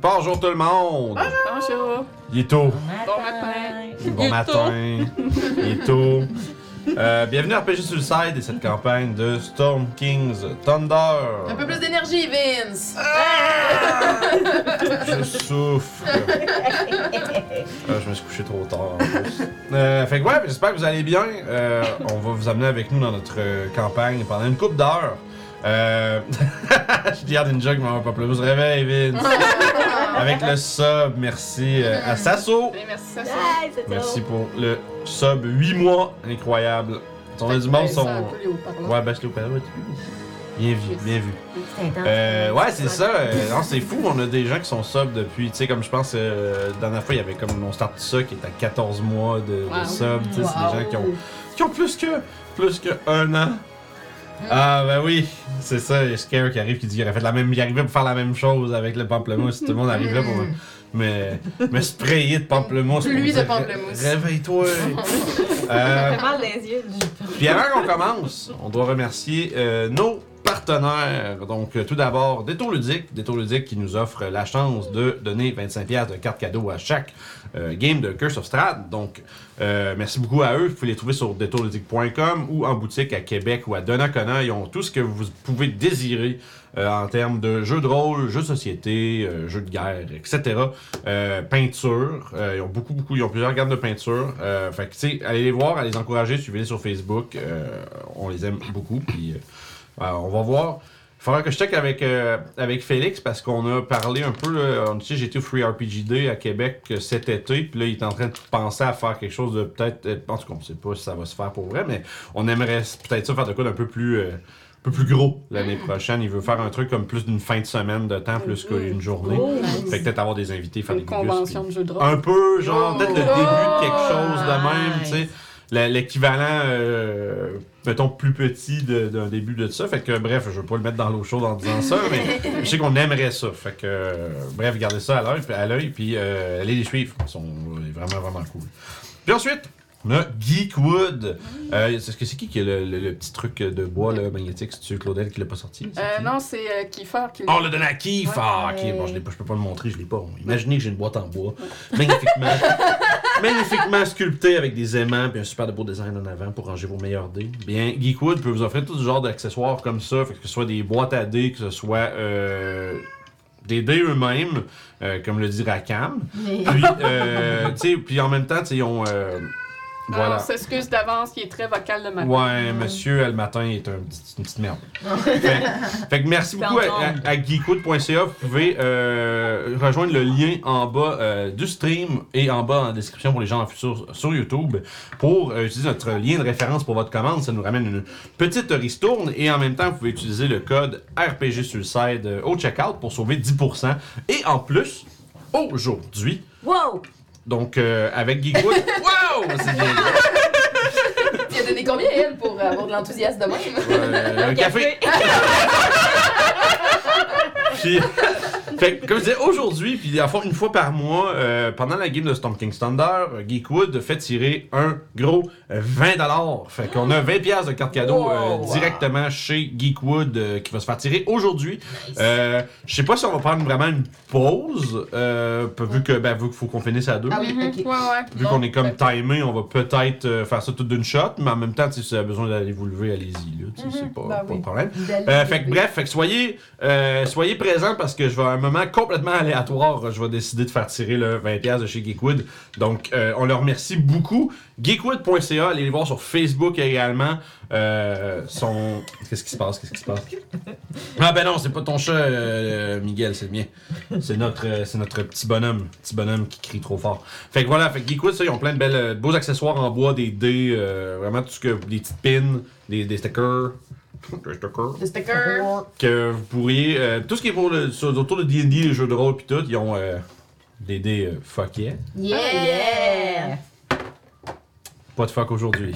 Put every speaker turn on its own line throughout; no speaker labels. Bonjour tout le monde!
Bonjour.
Il est tôt.
Bon matin.
Bon
Il est
matin. Il est tôt. Euh, bienvenue à RPG Suicide et cette campagne de Storm King's Thunder.
Un peu plus d'énergie, Vince!
Ah,
Je souffre. Ah, je me suis couché trop tard. en plus. Euh, fait que ouais, j'espère que vous allez bien. Euh, on va vous amener avec nous dans notre euh, campagne pendant une coupe d'heures. Euh... je dis à Ninja que m'en va pas plus. Réveille, Vince. avec le sub, merci euh, à Sasso.
Et ben, merci, ça.
Nice, c'est
Merci
drôle.
pour le sub 8 mois. Incroyable. Ton du monde sont.
Ouais.
Ouais, bâche-le au palais. Bien vu, bien vu.
C'est intense.
Euh, ouais, c'est ça. euh, non, c'est fou. On a des gens qui sont sub depuis. Tu sais, comme je pense, euh, la dernière fois, il y avait comme mon start ça qui est à 14 mois de, de
Wow.
sub. Tu sais, c'est des gens qui ont, qui ont plus que plus que un an. Ah, ben oui, c'est ça. Il y a Scare qui arrive qui dit qu'il aurait fait la même. Il arrivait pour faire la même chose avec le pamplemousse. Tout le monde arrive là pour me, me, me sprayer de pamplemousse. pour
Mm. Pluie
me
de
dire,
pamplemousse.
Réveille-toi. Euh,
Ça fait mal les yeux.
puis avant qu'on commence, on doit remercier euh, nos partenaires. Donc, euh, tout d'abord, Détour Ludique. Détour Ludique qui nous offre la chance de donner 25$ de cartes cadeaux à chaque euh, game de Curse of Strahd. Donc, euh, merci beaucoup à eux. Vous pouvez les trouver sur détourludique.com ou en boutique à Québec ou à Donnacona. Ils ont tout ce que vous pouvez désirer euh, en termes de jeux de rôle, jeux de société, euh, jeux de guerre, etc. Euh, peinture. Euh, ils ont beaucoup, beaucoup, ils ont plusieurs gammes de peinture. Euh, fait que, tu sais, allez les voir, allez les encourager, suivez-les sur Facebook. Euh, on les aime beaucoup. Puis, euh, euh, on va voir. Il faudra que je check avec, euh, avec Félix parce qu'on a parlé un peu. là, on- tu sais, j'étais au Free RPG Day à Québec euh, cet été. Puis là, il est en train de penser à faire quelque chose de peut-être. euh, En tout cas, on ne sait pas si ça va se faire pour vrai, mais on aimerait s- peut-être ça faire de quoi d'un peu plus. euh, un peu plus gros l'année prochaine. Il veut faire un truc comme plus d'une fin de semaine de temps plus qu'une journée. Fait que peut-être avoir des invités, faire
Oh, Une
des gugus,
convention
puis-
de jeu de rôle. Euh,
Un peu, genre,
Oh.
peut-être le début de quelque chose de
Oh,
même, tu sais.
nice.
La- L'équivalent, euh, mettons, plus petit de- d'un début de ça. Fait que, bref, je veux pas le mettre dans l'eau chaude en disant ça, mais je sais qu'on aimerait ça. Fait que, euh, bref, gardez ça à l'œil, puis- à l'œil, puis euh, allez les suivre. Ils sont euh, vraiment, vraiment cool. Puis ensuite, on a Geekwood. Euh, c'est ce que c'est qui qui a le, le- le petit truc de bois là, magnétique? C'est-tu Claudel qui l'a pas sorti?
Euh,
C'est qui?
non, c'est euh, Kiefer qui
Oh, le de la kiff! Ah,
Ouais.
ok, bon, je, l'ai pas- je peux pas le montrer, je l'ai pas. Imaginez que j'ai une boîte en bois, magnifiquement, magnifiquement sculptée avec des aimants puis un super beau design en avant pour ranger vos meilleurs dés. Bien, Geekwood peut vous offrir tout ce genre d'accessoires comme ça, fait que ce soit des boîtes à dés, que ce soit euh, des dés eux-mêmes, euh, comme le dit Rakam.
Mais-
Puis, euh, tu sais, puis en même temps, tu sais, ils ont. euh,
Ah,
voilà.
On s'excuse d'avance, il est très vocal le matin.
Ouais, monsieur, euh, le matin, il est un petit- une petite merde. fait, fait que merci beaucoup à, à, à geekwood.ca. Vous pouvez euh, rejoindre le lien en bas euh, du stream et en bas en description pour les gens en futur sur YouTube pour euh, utiliser notre lien de référence pour votre commande. Ça nous ramène une petite ristourne et en même temps, vous pouvez utiliser le code RPG Suicide euh, au checkout pour sauver 10%. Et en plus, aujourd'hui,
Wow!
donc euh, avec Geekwood. wow! C'est bien.
Tu as donné combien, elle, pour avoir de l'enthousiasme de même?
Euh, un café. Puis, fait que, comme je disais, aujourd'hui, puis à fond, une fois par mois, euh, pendant la game de Storm King Thunder, Geekwood fait tirer un gros 20$. Fait qu'on a 20$ de cartes cadeaux euh,
Wow.
directement chez Geekwood euh, qui va se faire tirer aujourd'hui. Euh, je sais pas si on va prendre vraiment une pause, euh, vu que, ben, vu qu'il faut qu'on finisse à deux.
Ah
Mhm.
oui, ok.
Ouais, ouais.
Vu qu'on est comme timé, on va peut-être euh, faire ça tout d'une shot, mais en même temps, tu sais, si vous avez besoin d'aller vous lever, allez-y. là, tu sais, C'est pas,
bah
pas
oui.
de problème. Euh, fait que bref, fait que soyez, euh, soyez présents parce que je vais à un moment complètement aléatoire, je vais décider de faire tirer le 20$ de chez Geekwood. Donc, euh, on leur remercie beaucoup. Geekwood.ca, allez les voir sur Facebook également. Euh, sont... Qu'est-ce qui se passe? Qu'est-ce qui se passe? Ah ben non, c'est pas ton chat, euh, Miguel, c'est le mien. C'est notre, euh, c'est notre petit bonhomme, petit bonhomme qui crie trop fort. Fait que voilà, fait que Geekwood, ça, ils ont plein de belles, euh, de beaux accessoires en bois, des dés, euh, vraiment tout ce que, des petites pins, des, des stickers, des stickers,
Le sticker.
que vous pourriez, euh, tout ce qui est pour le, sur- autour de D&D, les jeux de rôle puis tout, ils ont euh, des dés euh, fuck yeah. Ah,
Yeah, yeah!
Pas de fuck aujourd'hui.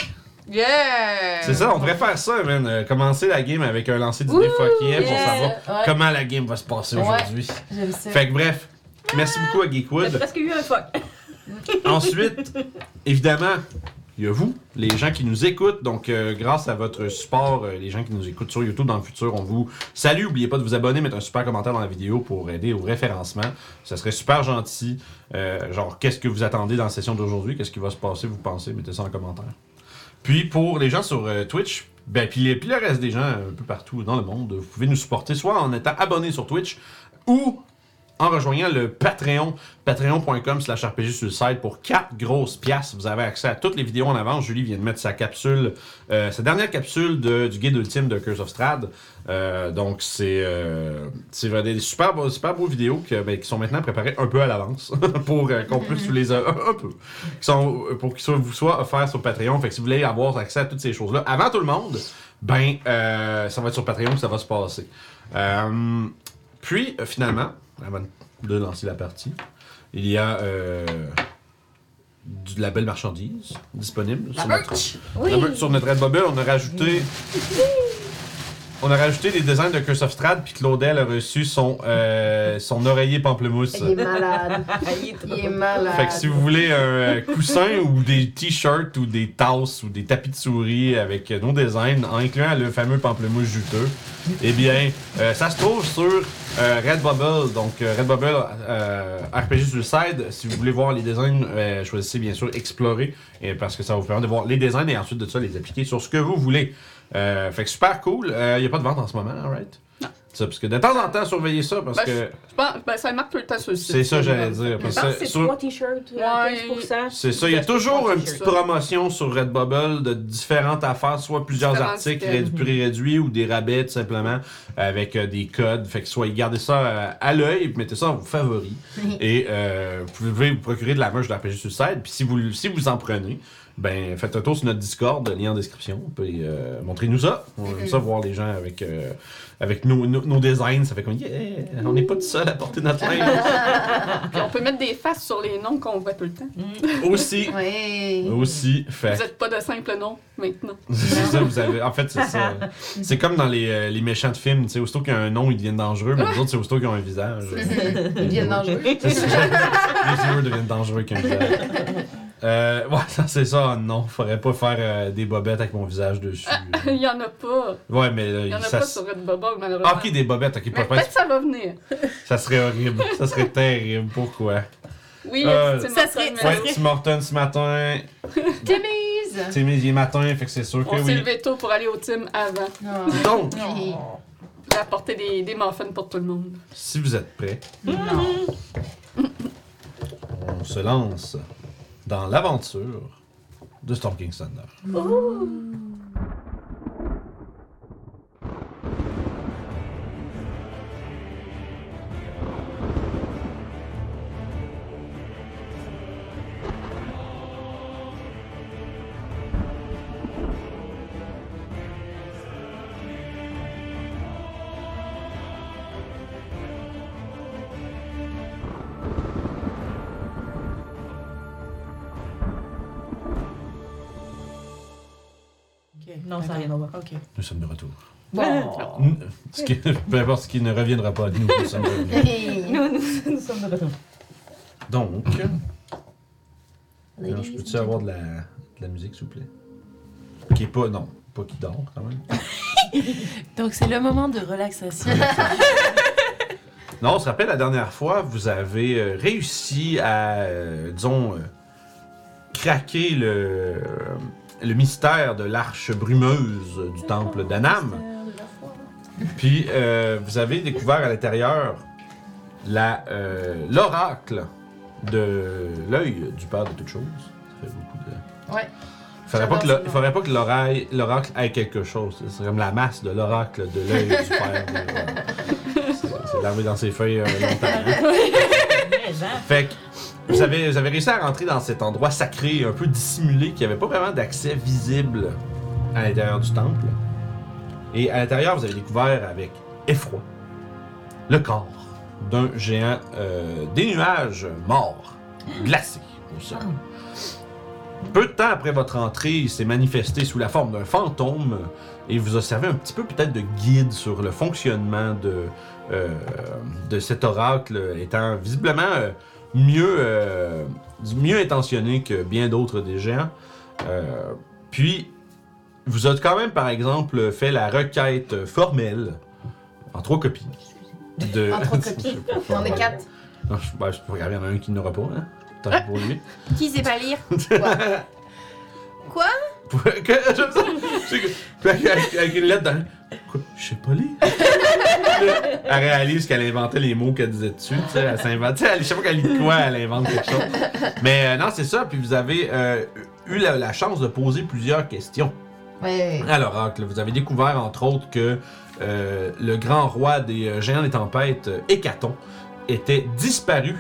Euh,
Yeah!
C'est ça, on devrait faire ça, man. euh, commencer la game avec un lancer de dés fuck yeah pour
yeah.
savoir
Ouais.
comment la game va se passer
Ouais.
aujourd'hui.
J'aime ça. Ah.
Fait que bref, merci beaucoup à
J'ai
Geekwood.
presque eu un fuck.
Ensuite, évidemment, il y a vous, les gens qui nous écoutent. Donc, euh, grâce à votre support, euh, les gens qui nous écoutent sur YouTube dans le futur, on vous salue. N'oubliez pas de vous abonner, mettre un super commentaire dans la vidéo pour aider au référencement. Ça serait super gentil. Euh, genre, qu'est-ce que vous attendez dans la session d'aujourd'hui? Qu'est-ce qui va se passer, vous pensez? Mettez ça en commentaire. Puis pour les gens sur euh, Twitch, ben, puis, les- puis le reste des gens euh, un peu partout dans le monde, vous pouvez nous supporter soit en étant abonné sur Twitch ou en rejoignant le Patreon, patreon.com slash RPG sur le site pour 4 grosses piastres. Vous avez accès à toutes les vidéos en avance. Julie vient de mettre sa capsule, euh, sa dernière capsule de- du guide ultime de Curse of Strad. Euh, donc, c'est euh, c'est vrai, des super, beaux- super beaux vidéos que, ben, qui sont maintenant préparées un peu à l'avance pour euh, qu'on puisse vous les... a- un peu qui sont, euh, pour qu'ils soient- vous soient offerts sur Patreon. Fait que si vous voulez avoir accès à toutes ces choses-là avant tout le monde, ben, euh, ça va être sur Patreon que ça va se passer. Euh, puis, euh, finalement, avant de lancer la partie, il y a euh, du- de la belle marchandise disponible
La
sur notre,
merch!
la mer- sur notre Redbubble. On a rajouté. On a rajouté des designs de Curse of Strad, puis Claudel a reçu son, euh, son oreiller pamplemousse.
Il est malade.
Ah,
Il est malade.
Ah,
Fait que si vous voulez un euh, coussin ou des t-shirts ou des tasses ou des tapis de souris avec euh, nos designs, en incluant le fameux pamplemousse juteux, eh bien, euh, ça se trouve sur euh, Redbubble. Donc, euh, Redbubble euh, RPG Suicide. Si vous voulez voir les designs, euh, choisissez bien sûr Explorer et, parce que ça va vous permet de voir les designs et ensuite de ça les appliquer sur ce que vous voulez. Euh, fait que super cool. Il n'y a pas de vente en ce moment, hein, right?
Non.
Ça, parce que de temps en temps, surveillez ça parce
Ben,
que
Je pense, ben, ça marque tout le temps sur le site.
c'est ça, j'allais dire.
Je
Parce
pense que
que
Ah, c'est
sur-
trois t-shirts à
Ouais.
15%.
c'est ça, il y a
Vous achetez
toujours
trois
une
t-shirts.
petite promotion sur Redbubble de différentes affaires, soit plusieurs
Différents
articles
items.
rédu- prix réduits ou des rabais tout simplement avec euh, des codes. Fait que soit gardez ça euh, à l'œil et mettez ça en vos favoris. et euh, vous pouvez vous procurer de la merch de RPG Suicide. Puis si vous, si vous en prenez, ben faites un tour sur notre Discord, lien en description. Puis euh, montrez-nous ça. On aime ça voir les gens avec, euh, avec nos, nos- nos designs. Ça fait comme yeah, on n'est pas tout seul à porter notre linge.
Puis on peut mettre des faces sur les noms qu'on voit tout le temps.
aussi,
Oui.
aussi, fait.
Vous n'êtes pas de simples noms maintenant.
C'est ça, vous avez. En fait, c'est ça. C'est comme dans les, euh, les méchants de films, tu sais, aussitôt qu'il y a un nom, ils deviennent dangereux, mais les autres, c'est aussitôt qu'ils ont un visage.
Ils viennent
Ah,
dangereux.
C'est ça. Les heureux deviennent dangereux qu'un visage. Euh, ouais, ça, c'est ça, non. Faudrait pas faire euh, des bobettes avec mon visage dessus.
Il n'y en a pas.
Ouais, mais là,
Il n'y en a
ça.
pas
se-
sur Redbubble, malheureusement.
Ah, ok, des bobettes, ok,
Mais
pas
peut-être que ça va venir.
Ça serait horrible. Ça serait terrible. Pourquoi?
Oui,
Euh,
c'est
ça serait-
Morton, mais
Ouais, Tim Morton ce matin.
Timmy's!
Tim, il est matin, fait que c'est sûr que
On s'est
oui.
levé tôt pour aller au team avant.
Non.
Donc,
Non.
Puis apporter des, des muffins pour tout le monde.
si vous êtes prêts.
Non.
on se lance dans l'aventure de Storm King's Thunder.
Non, ça n'a rien à voir.
Nous sommes de retour.
Bon.
N- Ce qui, peu importe ce qui ne reviendra pas, nous, nous sommes revenus.
Nous, nous, nous sommes de retour.
Donc, alors, je peux-tu avoir de la, de la musique, s'il vous plaît? Qui est pas, non, pas qui dort quand même.
Donc c'est le moment de relaxation.
Non, on se rappelle la dernière fois, vous avez euh, réussi à, euh, disons, euh, craquer le, euh, le mystère de l'arche brumeuse du temple d'Anam. Puis euh, vous avez découvert à l'intérieur la, euh, l'oracle de l'œil du père de toutes choses. Ça fait beaucoup de.
Ouais.
Faudrait pas que
J'adore
le-
ce nom.
faudrait pas que l'oreille- l'oracle ait quelque chose. C'est comme la masse de l'oracle de l'œil du père. de- C'est- C'est larvé dans ses feuilles euh, longtemps.
Mais, hein?
Fait que vous avez, vous avez réussi à rentrer dans cet endroit sacré, un peu dissimulé, qui avait pas vraiment d'accès visible à l'intérieur du temple. Et à l'intérieur, vous avez découvert avec effroi le corps d'un géant euh, des nuages morts, glacés au
Ah.
sol. Peu de temps après votre entrée, il s'est manifesté sous la forme d'un fantôme et vous a servi un petit peu peut-être de guide sur le fonctionnement de, euh, de cet oracle, étant visiblement euh, mieux, euh, mieux intentionné que bien d'autres des géants. Euh, puis, vous êtes quand même, par exemple, fait la requête formelle en trois copies. De...
En trois copies. On est quatre.
Non, je, ben, je peux regarder, il y en a un qui n'aura pas, hein? Tant pis pour lui.
Ah! Qui sait pas lire
Pour- que- J'aime ça. C'est que- Fait que- avec, avec une lettre dans. Quoi? Je sais pas lire. Là, elle réalise qu'elle inventait les mots qu'elle disait dessus. Tu sais, elle s'invente. tu sais, elle- Je sais pas qu'elle lit de quoi, elle invente quelque chose. Mais euh, non, c'est ça. Puis vous avez euh, eu la- la chance de poser plusieurs questions.
Ouais.
à l'oracle. Vous avez découvert, entre autres, que euh, le grand roi des euh, géants des tempêtes, euh, Hécaton, était disparu.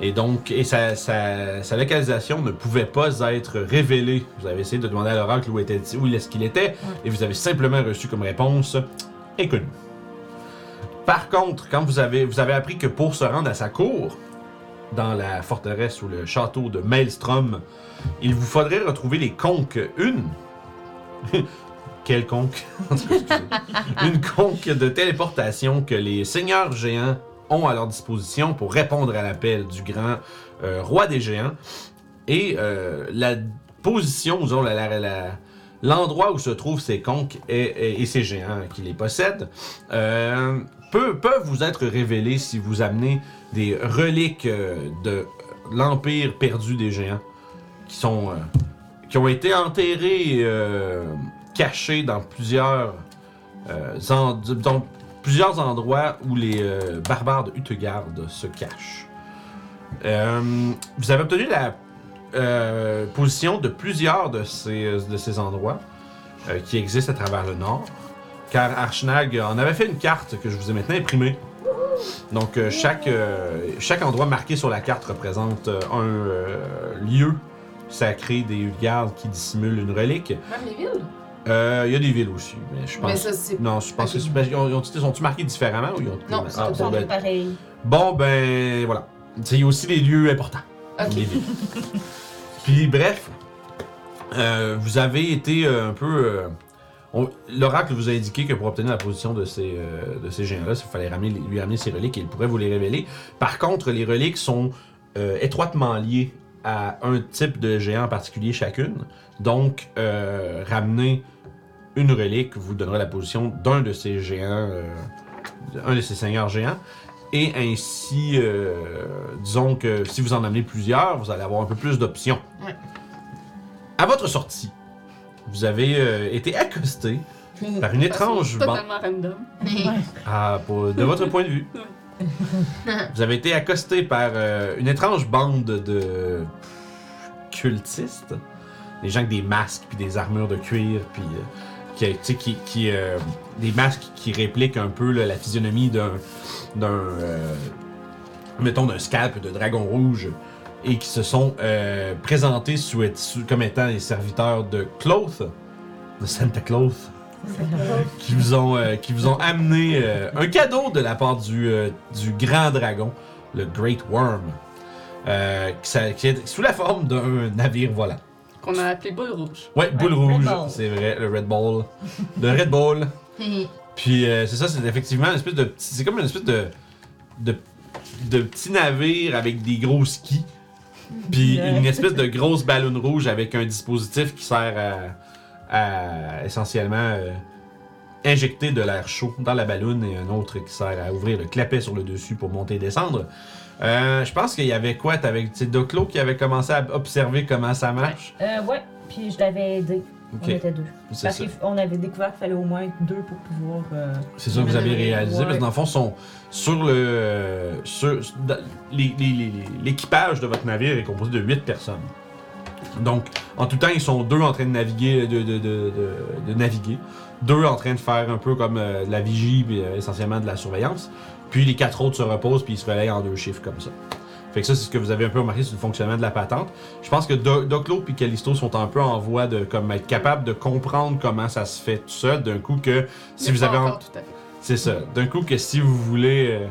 Et donc, et sa, sa- sa localisation ne pouvait pas être révélée. Vous avez essayé de demander à l'oracle où, était, où est-ce qu'il était, et vous avez simplement reçu comme réponse inconnu. Par contre, quand vous avez, vous avez appris que pour se rendre à sa cour, dans la forteresse ou le château de Maelstrom, il vous faudrait retrouver les conques une quelconque, en tout cas, excusez. une conque de téléportation que les seigneurs géants ont à leur disposition pour répondre à l'appel du grand euh, roi des géants. Et euh, la position, disons, la- la- la- l'endroit où se trouvent ces conques et, et- et ces géants qui les possèdent, euh, peut, peuvent vous être révélés si vous amenez des reliques euh, de l'empire perdu des géants qui sont euh, qui ont été enterrés, euh, cachés dans plusieurs, euh, en- dans plusieurs endroits où les euh, barbares de Utegard se cachent. Euh, vous avez obtenu la euh, position de plusieurs de ces, de ces endroits euh, qui existent à travers le Nord, car Archnag en avait fait une carte que je vous ai maintenant imprimée. Donc euh, chaque, euh, chaque endroit marqué sur la carte représente euh, un euh, lieu sacré des Ulgardes qui dissimulent une relique.
Même les villes.
Euh, Il y a des villes aussi, mais je pense.
Mais ça, c'est.
Non, je pense
Ok.
que c'est. Ils ont, ils ont- sont-ils marqués différemment ou ils ont
Non,
Ah,
Tout
bon,
ça,
ben,
pareil.
bon, ben, voilà. C'est aussi des lieux importants.
Ok.
Les villes. Puis bref, euh, vous avez été euh, un peu. euh, on- L'oracle vous a indiqué que pour obtenir la position de ces, euh, de ces géants-là, il fallait ramener, lui ramener ses reliques et il pourrait vous les révéler. Par contre, les reliques sont euh, étroitement liées à un type de géant en particulier chacune. Donc, euh, ramener une relique vous donnera la position d'un de ces géants, euh, un de ces seigneurs géants. Et ainsi, euh, disons que si vous en amenez plusieurs, vous allez avoir un peu plus d'options.
Ouais.
À votre sortie, vous avez euh, été accosté par une étrange bande.
Totalement random.
Ah, pour- de votre point de vue. Vous avez été accosté par euh, une étrange bande de cultistes. Des gens avec des masques, puis des armures de cuir, puis euh, qui, tu sais, qui, qui, euh, des masques qui répliquent un peu là, la physionomie d'un, d'un, euh, mettons, d'un scalp de dragon rouge, et qui se sont euh, présentés sous, sous- comme étant les serviteurs de Cloth, de Santa Cloth qui vous ont, euh, qui vous ont amené euh, un cadeau de la part du, euh, du grand dragon, le Great Worm, euh, qui, s'a- qui est sous la forme d'un navire volant.
Qu'on a appelé boule rouge.
Ouais, boule
Red
rouge,
Bull.
c'est vrai, le Red Bull. Le Red Bull. Puis euh, c'est ça, c'est effectivement une espèce de petit. C'est comme une espèce de. de, de petit navire avec des gros skis. Puis
Ouais.
une espèce de grosse ballonne rouge avec un dispositif qui sert à. à essentiellement. euh, injecter de l'air chaud dans la ballonne et un autre qui sert à ouvrir le clapet sur le dessus pour monter et descendre. Euh, je pense qu'il y avait quoi T'avais c'est Doclo qui avait commencé à observer comment ça marche.
Euh, ouais, puis je l'avais aidé.
Ok,
On était deux.
c'est
Parce
ça.
qu'on avait découvert qu'il fallait au moins être deux pour pouvoir. euh,
C'est ça que vous avez réalisé,
Ouais.
parce que dans le fond, sont sur le. euh, sur- dans- les- les- les- les- L'équipage de votre navire est composé de 8 personnes. Donc, en tout temps, ils sont deux en train de naviguer, de, de- de- de- de naviguer. Deux en train de faire un peu comme euh, de la vigie, puis euh, essentiellement de la surveillance. Puis les quatre autres se reposent, puis ils se relayent en deux chiffres comme ça. Fait que ça, c'est ce que vous avez un peu remarqué sur le fonctionnement de la patente. Je pense que Do- Doclo puis Callisto sont un peu en voie de comme, être capables de comprendre comment ça se fait tout seul. D'un coup que, si
Mais
vous
pas
avez en-
encore tout à fait.
c'est ça. D'un coup, que si vous voulez euh,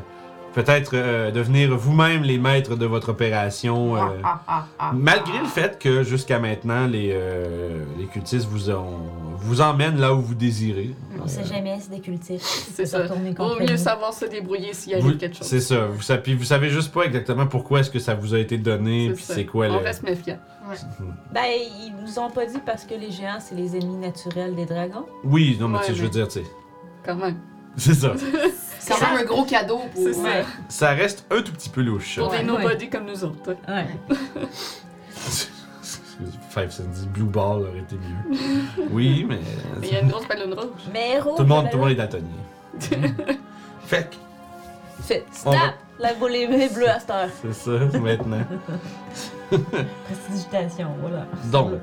peut-être euh, devenir vous-même les maîtres de votre opération. euh,
Ah, ah, ah,
Malgré le fait que jusqu'à maintenant, les, euh, les cultistes vous, ont, vous emmènent là où vous désirez.
On
Euh,
sait jamais, c'est des cultistes.
C'est ça.
Retourner
Vaut
contre
mieux
nous.
savoir se débrouiller s'il
Vous-
arrive quelque chose.
C'est ça. Vous, sa- puis vous savez juste pas exactement pourquoi est-ce que ça vous a été donné, puis
ça.
c'est quoi
On
le...
reste méfiant.
Ben, ils nous ont pas dit parce que les géants, c'est les ennemis naturels des dragons.
Oui, non, mais tu sais,
Ouais,
je veux
mais-
dire, tu sais.
Quand même.
C'est ça.
C'est quand même un gros cadeau pour.
C'est ça.
Ouais.
ça reste un tout petit peu louche.
Pour des
Ouais.
nobody comme nous autres. hein.
Ouais.
Five Senses Blue Ball aurait été mieux. Oui, mais...
Mais il y a une grosse ballonne rouge.
Mais héros.
Tout le monde,
voilà.
tout le monde est daltonien. fait que,
Fait,
On
snap!
va-
La boule est bleue à cette heure.
c'est ça, maintenant.
Prestidigitation, voilà.
Donc,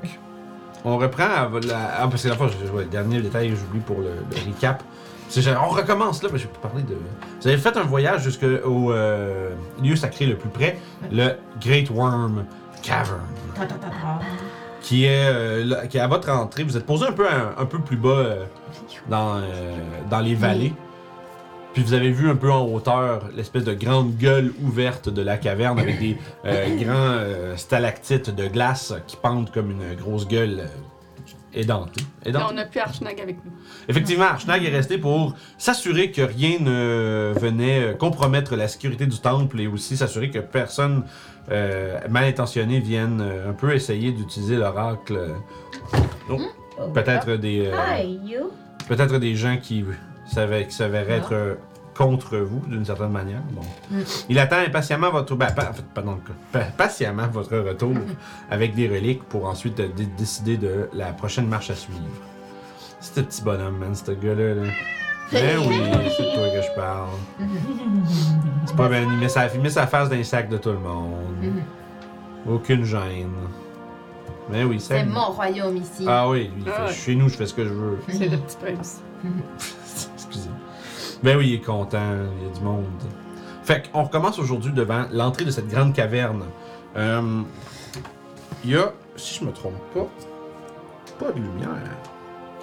on reprend à la. Ah, parce que la fois, je- ouais, dernier détail, j'oublie pour le, le recap. C'est genre, on recommence là, mais je peux parler de. Vous avez fait un voyage jusqu'au euh, lieu sacré le plus près, le Great Worm Cavern. Qui est, euh, là- qui est à votre entrée. Vous êtes posé un peu, un, un peu plus bas euh, dans, euh, dans les vallées. Puis vous avez vu un peu en hauteur l'espèce de grande gueule ouverte de la caverne avec des euh, grands euh, stalactites de glace qui pendent comme une grosse gueule euh, édentée.
Là,
Édentée?
on n'a plus Archnag avec nous.
Effectivement, Archnag est resté pour s'assurer que rien ne venait euh, compromettre la sécurité du temple et aussi s'assurer que personne euh, mal intentionné vienne euh, un peu essayer d'utiliser l'oracle. Donc,
Oh.
peut-être des euh,
Hi, you.
peut-être des gens qui savaient qui se
Ah.
verraient être euh, contre vous d'une certaine manière. Donc,
Mm.
il attend impatiemment votre ben, pa- en fait, pardon, pa- patiemment votre retour
Mm.
avec des reliques pour ensuite euh, dé- décider de la prochaine marche à suivre. C'est un petit bonhomme, man, ce gars-là. Là. Ben oui, c'est de toi que je parle.
Mm.
C'est pas bien, il met sa, il met sa face dans les sacs de tout le monde. Aucune gêne. Ben oui,
Mm. C'est
salut.
mon royaume ici.
Ah oui, lui, il fait,
Ah ouais.
chez nous, je fais ce que je veux.
C'est le petit prince.
Excusez. Ben oui, il est content, il y a du monde. Fait qu'on recommence aujourd'hui devant l'entrée de cette grande caverne. Euh, Il y a, si je me trompe pas, pas de lumière.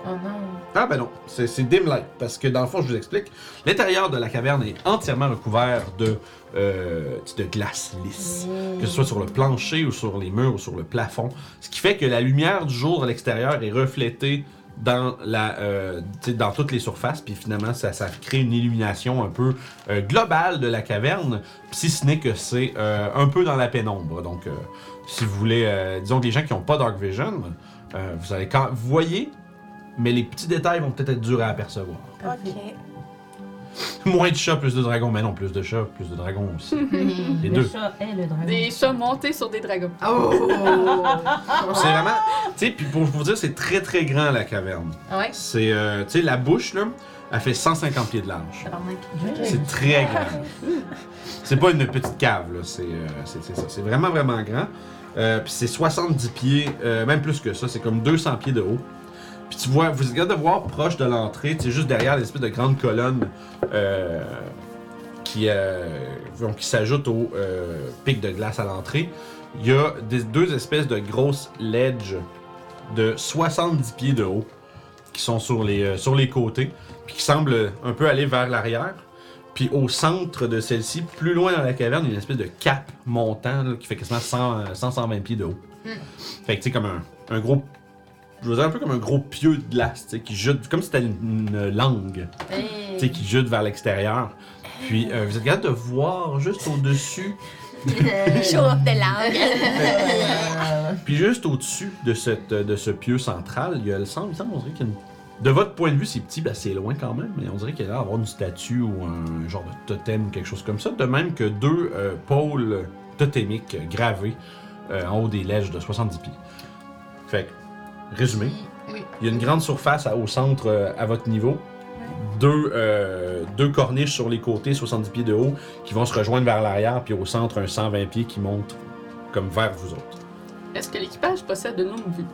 Oh non.
Ah ben non, c'est c'est dim light, parce que dans le fond, je vous explique, l'intérieur de la caverne est entièrement recouvert de, euh, de glace lisse, que ce soit sur le plancher ou sur les murs ou sur le plafond, ce qui fait que la lumière du jour à l'extérieur est reflétée dans, la, euh, tu sais, dans toutes les surfaces, puis finalement, ça, ça crée une illumination un peu euh, globale de la caverne, si ce n'est que c'est euh, un peu dans la pénombre, donc... euh, si vous voulez, euh, disons que les gens qui n'ont pas Dark Vision, euh, vous allez quand vous voyez, mais les petits détails vont peut-être être durs à apercevoir.
Ok.
Moins de chats, plus de dragons, mais non, plus de chats, plus de dragons aussi.
Hmm.
les
Le
deux.
chat est le dragon.
Des chats montés sur des dragons.
Oh.
C'est vraiment, tu sais, puis pour vous dire, c'est très très grand la caverne.
Ah ouais?
C'est, euh, tu sais, la bouche là, elle fait 150 pieds de large.
Tabarnak.
C'est très grand. C'est pas une petite cave, là. C'est, euh, c'est- c'est ça. C'est vraiment, vraiment grand. Euh, Puis c'est 70 pieds, euh, même plus que ça. C'est comme 200 pieds de haut. Puis tu vois, vous regardez voir proche de l'entrée, tu sais, juste derrière l'espèce de grande colonne euh, qui, euh, donc, qui s'ajoute au euh, pic de glace à l'entrée. Il y a des, deux espèces de grosses ledges de 70 pieds de haut qui sont sur les, euh, sur les côtés, puis qui semblent un peu aller vers l'arrière. Puis au centre de celle-ci, plus loin dans la caverne, il y a une espèce de cap montant là, qui fait quasiment 100, euh, 100 120 pieds de haut. Fait que tu sais, comme un, un gros. Je veux dire, un peu comme un gros pieu de glace, tu sais, qui jute, comme si c'était une, une langue, tu
Hmm.
sais, qui jute vers l'extérieur. Puis euh, vous êtes capable de voir juste au-dessus
Show off the langue.
Puis juste au-dessus de, cette, de ce pieu central, il y a le centre. il me semble, on dirait qu'il y a une- De votre point de vue, c'est petit, ben c'est loin quand même, mais on dirait qu'il y a l'air d'avoir une statue ou un genre de totem ou quelque chose comme ça. De même que deux euh, pôles totémiques gravés euh, en haut des lèches de 70 pieds. Fait que, résumé,
Oui.
il y a une grande surface à- au centre euh, à votre niveau. Deux, euh, deux corniches sur les côtés, 70 pieds de haut, qui vont se rejoindre vers l'arrière, puis au centre, un 120 pieds qui monte comme vers vous autres.
Est-ce que l'équipage possède une longue vue?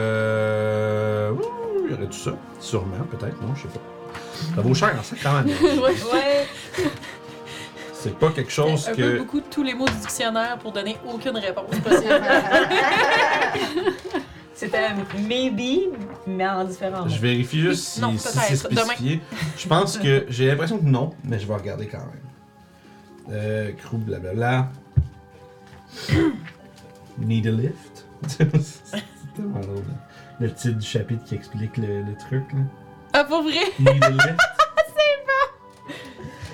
Euh. oui, Il y aurait tout ça. Sûrement, peut-être, non, je sais pas. Ça vaut cher en sac quand même.
Ouais.
C'est pas quelque chose
Un peu
que.
beaucoup de tous les mots du dictionnaire pour donner aucune réponse possible.
C'était maybe, mais en différent.
Je vérifie juste si,
Non,
si
peut-être,
c'est spécifié. Je pense que. J'ai l'impression que non, mais je vais regarder quand même. Euh, crew, blablabla. Need a lift. C'est tellement drôle. hein. Le titre du chapitre qui explique le, le truc. Là.
Ah, pour vrai?
Need a lift. C'est bon!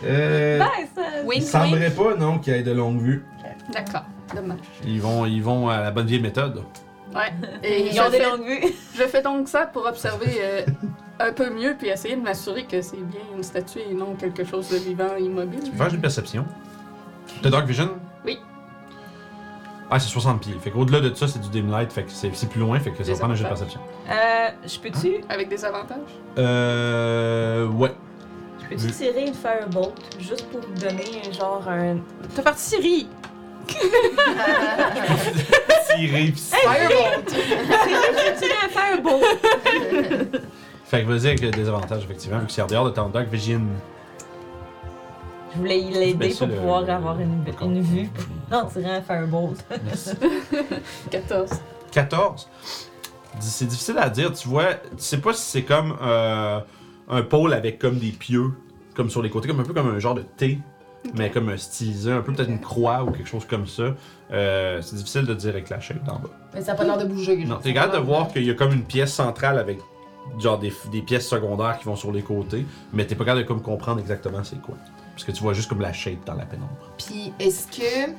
Euh,
Ben, ça.
il
Wink, wink.
semblerait pas, non, qu'il y ait de longue vue.
D'accord, dommage.
Ils vont, ils vont à la bonne vieille méthode.
Ouais. Et
Ils
je,
ont des
fais,
longues vues.
je fais donc ça pour observer euh, un peu mieux puis essayer de m'assurer que c'est bien une statue et non quelque chose de vivant immobile.
Tu peux faire une perception. T'as Dark Vision?
Oui.
Ah, c'est 60 pieds. Fait qu'au-delà de ça, c'est du dim light. Fait que c'est c'est plus loin. Fait que ça
Des
va prendre un jeu de
avantages.
perception.
Euh, je peux-tu.
Avec des avantages.
Euh. Ouais.
Je peux-tu tirer une firebolt juste pour donner un genre un.
T'as parti Siri!
Tirer pis ça.
J'ai tiré un firebolt.
Fait que vas-y avec le désavantage, effectivement, vu que c'est en dehors de ton Dark Vision.
Je voulais
Tu mets
l'aider
ça,
pour
le-
pouvoir
le-
avoir une,
le compte.
une vue. Non, tirer un firebolt.
Merci.
14.
14. Dis- C'est difficile à dire, tu vois. Tu sais pas si c'est comme euh, un pôle avec comme des pieux, comme sur les côtés, comme un peu comme un genre de T, mais comme un stylisé, un peu peut-être une croix ou quelque chose comme ça. Euh, c'est difficile de dire avec la shape d'en bas.
Mais ça n'a pas l'air de bouger.
Non, t'es capable de voir qu'il y a comme une pièce centrale avec genre des, des pièces secondaires qui vont sur les côtés, mais t'es pas capable de comme comprendre exactement c'est quoi. Parce que tu vois juste comme la shape dans la pénombre.
Puis est-ce que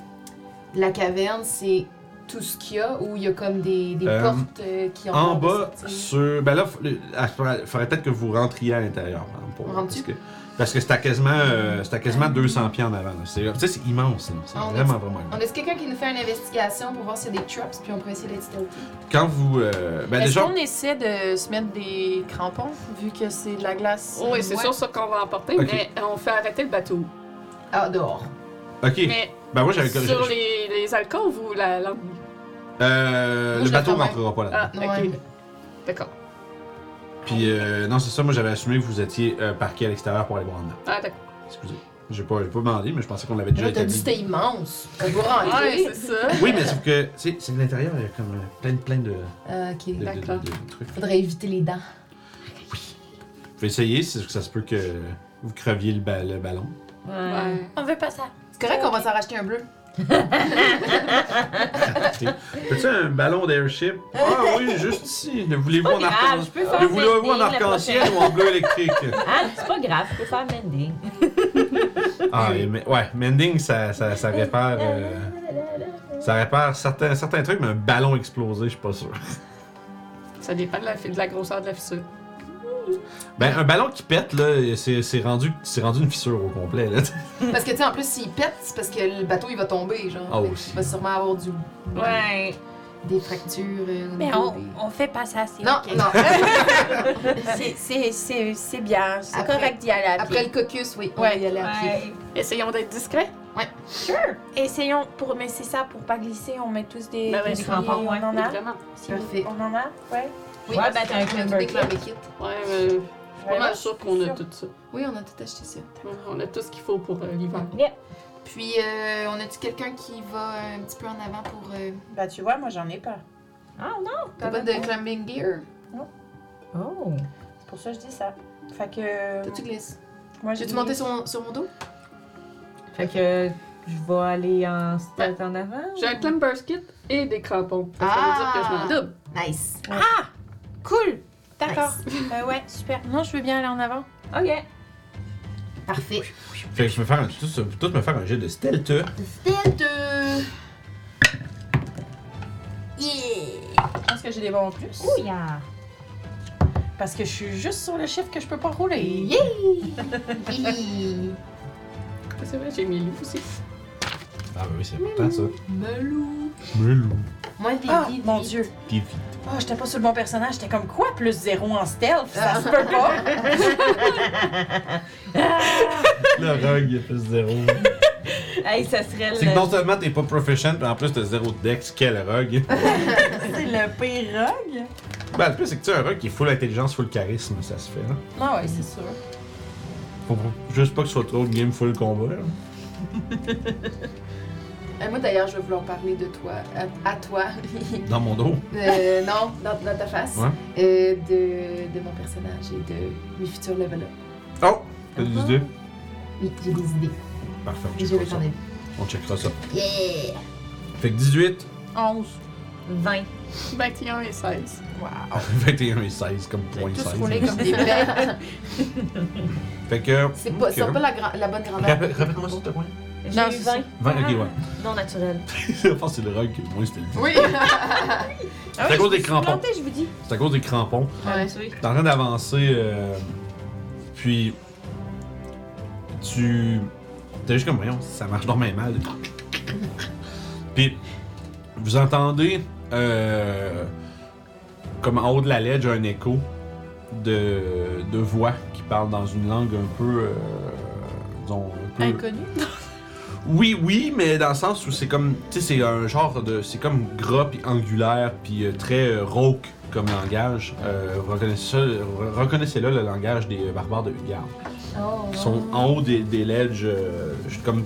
la caverne, c'est tout ce qu'il y a ou il y a comme des, des
Euh,
portes euh, qui ont
En
l'air de
bas,
sortir?
sur. Ben là, f- le- ah, faudrait faudrait peut-être que vous rentriez à l'intérieur. par exemple, pour-
Rentre-tu?
Parce que, parce que c'est à quasiment, euh, c'est à quasiment 200 pieds en avant. là. C'est- Tu sais, c'est immense. là. C'est
Ah, on
vraiment, vraiment
On
immense.
a quelqu'un qui nous fait une investigation pour voir s'il y a des traps, puis on peut essayer d'être stealthy.
Quand vous. euh, ben
Est-ce
déjà.
qu'on essaie de se mettre des crampons, vu que c'est de la glace?
Oh, Oui, c'est
Ouais.
sûr ça qu'on va emporter,
Ok.
mais on fait arrêter le bateau.
Ah, dehors.
Ok.
Mais
Ben moi, j'avais.
sur les, les alcôves ou la lampe?
Euh,
Moi,
le
je la
bateau
ferme.
rentrera pas là-dedans.
Ah,
Ouais.
ok. D'accord.
Puis, euh, non, c'est ça. Moi, j'avais assumé que vous étiez euh, parqué à l'extérieur pour aller voir en dedans.
Ah, d'accord.
Excusez. J'ai pas, j'ai pas demandé, mais je pensais qu'on l'avait déjà
Là, t'as dit
établi.
c'était immense. On doit rentrer.
Ah, Ouais, c'est ça.
Oui, mais sauf que, tu sais, c'est de l'intérieur, il y a comme euh, plein, de- plein de,
Ah, ok.
de, de- de-
D'accord.
de trucs.
Faudrait éviter les dents.
Vous pouvez essayer, c'est sûr que ça se peut que vous creviez le, ba- le ballon.
Ouais.
Ouais.
On veut pas ça.
C'est correct qu'on va s'en racheter un bleu.
Peux-tu un ballon d'airship? Ah oui, juste ici. Le voulez-vous en
grave, je peux faire
Le voulez-vous en
Mending la
arc-en-ciel ou en bleu électrique?
Ah, c'est pas grave, je peux faire mending.
ah, et mais- ouais, mending, ça, ça, ça répare. euh, ça répare certains, certains trucs, mais un ballon explosé, je suis pas sûr.
Ça dépend de la, fi- de la grosseur de la fissure.
Ben, un ballon qui pète, là, c'est c'est rendu, c'est rendu une fissure au complet, là.
Parce que, tu sais, en plus, s'il pète, c'est parce que le bateau, il va tomber, genre.
Ah,
Fait que
aussi.
Il va sûrement avoir du...
Ouais.
des fractures. euh, au
Mais
niveau
on,
des-
on fait pas ça, c'est
Non,
ok.
non.
C'est- c'est- C'est c'est bien, c'est
Après-
correct d'y aller à
Après
pied.
le caucus, oui. On
Ouais.
va y aller à pied.
Ouais.
Essayons d'être discrets.
Essayons, pour, mais c'est ça, pour pas glisser, on met tous des,
Bah
Ben ouais,
des
des
souliers,
crampons,
on
ouais.
en a.
Évidemment.
Si
Parfait.
on en a, ouais.
Oui,
Ouais,
parce
ben,
que
t'as un
on a tout
Clever
déclaré
Kit.
kit.
Ouais, mais je suis pas mal sûr qu'on a
sûr.
tout ça.
Oui, on a tout acheté ça.
On a tout ce qu'il faut pour euh, l'hiver.
Puis, euh, on a-tu quelqu'un qui va un petit peu en avant pour... euh,
Bah tu vois, moi j'en ai pas.
Ah non.
T'as pas de climbing gear?
Oh.
C'est pour ça que je dis ça. Fait que.
Toi, tu glisses.
Moi
J'ai-tu
dis-
monté sur mon, sur mon dos?
Fait que je vais aller en stealth en avant.
J'ai un climber's kit et des crampons. Ça
Ah!
veut dire que je m'en double.
Nice.
Cool! D'accord. Euh, ouais, super. Non, je veux bien aller en avant.
Ok.
Parfait.
Fait que je vais faire un, tous, tous me faire un jet de stealth.
Stealth! Yeah!
Je pense que j'ai des bons en plus.
yeah.
Parce que je suis juste sur le chiffre que je peux pas rouler.
Yeah!
Ah, C'est vrai, j'ai mis lui aussi.
Ah, ben oui, c'est important ça.
Melou!
Melou.
Moi, des
Oh,
Ah,
des-
mon
des-
dieu.
Pis
Ah, j'étais pas sur le bon personnage. J'étais comme quoi, plus zéro en stealth? Ça se peut pas.
Le rogue, il a plus zéro.
Hey, ça serait
C'est que non
le.
seulement t'es pas profession, mais en plus t'as zéro dex, quel rogue.
C'est le pire rogue.
ben, le plus, c'est que tu es un rogue qui est full intelligence, full charisme, ça se fait. Hein?
Ah
Non, ouais, c'est sûr.
Faut faut juste pas que ce soit trop game full combat. Là.
Euh, moi, d'ailleurs, je veux vouloir parler de toi, à, à toi.
Dans mon dos.
Euh, non, dans, dans ta face.
Ouais.
Euh, de, de mon personnage et de mes futurs level up.
Oh! T'as des idées?
Oui, j'ai des idées.
Parfait, on
Et j'ai
checkera
le
ça.
temps d'avis.
On checkera ça.
Yeah!
Fait que 18,
11.
20.
21 et 16.
21 ah, et 16 comme point
Tous
16.
roulés comme des bêtes.
Fait que.
C'est pas,
ok.
c'est pas la, gra- la bonne grand-mère.
Rappel- Rappelle-moi ça, t'as combien
J'ai
Non,
eu
c'est
20.
Vingt, ok, ouais.
Non naturel.
Je pense que c'est le rug qui est le moins c'était le
Oui!
Ah
C'est à cause des Hmm. crampons.
planté, je vous dis.
C'est à cause des crampons.
Ouais.
Tu
T'es en train d'avancer, euh, puis tu. T'es juste comme, voyons, ça marche normalement. mal. puis vous entendez, euh, comme en haut de la ledge, un écho de, de voix qui parle dans une langue un peu. euh, disons, un peu-
Inconnu.
oui, oui, mais dans le sens où c'est comme, tu sais, c'est un genre de, c'est comme gras puis angulaire puis euh, très euh, rauque comme langage. Euh, reconnaissez- re- Reconnaissez-le, le langage des euh, barbares de Huyard.
Oh.
Ils sont en haut des, des ledges, euh, juste comme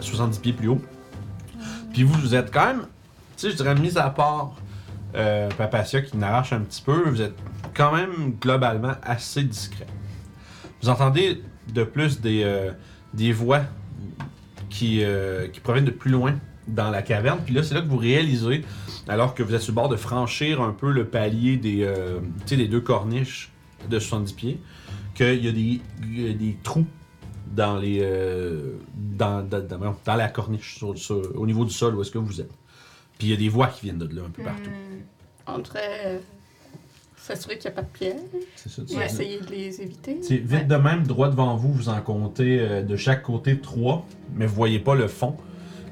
70 pieds plus haut. Puis vous, vous êtes quand même, tu sais, je dirais, mis à part euh, Papacia qui n'arrache un petit peu, vous êtes quand même globalement assez discret. Vous entendez de plus des, euh, des voix qui, euh, qui proviennent de plus loin dans la caverne. Puis là, c'est là que vous réalisez, alors que vous êtes sur le bord de franchir un peu le palier des, euh, tu sais, des deux corniches de 70 pieds, qu'il y, a des- il y a des trous dans les euh, dans, dans, dans- voyons, dans la corniche sur- sur- au niveau du sol où est-ce que vous êtes. Puis il y a des voix qui viennent de là un peu partout.
On devrait euh, s'assurer qu'il n'y a pas de pierres.
C'est ça, tu
On va
sais.
essayer de les éviter.
C'est vite de même, droit devant vous, vous en comptez euh, de chaque côté trois, mais vous voyez pas le fond.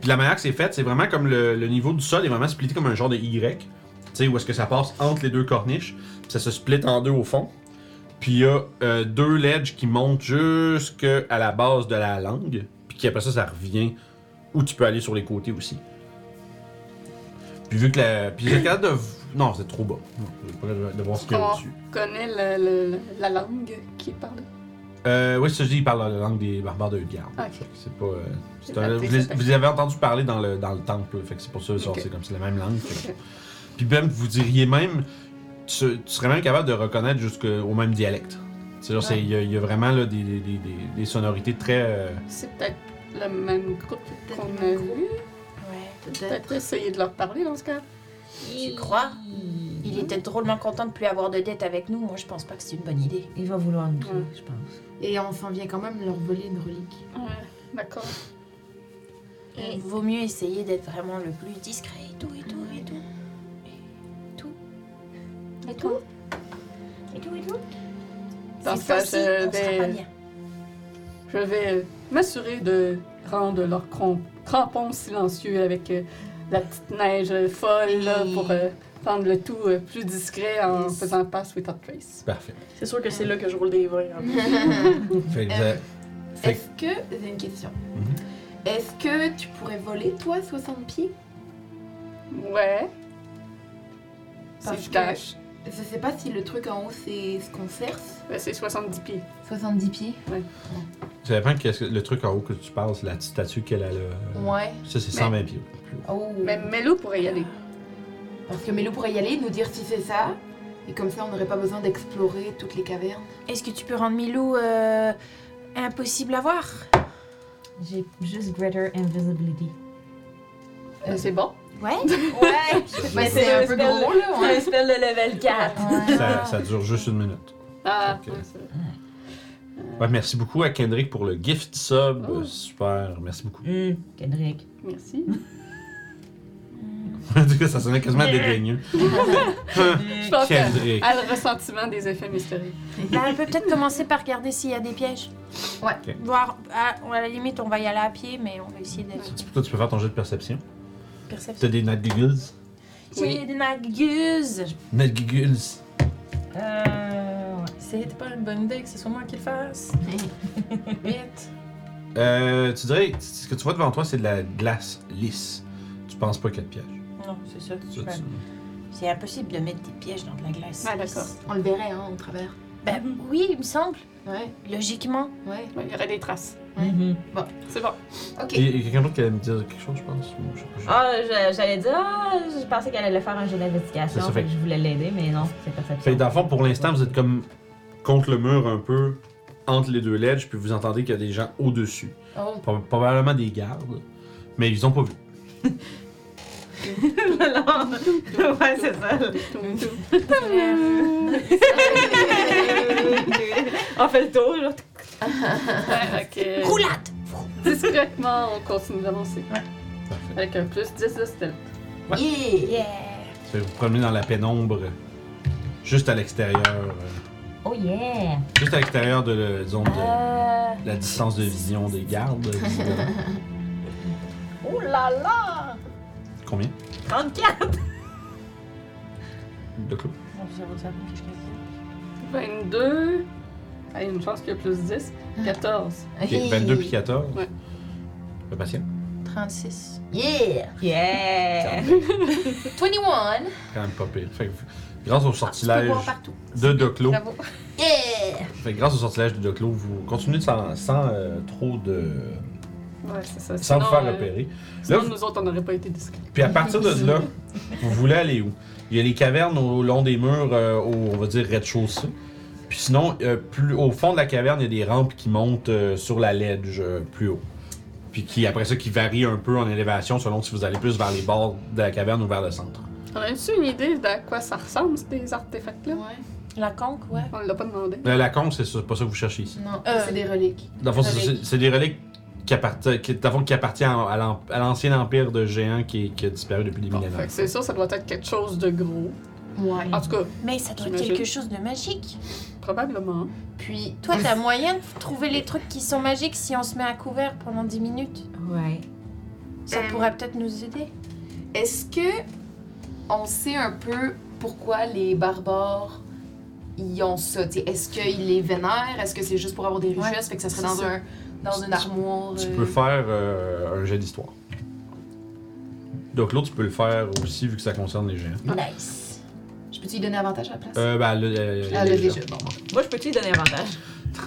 Puis la manière que c'est fait, c'est vraiment comme le, le niveau du sol est vraiment splitté comme un genre de Y. Tu sais, où est-ce que ça passe entre les deux corniches, puis ça se split en deux au fond. Puis il y a euh, deux ledges qui montent jusqu'à la base de la langue, puis qui après ça, ça revient où tu peux aller sur les côtés aussi. Puis vu que la. Puis vous êtes capable de. Non, vous êtes trop bas. Vous êtes pas capable de voir ce qu'il y a
Oh.
au-dessus.
On connaît le- le- le- la langue qui est parlée.
Euh, oui, ça je dis, il parle la langue des barbares de Utgard.
Ah, Ok.
C'est pas. euh, c'est
J'ai
un-
raté
vous, les-
cette
vous avez entendu parler dans le, dans le temple, fait que c'est pour ça que c'est
Ok.
sorti comme c'est la même langue. fait que-
Ok.
Puis même, vous diriez même, tu, tu serais même capable de reconnaître jusqu'au même dialecte. C'est-à-dire, c'est- il y a- il y, a vraiment là, des, des- des- des- des sonorités très. euh,
C'est peut-être le même groupe
Peut-être
qu'on
le
a
même
vu.
Ouais.
Peut-être essayer de leur parler dans ce cas.
Tu crois? Il était drôlement content de plus avoir de dette avec nous. Moi, je pense pas que c'est une bonne idée.
Il va vouloir nous tuer,
Ouais.
je pense.
Et on s'en vient quand même leur voler une relique.
Ouais, d'accord.
Il vaut mieux essayer d'être vraiment le plus discret et tout, et tout, et tout.
Et toi?
Et tout, et tout.
Dans
Cette
ce cas,
fois-ci, on
je
sera pas
vais,
bien.
je vais m'assurer de rendre leurs crom- crampons silencieux avec euh, la petite neige euh, folle là, pour euh, rendre le tout euh, plus discret en
Yes.
faisant pass without trace.
parfait.
C'est sûr que c'est là que je roule des
Ah
20. en plus.
Fait que vous
Euh,
avez- Fait-
Est-ce que. J'ai une question.
Mhm.
Est-ce que tu pourrais voler, toi, 60 pieds
Ouais. Si
Parce
je
que-
cache.
Je sais pas si le truc en haut, c'est ce qu'on cerce.
Ben, c'est 70 pieds.
70 pieds
ça dépend qu'est-ce que- le truc en haut que tu parles, c'est la petite statue qu'elle a. là. euh,
Ouais.
Ça, c'est
Mais-
120 pieds.
Oh.
Mais Melo pourrait y aller.
Parce que Mélo pourrait y aller, nous dire si c'est ça. Et comme ça, on n'aurait pas besoin d'explorer toutes les cavernes.
Est-ce que tu peux rendre Milou euh, impossible à voir
J'ai juste greater invisibility.
Ben, c'est bon.
Ouais.
Ouais!
Mais
c'est un peu gros,
là,
C'est un spell de level 4.
Ça, ça dure juste une minute.
Ah,
Ok.
ouais, c'est-
Ouais, merci beaucoup à Kendrick pour le gift sub.
Oh.
Super, merci beaucoup.
Hum, Kendrick.
merci.
En tout cas, ça sonnait quasiment dédaigneux.
Je pense qu'à
Kendrick.
à le ressentiment des effets mystérieux.
Bah, on peut peut-être commencer par regarder s'il y a des pièges.
Ouais.
Ok.
Voir, à, à la limite, on va y aller à pied, mais on va essayer d'être
Tu- Toi, tu peux faire ton jeu de perception.
perception.
T'as des night giggles.
Oui.
J'ai des naguses.
Night giggles.
Euh. ouais. C'était pas une bonne idée que ce soit moi qui le fasse. Vite.
Euh, tu dirais, ce que tu vois devant toi, c'est de la glace lisse. Tu penses pas qu'il y a de piège.
Non, c'est ça.
Ça, tu-
C'est impossible de mettre des pièges dans de la glace.
Ah, d'accord.
On le verrait, hein, au travers.
Ben oui, il me semble.
Ouais,
Logiquement.
ouais.
Ouais, Il y aurait des traces.
Mhm.
C'est bon.
Ok.
Il y a- il y a quelqu'un d'autre qui allait me dire quelque chose, je pense. ou je sais pas, je-
Ah, je- j'allais dire, ah, je pensais qu'elle allait faire un jeu
C'est ça,
d'investigation,
fait
fait Ah. que je voulais l'aider, mais non, c'est perception.
Fait que dans le fond, pour l'instant, vous êtes comme contre le mur un peu, entre les deux ledges, puis vous entendez qu'il y a des gens au-dessus.
Oh.
Pro- Probablement des gardes, mais ils ont pas vu.
ouais, c'est ça. On fait le tour, là.
Roulade! Discrètement, on continue d'avancer. Avec un plus 10 de stealth.
Fait que Vous vous promenez dans la pénombre, juste à l'extérieur, euh,
Oh yeah!
juste à l'extérieur de, le- disons, de
Euh,
la distance de vision des gardes. visiblement.
Oh là là!
Combien
34!
de clous?
22. Ah, il y a une chance qu'il y a plus 10. 14.
Ok, 22 puis 14.
Ouais.
Fais patient.
36.
Yeah!
Yeah!
21!
Quand même pas pire. Fait que, grâce au
Tu peux
sortilège
voir partout.
de Doclo,
Bravo.
Yeah!
fait que grâce au sortilège de Doclo, vous continuez sans, sans, euh, trop de.
Ouais, c'est ça.
sans vous
Sinon,
faire
euh,
repérer.
sinon,
Là, vous-
nous autres, on n'aurait pas été discrets.
Puis à partir de là, vous voulez aller où? Il y a les cavernes au long des murs, euh, au- on va dire rez-de-chaussée. Puis sinon, euh, plus au fond de la caverne, il y a des rampes qui montent euh, sur la ledge euh, plus haut. Puis qui, après ça, qui varient un peu en élévation selon si vous allez plus vers les bords de la caverne ou vers le centre.
On a-tu une idée d'à quoi ça ressemble, ces artefacts-là?
La conque, ouais.
On l'a pas demandé.
Euh, la con, c'est ça- pas ça que vous cherchez ici.
Non,
Euh.
c'est des reliques.
Dans le fond, c'est- c'est c'est des reliques qui appartiennent, qui, dans le fond, qui appartiennent à l'en- à l'ancien empire de géants qui, qui a disparu depuis des
Bon,
millénaires.
fait que c'est sûr, ça doit être quelque chose de gros.
Ouais.
En tout cas,
Mais ça doit être
J'imagine.
quelque chose de magique.
probablement.
Puis,
Toi, t'as moyen de trouver les trucs qui sont magiques si on se met à couvert pendant 10 minutes.
Ouais.
Ça
Euh,
pourrait peut-être nous aider.
est-ce que on sait un peu pourquoi les barbares ils ont ça? T'sais, Est-ce qu'ils les vénèrent? Est-ce que c'est juste pour avoir des richesses? Fait que ça serait dans, un, dans une armoire.
Tu
euh,
peux faire euh, un jet d'histoire. Donc l'autre, tu peux le faire aussi vu que ça concerne les géants.
Nice! Je peux-tu lui donner avantage à la place?
Euh, bah, le, euh,
Ah,
les
le
jets.
déjà.
Bon,
Moi, je peux te donner avantage.
bon.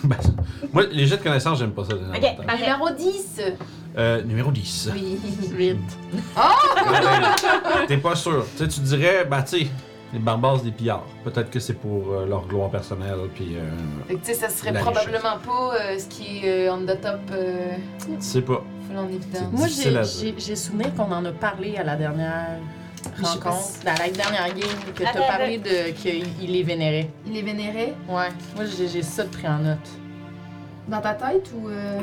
Ben, moi, les jets de connaissances, j'aime pas ça. donner
Ok,
avantage.
parfait.
Numéro 10!
Euh, numéro 10.
Oui.
8.
Ouais, ben, T'es pas sûr. Tu sais, tu dirais, bah, tu sais, les barbares, c'est des pillards. Peut-être que c'est pour euh, leur gloire personnelle. Puis, euh,
Fait que tu sais, ça serait
La
probablement pas euh, ce qui est euh, on the top euh,
tu sais pas.
full en évidence.
C'est
Moi,
difficile
j'ai-
à
j'ai j'ai souvenir qu'on en a parlé à la dernière
Je sais pas si-
rencontre, dans la dernière game, que
Attends,
t'as parlé de qu'il les vénérait.
Il est vénéré
Ouais. Moi, j'ai j'ai ça de pris en note.
dans ta tête ou. euh,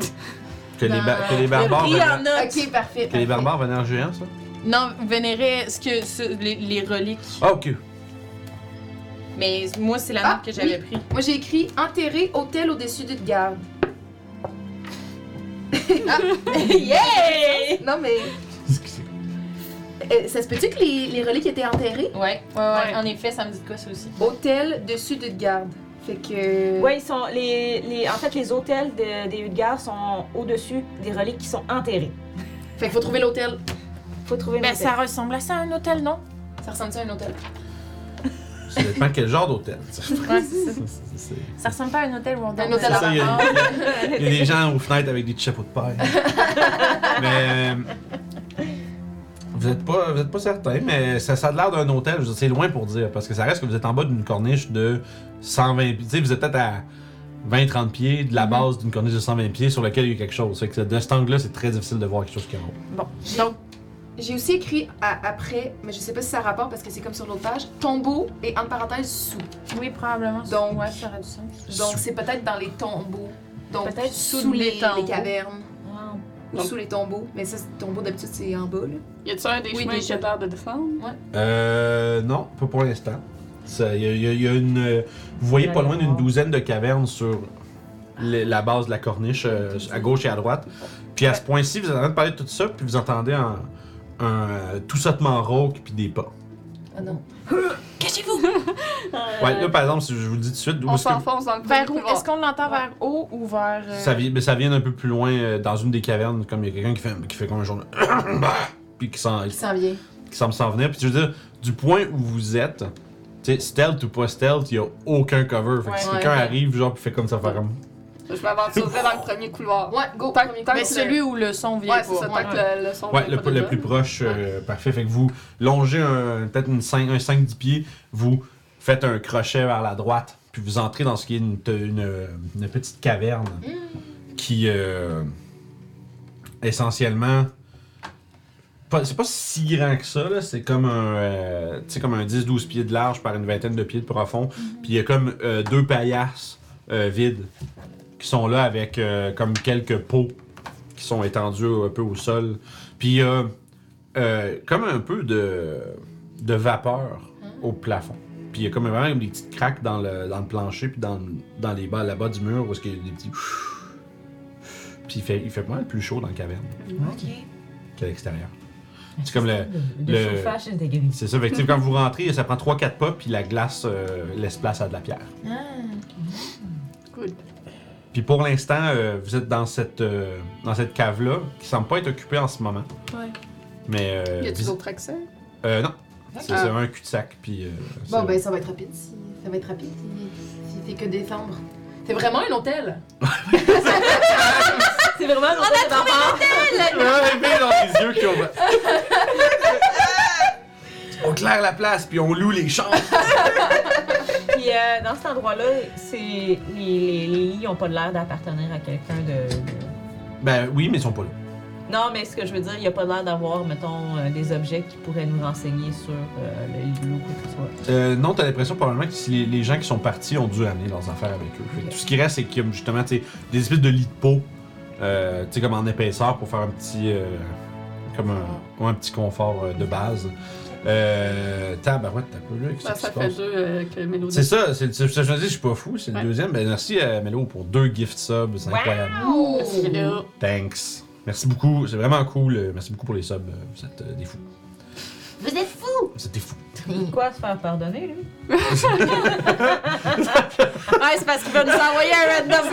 Que, les, ba-
Ah.
Ben,
que les barbares.
pris en
venaient-
note!
Ok, parfait.
Que les
parfait.
barbares venaient en géant, ça?
Non, vénérait ce que, ce- les, les reliques.
Ah, ok.
Mais moi, c'est la note
Ah,
que j'avais pris.
Moi, j'ai écrit enterré hôtel au-dessus d'une garde.
yeah!
Ah! Non, mais. euh, ça se peut-tu que les, les reliques étaient enterrées?
Ouais, ouais, ouais, en effet, ça me dit de quoi ça aussi.
Hôtel, dessus d'une garde. Fait que.
Ouais, ils sont. Les, les, en fait, les hôtels de- des Utgard sont au-dessus des reliques qui sont enterrées.
Fait qu'il faut trouver l'hôtel.
Faut trouver
Ben,
l'hôtel.
ça ressemble à ça, un hôtel, non?
Ça ressemble à un hôtel?
Ça dépend quel genre d'hôtel. tu sais.
Ouais, c'est ça.
C'est- c'est-
Ça ressemble pas à un hôtel où on dort.
Un hôtel
C'est
à
ça, il y a- il y, a des gens aux fenêtres avec des petits chapeaux de paille. mais. euh, Vous n'êtes pas, vous êtes pas certain, mais ça, ça a l'air d'un hôtel. Je veux dire, C'est loin pour dire, parce que ça reste que vous êtes en bas d'une corniche de 120 pieds. Tu sais, vous êtes peut-être à 20-30 pieds de la base d'une corniche de 120 pieds sur laquelle il y a quelque chose. Fait que de cet angle-là, c'est très difficile de voir quelque chose qui rentre.
Bon, donc,
J'ai aussi écrit à- après, mais je sais pas si ça rapporte parce que c'est comme sur l'autre page, tombeau et entre parenthèses sous.
oui, probablement.
Donc-
ouais, ça aurait du sens.
Donc
Sous.
c'est peut-être dans les tombeaux. Donc
Peut-être
sous,
sous
les,
les tombeaux.
les cavernes
Wow.
ou
Donc-
sous les tombeaux. Mais ça, c'est- tombeau d'habitude c'est en bas là.
Y a-tu un des
Oui,
chemins
des
qui a l'air de descendre?
Euh. Non, pas pour l'instant. Ça, Il y, a- il y a- il y a une. euh, Vous voyez pas loin d'une douzaine de cavernes sur le- la base de la corniche, euh, à gauche et à droite. Puis à ce point-ci, vous êtes en train de parler de tout ça, puis vous entendez un, un euh, tout sautement rauque, puis des pas.
Ah non.
Euh,
Ouais, là, par exemple, si je vous le dis tout de suite, où
On
est-ce que-
s'enfonce dans le
Vers où?
couloir.
Est-ce qu'on l'entend vers haut ou vers. euh,
ça, vient, mais ça vient un peu plus loin, euh, dans une des cavernes, comme il y a quelqu'un qui fait, qui fait comme un jour. puis qui s'en-
Qui s'en vient.
qui semble s'en venir. Puis je veux dire, du point où vous êtes, tu sais, stealth ou pas stealth, il n'y a aucun cover. Fait que si
Ouais.
quelqu'un
Ouais.
arrive, genre, puis fait comme ça, faire comme.
Je m'aventurerai dans le premier couloir.
Ouais, go.
Tant-
premier
tant
coup.
Mais
que
Ben, celui où le son vient
Ouais,
pas.
c'est ça, tant
Ouais.
que le, le son
Ouais,
vient
le,
pas de
le
là.
plus proche, euh, parfait. Fait que vous longez un- peut-être une cinq- un 5-10 pieds, vous faites un crochet vers la droite, puis vous entrez dans ce qui est une, une- une petite caverne qui, euh, essentiellement, pas- c'est pas si grand que ça, là. c'est comme un, euh, tu sais, comme un 10-12 pieds de large par une vingtaine de pieds de profond. Puis il y a comme euh, deux paillasses euh, vides qui sont là avec euh, comme quelques pots qui sont étendus un peu au sol. Puis il y a euh, comme un peu de, de vapeur au plafond. Puis il y a comme vraiment des petites craques dans le, dans le plancher, puis dans, dans les bas, là-bas du mur, où est-ce qu'il y a des petits. Puis il fait, il fait pas mal plus chaud dans la caverne
Ok.
qu'à l'extérieur. C'est comme le.
Le,
le-
chauffage, c'est dégueulasse.
C'est ça, fait que, tu sais, quand vous rentrez, ça prend 3-4 pas, puis la glace euh, laisse place à de la pierre.
Ah,
Good.
Puis pour l'instant, euh, vous êtes dans cette, euh, dans cette cave-là, qui semble pas être occupée en ce moment.
Ouais.
Mais. euh,
Y a-tu
visi-
d'autres accès?
euh, non. C'est
Ah.
c'est un cul-de-sac, puis. euh,
Bon,
c'est-
ben ça va être rapide. Si... Ça va être rapide si, si fait que décembre. C'est vraiment un hôtel.
C'est vraiment un hôtel de barbare.
Il y a un bébé dans les yeux qui ont. on claire la place, puis on loue les chambres.
Puis euh, dans cet endroit-là, c'est les, les, les lits n'ont pas l'air d'appartenir à quelqu'un de, de-
Ben oui, mais ils sont pas là.
Non, mais ce que je veux dire, il n'y a pas l'air d'avoir, mettons, euh, des objets qui pourraient nous renseigner sur euh, le lieu ou quoi que ce soit.
Euh, non, t'as l'impression probablement que si les, les gens qui sont partis ont dû amener leurs affaires avec eux. Fait que Tout ce qui reste, c'est qu'il y a justement tu sais, des espèces de lits de peau, euh, tu sais, comme en épaisseur pour faire un petit, euh, comme un, ouais, un petit confort euh, de base. Euh, tabarouette, t'as peu là, qu'est-ce
Ça,
qui
ça
se
fait
passe?
deux euh, que Mélodie.
C'est ça, c'est c'est- je te dis, je suis pas fou, c'est le
Ouais.
deuxième. Ben merci à Melo pour deux gift subs, c'est incroyable.
Merci, là.
Thanks. Merci beaucoup, c'est vraiment cool. euh, Merci beaucoup pour les subs, euh, vous êtes euh, des fous.
Vous êtes fous!
Vous êtes des fous.
Pourquoi se faire pardonner, lui?
Ah, c'est parce qu'il va nous envoyer un random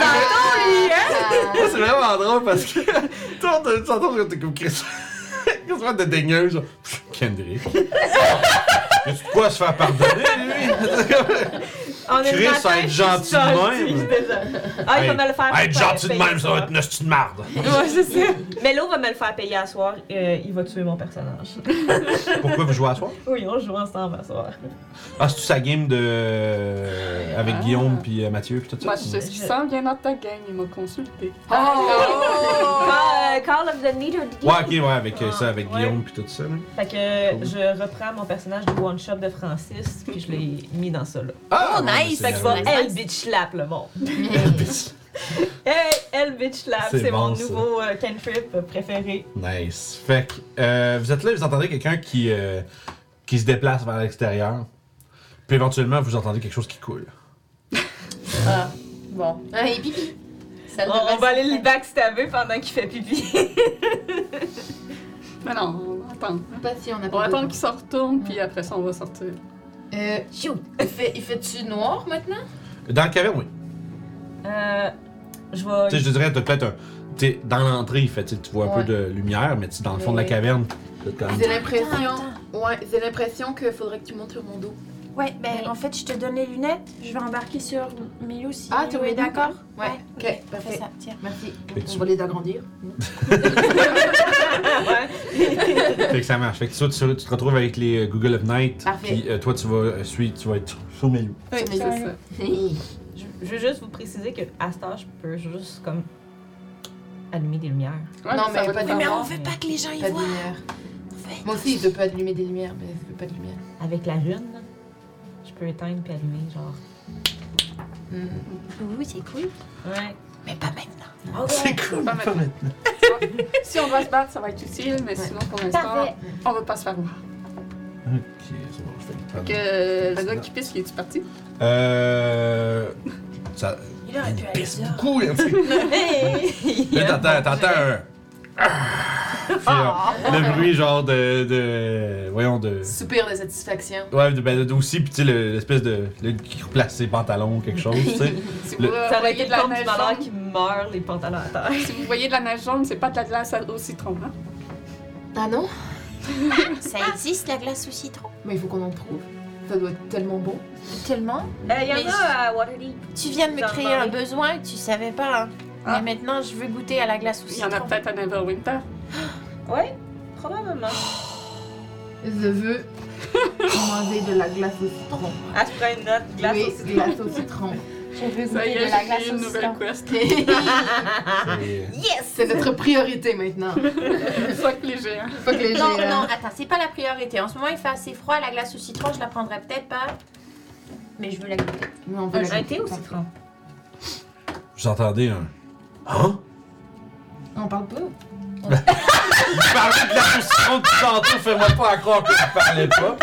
Moi, c'est vraiment drôle parce que. Tu entends, tu entends, t'es comme Chris. Chris Pratt de dégueu, genre. Pff, Kendrick. Qu'est-ce quoi se faire pardonner, lui?
On
Chris,
le
ça va être
je suis
gentil de
gentille,
même.
déjà. Ah, il
Hey,
va me le faire
Hey, être
faire
gentil de
payer
même, ça va
à
être une hostie de marde.
soir. Ouais, c'est ça. Melo va me le faire payer à soir. euh, il va tuer mon personnage.
Pourquoi vous jouez à soir?
oui, on joue ensemble à soir.
Ah, c'est-tu sa game de. avec Guillaume
Ah.
puis euh, Mathieu puis tout ça?
Moi, je suis sans bien dans ta gang, il m'a consulté. Ah,
Call, euh, Call of the Leader de
Ouais, ok, ouais, avec euh, ça, avec
Ah, Ouais. Oh,
Guillaume puis tout ça. hein. là.
Fait que je reprends mon personnage du one shot de Francis, puis je l'ai mis dans ça là.
Ah,
Oh,
bon, ben,
nice!
c'est
Fait que je
bien.
vais elle bitch slap le monde. Hey, elle bitch slap,
C'est
c'est
bon,
mon
ça.
nouveau euh, cantrip préféré.
Nice. Fait que euh, vous êtes là, vous entendez quelqu'un qui, euh, qui se déplace vers l'extérieur. Puis éventuellement, vous entendez quelque chose qui coule.
Bon. Ah, et pipi.
On, on va aller le backstabber pendant qu'il fait pipi.
Mais non, on va attendre. hein.
Pas si on a
On va
pas
attendre
besoin.
qu'il se retourne, puis après ça, on va sortir.
Euh, il fait, il fait-tu noir maintenant?
Dans la caverne, oui.
euh, je
Tu sais,
vais.
je te dirais, t'as peut-être un. tu sais, dans l'entrée, fait, tu sais, tu vois un
Ouais.
peu de lumière, mais tu sais, dans le fond de la
Mais-
caverne, t'as quand
J'ai
même.
l'impression. Ouais, j'ai l'impression qu'il faudrait que tu montes sur mon dos.
Ouais, ben en fait, je te donne les lunettes. Je vais embarquer sur Milou si
Ah,
tu
t'es
es
au
d'accord.
Ouais.
On
Ok,
fait
parfait.
ça, tiens.
Merci.
Fait que
On
tu-
va les agrandir.
Fait que ça marche. Fait que ça, tu, tu te retrouves avec les euh, Google of Night.
Parfait.
Puis euh, toi, tu vas, euh, suivre- tu vas être sur mes loups.
Oui, c'est
ça.
ça.
Je, je veux juste vous préciser que à cette heure, je peux juste comme allumer des lumières.
Ouais,
Non,
ça
mais
va
pas
te
de-
Mais
faire
on
voir.
veut pas que les gens y
Pas de
voient.
lumière. Moi aussi, je peux allumer des lumières, mais je veux pas de lumière.
Avec la lune, là, je peux éteindre puis allumer, genre.
Mm. Oui, c'est cool.
Ouais. Ah
Mais pas maintenant.
C'est cool.
Pas maintenant. Si on va se battre, ça va être utile, mais sinon, pour l'instant,
Parfait.
on va pas se faire voir.
Ok, c'est bon, je fais le
Fait
temps.
que euh, le gars qui pisse, il est-tu parti?
Euh. Ça.
Il aurait pu aller
pisse
dehors.
beaucoup, là, tu sais. Là, t'entends, t'entends un. Puis, euh, le bruit, genre de, de. Voyons, de.
Soupir de satisfaction.
Ouais, de, ben, de- aussi, puis tu sais, le- l'espèce de. Le, qui replace ses pantalons ou quelque chose, tu sais.
Si
Le-
vous euh,
Ça aurait
voyez
été
de
le
la
compte du
neige
malheur
jaune,
qui meurt les pantalons à terre.
si vous voyez de la neige jaune, c'est pas de la glace au citron, hein?
Ah non?
Ça existe la glace au citron.
Mais il faut qu'on en trouve. Ça doit être tellement bon.
Tellement.
Il Euh, y
Mais
en a à Waterdeep.
Tu viens de me
Dans le
créer un
Paris.
besoin que tu savais pas. hein.
Ah.
Mais maintenant, je veux goûter à la glace au
Il y en
citron.
a peut-être à Neverwinter.
Ouais, probablement.
Je veux Manger de la glace au citron.
Elle se prend une note, glace
oui,
au citron.
glace au citron.
Je vais
Ça y
essayer
est,
de la
j'ai
glace
créé
au
une nouvelle
citron.
quest.
C'est-
C'est notre priorité maintenant.
Fuck les géants.
Faut que les
Non,
géants-
non, attends, c'est pas la priorité. En ce moment, il fait assez froid, la glace au citron, je la prendrais peut-être pas. Mais je veux la goûter.
Mais on veut la
Un
goûter,
thé au
parfait.
citron.
Vous entendez un. Hein?
On parle pas.
Tu parlais de la position de tantôt, fais-moi pas à croire que tu parlais pas.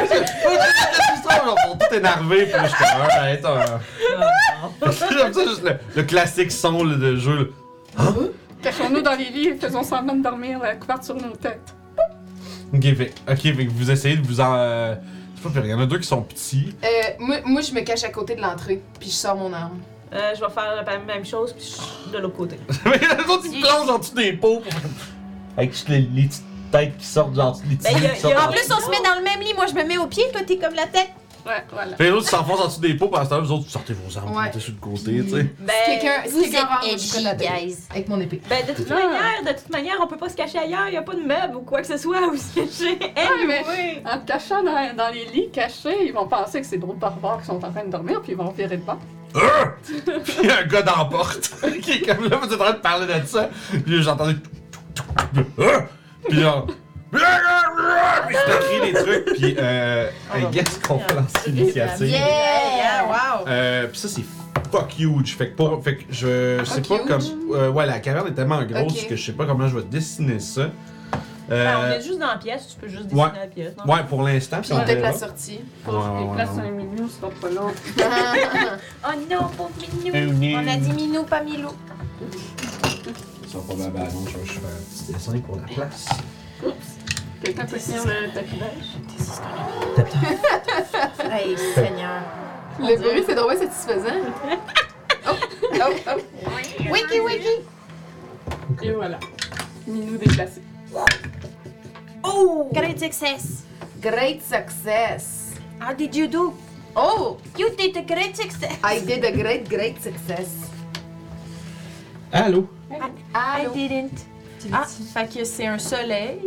Ils sont tout énervés, puis là, je suis comme, arrête, hein.
Ah,
J'aime ça, juste le, le classique son là, de jeu. là.
Cachons-nous dans les lits et faisons semblant de dormir la couverture sur nos têtes.
Ok, fait, ok, fait que vous essayez de vous en. euh, je sais pas, il y en a deux qui sont petits.
Euh, moi, moi, je me cache à côté de l'entrée, puis je sors mon arme.
Euh, je vais faire la même chose, puis je- de l'autre côté.
Mais les autres, ils plongent en dessous des pots. pour- Avec toutes les, les petites têtes qui sortent, genre, les petits
Ben, il y a-
nez qui sortent.
il y a-
en
En plus, on se met dans le même lit. Moi, je me mets au pied, toi, t'es comme la tête.
Ouais, voilà.
Fait que les autres, ils s'enfoncent en dessous des pots, pendant ce temps-là, vous autres, vous sortez vos armes,
Ouais.
vous mettez sur le côté, tu sais.
Ben,
Si quelqu'un si
Vous
quelqu'un
êtes
rentre, je suis
edgy,
prête à taper.
guys.
Avec mon épée.
ben, de toute
Ah.
manière, de toute manière, on peut pas se cacher ailleurs, il y a pas de meubles ou quoi que ce soit où se cacher. Anyway.
En te cachant dans, dans les lits cachés, ils vont penser que c'est d'autres barbares qui sont en train de dormir, puis ils vont virer de bord.
Hein? Puis il y a un gars dans la porte qui est comme là, vous êtes en train de parler de ça. Puis j'entendais tout, tout, tout, tout, puis, Hein? Puis genre. Puis je crie des trucs, puis euh, un guest conférence initiative.
Yeah!
wow!
Euh, puis ça, c'est fuck huge. Fait que, pour, fait que je, je sais
Fuck
pas
huge?
comme. euh, ouais, la caverne est tellement grosse
Ok.
que je sais pas comment je vais dessiner ça.
Ben, on
Euh,
est juste dans la pièce, tu peux juste dessiner
ouais.
la pièce. non?
ouais, pour l'instant.
Puis
ça
peut-être
verra.
la sortie.
Faut
Ouais,
que je
ouais,
déplace
ouais, ouais.
un minou, ce sera pas long.
Oh non, pauvre Minou.
Minou.
On a dit Minou, pas Milou.
Ça va pas mal, ben, non, je vais juste faire un petit dessin pour la place.
Quelqu'un peut tenir le tapis d'âge?
Hey, Seigneur.
Le bruit, c'est drôle, satisfaisant. Oh, oh,
Wiki, wiki.
Et voilà. Minou déplacé.
oh.
Great success.
Great success.
How did you do?
Oh,
You did a great success.
I did a great, great success.
Allô?
I
Allô?
didn't.
Ah, fait que c'est un soleil.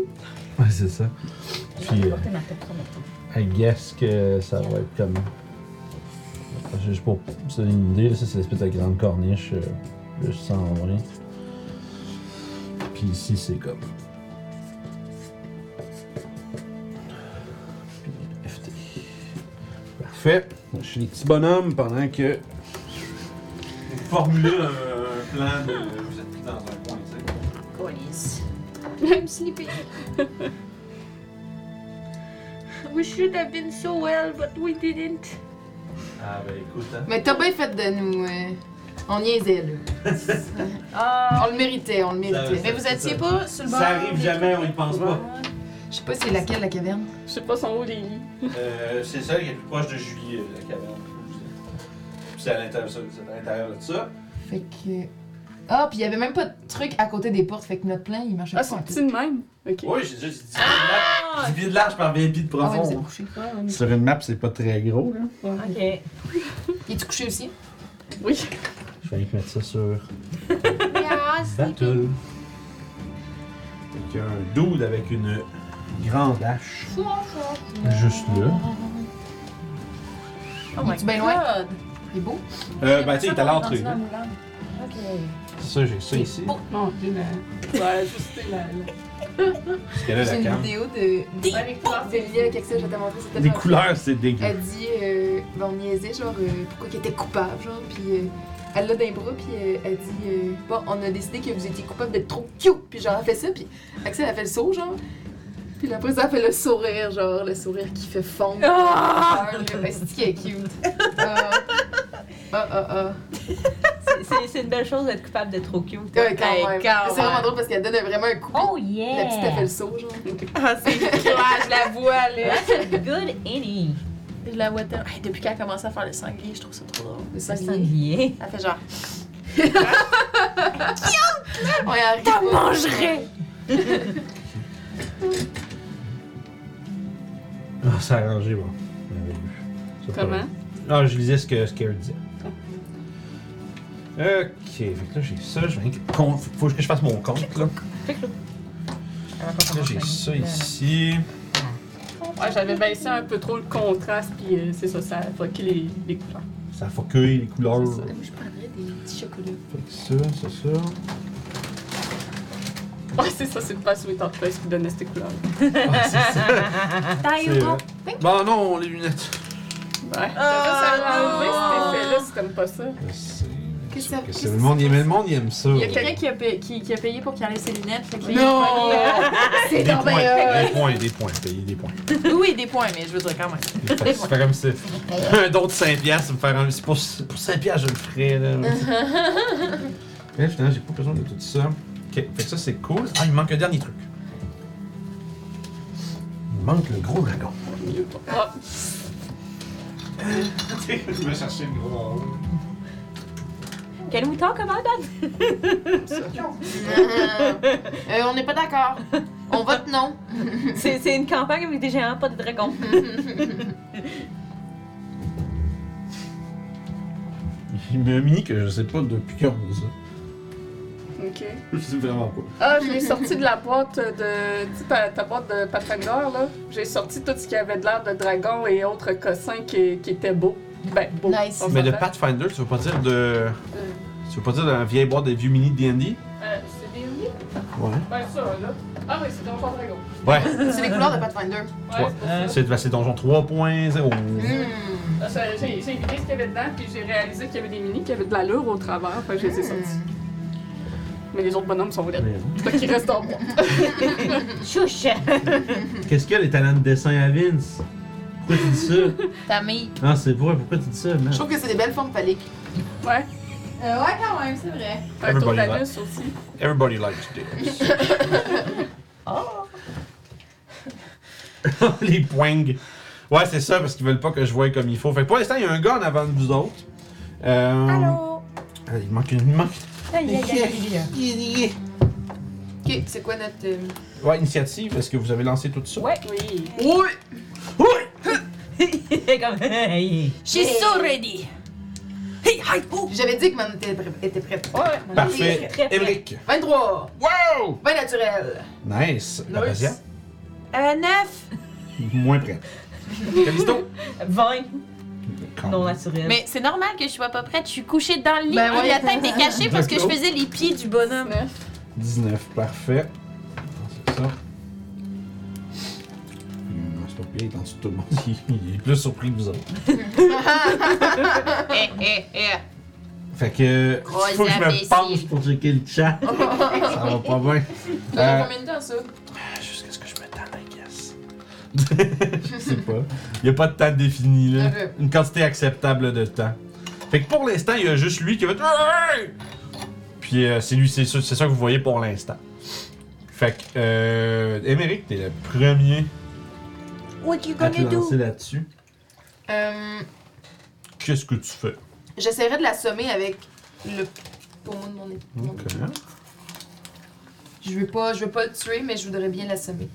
Ouais, c'est ça. Puis. euh,
Portez ma tête, prends ma tête.
I guess que ça va être comme. Juste pour vous donner une idée, là, ça c'est l'espèce de grande corniche, euh, plus cendrée. Puis ici c'est comme. Puis FT. Parfait. Je suis des petits bonhommes pendant que. Vous formulez un plan de. Vous êtes pris dans un coin, tu sais.
Police.
I'm sleeping. we should have been so well, but we didn't.
Ah ben écoute, hein.
Mais t'as bien fait de nous. euh, on niaisait, là.
Ah,
On le méritait, on le
Ça,
méritait.
mais vous étiez pas sur le bord.
Ça arrive jamais, on y pense pas.
Je sais pas c'est laquelle, la caverne.
Je sais pas son où les lits.
Euh, c'est ça, il est plus proche de Julie, euh, la caverne. Puis C'est à l'intérieur ça- c'est à l'intérieur de ça.
Fait que... Ah, puis il y avait même pas de truc à côté des portes, fait que notre plan, il marchait
Ah,
pas.
c'est
en
petit de même. Ok.
Oui, j'ai juste dit 10 pieds de large. 10 pieds de large par 20 pieds de
Ah ouais, vous
profond.
êtes couché.
Sur une map, c'est pas très gros. Là.
Ok.
Et tu couché aussi?
Oui.
Je vais aller mettre ça sur
Yeah, sleeping.
Battle. Fait qu'il y a un dude avec une grande hache. Juste là.
Oh
Il est-tu bien loin? Il est beau?
Euh, ben, tu sais, il est à l'entrée. là. Ça, j'ai ça ici.
Mon dieu, mais. Ouais, ajuster la. la-
Parce que là, la
J'ai une
cam.
vidéo de...
Ouais, les couleurs,
C'est lié avec Excel, je vais te montrer, c'était
Les
pas-
couleurs, c'est dégueu.
Elle dit, euh, ben, on niaisait, genre, euh, pourquoi qu'il était coupable, genre, puis euh, elle l'a d'un bras, puis euh, elle dit, euh, bon, on a décidé que vous étiez coupable d'être trop cute, puis genre, elle fait ça, puis Axel, elle fait le saut, genre, puis là, après ça, elle fait le sourire, genre, le sourire qui fait fondre. Ah! C'est qui est cute. Ah, ah, ah, ah.
C'est- C'est c'est une belle chose d'être coupable d'être trop cute.
Ouais, Ben, quand
Hey,
même.
quand
C'est vraiment drôle parce qu'elle donne vraiment un coup.
Oh
La petite, elle fait
yeah!
le saut, genre.
Ah, c'est clair, je la vois, là.
That's a good innie.
Je la vois tellement. Hey, depuis qu'elle a commencé à faire le sanglier, je trouve ça trop drôle.
Le
Ça
sanglier.
sanglier.
Ça fait genre.
On y arrive. T'en mangerais!
Ah, ça a arrangé, bon. Merveilleux. Ça, pas
Comment?
Ah, je lisais ce que Scare disait. Ok, fait que là j'ai ça, je vais con- faut que je fasse mon compte là. Là j'ai ça ici.
Ouais, j'avais baissé un peu trop le contraste, puis euh, c'est ça, ça a bloqué les, les couleurs.
Ça focule les couleurs.
C'est ça.
Fait
Je prendrais des petits chocolats.
que ça, c'est ça.
Ouais, c'est ça, c'est une passe Without Place qui donnait cette couleur.
Ah, c'est ça. C'est
Taille
vrai. Bon, Bah non, les lunettes.
Ouais. Ah, ça a enlevé cet effet-là si t'aimes pas ça.
Je sais, mais
Qu'est-ce
sûr
que-
que c'est-
qu'est-ce
le monde, il- mais le monde, il aime ça.
Il y a quelqu'un qui, a payé- qui- qui a payé pour qu'il enlève ses lunettes. Fait qu'il
Non!
Oh.
C'est
Des
dans
points,
ben, euh,
des points, des points, payez des points.
Oui, des points, mais je veux dire quand même.
Des points. C'est pas comme ça. Un don de 5 piastres, me faire un... c'est pour, pour 5 piastres, je le ferais, là. Mais finalement, j'ai pas besoin de tout ça. Ok, fait que ça, c'est cool. Ah, il manque un dernier truc. Il manque le gros dragon.
Ah,
je vais chercher le gros dragon.
Quel mouton, comment, Dan?
Euh, on n'est pas d'accord. On vote non.
C'est c'est une campagne avec des géants, pas de dragons.
Il m'a mis que je sais pas depuis quand on a ça.
ok.
Je sais vraiment pas.
Ah, je l'ai sorti de la boîte de. Tu sais, ta, ta boîte de Pathfinder, là. J'ai sorti tout ce qui avait de l'air de dragon et autres cossins qui, qui étaient beaux. Ben, beau.
Nice.
on
Mais de
s'entend.
Pathfinder, tu veux pas dire de. Tu veux pas dire de la vieille boîte de vieux mini de DD?
Euh, c'est des oui?
Ouais.
Ben, ça, là. Ah oui, c'est Donjon Dragon.
Ouais,
C'est les couleurs de Pathfinder.
Ouais, c'est pour ça.
c'est bah, c'est Donjon
Mmh.
3.0.
Hmm.
Ah, ça, J'ai j'ai vidé ce qu'il y avait dedans, puis j'ai réalisé qu'il y avait des minis qui avaient de l'allure au travers, fait que je les ai sortis. Mais les autres bonhommes sont vrais. Fait qu'ils restent en moi.
Chouche!
Qu'est-ce qu'il y a les talents de dessin à Vince? Pourquoi tu dis ça?
Famille.
Non, c'est vrai, pourquoi tu dis ça, man?
Je trouve que c'est des belles formes phalliques.
Ouais.
Euh,
ouais, quand même, c'est vrai.
Un tour
Everybody
d'anus aussi.
Everybody likes this. les poings. Ouais, c'est ça, parce qu'ils veulent pas que je voie comme il faut. Fait que pour l'instant, il y a un gars en avant de vous autres. Euh,
Allô?
euh, Il manque une. il manque-
Aïe, aïe, aïe.
Ok, c'est quoi notre. euh,
Ouais, initiative, est-ce que vous avez lancé tout ça?
Ouais.
Oui.
Oui! Oui!
comme. Hey.
She's so ready. Hey, hi, oh.
J'avais dit que mon était prête. Était prête.
Parfait. Émeric.
23.
Wow!
20 naturel.
Nice. La
Nice.
Patia,
Euh, 9.
moins prête. Calisto?
20 non naturel.
Mais c'est normal que je sois pas prête, je suis couchée dans le lit,
Ben
puis
ouais.
la tête est cachée parce que je faisais les pieds du bonhomme.
19, parfait. Ah, C'est ça. Hum, C'est pas pire, il est en dessous de tout le monde. Il est plus surpris que vous autres.
Eh, eh, eh.
Fait que.
Gros
il faut que je me
imbécile.
penche pour checker le chat. ça va pas bien.
Ça
Euh, Ah,
combien de temps ça?
Jusqu'à ce que je me tente, I guess. je sais pas. Il n'y a pas de temps défini, là.
Ok.
Une quantité acceptable de temps. Fait que pour l'instant, il y a juste lui qui va. Hey! Puis euh, c'est lui, c'est ça, c'est ça que vous voyez pour l'instant. Fait que, euh, Émeric, t'es le premier
What you
à te lancer là-dessus.
Euh,
Qu'est-ce que tu fais?
J'essaierai de la sommer avec le pommeau de mon épée.
Ok.
Je veux pas, je veux pas le tuer, mais je voudrais bien l'assommer.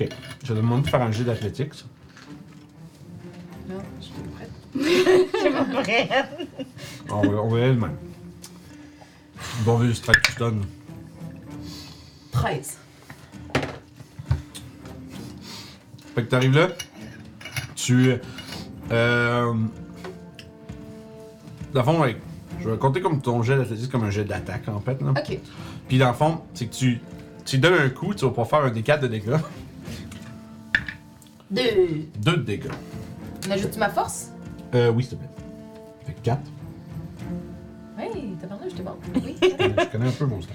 Je te demande de faire un jeu d'athlétique. ça.
Non, je suis pas prête.
Ah, On va on va aller le même. Bon, vu le strat que tu donnes.
13.
Fait que t'arrives là, tu. Euh. Dans le fond, ouais, je vais compter comme ton jet d'athlétisme comme un jet d'attaque en fait. Là.
Ok.
Puis dans le fond, c'est que tu. Tu donnes un coup, tu vas pas faire un D4 de dégâts.
Deux.
Deux de dégâts.
On ajoute ma force?
Euh, oui, s'il te plaît. Fait que 4.
Oui, t'as parlé, j'étais bon. Oui.
je connais un peu mon stats.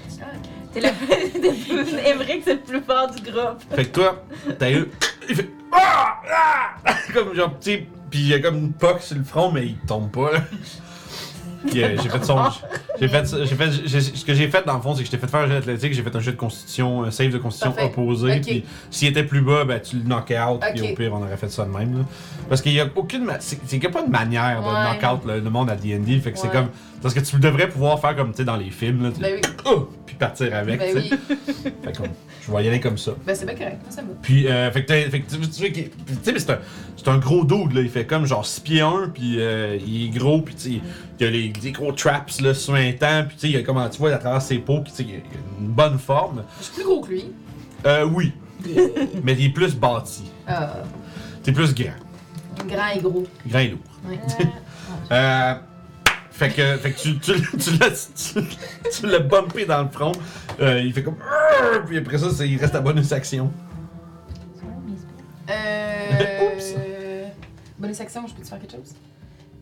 T'es la Émeric, c'est le plus fort du groupe.
Fait que toi, t'as eu. Il fait. Ah! Ah! Comme genre petit. Puis il y a comme une poque sur le front, mais il tombe pas, là. Puis, euh, j'ai fait son. J'ai fait. J'ai fait j'ai- ce que j'ai fait dans le fond, c'est que je t'ai fait faire un jeu athlétique, j'ai fait un jeu de constitution, un save de constitution
Parfait.
opposé.
Ok.
Puis s'il était plus bas, ben tu le knockais out, puis
Ok.
au pire, on aurait fait ça de même, là. Parce qu'il y a aucune. ma- C'est c'est qu'il y a pas de manière de
Ouais.
knock out le, le monde à DD. Fait que c'est
Ouais.
comme. Parce que tu devrais pouvoir faire comme, tu sais, dans les films, là. tu-
Ben oui,
Oh! Puis partir avec,
ben
tu
oui.
sais. Fait que je vais y aller comme ça.
Ben c'est bien correct, moi ça me va.
Puis, euh, fait que, t'as- fait que tu, tu vois qu'il- puis, tu sais, mais c'est un, c'est un gros dude, là. Il fait comme genre 6 pieds 1, puis euh, il est gros, puis tu sais, il a les, des gros traps, là, sur un temps, puis tu sais, il a comme, tu vois, à travers ses peaux, puis tu sais, il a une bonne forme.
Je suis plus gros que lui.
Euh, oui. Mais il est plus bâti.
Ah,
T'es plus grand.
grand et gros.
Grand et lourd.
Ouais.
Euh, fait que, fait que tu, tu, tu l'as tu- tu l'as bumpé dans le front. Euh, il fait comme. Arrgh Puis après ça, c'est- il reste à bonus action.
Euh...
Oups.
Bonus action, je peux te faire quelque chose?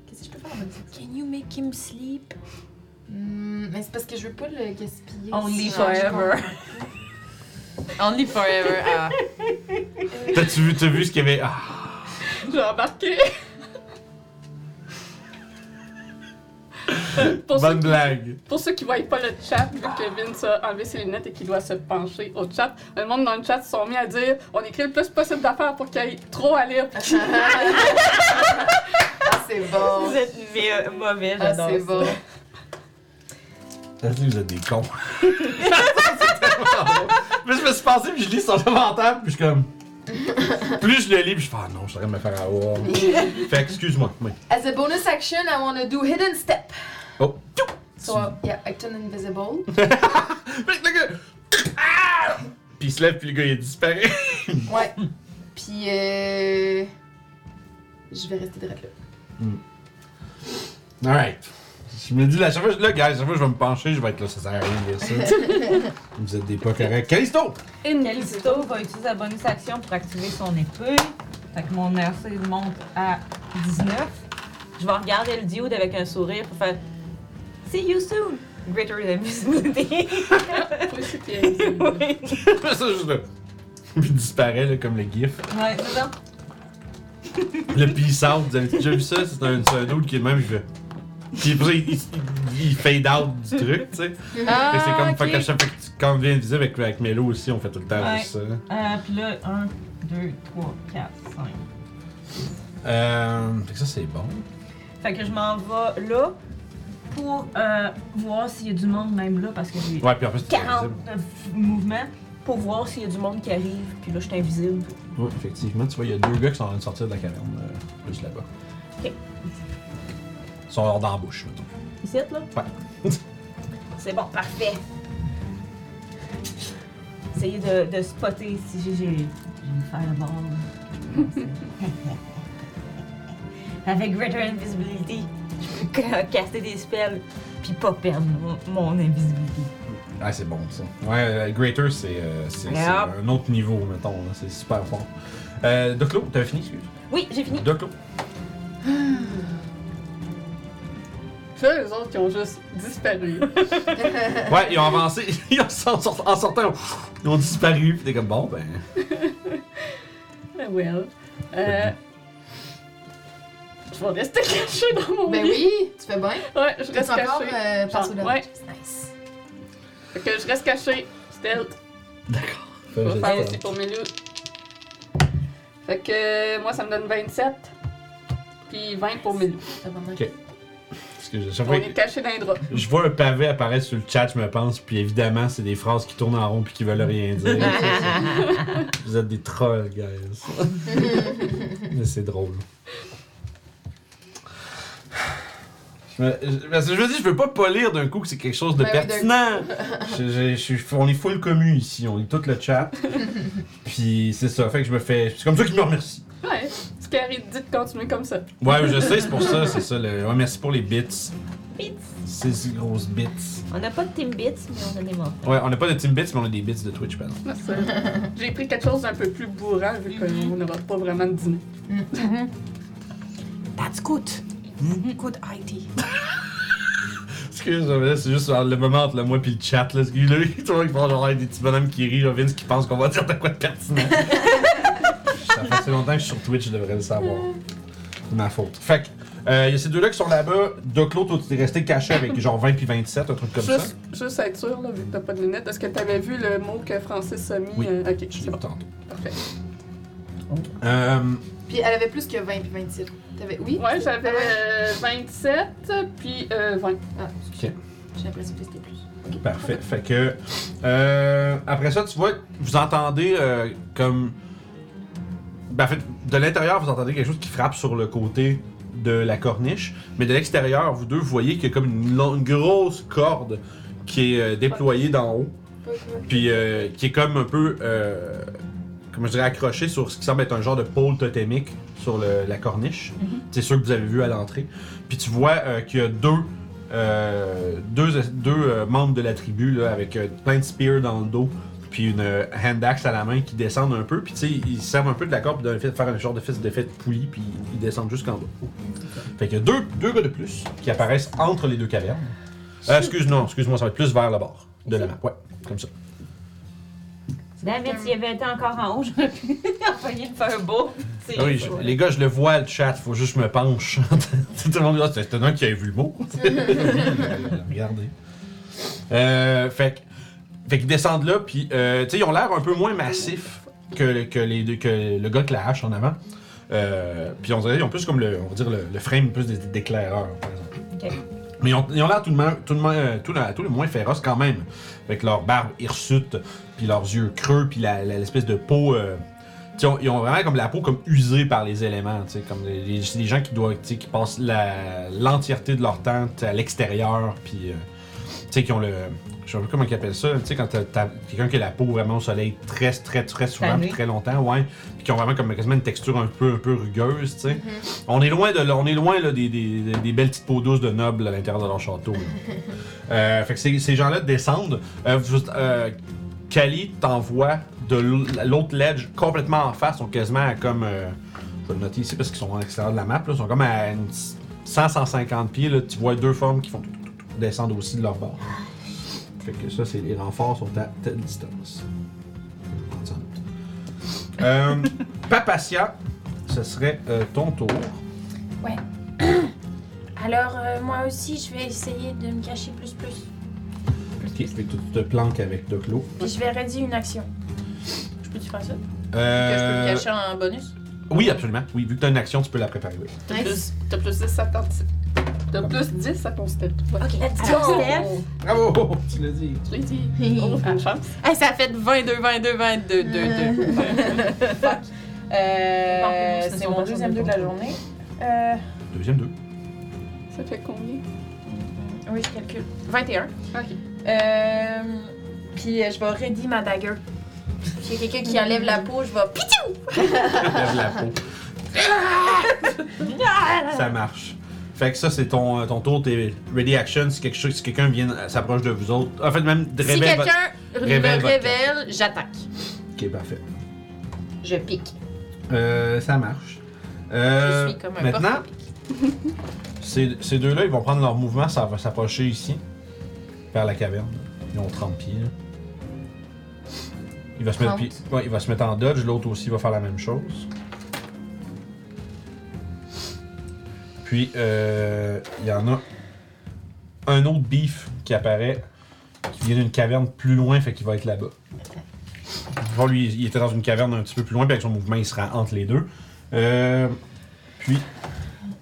Qu'est-ce que je peux faire en bonus action?
Can you make him sleep?
Hmm, mais c'est parce que je veux pas le gaspiller.
Only
si j'en ai
forever. Only forever. Ah.
T'as-tu vu, t'as vu ce qu'il y avait. Ah,
J'ai embarqué. pour, ceux
bonne
qui,
blague.
pour ceux qui voient pas le chat, vu que Vince a enlevé ses lunettes et qu'il doit se pencher au chat, le monde dans le chat se sont mis à dire on écrit le plus possible d'affaires pour qu'il y ait trop à lire.
Ah, c'est bon.
Vous êtes mé- mauvais,
Ah,
j'adore.
c'est
ça.
bon.
T'as dit, vous êtes des cons. C'est tellement drôle. Mais je me suis passé, puis je lis son inventaire, puis je suis comme. Plus je le lis, puis je fais, ah non, je suis en train de me faire avoir. fait que, excuse-moi. Oui.
As a bonus action, I wanna do hidden step.
Oh.
So, uh, yeah, I turn invisible.
Fait que le gars. Ah! Puis il se lève, puis le gars, il disparaît.
Ouais. Puis, euh... Je vais rester direct là.
Alright. Hmm. Je me dis, la chaque fois, je- là, gars, chaque fois, je vais me pencher, je vais être là, ça sert à rien de dire ça. Vous êtes des pas corrects. Calisto!
Calisto va utiliser sa bonus action pour activer son épée. Fait que mon RC monte à 19. Je vais regarder le diode avec un sourire pour faire See you soon! Greater than visibility.
Oui, c'est bien.
ouais,
ça, juste là. Puis il disparaît, là, comme le gif.
c'est ça.
Le peace out, vous avez déjà vu ça? C'est un, c'est un dude qui est le même, il fait. Puis après ça, il, il- il fade out du truc, tu sais.
Ah,
Ah,
Fait que c'est comme, fait qu'à chaque fois que tu- quand on vient invisible avec, avec Melo aussi, on fait tout le temps
Ouais.
juste ça.
Euh, puis là, 1, 2, 3, 4, 5.
Euh. Fait que ça, c'est bon.
Fait que je m'en vais là pour euh, voir s'il y a du monde même là parce que j'ai
Ouais, puis en plus, c'est
40
invisible.
mouvements pour voir s'il y a du monde qui arrive. Puis là, je suis invisible.
Ouais, effectivement, tu vois, il y a deux gars qui sont en train de sortir de la caverne, euh, juste là-bas.
Ok.
Ils sont hors d'embauche, mettons.
Ici, là?
Ouais.
C'est bon, parfait. Essayez de, de spotter si j'ai. j'ai- Je vais me faire le bord. Avec Greater Invisibility, je peux ca- caster des spells puis pas perdre mon, mon invisibilité.
Ah, c'est bon ça. Ouais, euh, Greater, c'est euh, c'est-
Yep.
c'est un autre niveau, mettons. là. C'est super fort. Euh, Doclo, t'as fini, excuse.
Oui, j'ai fini.
Doclo.
Là, les autres, ils ont juste disparu.
Euh.
Ouais, ils ont avancé. ils ont, en, sort- en sortant, ils ont disparu. Puis t'es comme, bon, ben.
Ah, well. Euh, je vais rester cachée dans mon
Ben
lit.
oui, tu fais bien.
Ouais, je
Reste
reste
encore
cachée.
euh, par sous
Genre,
la
ouais.
Nice.
Fait que je reste cachée. Stealth.
fais
Je vais
juste
faire
ça.
aussi pour Milou. Fait que euh, moi, ça me donne 27. Puis 20 pour Milou.
Parce que je, chaque
On
fois
est
que-
caché dans les draps.
je vois un pavé apparaître sur le chat, je me pense. Puis évidemment, c'est des phrases qui tournent en rond puis qui veulent rien dire. Vous êtes des trolls, guys. Mais c'est drôle. Je me, je- parce que je me dis, je veux pas pas lire d'un coup que c'est quelque chose de
Ben oui,
pertinent. Je- je- je suis- on est full commu ici, on lit tout le chat. Puis c'est ça, fait que je me fais. C'est comme ça qu'ils me remercient.
Ouais, Scary dit de continuer comme ça.
Ouais, je sais, c'est pour ça, c'est ça. Le, ouais, merci pour les bits. C'est ces grosses bits.
On n'a pas de Timbits, mais on a des morts.
Ouais, on n'a pas de Team Bits, mais on a des bits de Twitch, pardon.
Merci. J'ai pris quelque chose d'un peu plus bourrant vu qu'on n'aura pas vraiment de dîner.
That's good. Good idea.
Excuse, mais là, c'est juste genre, le moment entre le moi puis le chat. Là, parce que là, tu vois qu'ils font genre hey, des petits bonhommes qui rient, genre Vince qui pense qu'on va dire de quoi de pertinent. ça fait assez longtemps que je suis sur Twitch, je devrais le savoir. C'est ma faute. Fait que, euh, il y a ces deux-là qui sont là-bas. Doclo, toi, tu t'es resté caché avec genre 20 puis 27, un truc comme ça.
Juste, juste être sûr, là, vu que t'as pas de lunettes, est-ce que t'avais vu le mot que Francis a mis?
Oui.
Euh, ok,
Je l'ai
c'est
vu
bon,
tantôt.
parfait.
Euh,
Puis elle avait plus que 20 puis 27. T'avais... Oui?
Ouais, j'avais euh, 27, puis euh, 20.
Ah,
ok.
j'ai l'impression que c'était plus.
Parfait. Fait que. euh, après ça, tu vois, vous entendez euh, comme. Ben, en fait, de l'intérieur, vous entendez quelque chose qui frappe sur le côté de la corniche. Mais de l'extérieur, vous deux, vous voyez qu'il y a comme une, longue- une grosse corde qui est euh, déployée d'en haut. Puis euh, qui est comme un peu. euh, comment je dirais, accroché sur ce qui semble être un genre de pôle totémique sur le- la corniche. C'est sûr que vous avez vu à l'entrée. Puis tu vois euh, qu'il y a deux, euh, deux, deux, euh, membres de la tribu là, avec euh, plein de spears dans le dos, puis une euh, hand axe à la main qui descendent un peu. Puis tu sais, ils servent un peu de la corde pour faire un genre de fils de fête poulie, puis ils descendent jusqu'en bas. Fait qu'il y a deux, deux gars de plus qui apparaissent entre les deux cavernes. Euh, excuse, non, excuse-moi, ça va être plus vers le bord de la map. Ouais, comme ça.
Damn it, s'il avait été encore en haut, j'aurais pu envoyer de faire un beau. petit-
Ah Oui, je- les gars, je le vois, le chat, faut juste que je me penche. Tout le monde dit, Ah, c'est étonnant qu'il ait vu le mot. Regardez. Euh, fait que- fait qu'ils descendent là, puis euh, tu sais, ils ont l'air un peu moins massifs que, que les deux- que le gars que la hache en avant. Euh, puis on dirait, ils ont plus comme le, on va dire le, le frame plus d'é- d'éclaireur, par exemple.
Ok.
Mais ils ont ils ont l'air tout, le moins- tout, le moins- euh, tout, le- tout le moins féroces quand même, avec leur barbe hirsute, puis leurs yeux creux, puis la- la- l'espèce de peau. euh, tu sais, on- ils ont vraiment comme la peau comme usée par les éléments, tu sais, comme les, les- c'est des gens qui doivent, tu sais, qui passent la- l'entièreté de leur temps tu sais, à l'extérieur, puis euh, tu sais, qui ont le, je sais pas comment ils appellent ça, tu sais, quand t'as t'as quelqu'un qui a la peau vraiment au soleil très, très, très souvent,
Tanné.
puis très longtemps, ouais, puis qui ont vraiment comme quasiment une texture un peu, un peu rugueuse, tu sais. On est loin de, là- on est loin là, des, des- des- des belles petites peaux douces de nobles à l'intérieur de leur château. là. Euh, fait que ces, ces gens-là descendent. Euh, vous- euh, Kali t'envoie de l- l'autre ledge complètement en face. Ils sont quasiment à comme. euh, je vais le noter ici parce qu'ils sont à l'extérieur de la map. là. Ils sont comme à une 100-150 pieds. là. Tu vois deux formes qui font tout, tout, tout, tout descendre aussi de leur bord. Fait que ça, c'est les renforts sont à telle distance. Je vais prendre ça. Euh, Papatia, ce serait euh, ton tour.
Alors, euh, moi aussi, je vais essayer de me cacher plus plus.
Ok, fait que tu te planques avec Doclo.
Puis je vais ready une action. Je peux-tu faire ça? Que je peux
Euh,
me cacher en bonus?
oui, absolument. Oui, vu que tu as une action, tu peux la préparer. oui.
T'as plus, t'as plus 10 à ton T'as plus 10 à ton step. Ouais.
Ok, let's
Oh!
Bravo! Tu l'as dit.
Je l'ai dit. Oh, la chance.
Hey, ça fait 22, 22, 22, 22.
Euh,
Parfait,
c'est mon deuxième deux de la journée.
Euh,
Deuxième deux.
Ça fait combien?
oui, je calcule. 21.
Ok.
Euh, puis euh, je vais ready ma dagger. Mm. S'il y a quelqu'un qui enlève la peau, je vais pitié!
Lève la peau.
Ah,
ça marche. Fait que ça, c'est ton, euh, ton tour. T'es ready action. Si quelque chose- si quelqu'un vient euh, s'approche de vous autres. En fait, même
Si
révèle votre-
quelqu'un
révèle
me
votre-
révèle, j'attaque.
Ok, parfait.
Je pique.
Euh, ça marche. Euh,
Je suis comme un
maintenant, ces, ces deux-là, ils vont prendre leur mouvement, ça va s'approcher ici, vers la caverne. Ils ont 30 pieds. là. Il va, se mettre,
30.
pi- ouais, il va se mettre en dodge, l'autre aussi va faire la même chose. Puis, euh, il y en a un autre beef qui apparaît, qui vient d'une caverne plus loin, fait qu'il va être là-bas. Bon, lui, il était dans une caverne un petit peu plus loin, puis avec son mouvement, il sera entre les deux. Euh, puis,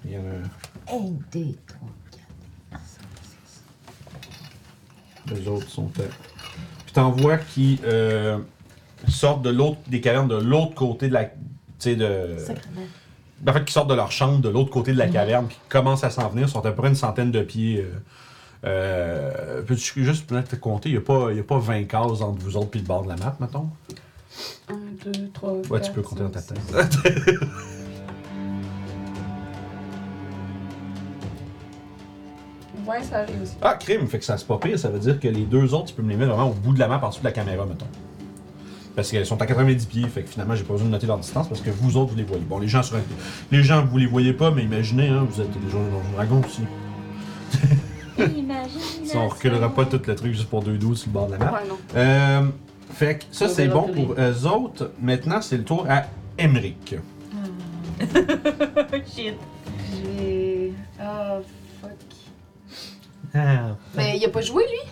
il y en a Les autres sont à... Puis t'en vois qui euh, sortent de l'autre des cavernes de l'autre côté de la. Tu sais, de. Ben, En fait, qui sortent de leur chambre de l'autre côté de la caverne, puis qui commencent à s'en venir. Ils sont à peu près une centaine de pieds. euh, euh, Peux-tu juste peut-être te compter? Il n'y a, pas- il y a pas 20 cases entre vous autres puis le bord de la map, mettons?
1, 2, 3, 4.
Ouais, tu peux compter dans ta tête.
Ouais, ça arrive aussi.
Ah, crime, fait que ça se pas pire. Ça veut dire que les deux autres, tu peux me les mettre vraiment au bout de la map, en dessous de la caméra, mettons. Parce qu'elles sont à 90 pieds, fait que finalement, j'ai pas besoin de noter leur distance parce que vous autres, vous les voyez. Bon, les gens, sur un- les gens vous les voyez pas, mais imaginez, hein, vous êtes des gens dans un dragon aussi. Si on reculera pas tout le truc juste pour deux douze sur le bord de la map.
Ouais, non.
Euh, fait que ça,
On
c'est
verra
bon
tous les-
pour eux autres. Maintenant, c'est le tour à Emmerich.
Shit.
J'ai. Oh, fuck.
Ah.
Mais il a pas joué, lui.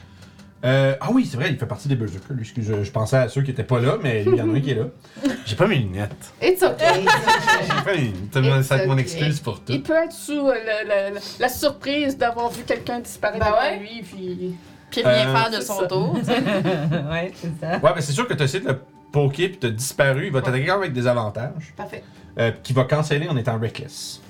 Euh, ah oui, c'est vrai, il fait partie des Berserkers. Lui, Excuse, je, je pensais à ceux qui étaient pas là, mais lui, il y en a un qui est là. J'ai pas mes lunettes.
It's okay.
J'ai pas mes lunettes. Ça va être mon
ok.
excuse pour tout.
Il peut être sous euh, la, la- la- la surprise d'avoir vu quelqu'un disparaître
Ben
devant
ouais.
lui, puis.
Puis rien
Euh,
faire de
c'est
son
ça.
tour.
ouais, c'est ça.
Ouais, mais c'est sûr que t'as essayé de le poker puis t'as disparu. Il va t'attaquer quand même avec des avantages.
Parfait.
Euh, qui va canceller en étant reckless.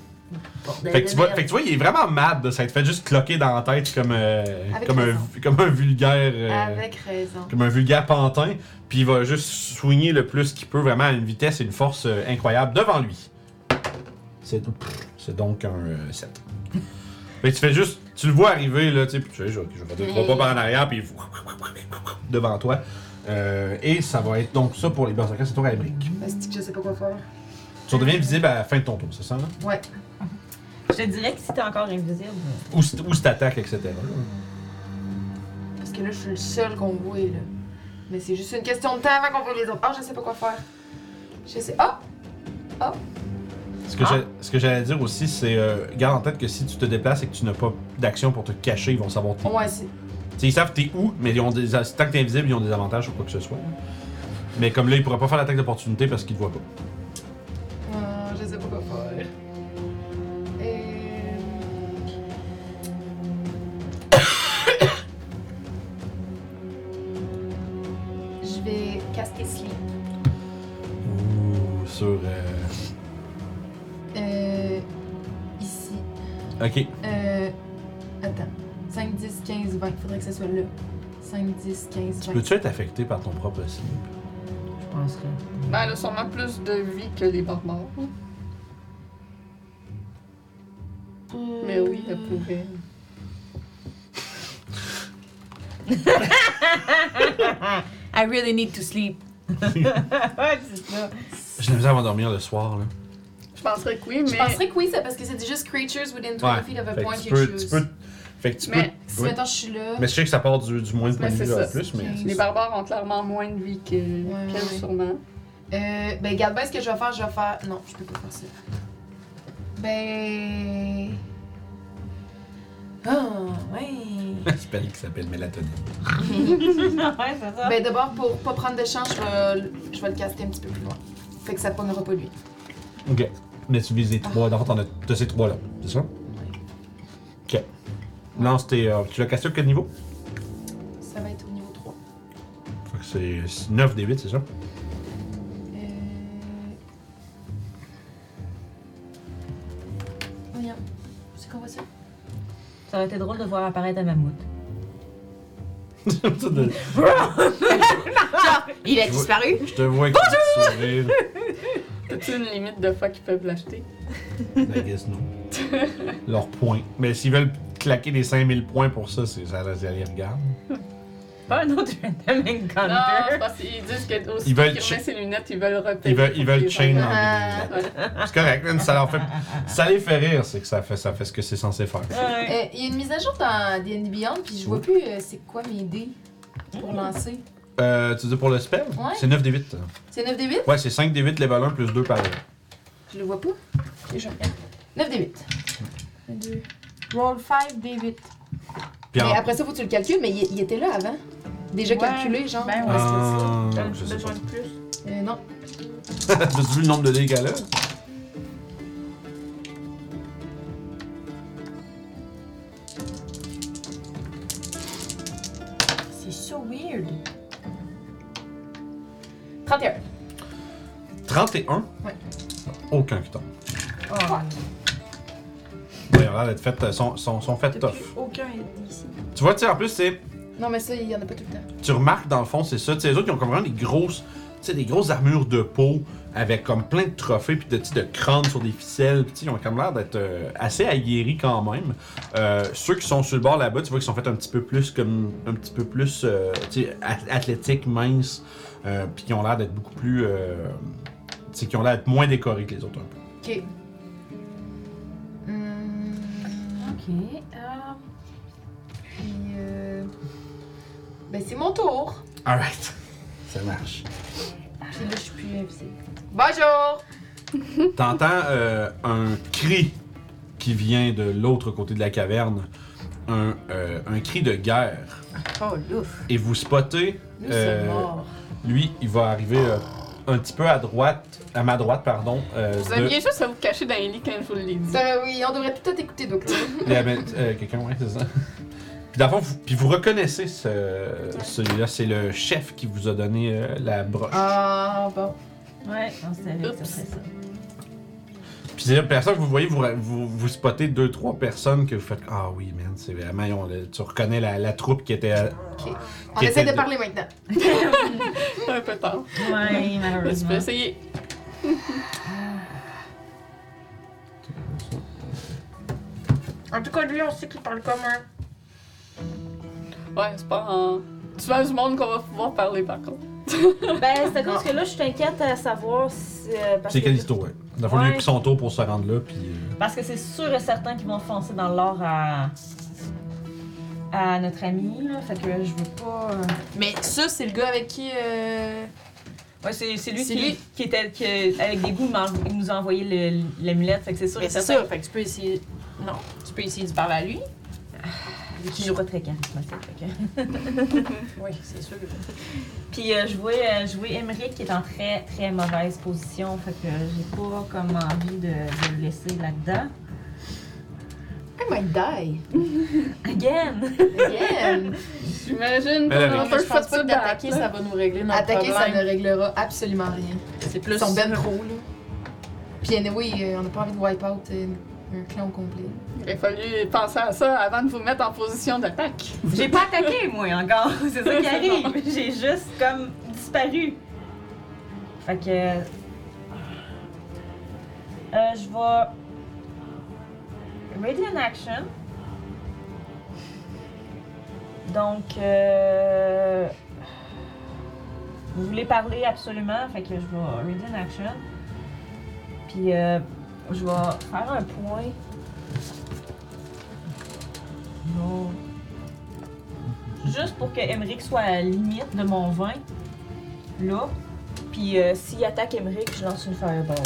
Ben,
Fait que, tu vois, fait que tu vois, il est vraiment mad de s'être fait juste cloquer dans la tête comme, euh,
Avec
comme, un,
raison.
comme un vulgaire. euh,
Avec raison.
comme un vulgaire pantin, puis il va juste soigner le plus qu'il peut, vraiment à une vitesse et une force euh, incroyable devant lui. C'est pff, c'est donc un 7. Mais tu fais juste, tu le vois arriver, là, tu sais, puis tu sais, je, je vais faire deux, trois pas par en arrière, puis il- devant toi. Euh, et ça va être donc ça pour les berserkers, c'est tour à Emmerich.
Mastique, je sais pas quoi faire.
Tu redeviens visible à la fin de ton tour, c'est ça, hein? là?
Ouais.
Je te dirais que si t'es encore invisible.
Ou si ou si t'attaques, etc.
Parce que là, je suis le seul qu'on voit, là. Mais c'est juste une question de temps avant qu'on voit les autres. Ah, je sais pas quoi faire. Je sais. Ah!
Ce que j'ai- ce que j'allais dire aussi, c'est euh, garde en tête que si tu te déplaces et que tu n'as pas d'action pour te cacher, ils vont savoir t'es
Ouais, c'est.
T'sais, ils savent t'es où, mais ils ont des, tant que t'es invisible, ils ont des avantages sur quoi que ce soit. hein. Mais comme là, ils pourraient pas faire l'attaque d'opportunité parce qu'ils te voient pas.
Ah, je sais pas quoi faire. Euh,
Je vais caster Sleep.
Ou sur.
euh, ici.
Ok.
Euh, attends. 5, 10, 15, 20. Faudrait que ça soit là. 5, 10, 15, 20.
Peux-tu être affecté par ton propre cible?
Je pense que.
Ben, elle a sûrement plus de vie que les barbares. Euh, Mais oui, elle pourrait.
I really need to sleep.
J'ai la misère avant de dormir le soir, là.
Je penserais que oui,
Je
mais.
penserais que oui, c'est parce que c'est juste creatures within 20 feet of a
Fait
point
que tu
you
peux.
choose.
tu peux- Fait que tu
Mais
Si
peux. ouais.
maintenant je suis là. euh,
Mais je sais que ça part du, du moins de point de
Mais
vue
c'est
là,
ça.
plus, mais.
Ok.
c'est
Les
ça.
barbares ont clairement moins de vie que- qu'elle,
ouais.
sûrement.
Euh, ben, regarde bien ce que je vais faire. Je vais faire. Non, je peux pas faire ça. Ben. Ah, ouais.
Un spell qui s'appelle mélatonine.
ouais, c'est ça.
Ben, d'abord, pour pas prendre de chance, je vais, le- je vais le caster un petit peu plus loin. Fait que ça pognera pas lui.
Ok. Mais tu vises les trois. Dans le fond, t'en as- t'as ces trois-là, c'est ça? Ok. Lance tes. euh, tu l'as cassé à quel niveau?
Ça va être au niveau 3.
Fait que c'est 9 des 8, c'est ça?
Euh. Voyons. C'est quoi ça?
Ça aurait été drôle de voir apparaître un mammouth.
Ça donne-
Il
Je
a
vois-
disparu.
Je te vois avec ton petit sourire.
As-tu une limite de fois qu'ils peuvent l'acheter?
I guess non. Leur point. Mais s'ils veulent claquer les 5000 points pour ça, c'est ça, ça les regarde.
Pas un autre random
Non,
encounter.
Ah, c'est parce qu'ils disent que aussi
Ils veulent
qu'ils
cha-
remettent ses lunettes, ils veulent repayer.
Ils veulent, ils
pour
veulent
les
chain
avoir.
ah.
dans les lunettes. C'est correct, man, ça leur fait. Ça les fait rire, c'est que ça fait, ça fait ce que c'est censé faire.
Ouais.
Euh, Il y a une mise à jour dans D&D Beyond, puis je vois plus euh, c'est quoi mes dés
Hmm.
pour lancer.
Euh, tu dis pour le spell?
Ouais.
C'est 9 des 8.
C'est 9 des 8?
Ouais, c'est 5 des 8 level 1 plus 2 par.
Je le vois pas. Et je regarde. 9 des 8.
Roll 5 des 8.
Puis
Mais
en-
après ça, faut que tu le calcules, mais il, il était là avant. Déjà
Ouais.
calculé,
Eh,
genre.
Ben ouais.
Ah,
T'as
je sais
besoin de plus.
Euh, non.
pas. T'as vu le nombre de dégâts là?
C'est so weird.
31.
31?
Ouais.
Aucun qui tombe.
Oh.
Ouais, ils ont l'air d'être fait, euh, sont, sont, sont faites tough.
Aucun est ici.
Tu vois, tu sais, en plus, c'est.
Non, mais ça, il y en a pas tout le temps.
Tu remarques, dans le fond, c'est ça. Tu sais, les autres, ils ont comme vraiment des grosses. Tu sais, des grosses armures de peau avec comme plein de trophées puis de, tu sais, de crânes sur des ficelles. Puis, tu sais, ils ont comme l'air d'être euh, assez aguerris quand même. Euh, ceux qui sont sur le bord là-bas, tu vois qu'ils sont faits un petit peu plus comme. Un petit peu plus. euh, tu sais, ath- athlétiques, minces. Euh, puis, ils ont l'air d'être beaucoup plus. Euh, tu sais, qui ont l'air d'être moins décorés que les autres un peu.
Ok. Hum,
Ok.
puis, euh, Ben, c'est mon tour.
Alright. Ça marche.
Puis là, je suis plus invisible. Bonjour!
T'entends euh, un cri qui vient de l'autre côté de la caverne. Un, euh, un cri de guerre.
Oh, louf.
Et vous spottez.
Nous,
euh,
c'est mort.
lui, il va arriver euh, un petit peu à droite, à ma droite, pardon. euh,
Vous
de-
aviez juste à vous cacher dans les lits quand je vous l'ai dit.
Ça, oui, on devrait peut-être écouter Docteur.
La- euh, Quelqu'un, ouais, c'est ça. Puis, dans le fond, vous, puis vous reconnaissez ce, celui-là. C'est le chef qui vous a donné euh, la broche.
Ah, bon.
Ouais, on savait que ça
Oups.
serait ça.
Puis c'est la personne que vous voyez, vous, vous, vous spottez deux, trois personnes que vous faites Ah oui, man, c'est vraiment. ils ont le- tu reconnais la, la troupe qui était. à-
On
qui
essaie
était
de parler maintenant.
C'est un peu tard.
Ouais,
Mais tu peux
malheureusement.
essayer.
En tout cas, lui, on sait qu'il parle comme un.
Ouais, c'est pas en. Tu vas du monde qu'on va pouvoir parler par contre.
Ben, c'est à cause que là, je t'inquiète à savoir si. euh, parce
C'est
que-
Callisto, ouais. Dans le fond, lui, il a
Ouais.
pris son tour pour se rendre là, puis. euh,
Parce que c'est sûr et certain qu'ils vont foncer dans l'or à. à notre ami, là. Fait que je veux pas. euh,
Mais ça, c'est le gars avec qui. euh,
Ouais, c'est c'est lui,
C'est
qui,
lui.
qui était. qui, euh, avec des goûts, il m'en- il nous a envoyé le- l'amulette. Fait que c'est sûr
Mais
et
c'est
certain.
ça, fait que tu peux essayer. Non, tu peux essayer de parler à lui.
Vu qu'il joue pas très charismatique. fait que-
Oui, c'est sûr.
Puis euh, je vois, euh, je vois Emmerich qui est en très très mauvaise position. Fait que j'ai pas comme envie de, de le laisser là-dedans.
I might die.
Again!
Again.
J'imagine qu'on
Elle
a
avait-
un peu
Je pense
fait
pas
ça
que
de
d'attaquer, ça va nous régler notre
Attaquer, ça
problème.
ne réglera absolument rien.
C'est plus.
Ils sont ben trop, là. Puis anyway, euh, on n'a pas envie de wipe out euh, un clan au complet.
Il a fallu penser à ça avant de vous mettre en position d'attaque.
J'ai pas attaqué, moi, encore. C'est ça qui arrive. J'ai juste, comme, disparu. Fait que. Euh, je vais. Ready in action. Donc. euh, Vous voulez parler absolument, fait que je vais ready in action. Puis, euh, je vais faire un point. Non juste pour que Emmerich soit à la limite de mon vin, là. Puis euh, s'il attaque Emmerich, je lance une fireball.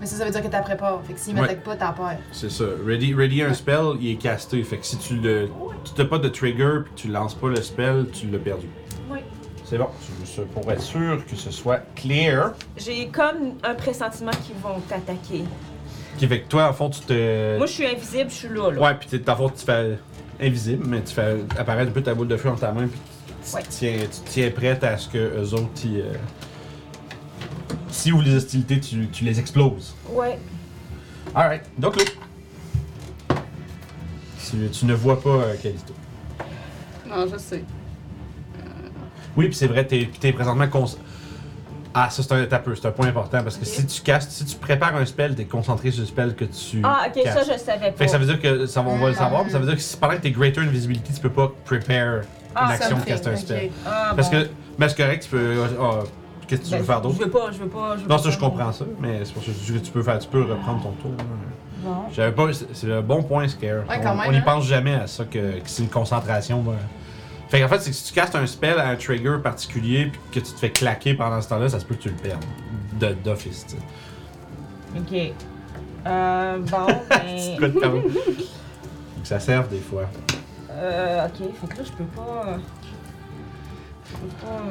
Mais ça, ça veut dire que t'as peur. Fait que s'il
Ouais.
m'attaque pas, t'as peur.
C'est ça. Ready, ready un spell, il est casté. Fait que si tu le. Tu t'as pas de trigger, puis tu lances pas le spell, tu l'as perdu.
Oui.
C'est bon. C'est juste pour être sûr que ce soit clear.
J'ai comme un pressentiment qu'ils vont t'attaquer.
Qui fait que toi, en fond, tu te.
Moi, je suis invisible, je suis là, là.
Ouais, puis t'es- dans le fond, tu fais invisible, mais tu fais apparaître un peu ta boule de feu dans ta main, puis tu,
Ouais.
te tiens, tu te tiens prête à ce que eux autres, ils, euh, s'ils ouvrent les hostilités, tu, tu les exploses.
Ouais.
Alright, donc là. Tu, tu ne vois pas euh, Callisto.
Non, je sais.
Oui, puis c'est vrai, t'es es présentement. cons- Ah, ça, c'est un, t'as peu, c'est un point important parce que si tu castes, si tu prépares un spell, t'es concentré sur le spell que tu.
Ah, ok,
castes.
ça, je savais
Fait
pas.
que ça veut dire que ça, on va le
Ah.
savoir, mais ça veut dire que si pendant que t'es greater invisibility, tu peux pas prepare une
Ah,
action de
something,
caster un spell.
ok.
Ah,
Parce
bon.
que, mais c'est correct, tu peux. ah, ah, Qu'est-ce que tu
Ben,
veux faire
Je
d'autre?
veux pas, je veux pas. veux
Non,
pas
ça, je
faire-
comprends ça, mais c'est pour ça que je dis que tu peux faire, tu peux reprendre ton tour. hein.
Bon.
J'avais pas. c'est- C'est un bon point, Scare.
Ouais,
on
quand même,
on y
hein.
pense jamais à ça, que, que c'est une concentration. ben. Fait qu'en fait, c'est que si tu castes un spell à un trigger particulier puis que tu te fais claquer pendant ce temps-là, ça se peut que tu le perdes. De- D'office, tu sais.
Ok. Euh, bon,
Tu
ben.
peux te perdre. Faut que ça serve des fois.
Euh, ok, fait que là, je peux pas. Je peux pas.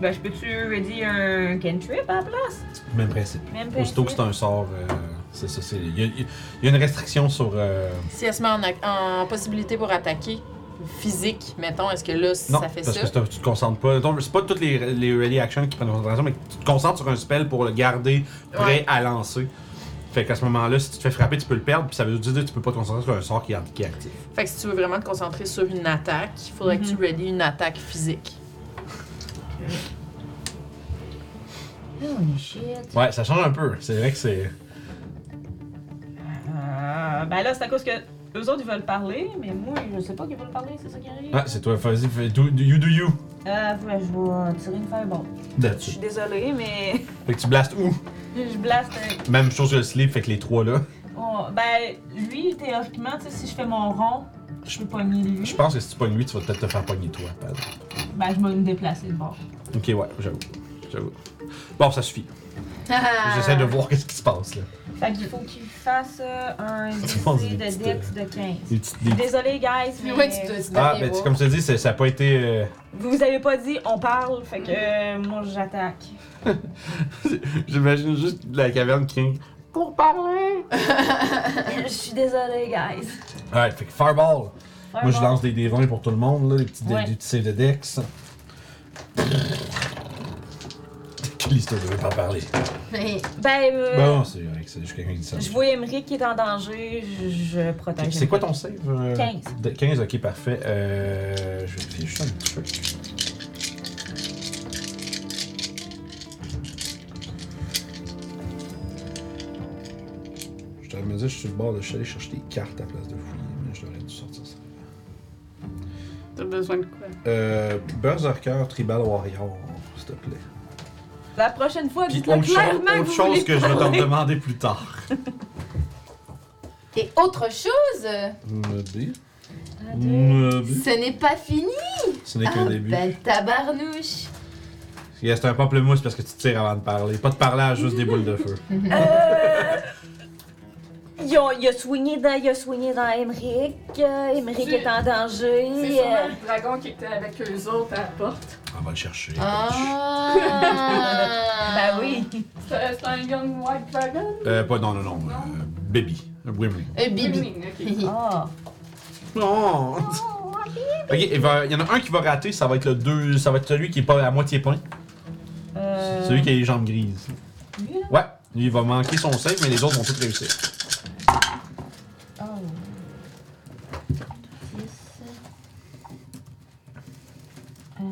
Ben, je peux-tu ready un cantrip à la place?
Même principe.
Même
Aussitôt que
principe?
c'est un sort, euh, c'est ça. c'est- Il y, a- il y a une restriction sur. euh,
Si elle se met en, ac- en possibilité pour attaquer, physique, mettons, est-ce que là,
Non,
ça fait
parce
ça?
que c'est un- tu te concentres pas. Donc, C'est pas toutes les, les ready actions qui prennent la concentration, mais tu te concentres sur un spell pour le garder prêt
Ouais.
à lancer. Fait qu'à ce moment-là, si tu te fais frapper, tu peux le perdre, puis ça veut dire que tu peux pas te concentrer sur un sort qui est, qui est actif.
Fait que si tu veux vraiment te concentrer sur une attaque, il faudrait que tu ready une attaque physique.
Holy shit.
Ouais, ça change un peu. C'est vrai que c'est.
Euh, ben là, c'est à cause que eux autres ils veulent parler, mais moi je sais pas qu'ils veulent parler, c'est ça qui arrive.
Ah, c'est toi, vas-y, fais- do- do- you do you.
Euh, ouais, je vais tirer une fireball. Je
Là-dessus.
suis désolée, mais
Fait que tu blastes où
je blaste. un-
Même chose que le sleep, fait que les trois là.
Oh, ben lui, théoriquement, tu sais, si je fais mon rond, je peux pas mis lui.
Je pense que si tu pognes lui, tu vas peut-être te faire pogner toi, Pad.
Ben je vais me déplacer de bord.
Ok, ouais, j'avoue. J'avoue. Bon, ça suffit.
Ah,
Euh,
J'essaie de voir qu'est-ce qui se passe là.
Fait qu'il faut qu'il fasse euh, un
penses des
DC de
petites,
dex de 15.
Des petites- des-
Désolée, guys, mais
Ouais, tu dois tu dois
Ah,
les
ben, tu-
voir.
comme je te dis, c'est- ça a pas été. euh,
vous avez pas dit on parle, fait que euh, moi j'attaque.
J'imagine juste la caverne qui.
Pour parler! je suis désolée, guys.
Alright, fait que Fireball. Moi, je
Fireball.
lance des D20 pour tout le monde, là, des petits dés
Ouais.
des petits save de Dex. Lise, toi, je vais pas parler.
Ben, euh,
Bon, c'est correct, c'est juste quelqu'un qui dit ça.
je vois Emery qui est en danger, je, Ben, je protège.
C'est quoi
Emery.
ton save? euh,
15.
de- 15, ok, parfait. Euh, je vais vérifier juste un petit peu. Je devrais me dire, je suis sur le bord de je suis allé chercher des cartes à place de fouiller, mais je devrais dû sortir ça.
T'as besoin de quoi?
Euh, Berserker Tribal Warrior, s'il te plaît.
La prochaine fois,
Puis
dites-le
autre, cho-
clairement que
autre
vous
chose
voulez
que je vais te
parler.
demander plus tard.
Et autre chose,
Me dire.
Un, deux.
Me dire.
ce n'est pas fini.
Ce n'est qu'un début.
Ben tabarnouche.
Yeah, C'est un pamplemousse parce que tu tires avant de parler. Pas de parlage, juste des boules de feu.
Il a, il a swingé dans, il a swingé dans Emmerich. Euh, Emmerich
C'est-
est en
C'est
danger. Euh,
sûrement le dragon qui était avec eux autres à la porte.
On va le chercher.
Ah.
Ben
Bah
oui.
C'est c'est un young white dragon?
Euh, pas, non, non, non. euh, baby. Wimley.
Un bibi.
Ok.
Ah.
Non!
Oh,
Ok, il, va- il y en a un qui va rater, ça va être le deux, ça va être celui qui est pas à moitié point.
Euh,
Celui qui a les jambes grises.
Lui, là?
Ouais, lui il va manquer son save, mais les autres vont tous réussir.
Ah.
Oh. Euh,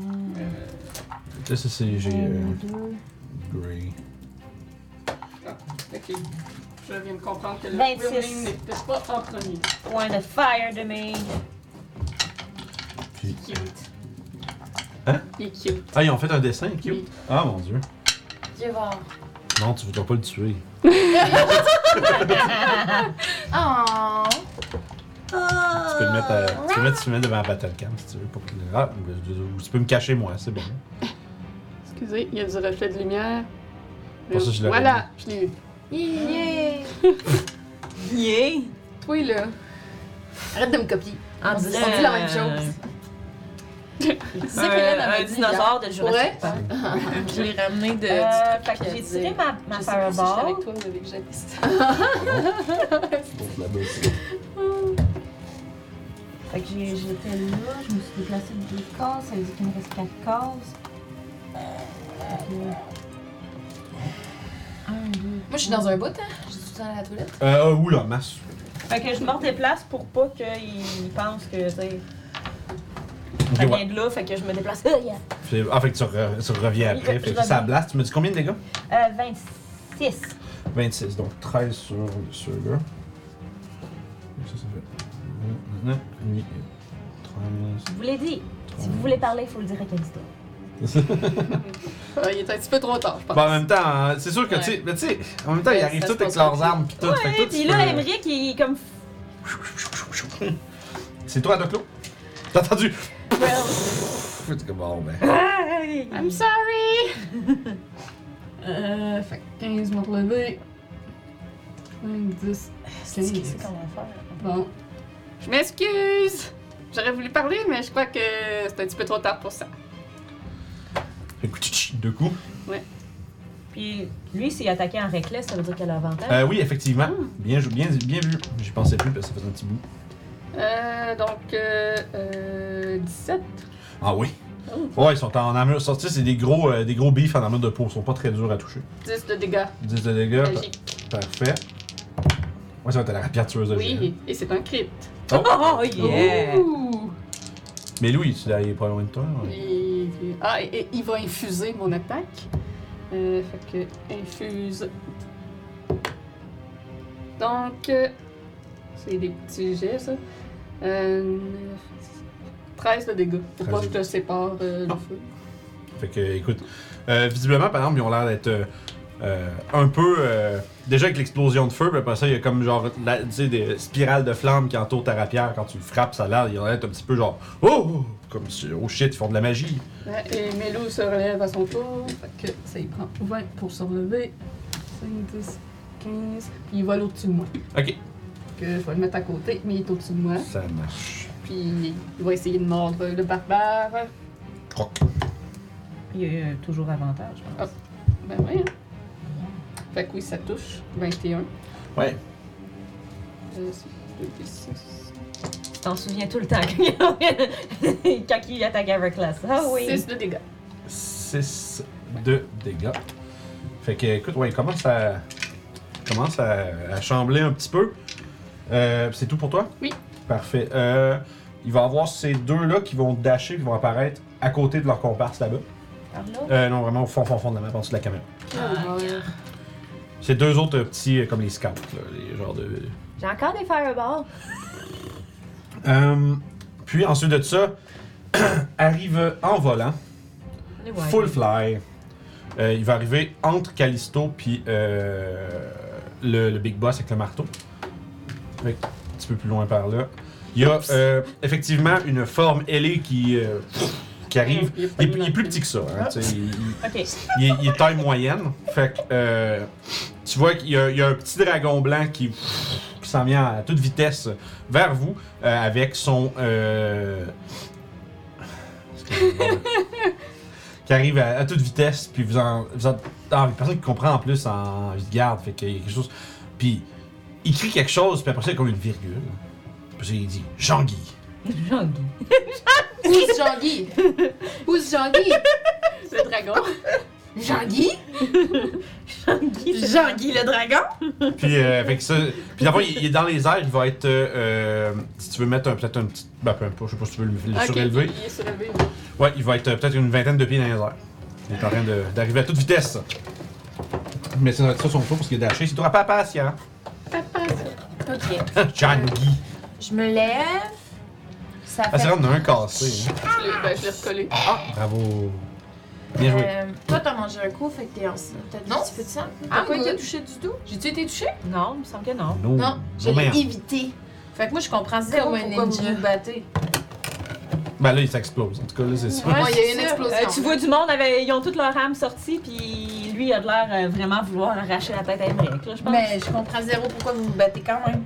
Là, ça c'est. J'ai. euh,
deux.
Grey.
Ok. Je viens de comprendre que le
26.
Willing n'était pas en premier.
Point de fire de me.
Il est cute.
Hein?
Il est cute.
Ah, ils ont fait un dessin, cute.
Oui.
Ah mon dieu.
Je vais voir.
Non, tu voudras pas le tuer.
Oh.
Tu peux le mettre, à- tu peux mettre, tu le mets devant la Battlecam si tu veux. Pour que... Ah, ou tu peux me cacher moi, c'est bon.
Excusez, il y a du reflet de lumière.
Pour ça, je l'aurais
voilà, je l'ai eu.
Yeah.
Yeah!
Toi là. Arrête de me copier.
On
dit- on dit la même
Euh,
chose.
C'est
ça qu'Hélène avait
un
dit
dinosaure de Jurassic
Ouais.
Park.
Je l'ai ramené de. du
Euh, fait
truc
que
à
j'ai tiré
dire.
ma, ma
euh,
Je sais pas si j'étais
fireball.
avec toi, mais avec Janice.
Pour la bête.
Fait que j'ai- j'étais là, je me suis déplacée de deux cases, ça veut dire qu'il me reste quatre cases. Euh, un, deux.
Moi, je suis dans un bout, hein. J'ai tout le temps à la toilette.
Euh, où la masse?
Fait que je me redéplace pour pas qu'il pense que, tu sais,
Ok,
ça
ouais.
vient de là, fait que je me déplace.
Puis- Ah, fait que tu, re- tu reviens
Oui,
après.
je
Fait que
reviens.
ça blast. Tu me dis combien de dégâts?
Euh, 26.
26, donc 13 sur le sur le gars. Donc Ça, ça fait. 9, 8, 13.
Je vous l'ai dit. Si vous voulez parler, il faut le dire à Calista.
Ah, il est un petit peu trop tard, je pense.
Bah, en même temps, hein, c'est sûr que tu sais, mais tu sais, en même temps, ils
Ouais,
arrivent
ça
tous
se
avec
passe
leurs
aussi.
armes pis tout. fait que toi,
Ouais,
tu
pis là,
peux-
Emmerich, il est comme.
C'est toi, Doclo? T'as entendu? Pfff, T'es comme bon, ben.
I'm sorry!
Euh, fait que 15 m'a relevé.
5, 10,
C'est ce que
15.
c'est qu'on va faire.
Bon. Je m'excuse! J'aurais voulu parler, mais je crois que c'est un petit peu trop tard pour ça.
Fait que tch, tch, Deux coups.
Puis lui, s'il est attaqué en reckless, ça veut dire qu'elle a avantage.
Euh, oui, effectivement. Bien, jou- bien, bien vu. J'y pensais plus parce que ça faisait un petit bout.
Euh, donc, euh, euh, 17.
Ah oui?
Oh.
Ouais, ils sont en armure. Ça, tu sais, c'est des gros, euh, des gros beefs en armure de peau. Ils sont pas très durs à toucher.
10 de dégâts
10 de dégâts.
magiques.
Parfait. Ouais, ça va être la rapière tueuse de géant.
Oui, et c'est un crit.
Euh,
Oh yeah!
Ouh!
Mais lui, tu l'as- il est pas loin de toi. hein. ouais.
Et- ah, et, et il va infuser mon attaque. Euh, fait que infuse. Donc, euh, c'est des petits jets, ça. Euh, neuf, 13 de dégâts. Faut pas
13
que je te sépare euh, le feu.
Fait que, écoute, euh, visiblement, par exemple, ils ont l'air d'être euh, euh, un peu. euh, déjà avec l'explosion de feu, puis après ça, il y a comme genre, la- tu sais, des spirales de flammes qui entourent ta rapière. Quand tu le frappes, ça a l'air, il a l'air d'être un petit peu genre. Oh! Comme si, oh shit, ils font de la magie.
Ouais, Et Melo se relève à son tour. Fait que ça y prend 20 pour se relever. 5, 10, 15. Puis il vole au-dessus de moi.
Ok.
Fait Que je vais le mettre à côté, mais il est au-dessus de moi.
Ça marche.
Puis il va essayer de mordre le barbare.
Croc.
Il y a eu toujours avantage, je pense.
Ben oui. hein. Fait que oui, ça touche. 21.
Ouais.
Euh, c'est 2 6.
Tu t'en souviens tout le temps quand,
Ah
quand il attaque avec classe. Ah oui!
6 de dégâts.
6 de dégâts. Fait que, écoute, ouais, il commence à, commence à, à chambler un petit peu. Euh, c'est tout pour toi?
Oui.
Parfait. Euh, il va y avoir ces deux-là qui vont dasher, qui vont apparaître à côté de leur comparse là-bas. Euh, non, vraiment au fond, fond, fond de la map, en dessous de la caméra.
Ah,
C'est deux autres euh, petits, euh, comme les scouts, là, les genres de...
J'ai encore des fireballs.
Euh, puis ensuite de ça, arrive en volant,
Les ouais.
full fly. Euh, il va arriver entre Callisto puis euh, le, le Big Boss avec le marteau. Fait que, un petit peu plus loin par là. Il y a euh, effectivement une forme ailée qui, euh, qui arrive.
Il est
Il
pogné
est, il est plus petit que ça. hein, tu sais, il- il-
Ok.
il est, il est taille moyenne. Fait que euh, tu vois qu'il y, a il y a un petit dragon blanc qui, qui s'en vient à toute vitesse vers vous euh, avec son. euh, excusez-moi. qui arrive à, à toute vitesse, puis vous en. Vous en ah, une personne qui comprend en plus en vie de garde, fait qu'il y a quelque chose. Puis il crie quelque chose, puis après ça, il y a comme une virgule. Puis ça, il dit Jean-Guy.
Jean-Guy.
Who's Jean-Guy? Who's Jean-Guy?
Le dragon.
Jean-Guy?
Jean-Guy le dragon?
Puis, euh, fait que ça, puis d'abord, il, il est dans les airs, il va être. euh, euh, si tu veux mettre un- peut-être un petit. Ben, peu importe, je sais pas si tu veux le, le
Ok,
surélever.
Il est surélevé.
Ouais, il va être euh, peut-être une vingtaine de pieds dans les airs. Il est en train de- d'arriver à toute vitesse. Mais ça va être ça son tour parce qu'il est dashé. C'est toi à papa, Sia.
Ok.
Jean-Guy.
Je me lève. Ça
Ah, c'est
fait.
vrai, on en a un cassé. hein.
Je l'ai ben, je l'ai recollé.
Ah. Bravo. Bien joué.
Euh, toi, t'as mangé un coup, fait que t'es en. T'as dit
Non.
un petit peu de sang?
T'as pas été touché du tout? Ah, J'ai-tu été touché?
Non, il me semble que non.
Oh, No.
Non, je
No,
l'ai
merde.
évité. Fait que moi, je comprends zéro
Comme un
pourquoi vous
ninja.
vous battez.
Ben là, il s'explose. En tout cas, là, c'est ça.
Ouais, il y a eu
c'est
une
ça.
explosion.
Euh, tu vois du monde, avait- ils ont toutes leurs âmes sorties, puis lui, il a de l'air euh, vraiment vouloir arracher la tête à Emmerich, là, je pense.
Mais Ben, je comprends zéro pourquoi vous vous battez quand même.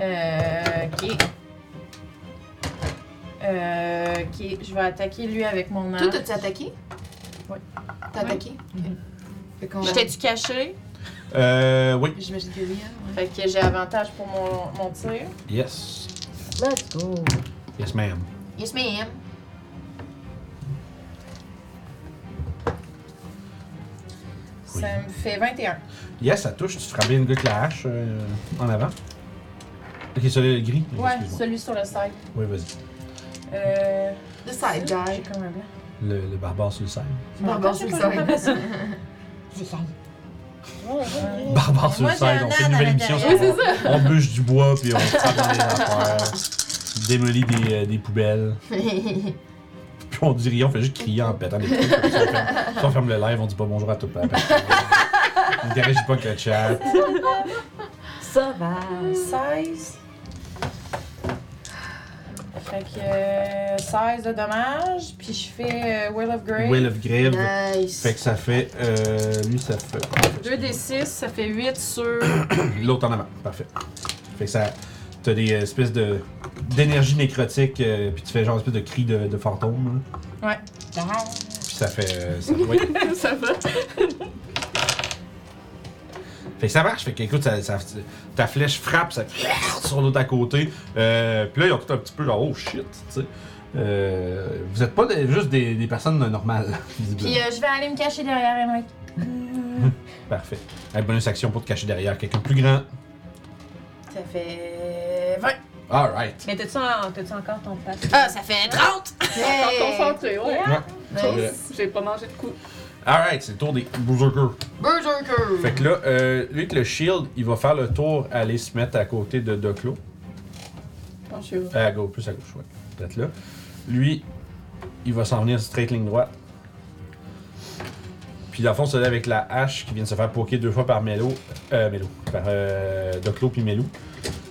Euh, ok. Euh, ok, je vais attaquer lui avec mon
Toi,
arme.
t'as-tu attaqué?
Oui.
T'as
Oui.
attaqué?
Mhm.
Fait qu'on-
J'étais-tu caché?
Euh, oui.
J'imagine que oui. hein, ouais.
Fait que j'ai avantage pour mon, mon tir.
Yes.
Let's go.
Yes, ma'am.
Yes, ma'am. Ça
Oui.
me fait 21.
Yes, ça touche. Tu frappais une gars avec la hache euh, en avant. Ok, celui-là, le gris.
Ouais,
Excuse-moi.
celui sur le side.
Oui, vas-y.
Euh,
The side
j'ai
guy.
comme un blanc.
Le, le barbare sur le side.
Barbare sur le
Je me rappelle
side.
Barbare sur
Moi,
le
j'ai
side,
un
on fait une
âne à
nouvelle émission.
l'intérieur.
sur- on bûche du bois, puis on frappe des affaires. Démolit des, euh, des poubelles. Puis on dit rien, on fait juste crier en pétant des trucs. comme ça. on, ferme, ça, on ferme le live, on dit pas bonjour à toute la personne. On ne dirige pas que le chat.
Sauvage.
16. Fait que euh, 16 de dommages, puis je fais euh, Will of Grace.
Will of Grave.
Nice.
Fait que ça fait. Euh, lui, ça fait.
2 des 6, ça fait 8 sur.
L'autre en avant, parfait. Fait que ça. T'as des espèces de. d'énergie nécrotique, euh, puis tu fais genre une espèce de cri de, de fantôme, là. Puis ça fait. euh, ça- oui.
Ça va.
Fait que ça marche, fait que écoute, ça- ça- ta flèche frappe, ça sur l'autre à côté. Euh, puis là, ils ont tout un petit peu genre, oh shit, tu sais. Euh, vous êtes pas des- juste des, des personnes normales, visiblement.
Puis euh, je vais aller me cacher derrière Emmerich.
Parfait. Avec bonus action pour te cacher derrière quelqu'un de plus grand.
Ça fait 20.
Alright.
Mais t'as-tu en- t'as-tu encore ton passe?
Ah, ça fait 30!
Encore concentré, ouais.
Euh,
J'ai pas mangé de coup.
Alright, c'est le tour des berserkers.
Berserker!
Fait que là, euh, lui avec le shield, il va faire le tour, aller se mettre à côté de Doclo.
Bonjour.
Euh, À gauche, plus à gauche, ouais. Peut-être là. Lui, il va s'en venir straight ligne droite. Puis dans le fond, celui avec la hache qui vient de se faire poker deux fois par Melo. Euh, Melo. Par euh, Doclo puis Melo.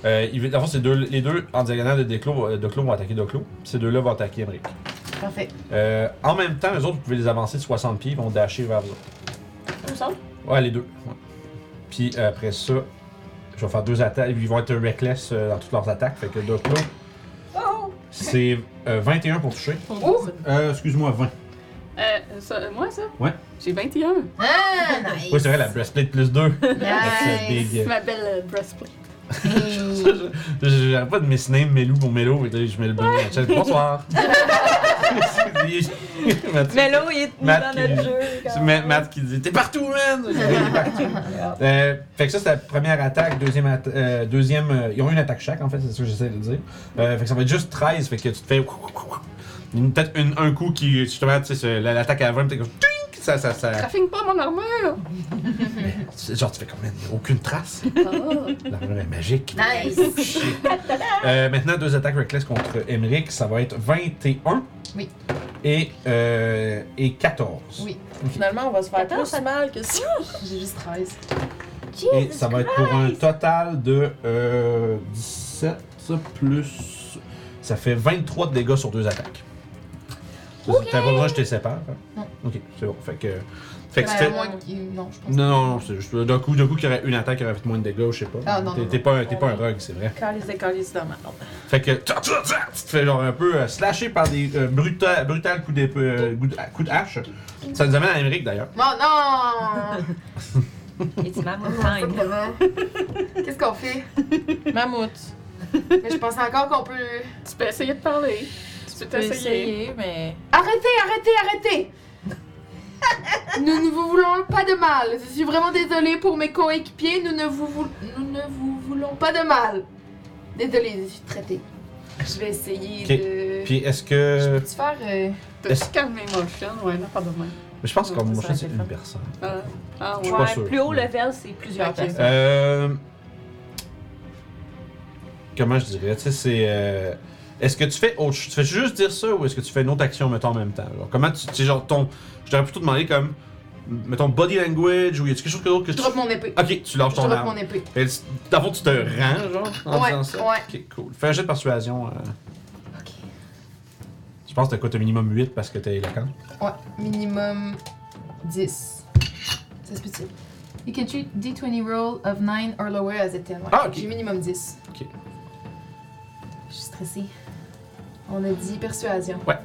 Euh, il, veut- dans le fond, c'est deux, les deux en diagonale de Doclo, euh, Doclo vont attaquer Doclo. puis Ces deux-là vont attaquer Emmerich.
Parfait.
Euh, en même temps, les autres, vous pouvez les avancer de 60 pieds, ils vont dasher vers vous. autres.
Comme ça?
Ouais, les deux. ouais. Puis euh, après ça, je vais faire deux attaques. Ils vont être reckless euh, dans toutes leurs attaques. Fait que Doclo, c'est euh, 21 pour toucher. Euh, excuse-moi, 20.
Euh, ça, moi, ça?
Ouais.
J'ai 21.
Ah, nice!
Oui, c'est vrai, la breastplate plus 2.
Nice!
big.
Ma belle euh, breastplate.
J'arrête pas de misname Melou pour Melo, et là, je mets le bon dans la chaise. Bonsoir! Matt, il- Matt-
Mais là, il est tenu
Matt
dans
qui-
notre jeu. quand
c'est
même.
Ma- Matt qui dit T'es partout, man! Il est partout. Euh, fait que ça, c'est la première attaque, deuxième. atta- euh, deuxième euh, ils ont une attaque chaque, en fait, c'est ce que j'essaie de dire. Euh, fait que ça va être juste 13, fait que tu te fais. Il y en a Peut-être une- un coup qui, justement, tu sais, c'est la- l'attaque à 20, peut-être que. tink, Ça, ça, ça.
Trafique pas mon armure!
C'est Genre, tu fais quand même aucune trace.
Oh.
L'armure est magique.
Nice!
Euh, maintenant, deux attaques reckless contre Emmerich, ça va être 21.
Oui.
Et, euh, et 14.
Oui.
Finalement, on va se faire plus mal que ça.
J'ai juste 13.
Et ça va être pour un total de euh, 17 plus. Ça fait 23 de dégâts sur deux attaques. Ça, c'est- T'as pas le droit, je te sépare. hein?
Non.
Ok, c'est bon. Fait que. Fait que
Ben,
c'était-
moi qui- Non, je pense
Non, non, non, c'est juste. D'un coup, d'un coup, qu'il y aurait une attaque qui aurait fait moins de dégâts, je sais pas.
Ah, non,
T'es-
non,
T'es pas, un- t'es pas un rogue, c'est vrai.
Calice de calice dans ma
Fait que. Tu te fais genre un peu euh, slasher par des euh, bruta- brutal coups d'épée, euh, coups de- coups de hache. Ça nous amène à Amérique d'ailleurs.
Oh non!
It's my time.
Qu'est-ce qu'on fait?
Mammouth.
Mais je pense encore qu'on peut.
Tu peux essayer de parler. Tu peux
T'as
t'essayer.
essayé, mais.
Arrêtez, arrêtez, arrêtez! nous ne vous voulons pas de mal. Je suis vraiment désolée pour mes coéquipiers. Nous ne vous, vou- nous ne vous voulons pas de mal. Désolée, je suis traitée.
Je vais essayer
Ok.
de.
Puis est-ce
Je
que.
peux-tu faire. euh,
T'as calmé Motion? Ouais, non, pas de main.
Mais je pense que comme
Ça,
motion,
ça
c'est
fait
une
pas.
personne.
Ah, ah
Je suis
ouais.
pas
Ouais,
sûr.
plus haut level, c'est plusieurs
Ok.
personnes.
Euh, Comment je dirais, tu sais, c'est. euh, Est-ce que tu fais autre chose? Tu fais juste dire ça ou est-ce que tu fais une autre action, mettons, en même temps? Genre, comment tu. Tu sais, genre, ton. Je t'aurais plutôt demandé comme. Mettons, body language ou y a-tu quelque chose d'autre que
Je
tu.
drop mon épée.
Ok, tu lâches
Je
ton
drop
arme.
mon épée.
Et tu- dans le fond, tu te rends, genre, en
Ouais,
disant ça.
ouais.
Ok, cool. Fais un jet de persuasion. euh. Je pense que t'as quoi, t'as minimum 8 parce que t'es éloquent.
Ouais, minimum 10. Ça se peut-tu? You can treat D20 roll of 9 or lower as a 10. Ouais.
Ah, ok.
J'ai minimum 10.
Ok.
Je suis stressée. On a dit persuasion.
Ouais.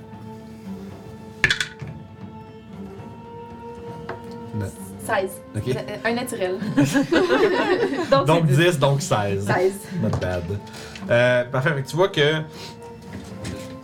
Neuf.
16.
Ok.
Euh, Un naturel.
Donc 10, donc 16.
16.
Not bad. Euh, parfait, fait que tu vois que.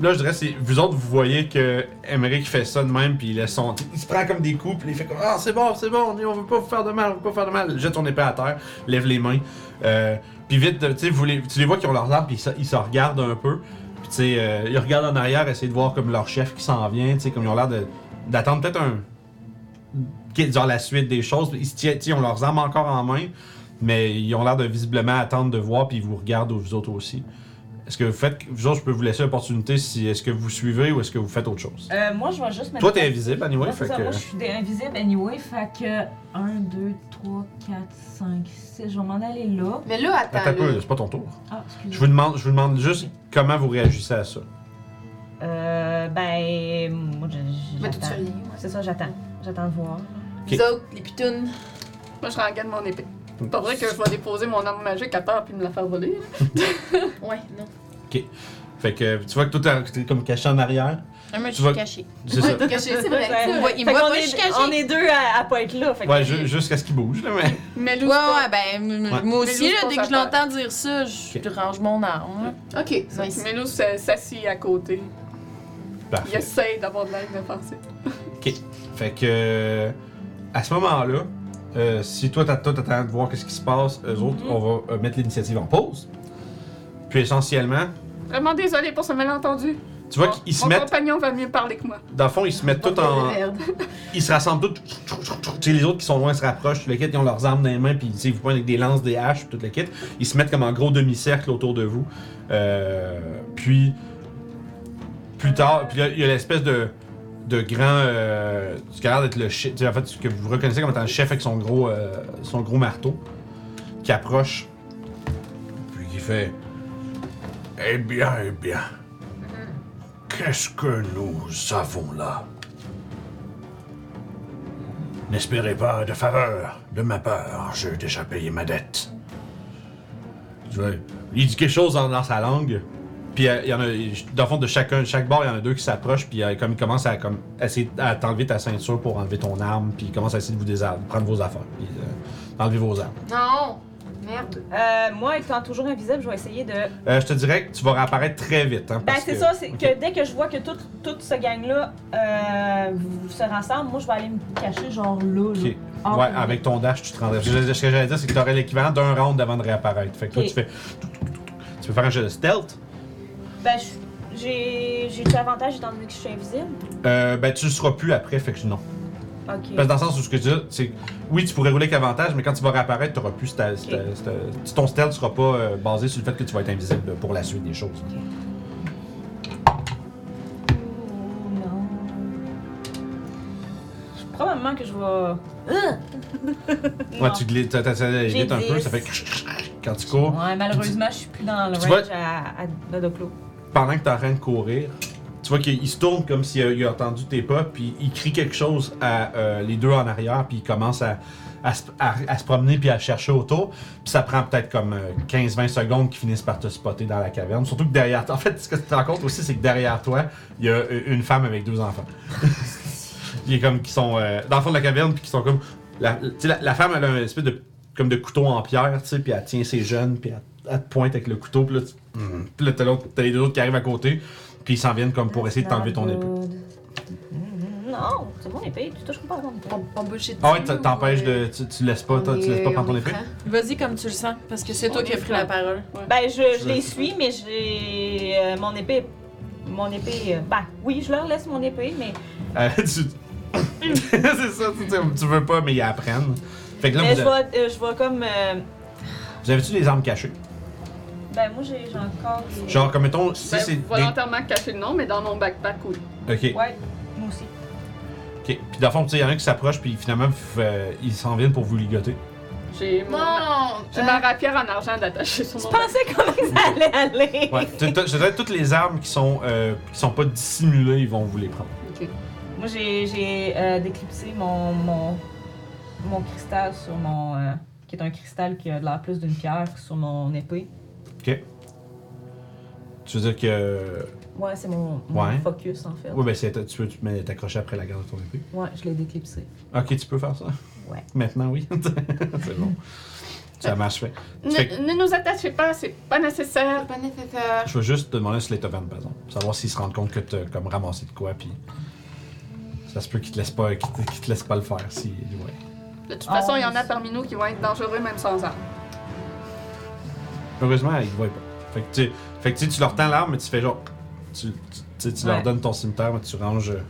Là, je dirais, c'est vous autres, vous voyez que Emmerich fait ça de même, puis il laisse son. Il se prend comme des coups, puis il fait comme Ah, c'est bon, c'est bon, on veut pas vous faire de mal, on veut pas vous faire de mal. Jette ton épée à terre, lève les mains. Euh, puis vite, tu sais, vous les, tu les vois qui ont leurs armes, puis ils se, ils se regardent un peu. Puis tu sais, euh, ils regardent en arrière, essayer de voir comme leur chef qui s'en vient, tu sais, comme ils ont l'air de- d'attendre peut-être un. genre la suite des choses. Ils, se tiennent- tu sais, ils ont leurs armes encore en main. Mais ils ont l'air de visiblement attendre de voir, puis ils vous regardent, vous autres aussi. Est-ce que vous faites. Vous autres, je peux vous laisser l'opportunité si. Est-ce que vous suivez ou est-ce que vous faites autre chose?
Euh, moi, je vais juste mettre.
Toi, t'es invisible, anyway,
Ouais, c'est
fait
ça,
que.
Moi, je suis invisible anyway, fait que 1, 2, 3, 4, 5, 6. Je vais m'en aller là.
Mais là, attends.
Attends un
là.
peu, c'est pas ton tour.
Ah,
Je
excusez-moi.
vous demande, je vous demande juste comment vous réagissez à ça.
Euh, ben. Moi, je- je-
Mais tout
j'attends.
sur rien.
C'est ça, j'attends. J'attends de voir.
Ok.
Les autres, les pitounes.
Moi, je rengaine mon épée. C'est pas vrai que je vais déposer mon arme magique à terre puis me la faire voler. là.
Ouais, non.
Fait que tu vois que tout est comme caché en arrière.
Non, Ah, mais je
Tu vas-
suis cachée.
C'est ça.
Caché, c'est vrai.
Ouais.
Il me voit-
Fait
il me voit
qu'on
pas,
est-
je suis cachée.
on est deux à, à pas être là. Fait que-
Ouais, ju- jusqu'à ce qu'il bouge, là, mais.
Mais
Ouais,
Lou,
ouais, ben, m-
Ouais.
moi
Mais
aussi,
lui,
là,
c'est
dès
pas
que je
sa
l'entends dire ça, je
Ok.
range mon arme. là.
Ok.
c'est-
Nice.
Melou s- s'assit à côté. Il
Parfait.
essaye d'avoir de l'air inoffensif.
Fait que. euh, À ce moment-là, euh, si toi, t'as- toi, t'attends de voir qu'est-ce qui se passe, eux autres, on va euh, mettre l'initiative en pause. Puis essentiellement,
Vraiment désolé pour ce malentendu.
tu vois
Mon-
qu'ils se
Mon
mettent.
compagnon va mieux parler que moi.
Dans le fond, ils se mettent tous en. Ils se rassemblent tous. Tu sais, les autres qui sont loin se rapprochent, tout le kit, ils ont leurs armes dans les mains, puis tu sais, ils vous pointent avec des lances, des haches, puis tout le kit. Ils se mettent comme en gros demi-cercle autour de vous. Euh, puis. Plus tard, puis là, il y a l'espèce de. De grand. Euh, ce qui a l'air d'être le chef. tu sais, En fait, ce que vous reconnaissez comme étant le chef avec son gros, euh, son gros marteau. Qui approche. Puis qui fait. Eh bien, eh bien. Qu'est-ce que nous avons là? N'espérez pas de faveur de ma part, j'ai déjà payé ma dette. Je vais- Il dit quelque chose dans, dans sa langue, puis euh, il y en a, dans le fond, de chacun, de chaque bord, il y en a deux qui s'approchent, puis euh, comme il commence à comme, essayer à t'enlever ta ceinture pour enlever ton arme, puis il commence à essayer de vous désarmer, prendre vos affaires, puis euh, d'enlever vos armes.
Non. Merde.
Euh, moi, étant toujours invisible, je vais essayer de.
Euh, je te dirais que tu vas réapparaître très vite. Hein,
Ben,
parce
c'est
que-
ça, c'est
Ok.
que dès que je vois que toute tout ce gang-là euh, se rassemble, moi, je vais aller me cacher, genre là. là.
Ok.
Ah,
ouais, avec ton dash, tu te rendrais. Je- Ce que j'allais dire, c'est que tu aurais l'équivalent d'un round avant de réapparaître. Fait que
Ok.
toi, tu fais. Tu peux faire un jeu de stealth.
Ben, je- j'ai j'ai-tu avantage étant donné que je suis invisible?
Euh, ben, tu le seras plus après, fait que non.
Ok.
Parce que dans le sens où ce que je dis, c'est. Oui, tu pourrais rouler avec avantage, mais quand tu vas réapparaître, tu n'auras plus. ta- ta- ta- ton stealth ne sera pas euh, basé sur le fait que tu vas être invisible pour la suite des choses.
Ouh, non. Je- Probablement que je vais. Ah!
Ouais,
Non.
tu glisses t'as- t'as- t'as-
J'ai
glisse un peu, ça
10.
fait. Quand tu cours.
Ouais, malheureusement, je suis plus dans le
Tu vois-
range à, à Dodoclo.
pendant que t'es en train de courir, tu vois qu'il il se tourne comme s'il a, il a entendu tes pas, puis il crie quelque chose à euh, les deux en arrière, puis il commence à, à se- à- à se promener puis à chercher autour. Puis ça prend peut-être comme euh, 15-20 secondes qu'ils finissent par te spotter dans la caverne. Surtout que derrière toi, en fait, ce que tu te rends compte aussi, c'est que derrière toi, il y a euh, une femme avec deux enfants. qui est comme qui sont euh, dans le fond de la caverne, puis qui sont comme. La, tu sais, la, la femme, elle a un espèce de, comme de couteau en pierre, tu sais, puis elle tient ses jeunes, puis elle, elle te pointe avec le couteau, puis là, tu- puis là, t'as l'autre- t'as les deux autres qui arrivent à côté, puis ils s'en viennent comme pour essayer de t'enlever ton épée.
Non, c'est mon épée, tu touches pas à mon épée.
On, on bullshit.
Ah ouais, t- t'empêches de. Tu, tu laisses pas, toi, tu laisses pas prendre ton épée?
Vas-y comme tu le sens, parce que c'est
On
toi qui as
est
pris la parole.
Ben, je, je les suis, mais j'ai. euh, mon épée. Mon épée. euh, ben, oui, je leur laisse mon épée, mais.
Euh, tu- c'est ça, tu, sais, tu veux pas, mais ils apprennent. Fait que là,
mais
vous,
je
avez,
vais, euh, je vais comme. euh,
vous avez-tu des armes cachées?
ben, moi, j'ai j'ai encore. des-
Genre, comme mettons, si
Ben,
c'est.
volontairement caché le nom, mais dans mon backpack, oui.
Ok.
Ouais, moi aussi.
Ok. Puis dans le fond, tu sais, il y en a un qui s'approche, puis finalement, f- euh, ils s'en viennent pour vous ligoter.
J'ai mon-
Non!
j'ai ma rapière en argent d'attacher sur
Je
mon
pensais comment ça allait aller.
Ouais. T'as- t'as- Je dirais que toutes les armes qui sont, euh, qui sont pas dissimulées, ils vont vous les prendre.
Moi, j'ai j'ai, euh, décrypté mon, mon, mon cristal sur mon. euh, qui est un cristal qui a de l'air plus d'une pierre sur mon épée.
Tu veux dire que. euh,
Ouais, c'est mon, mon
Ouais.
focus en fait.
Oui, ben, c'est- tu peux tu mets- t'accrocher après la garde de ton épée.
Ouais, je l'ai déclipsé.
Ok, tu peux faire ça.
Ouais.
Maintenant, oui. c'est bon. Ça marche fait.
Ne,
Tu fais-
ne nous attachez pas, c'est pas nécessaire.
Pas nécessaire.
Je veux juste te demander un Slate of Hand, par exemple. pour Savoir s'ils se rendent compte que t'as comme ramassé de quoi, puis. Ça se peut qu'ils te laissent pas, qu'ils te, qu'ils te laissent pas le faire. Si, ouais.
De toute façon, il y en a parmi nous qui vont être dangereux même sans armes.
Heureusement, ils te voient pas. Fait que tu, fait que, tu sais, tu leur tends l'arme, mais tu fais genre. Tu, tu- tu sais, tu leur
Ouais.
donnes ton cimetière, mais tu ranges euh,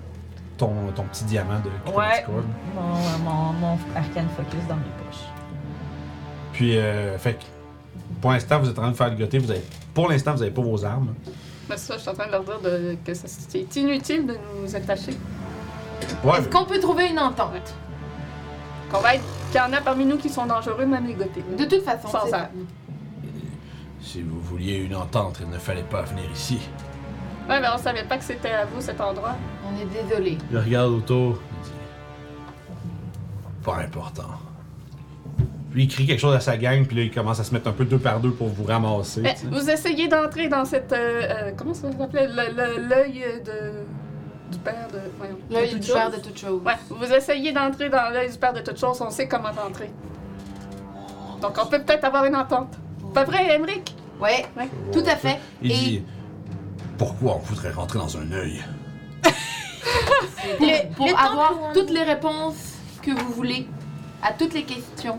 ton, ton petit diamant de
Ouais.
Criminal Cord.
Mon, euh, mon, mon arcane focus dans mes poches.
Puis, euh, fait que, pour l'instant, vous êtes en train de faire le goûter. Vous avez, pour l'instant, vous avez pas vos armes.
Mais ça, je suis en train de leur dire de- que ça- c'est inutile de nous attacher.
Ouais,
Est-ce qu'on peut trouver une entente?
Qu'on va être. Qu'il y en a parmi nous qui sont dangereux, même les gotés.
De toute façon,
Sans
c'est-
armes.
Si vous vouliez une entente, il ne fallait pas venir ici.
Ouais, mais on savait pas que c'était à vous cet endroit.
on est désolé.
Il regarde autour. Il dit Pas important. Puis il crie quelque chose à sa gang, puis là, il commence à se mettre un peu deux par deux pour vous ramasser.
Mais
Ben,
tu sais.
Eh, vous essayez d'entrer dans cette. euh, euh, comment ça s'appelait Le- le- L'œil de. Du père de. Voyons.
Là,
de
il
toute
peur
chose.
de toute chose.
Ouais, vous essayez d'entrer dans l'œil du père de toute chose, on sait comment entrer. Donc on peut peut-être avoir une entente. Pas vrai, Emmerich?
Ouais, tout à fait.
Il
Et-
dit Pourquoi on voudrait rentrer dans un œil
Pour, pour avoir toutes les réponses que vous voulez à toutes les questions.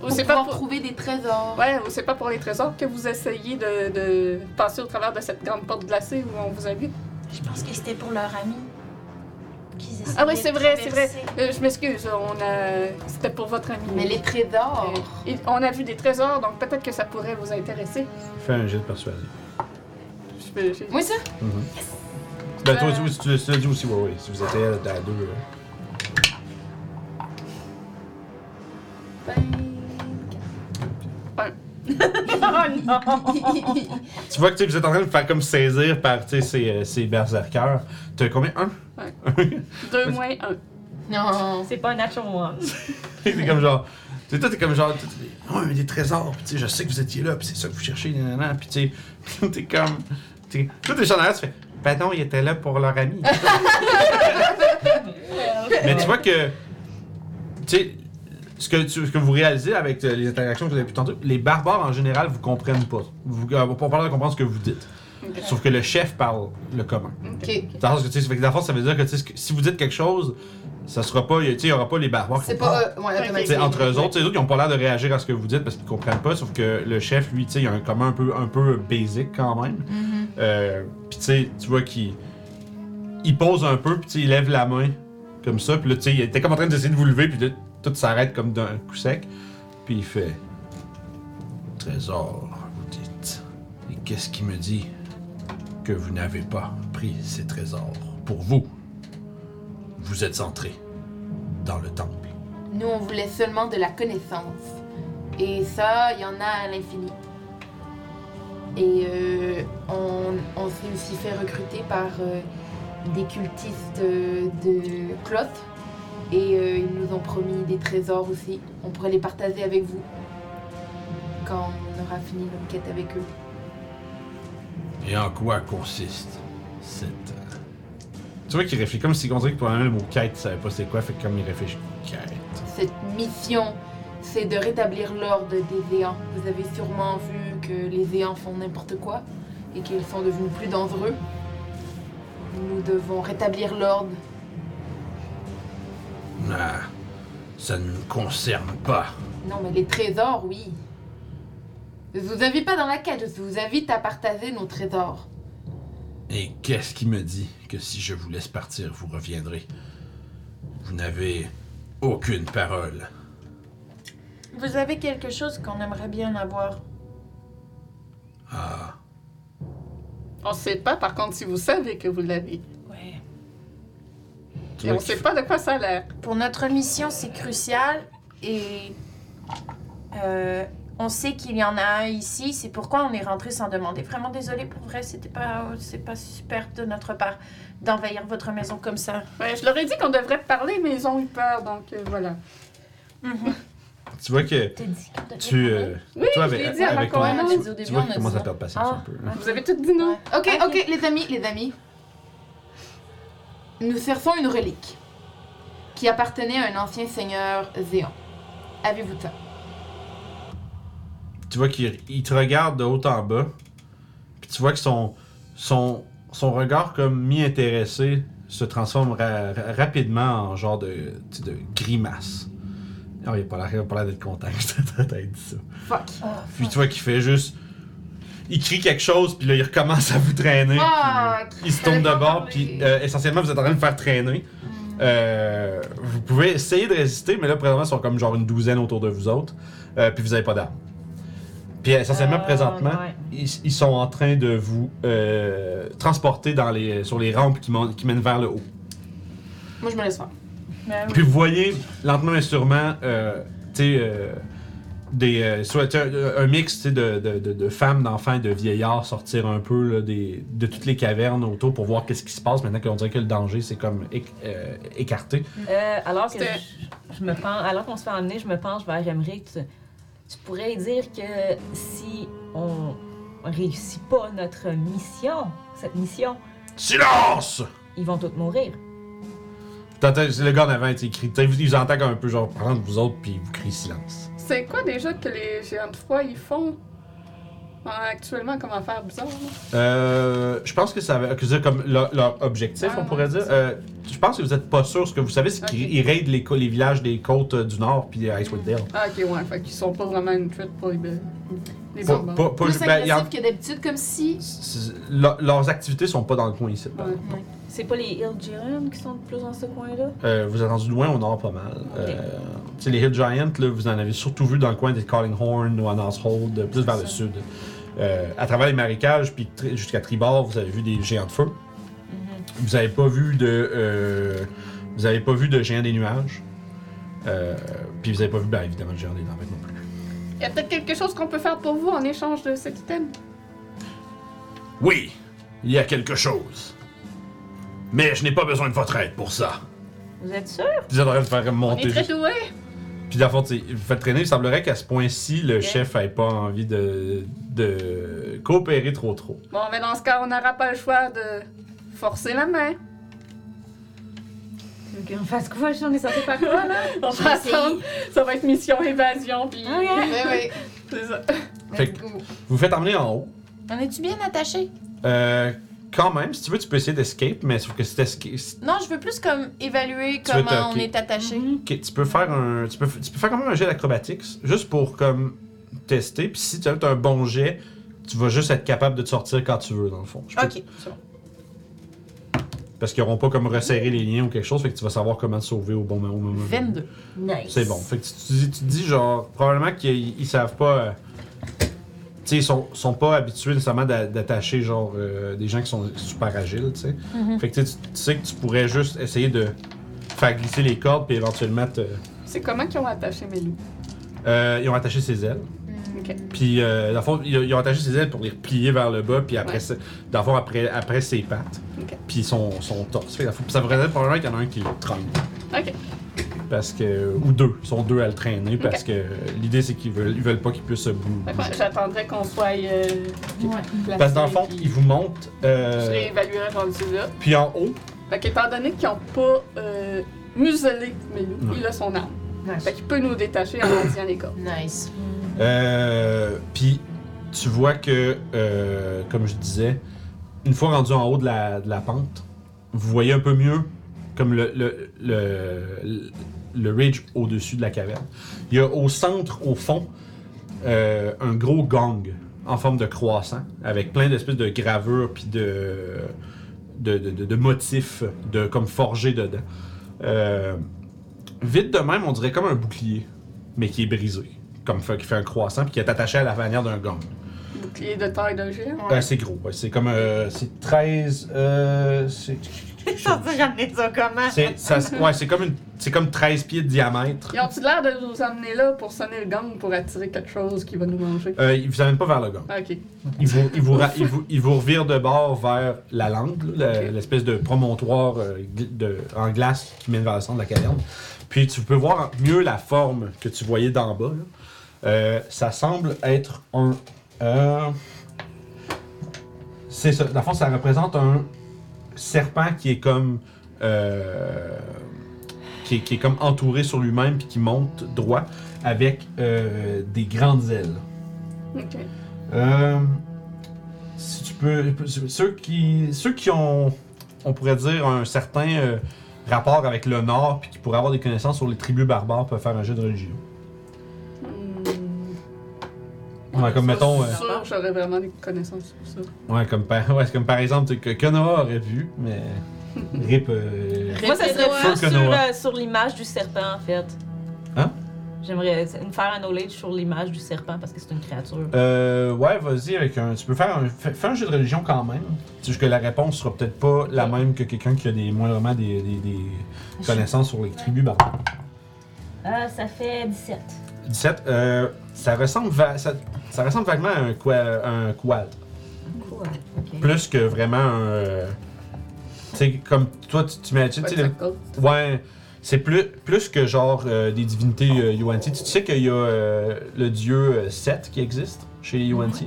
Oh,
Ou
pour
c'est pas
pouvoir
pour...
trouver des trésors.
Ouais, ou c'est pas pour les trésors que vous essayez de, de passer au travers de cette grande porte glacée où on vous invite?
Je pense que c'était pour leur ami. qu'ils essayaient
Ah oui, c'est
de
vrai, c'est vrai.
traverser.
Euh, je m'excuse, on a... C'était pour votre ami.
Mais les trésors.
Euh, il- on a vu des trésors, donc peut-être que ça pourrait vous intéresser.
Fais un jet de persuasion.
Je peux- je-
Moi, ça?
Mhm. Ben, toi, tu, tu, tu l'as dit aussi, ouais, ouais. Si vous étiez à à deux. euh, Tu vois que tu sais, vous êtes en train de vous faire comme saisir par tu sais, ces, euh, ces berserkers. T'as combien Un
Deux moins un.
Non.
C'est pas un action one.
T'es comme genre. Tu sais, toi, t'es comme genre. t'es- t'es- Ouais, mais des trésors, pis tu sais, je sais que vous étiez là, pis c'est ça que vous cherchez, nanana, pis tu sais, t'es comme. T'es, toi, t'es genre derrière, tu fais. Ben non, ils étaient là pour leur ami. mais tu vois que. Tu sais, ce que, tu- ce que vous réalisez avec euh, les interactions que vous avez depuis tantôt, les barbares en général vous comprennent pas. Vous, euh, on parle de comprendre ce que vous dites. Sauf que le chef parle le commun.
Ok.
Dans le sens que, tu sais, fait que dans le fond, ça veut dire que, tu sais, ce que- si vous dites quelque chose, ça sera pas, euh, il n'y aura pas les barbares qui
C'est
vont
pas. euh, ouais,
tu sais,
automatique.
entre eux autres, tu sais, les autres, ils ont pas l'air de réagir à ce que vous dites parce qu'ils comprennent pas, sauf que le chef, lui, tu sais, il a un commun un peu, un peu basic quand même. Euh, puis tu sais, tu vois qu'il il pose un peu, puis tu sais, il lève la main comme ça, puis là, tu sais, il était comme en train d'essayer de vous lever, puis là, tout s'arrête comme d'un coup sec. Puis il fait Trésor, vous dites. Et qu'est-ce qui me dit que vous n'avez pas pris ces trésors pour vous Vous êtes entrés dans le temple.
Nous, on voulait seulement de la connaissance. Et ça, il y en a à l'infini.
Et euh, on, on s'est aussi fait recruter par euh, des cultistes euh, de cloth. Et euh, ils nous ont promis des trésors aussi. On pourrait les partager avec vous quand on aura fini l'enquête avec eux.
Et en quoi consiste cette. euh, Tu vois qu'il réfléchit comme si on dirait que pour le mot quête, il savait pas c'est quoi, fait que comme il réfléchit. Quête.
Cette mission, c'est de rétablir l'ordre des éants. Vous avez sûrement vu que les éants font n'importe quoi et qu'ils sont devenus plus dangereux. Nous devons rétablir l'ordre.
Ah, ça ne me concerne pas.
Non, mais les trésors, oui. Je vous invite pas dans la quête, je vous invite à partager nos trésors.
Et qu'est-ce qui me dit que si je vous laisse partir, vous reviendrez Vous n'avez aucune parole.
Vous avez quelque chose qu'on aimerait bien avoir.
Ah,
On sait pas, par contre, si vous savez que vous l'avez.
Ouais.
tu
Et
vois
on
qu'il
sait
fait-
pas de quoi ça a l'air.
Pour notre mission, c'est crucial et euh, on sait qu'il y en a un ici. C'est pourquoi on est rentré sans demander. Vraiment désolé pour vrai, c'était pas c'est pas super de notre part d'envahir votre maison comme ça.
Ouais, je leur ai dit qu'on devrait parler, mais ils ont eu peur, donc euh, voilà.
Mhm.
Tu vois que tu. euh,
Oui,
toi,
je
avec,
l'ai dit à ma
avec ton-
commandante. Ah.
tu-
dit au début,
tu vois
on
qu'il
a
commence
dit
à
non.
perdre patience
Ah.
un peu. hein.
Vous avez tout dit non.
Ok, ok, les amis, les amis. Nous cherchons une relique qui appartenait à un ancien seigneur Zéon. Avez-vous
Hmm.
ça?
tu vois qu'il il te regarde de haut en bas. Puis tu vois que son, son, son regard comme mi-intéressé se transforme ra- ra- rapidement en genre de, tu sais, de grimace. Ah, il a pas l'air- il a pas l'air d'être content que t'as dit ça.
Fuck.
Puis tu vois qu'il fait juste... Il crie quelque chose, puis là, il recommence à vous traîner.
Fuck!
puis il se tourne de
Fallait pas
bord,
parler.
puis euh, essentiellement, vous êtes en train de le faire traîner. Euh, vous pouvez essayer de résister, mais là, présentement, ils sont comme genre une douzaine autour de vous autres. Euh, puis vous avez pas d'armes. Puis euh,
Euh,
essentiellement, présentement,
Oh, ouais.
ils, ils sont en train de vous euh, transporter dans les, sur les rampes qui, mon- qui mènent vers le haut.
Moi, je me laisse faire.
Puis vous voyez, lentement mais sûrement, euh, tu sais, euh, des, euh, soit un, un mix tu sais, de, de- de- de femmes, d'enfants et de vieillards sortir un peu là, des, de toutes les cavernes autour pour voir qu'est-ce qui se passe maintenant qu'on dirait que le danger c'est comme éc- euh, écarté.
Euh, alors que
C'était-
je, je me pen- alors qu'on se fait emmener, je me penche vers Emmerich. Tu, tu pourrais lui dire que si on réussit pas notre mission, cette mission,
Silence!
ils vont tous mourir.
T'entends, c'est le gars en avant, tu sais, il crie. Tu sais, Ils vous entendent comme un peu genre prendre vous autres puis ils vous crient silence.
C'est quoi déjà que les géants de froid ils font euh, actuellement comme affaire bizarre? là?
Euh, je pense que ça va que c'est comme leur, leur objectif,
Ah,
on pourrait
ouais,
dire. Euh, je pense que vous êtes pas sûr. Ce que vous savez, c'est
Ok.
qu'ils ils raident les, co- les villages des côtes euh, du Nord puis à Icewind Dale.
Ah, ok, ouais, fait qu'ils sont pas vraiment une traite pour les, les
Pas-
barbares.
pas- pas-
Plus
ben, y
agressif
en-
que d'habitude, comme si.
c'est- leur- leurs activités sont pas dans le coin ici. par
Ouais.
exemple.
C'est pas les Hill Giants qui sont de plus dans ce coin-là?
Euh, vous êtes rendu loin au nord pas mal. Euh, tu sais, les Hill Giants, là, vous en avez surtout vu dans le coin des Calling Horn ou Anna's Hold, euh, plus vers le sud. Euh, à travers les marécages, puis tri- jusqu'à Tribord, vous avez vu des géants de feu.
Mm-hmm.
Vous avez pas vu de. euh, vous avez pas vu de géants des nuages. Euh, puis vous avez pas vu, ben, évidemment, le géant des tempêtes non plus.
Y a peut-être quelque chose qu'on peut faire pour vous en échange de cet item?
Oui, il y a quelque chose. Mais je n'ai pas besoin de votre aide pour ça.
Vous êtes sûr?
Vous êtes en train de faire
On
monter
est très
juste-
doués!
Puis dans le fond, tu sais, vous faites traîner, il semblerait qu'à ce point-ci, le chef n'avait pas envie de, de coopérer trop trop.
Bon, mais dans ce cas, on n'aura pas le choix de forcer la main.
Ok, on fasse quoi? On est censé faire quoi, là?
On va attendre. Ça va être mission évasion, puis
Ok.
Oui, oui.
c'est ça.
Fait que vous faites emmener en haut.
On est-tu bien attaché?
Euh, quand même, si tu veux, tu peux essayer d'escape, mais sauf que si t'esca- si-
Non, je veux plus comme évaluer
Tu veux Mhm.
comment on
toquer.
est
Mhm.
attaché.
ok, tu peux faire un, tu peux, tu peux faire quand même un jet d'acrobatics, juste pour comme tester. Puis si tu as un bon jet, tu vas juste être capable de te sortir quand tu veux dans le fond. Je peux-
Ok, c'est bon.
Parce qu'ils n'auront pas comme resserré les liens ou quelque chose, fait que tu vas savoir comment te sauver au bon moment. au moment venu.
22.
Nice.
C'est bon. Fait que tu, tu dis, tu dis genre, probablement qu'ils ils savent pas. euh, tu sais, ils sont, sont pas habitués nécessairement d'a- d'attacher genre euh, des gens qui sont super agiles, tu sais. Fait que tu, sais, tu- tu sais que tu pourrais juste essayer de faire glisser les cordes puis éventuellement te.
C'est comment qu'ils ont attaché mes loups?
Euh, ils ont attaché ses ailes.
Mm. Ok.
Puis, euh, dans le fond, ils, ils ont attaché ses ailes pour les replier vers le bas, puis après,
Ouais.
ça- dans le fond, après, après ses pattes,
Ok.
puis son, son torse. Fait que, dans le fond, ça pourrait être probablement qu'il y en a un qui le traîne.
Ok.
Parce que, ou deux, ils sont deux à le traîner, parce que euh, l'idée c'est qu'ils veulent, ils veulent pas qu'il puisse se bou-
Fait que ouais,
bouger.
J'attendrai qu'on soit. Euh, placés,
Parce que dans le fond,
puis
ils vous montent, euh,
Je les évaluerai rendu là.
puis en haut,
Fait qu'étant donné qu'ils n'ont pas euh, muselé mes loups,
Ouais.
il a son arme.
Nice.
Fait qu'il peut nous détacher en mendiant les cordes.
Nice.
Euh, puis tu vois que, euh, comme je disais, une fois rendu en haut de la, de la pente, vous voyez un peu mieux comme le, le, le, le ridge au-dessus de la caverne. Il y a au centre, au fond, euh, un gros gong en forme de croissant avec plein d'espèces de gravures puis de, de, de, de- de motifs de, comme forgés dedans. Euh, vite de même, on dirait comme un bouclier, mais qui est brisé comme fait, qui fait un croissant puis qui est attaché à la manière d'un gong.
Bouclier de taille d'un géant.
Euh, c'est gros, ouais. c'est comme euh, c'est 13 euh, c'est
ramener ça comment?
c'est- ça se- ouais, c'est comme une c'est comme 13 pieds de diamètre.
Ils ont-tu l'air de nous emmener là pour sonner le gong pour attirer quelque chose qui va nous manger?
Euh, ils vous amènent pas vers le gong.
Ah, Ok.
Ils vous ils vous, ra- ils vous, ils vous revirent de bord vers la langue, là, la-
Ok.
l'espèce de promontoire euh, gl- de, en glace qui mène vers le centre de la caverne. Puis tu peux voir mieux la forme que tu voyais d'en bas. là. Euh, ça semble être un. euh, c'est ça. Dans le fond, ça représente un serpent qui est comme. euh, qui, est, qui est comme entouré sur lui-même puis qui monte droit avec euh, des grandes ailes.
Ok.
Euh, si tu peux. Ceux qui, ceux qui ont, on pourrait dire, un certain euh, rapport avec le Nord, puis qui pourraient avoir des connaissances sur les tribus barbares, peuvent faire un jeu de religion.
Hmm.
Ouais, comme
Ça,
mettons.
je suis sûre que j'aurais vraiment des connaissances sur ça.
euh, ouais, comme par, ouais, c'est comme par exemple tu sais, que Konoha aurait vu, mais. Rip. euh,
Moi, ça serait
Faut
plus
que
sur,
Noah.
euh, sur l'image du serpent, en fait.
Hein?
J'aimerais euh, faire un knowledge sur l'image du serpent parce que c'est une créature.
euh, ouais, vas-y avec un. Tu peux faire un, fais, fais un jeu de religion quand même. C'est juste que la réponse sera peut-être pas la même que quelqu'un qui a des, moindrement des, des- des connaissances sur les tribus barbares.
Ah, ça fait 17.
17, euh, ça, ressemble va- ça, ça ressemble vaguement à un, qua- un quad.
Cool. Ok.
Plus que vraiment un. euh, tu sais, comme toi, tu t'imagines. tu sais, le-
Circle.
Ouais, c'est plus, plus que genre euh, des divinités euh, Yuan-Ti. Tu sais qu'il y a euh, le dieu euh, Set qui existe chez les Yuan-Ti.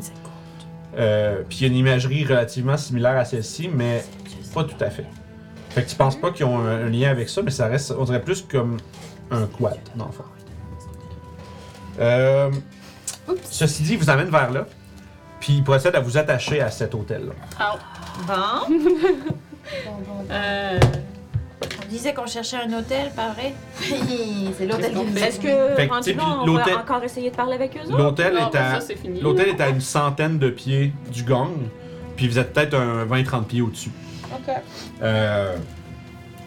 Euh, Puis il y a une imagerie relativement similaire à celle-ci, mais pas tout à fait. Fait que tu penses pas qu'ils ont un, un lien avec ça, mais ça reste, on dirait plus comme un quad, dans le fond. Euh, ceci dit, ils vous amène vers là, puis ils procèdent à vous attacher à cet hôtel-là.
Bon.
Euh,
On disait qu'on cherchait un hôtel, pas vrai?
c'est l'hôtel qui nous
Est-ce que
Fait que,
rendu là,
tu sais, puis
on va
l'hôtel-
encore essayer de parler avec eux autres?
L'hôtel
non,
est
ben
à...
ça, c'est fini.
L'hôtel est à une centaine de pieds du gong, puis vous êtes peut-être un 20-30 pieds au-dessus.
Ok.
Euh,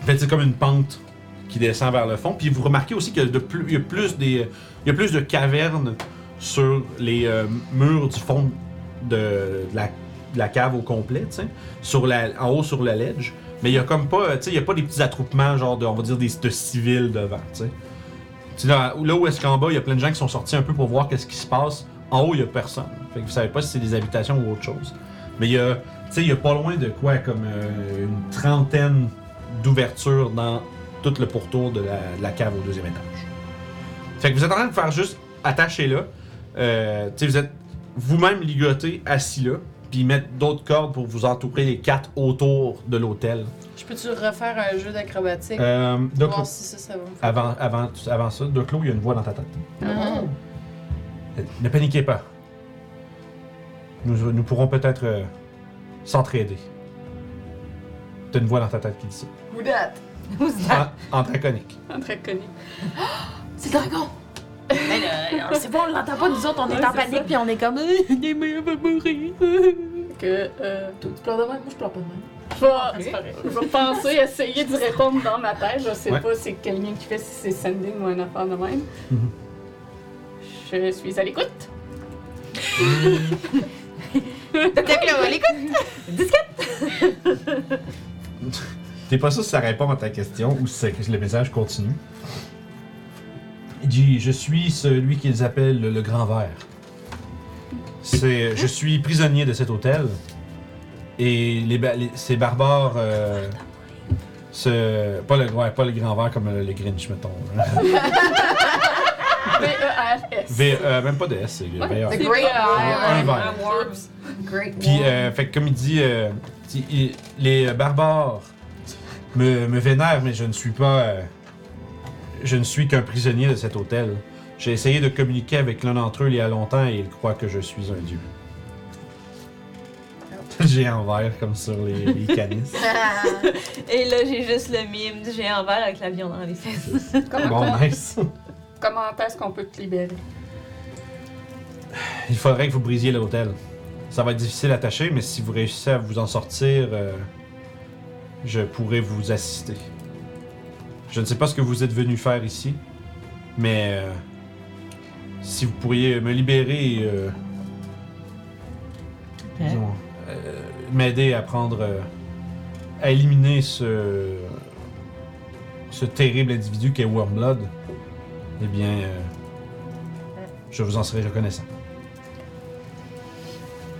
en fait, c'est comme une pente qui descend vers le fond. Puis vous remarquez aussi qu'il y a, de plus, il y a plus des, il y a plus de cavernes sur les euh, murs du fond de, de la, de la cave au complet, tu sais, sur la, en haut sur la ledge. Mais il y a comme pas, tu sais, il y a pas des petits attroupements genre de, on va dire des de civils devant, tu sais. Tu sais, Là, là où est-ce qu'en bas, il y a plein de gens qui sont sortis un peu pour voir qu'est-ce qui se passe. En haut, il y a personne. Fait que vous savez pas si c'est des habitations ou autre chose. Mais il y a, tu sais, il y a pas loin de quoi, comme euh, une trentaine d'ouvertures dans tout le pourtour de la, de la cave au deuxième étage. Fait que vous êtes en train de faire juste attacher là. Euh, tu sais, vous êtes vous-même ligoté, assis là. puis mettre d'autres cordes pour vous entourer les quatre autour de l'hôtel.
Je peux-tu refaire un jeu d'acrobatique?
Euh, de
voir
clo-
si ça, ça va me faire.
avant, avant, avant ça, de clos, il y a une voix dans ta tête. Ne paniquez pas. Nous, nous pourrons peut-être euh, s'entraider. T'as une voix dans ta tête qui dit ça.
Who dat?
En, en draconique.
Un très connu.
C'est le dragon!
Mais là, c'est bon, on l'entend pas, nous autres, on est
Ouais,
en
c'est
panique,
ça.
puis on est comme.
Que euh,
Toi, tu pleures de même? Moi, je pleure pas
je,
de même.
vais, je vais penser, essayer de répondre dans ma tête. Je sais
Ouais.
pas c'est quelqu'un qui fait, si c'est sending ou un affaire de même.
Mhm. Mm-hmm.
Je suis à l'écoute.
T'es pas sûr si ça répond à ta question ou si c'est- le message continue. Il dit Je suis celui qu'ils appellent le Grand Vert. C'est, je suis prisonnier de cet hôtel. Et les, ba- les- ces barbares. euh, se- pas, le, ouais, pas le Grand Vert comme le, le Grinch, mettons. hein.
V-E-R-S.
V- euh, même pas de S, c'est le VR.
The Great
Un
Eye!
vert.
Great
Puis, euh, fait que comme il dit, euh, il- il- les barbares me, me vénèrent, mais je ne suis pas. euh, je ne suis qu'un prisonnier de cet hôtel. J'ai essayé de communiquer avec l'un d'entre eux il y a longtemps et il croit que je suis un dieu. J'ai en vert comme sur les, les canisses. euh,
Et là, j'ai juste le mime du géant vert avec l'avion dans les fesses.
Comment,
bon,
comment-
nice.
comment est-ce qu'on peut te libérer?
Il faudrait que vous brisiez l'hôtel. Ça va être difficile à tâcher, mais si vous réussissez à vous en sortir, euh, je pourrai vous assister. Je ne sais pas ce que vous êtes venu faire ici, mais euh, si vous pourriez me libérer et euh, disons, euh, m'aider à prendre, euh, à éliminer ce ce terrible individu qu'est Wormblood, eh bien, euh, je vous en serai reconnaissant.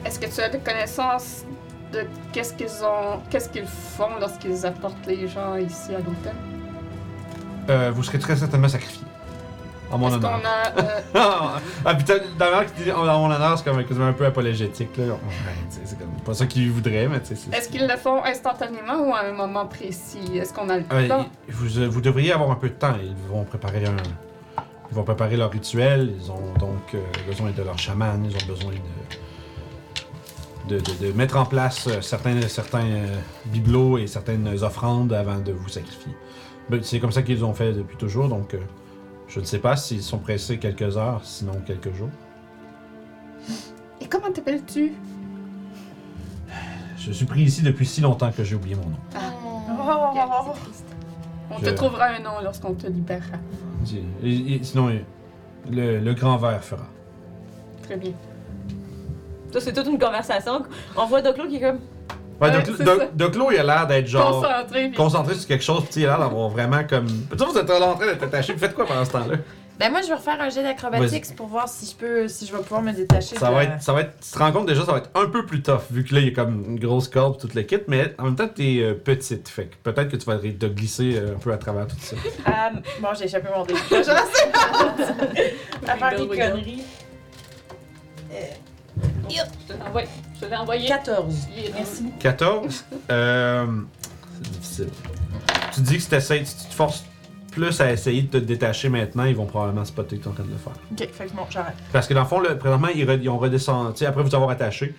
Est-ce que tu as des connaissances de qu'est-ce qu'ils ont, qu'est-ce qu'ils font lorsqu'ils apportent les gens ici à l'hôtel?
Euh, vous serez très certainement sacrifié. En mon
Est-ce qu'on
honneur.
a, euh,
ah putain, d'ailleurs, qui dit en en mon honneur, c'est comme quasiment un peu apologétique. Là. Ouais, tu sais, c'est comme pas ça qu'il voudrait, mais tu sais. c'est-
est-ce qu'ils le font instantanément ou à un moment précis? Est-ce qu'on a le
Euh,
temps?
il- vous, euh, vous devriez avoir un peu de temps. Ils vont préparer un. Ils vont préparer leur rituel. Ils ont donc euh, besoin de leur chaman. Ils ont besoin de. De, de- de mettre en place euh, certains, certains euh, bibelots et certaines offrandes avant de vous sacrifier. Ben, C'est comme ça qu'ils ont fait depuis toujours, donc euh, je ne sais pas s'ils sont pressés quelques heures, sinon quelques jours.
Et comment t'appelles-tu?
Je suis pris ici depuis si longtemps que j'ai oublié mon nom.
Oh.
On
Je-
te trouvera un nom lorsqu'on te libérera.
Dis- et- et- sinon, euh, le, le grand verre fera.
Très bien.
Ça, c'est toute une conversation. On voit Doclo qui est comme.
Ouais,
Ouais,
Doc-
c'est
Doc-
ça.
Doclo, il a l'air d'être genre.
Concentré. puis-
concentré sur quelque chose, puis il a l'air d'avoir vraiment comme. Tu sais, vous êtes en train de t'attacher, puis faites quoi pendant ce temps-là?
Ben moi, je vais refaire un jet d'acrobatics pour voir si je peux, si je vais pouvoir me détacher.
Ça
de
va
la-
être, ça va être, tu te rends compte déjà, ça va être un peu plus tough, vu que là, il y a comme une grosse corde, toute le kit, mais en même temps, t'es euh, petite, fait que peut-être que tu vas te glisser euh, un peu à travers tout ça.
Um, bon, j'ai échappé mon dé. J'en sais pas. À part des
Regarde, regarde.
conneries.
Je te l'envoie. Je te l'ai envoyé.
14.
Il est dans-
14. Euh, c'est difficile. Tu dis que si t'essayes- si tu te forces plus à essayer de te détacher maintenant, ils vont probablement spotter que t'es en train de le faire.
Ok, fait que bon, j'arrête.
Parce que dans le fond, là, présentement, ils, re- ils ont redescendu. tu sais, Après vous avoir attaché,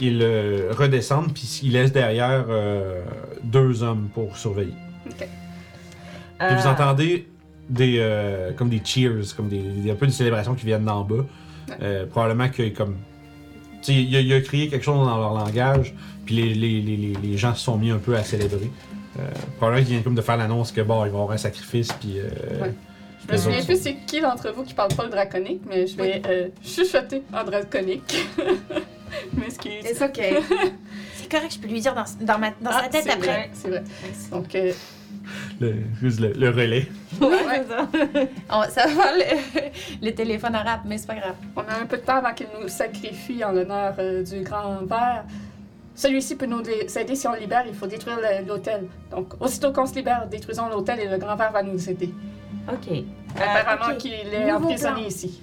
ils euh, redescendent puis ils laissent derrière euh, deux hommes pour surveiller. Puis
Euh.
vous
Ah.
entendez des euh, comme des cheers, comme des, des- un peu des célébrations qui viennent d'en bas. Euh, probablement que comme tu sais, il a, il a crié quelque chose dans leur langage, puis les, les, les, les- les gens se sont mis un peu à célébrer. Euh, probablement qu'ils viennent comme de faire l'annonce que bon, ils vont avoir un sacrifice, puis euh,
Ouais. Je me
les
souviens
autres
plus
sont-
c'est qui d'entre vous qui parle pas le draconique, mais je vais euh, chuchoter en draconique. je m'excuse.
It's ok.
C'est correct, je peux lui dire dans, dans ma, dans
Ah,
sa tête
c'est
après.
vrai, C'est vrai. Donc, euh,
le, juste le- le relais.
Ouais, c'est ça.
On- ça va faire le, le téléphone arabe, mais c'est pas grave.
on a un peu de temps avant qu'il nous sacrifie en l'honneur euh, du grand verre. Celui-ci peut nous dé- aider si on le libère, il faut détruire le- l'hôtel. Donc, aussitôt qu'on se libère, détruisons l'hôtel et le grand verre va nous aider.
Ok. Euh,
Apparemment
ok.
qu'il est
Nouveau
emprisonné
plan.
ici.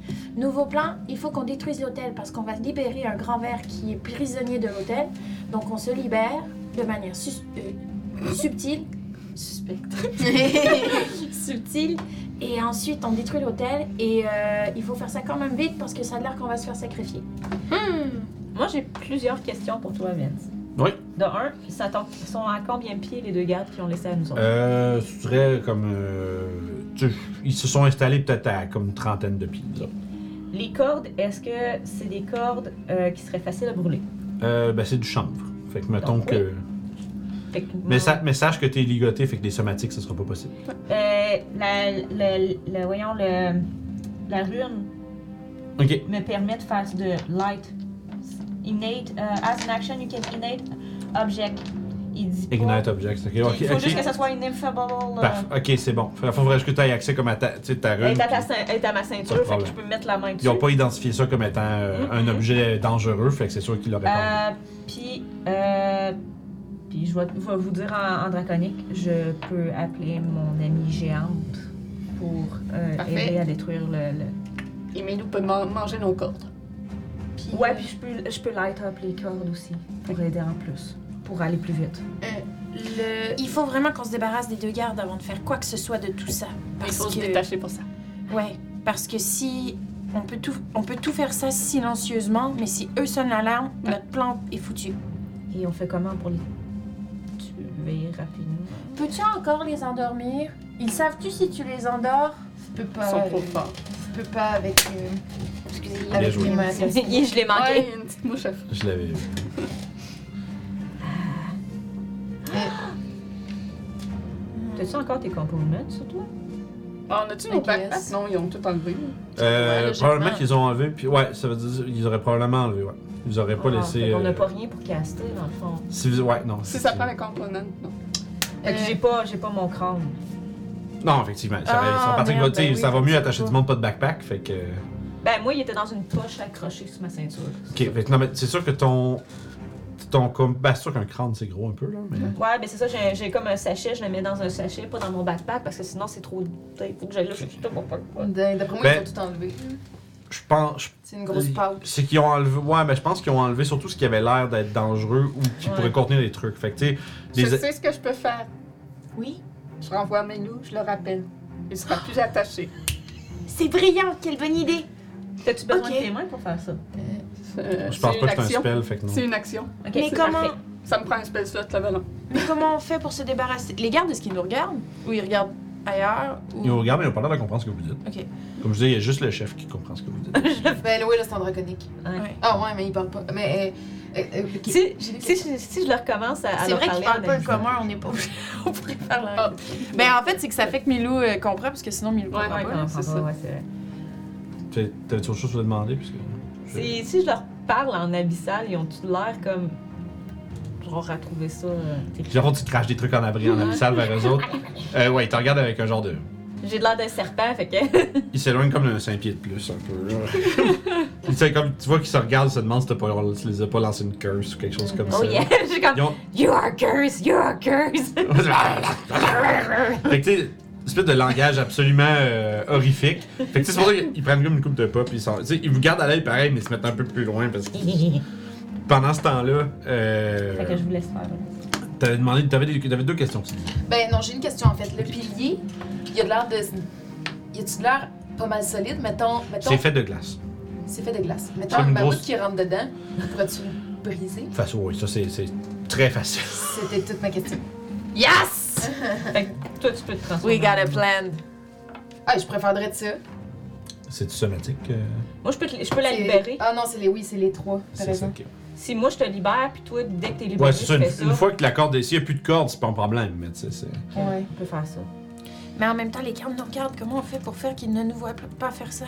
Nouveau plan, il faut qu'on détruise l'hôtel parce qu'on va libérer un grand ver qui est prisonnier de l'hôtel. Donc on se libère de manière sus- euh, subtile. Suspecte. subtile. Et ensuite, on détruit l'hôtel et euh, il faut faire ça quand même vite parce que ça a l'air qu'on va se faire sacrifier.
Moi, j'ai plusieurs questions pour toi, Vince.
Oui.
De un, ils sont à- ils sont à combien de pieds les deux gardes qui ont laissé à nous autres?
Euh, ce serait comme. euh, tu- ils se sont installés peut-être à comme une trentaine de pieds, disons.
Les cordes, est-ce que c'est des cordes euh, qui seraient faciles à brûler?
Euh, ben, c'est du chanvre. Fait que mettons
Ah,
Donc, oui.
que.
Fait que
Mais,
mon-
sa- mais sache que t'es ligoté, fait que des somatiques, ce sera pas possible.
Euh, la, le- le- voyons, le, la rune
Ok.
me permet de faire de light. Innate, euh, as an action, you can innate object. Il dit pas-
Ignite objects. Ok,
Il
ok,
faut
ok.
juste que ça soit ineffable. euh,
Parf- Ok, c'est bon. Fait- faudrait que tu aies accès comme à ta, tu sais, ta
Elle
rune.
est, à Ben, ta cein- elle est à ma
Pas de
ceinture, fait que
problème.
je peux mettre la main
Ils
dessus.
n'ont pas identifié ça comme étant euh, un objet dangereux, fait que c'est sûr qu'ils l'auraient pas.
Mm-hmm. Euh, Puis, euh, puis je vais, je vais vous dire en, en draconique, je peux appeler mon amie géante pour euh,
Parfait.
aider à détruire le. le-
Et Milou peut man- manger nos cordes.
Puis,
Ouais, puis je peux, je peux light up les cordes aussi pour aider en plus, pour aller plus vite.
Le...
Il faut vraiment qu'on se débarrasse des deux gardes avant de faire quoi que ce soit de tout ça.
Il
Parce
faut se
que...
détacher pour ça.
Ouais, parce que si on peut tout, on peut tout faire ça silencieusement, mais si eux sonnent l'alarme, notre plan est foutu.
Et on fait comment pour les tuer rapidement?
Peux-tu encore les endormir Ils savent-tu si tu les endors
tu peux
Ils
pas.
sont trop forts.
Tu peux pas avec. euh,
Excusez,
Bien
avec
joué.
les
Ah,
mains.
je l'ai manqué.
Ouais, il y a une petite mouche à faire.
Je l'avais vu.
Hmm.
T'as-tu encore tes components sur toi?
Ah, On a-tu nos
Ok,
backpacks?
yes.
Non, ils ont tout enlevé.
Euh,
logiquement.
probablement qu'ils ont enlevé, puis ouais, ça veut dire qu'ils auraient probablement enlevé, ouais. Ils auraient pas
Ah,
laissé.
fait qu'on n'a
euh,
pas rien pour caster, dans le fond.
si vous- ouais, non.
Si ça prend les components, non.
Fait que j'ai pas, j'ai pas mon crâne.
Non, effectivement. Ça,
Ah,
ils sont partis de
merde,
côté,
ben oui,
ça va mieux
je
attacher
sais
du monde pas de backpack, fait que.
Ben, moi, il était dans une poche accrochée sur ma ceinture.
Ok, fait que non, mais c'est sûr que ton. Ton. com- Ben, c'est sûr qu'un crâne, c'est gros un peu, là, mais.
Ouais, ben c'est ça, j'ai- j'ai comme un sachet, je le mets dans un sachet, pas dans mon backpack, parce que sinon c'est trop. Il faut que j'aille là, je suis tout mon backpack.
D'après moi,
Ben-
ils ont tout enlevé.
Je pense. je- Euh,
C'est une grosse pâte.
C'est qu'ils ont enlevé. Ouais, mais je pense qu'ils ont enlevé surtout ce qui avait l'air d'être dangereux ou qui
Ouais.
pourrait contenir des trucs. Fait que, tu sais,
Je
des-
sais ce que je peux faire.
Oui.
Je renvoie Milou, je le rappelle. Il sera plus attaché.
C'est brillant, quelle bonne idée
T'as-tu besoin
Ok.
de tes mains pour faire ça?
Euh,
Je pense
c'est
pas
une
que c'est un
action.
spell, fait que non.
C'est une action.
Ok,
Mais
c'est
comment-
parfait.
Ça me prend un spell slot level un.
Mais comment on fait pour se débarrasser Les gardes, est-ce qu'ils nous regardent
Ou ils regardent ailleurs ou...
Ils vous regardent, mais ils ont pas l'air de comprendre ce que vous dites.
Ok.
Comme je dis, il y a juste le chef qui comprend ce que vous dites.
Ben, oui, là, c'est en draconique.
Ouais.
Ah, ouais, mais ils parlent pas. Mais. euh, euh, euh, ok.
Si, si, je- si je leur commence à, à
C'est
leur
vrai
parler,
qu'ils parlent pas
ben,
le commun, on n'est pas obligé. On pourrait faire la
Ah.
Ben en fait, c'est que ça fait que Milou euh, comprend parce que sinon Milou
Ouais,
comprend
ben, ouais,
pas.
ouais,
c'est
c'est
ça.
ça. Ouais, c'est vrai.
T'as- T'avais-tu autre chose à demander? Puisque...
Si, si je leur parle en abyssal, ils ont tout l'air comme. Genre à trouver ça. euh, terrible.
Genre, tu te craches des trucs en abri, en abyssal vers eux autres. Euh, ouais, ils te regardent avec un genre de.
J'ai de l'air d'un serpent, fait que.
Ils s'éloignent comme d'un 5 pieds de plus, un peu. là. Ils savent comme, tu vois qu'ils se regardent, ils se demandent si t'as pas, si les as pas lancé une curse ou quelque chose comme ça.
Oh yeah! J'ai comme.
Ils ont-
You are cursed! You are cursed!
fait que tu sais, espèce de langage absolument euh, horrifique. Fait que tu sais, c'est pour ça qu'ils prennent comme une coupe de pas, puis ils, sont- tu sais, ils vous gardent à l'œil pareil, mais ils se mettent un peu plus loin parce que
fait
pendant ce temps-là, euh,
que je vous laisse faire.
t'avais demandé, t'avais, des- t'avais deux questions. tu dis.
Ben, non, j'ai une question en fait. Le pilier, il a de l'air de. Il a-tu de l'air pas mal solide? Mettons. mettons
C'est fait de glace.
C'est fait de glace. Mettons
C'est une
un mammouth
grosse-
qui rentre dedans, pourrais-tu le briser?
Face oui, ça c'est, c'est très facile.
C'était toute ma question.
Yes!
Fait que toi, tu peux te transformer.
We got a plan.
Ah, je préférerais de ça.
C'est du somatique. euh,
Moi, je peux, te- je peux la
C'est-
libérer.
Ah non, c'est les oui, c'est les trois. T'as
c'est ça.
raison.
ok.
Si moi, je te libère, puis toi, dès que t'es libéré,
Ouais, c'est
tu
ça.
fais
Une,
ça.
une fois que la corde est, s'il n'y a plus de corde, c'est pas un problème, mais tu sais, c'est.
Ouais.
On peut faire ça.
Mais en même temps, les gardes nous regardent. Comment on fait pour faire qu'ils ne nous voient plus- pas faire ça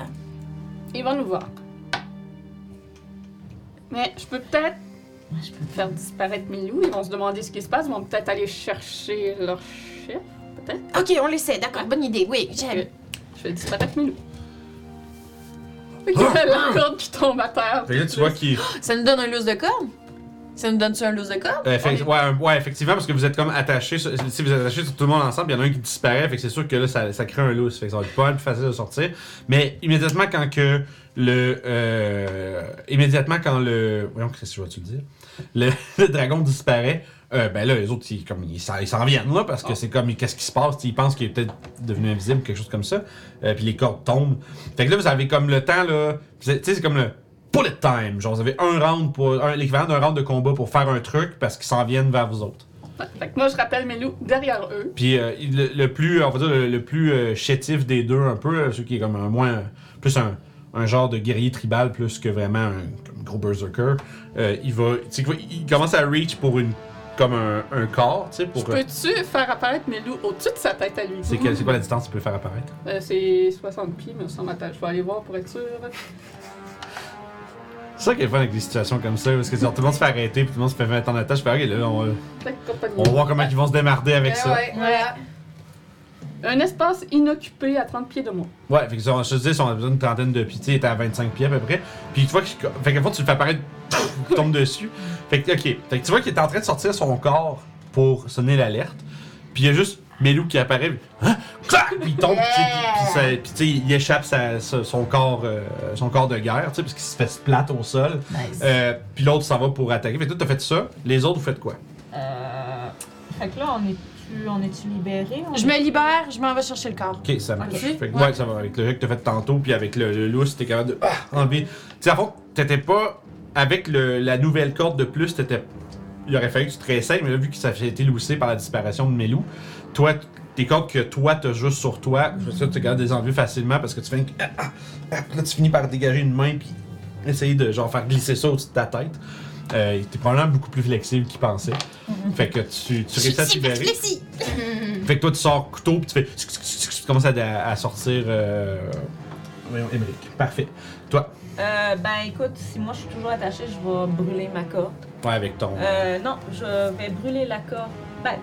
Ils vont nous voir. Mais je peux peut-être faire disparaître Milou. Ils vont se demander ce qui se passe. Ils vont peut-être aller chercher leur chef.
Ok, on l'essaie. D'accord, bonne idée. Oui, j'aime.
Je fais disparaître Milou. Fait que la corde qui tombe à terre.
Fait que Ah! là, tu vois qu'il.
Ça nous donne un loose de corne
Ça nous donne-tu un loose de code?
Euh, fait- ouais, un- ouais, effectivement, parce que vous êtes comme attachés. sur- Si vous êtes attachés sur tout le monde ensemble, il y en a un qui disparaît. Fait que c'est sûr que là, ça, ça crée un loose. Fait que ça va être pas mal plus facile de sortir. Mais immédiatement, quand que le. euh, immédiatement, quand le. Voyons, qu'est-ce que je vais-tu le dire? Le, le dragon disparaît. euh, ben là, les autres, ils, comme, ils, s'en, ils s'en viennent, là, parce que c'est comme, qu'est-ce qui se passe? Ils pensent qu'il est peut-être devenu invisible, quelque chose comme ça. Euh, puis les cordes tombent. Fait que là, vous avez comme le temps, là. vous êtes- Tu sais, c'est comme le bullet time. Genre, vous avez un round pour. un- l'équivalent d'un round de combat pour faire un truc parce qu'ils s'en viennent vers vous autres.
Fait que moi, je rappelle mes loups derrière eux.
Puis euh, il- le, le plus, on va dire, le, le plus euh, chétif des deux, un peu, euh, celui qui est comme un moins. plus un, un genre de guerrier tribal plus que vraiment un comme gros berserker, euh, il va. tu sais quoi, il commence à reach pour une. comme un, un corps, tu sais,
Je
pour. euh,
peux-tu faire apparaître mes loups au-dessus de sa tête à lui?
c'est, quelle- c'est quoi la distance que tu peux faire apparaître?
Euh, c'est 60 pieds, mais sans ma tête. Je vais aller voir pour être sûr.
C'est ça qui est le fun avec des situations comme ça, parce que genre, tout le monde se fait arrêter, puis tout le monde se fait mettre en attache, puis ok, là, on, va-
Peut-être compagnie.
on va voir comment ils vont se démarrer avec
Eh
ça.
ouais, voilà.
Un espace inoccupé à 30 pieds de moi.
Ouais, fait que ça, je te dis, on a besoin d'une trentaine de pieds, tu sais, il était à 25 pieds à peu près. Puis tu vois que, fait qu'à la fois, tu le fais apparaître, pff, il tombe dessus. Fait que, ok. Fait que tu vois qu'il est en train de sortir son corps pour sonner l'alerte. Puis il y a juste Melou qui apparaît, puis, Hein? Clac! Puis il tombe, tu sais, puis- puis ça- puis tu sais, il échappe sa- sa- son, corps, euh, son corps de guerre, tu sais, parce qu'il se fait splat au sol. Euh, puis l'autre s'en va pour attaquer. Fait que toi, t'as fait ça. Les autres, vous faites quoi?
Euh, Fait que là, on est-tu on est libéré?
Je me libère, je m'en vais chercher le corps.
Ok, ça marche.
Ok.
Fait que, ouais. ça va. Avec le jeu que t'as fait tantôt, puis avec le, le lousse, t'es capable de ah, enlever. Tu sais, à fond, t'étais pas. Avec le- la nouvelle corde de plus, t'étais. Il aurait fallu que tu te réessayes, mais là, vu que ça a été loussé par la disparition de Melou, toi, t- tes cordes que toi, t'as juste sur toi, c'est ça, tu gardes des envies facilement parce que tu fais. ah, ah, ah, puis là, tu finis par dégager une main, puis essayer de genre faire glisser ça au-dessus de ta tête. Euh, t'es probablement beaucoup plus flexible qu'il pensait. Fait que tu, tu réussis à te libérer. Fait que toi, tu sors couteau, puis tu fais. sc- sc- sc- sc- Tu commences à, à sortir. Euh... Voyons, Émeric. Parfait.
Euh, ben écoute, si moi je suis toujours attachée, je vais brûler ma corde.
Ouais, avec ton.
Euh, non, je vais brûler la corde. Ben,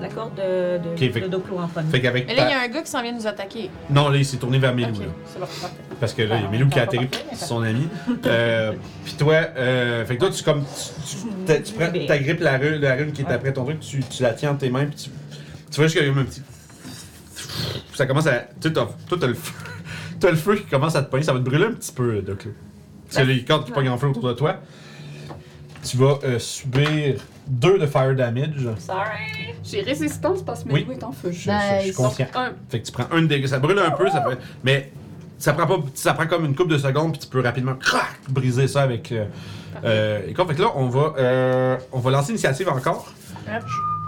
la corde de, de,
Ok, fait-
de Doclo en premier.
Fait qu'avec.
Mais là, il y
ta-
a un gars qui s'en vient nous attaquer.
Non, là, il s'est tourné vers Milou,
Ok.
là.
C'est bon, parfait.
Parce que là, il y a
Ben,
Milou qui a
pas
atterri,
parfait, mais
c'est son ami. euh, puis toi, euh, fait que toi, tu comme. Tu, tu- t'as- tu prends, t'agrippes la, ru- la rune qui est
Ouais.
après ton truc, tu, tu la tiens entre tes mains, puis tu. Tu vois juste qu'il y a un petit. Ça commence à. Tu sais, t'as- toi, t'as le feu. T'as le feu qui commence à te pogner, ça va te brûler un petit peu, Doc. là. Parce que les cordes qui pognent en feu autour de toi. Tu vas euh, subir deux de fire damage.
Sorry!
J'ai résistance parce que mes
Oui.
loups est en feu.
Je, je- je suis
Nice.
conscient.
Un.
Fait que tu prends un dégât. Ça brûle un peu, ça fait- mais ça prend, pas, ça prend comme une coupe de secondes, puis tu peux rapidement crac, briser ça avec. Euh, euh, et quoi. Fait que là, on va, euh, on va lancer l'initiative encore.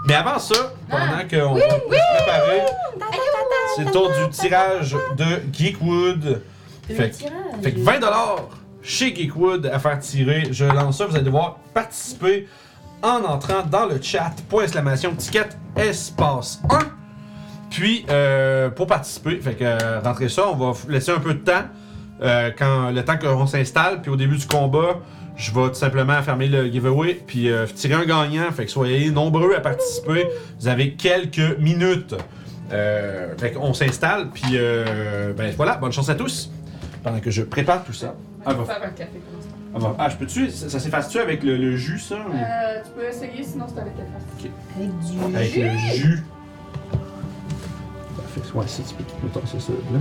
Mais avant ça, pendant qu'on va se préparer, c'est le tour du tirage de Geekwood. Fait, que- fait que 20 chez Geekwood à faire tirer. Je lance ça, vous allez devoir participer en entrant dans le chat. Point exclamation, ticket, espace 1. Puis, euh, pour participer, fait que euh, rentrez ça, on va f- laisser un peu de temps. euh, quand le temps qu'on s'installe, puis au début du combat, je vais tout simplement fermer le giveaway, puis euh, tirer un gagnant. Fait que soyez nombreux à participer. Vous avez quelques minutes. Euh, fait qu'on s'installe, puis euh, ben voilà, bonne chance à tous. Pendant que je prépare tout ça. Ah, va-
Faire un café comme ça.
ah, va- ah, je peux-tu? Ça, ça s'efface-tu avec le, le jus, ça? ou-
Euh, tu peux essayer, sinon c'est avec la face.
Avec le jus. Parfait, ouais, c'est typique. Mettons, c'est ça, là.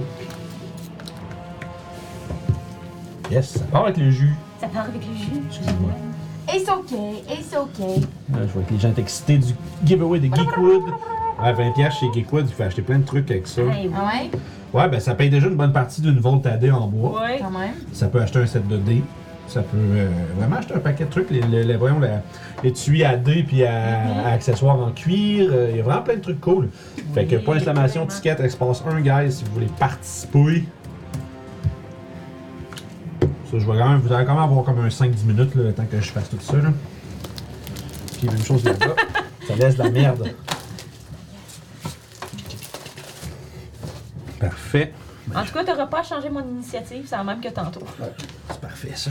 Yes, ça part avec le jus.
Ça part avec le jus.
Excusez-moi.
It's okay, it's okay.
Là, Ah, je vois que les gens sont excités du giveaway de Geekwood. À 20$ chez Geekwood, tu peux acheter plein de trucs avec ça.
Hey, oui.
Ah ouais?
Ouais, ben ça paye déjà une bonne partie d'une Volt AD en bois.
Ouais.
Quand même.
Ça peut acheter un set de dés. Ça peut euh, vraiment acheter un paquet de trucs. Les, les, les- voyons, la- les tuyaux à dés puis à, à accessoires en cuir. Euh, Il y a vraiment plein de trucs cool. Fait que point d'exclamation, ticket, espace 1, guys, si vous voulez participer. Ça, je vais quand même, vous allez quand même avoir comme un 5-10 minutes là, le temps que je fasse tout ça. Là. Puis même chose là-bas. ça laisse de la merde. Parfait.
En tout cas, t'auras pas à changer mon initiative, c'est la même que tantôt.
C'est parfait ça.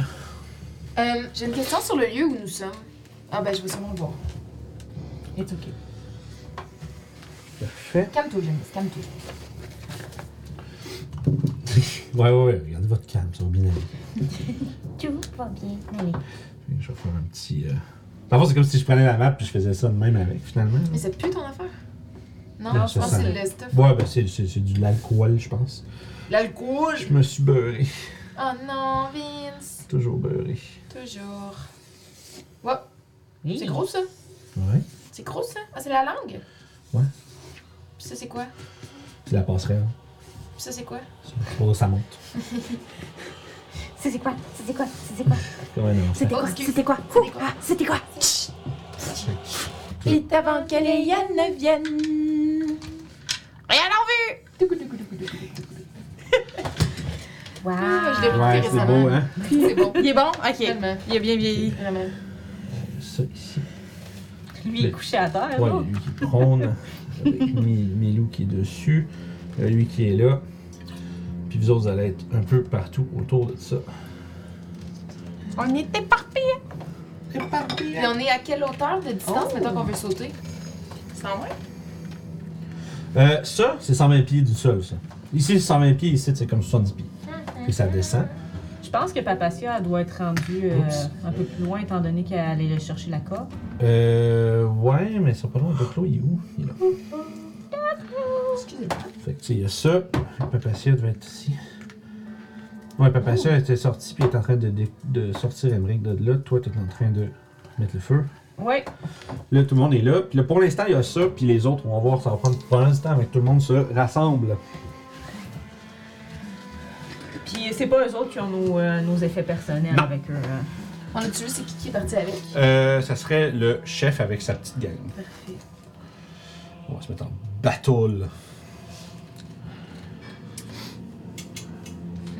Euh, J'ai une question sur le lieu où nous sommes. Ah ben, je vais sûrement le voir.
It's okay.
Parfait.
Calme-toi, Janice, calme-toi.
Ouais, ouais, ouais, regardez votre calme, ils sont bien allés.
Tout va bien. Allez.
Je vais faire un petit. euh, Dans le fond, c'est comme si je prenais la map puis je faisais ça de même avec, finalement.
Mais c'est plus ton affaire.
Non,
Non,
je
ça,
pense
ça
que c'est
l'est.
le stuff.
Ouais, ben c'est c'est- c'est du- de l'alcool, je pense.
L'alcool!
Je me suis beurré.
Oh non, Vince!
Toujours beurré.
Toujours. Ouais.
Hi.
C'est gros ça?
Ouais.
C'est gros ça? Ah, c'est la langue?
Ouais.
Puis ça, c'est quoi?
C'est la passerelle.
Puis ça, c'est quoi?
C'est pour ça, ça monte.
C'était quoi C'était quoi C'était quoi
Comme un enfant.
C'était quoi
excuse.
C'était quoi Ouh, ah, C'était quoi Chut. Vite avant que les hyènes ne viennent. Rien en
Ah,
vue
je l'ai
Ouais,
récupéré
c'est beau, hein?
C'est bon,
Il est bon Ok.
tellement.
Il est bien vieilli.
Vraiment.
Ça ici.
Lui, il est couché à terre.
Ouais,
là.
lui qui prône, avec Mi- Milou qui est dessus, euh, lui qui est là. Puis vous autres, vous allez être un peu partout autour de ça.
On était partis.
Puis on est à quelle hauteur de distance, mettons qu'on veut sauter?
Euh, ça, c'est 120 pieds du sol, ça. Ici, c'est 120 pieds, ici, c'est comme 70 pieds. Et ça descend.
Je pense que Papacia elle doit être rendue euh,
Oups.
un peu plus loin, étant donné qu'elle allait chercher la corde.
Euh, ouais, mais c'est pas loin de Chloé, il est où? Il est là. Fait que, tu sais, il y a ça. Papacia devait être ici. Ouais, Papacia était sorti, puis est en train de, dé- de sortir Emmerich de là. Toi, t'es en train de mettre le feu.
Oui.
Là, tout le monde est là. Puis là, pour l'instant, il y a ça. Puis les autres, on va voir, ça va prendre pas mal de temps, mais tout le monde se rassemble.
Puis c'est pas eux autres qui ont nos, euh, nos effets personnels
Non.
avec eux. hein.
On a tué, c'est qui qui est parti avec?
Euh, ça serait le chef avec sa petite gang.
Parfait.
On va se mettre en battle.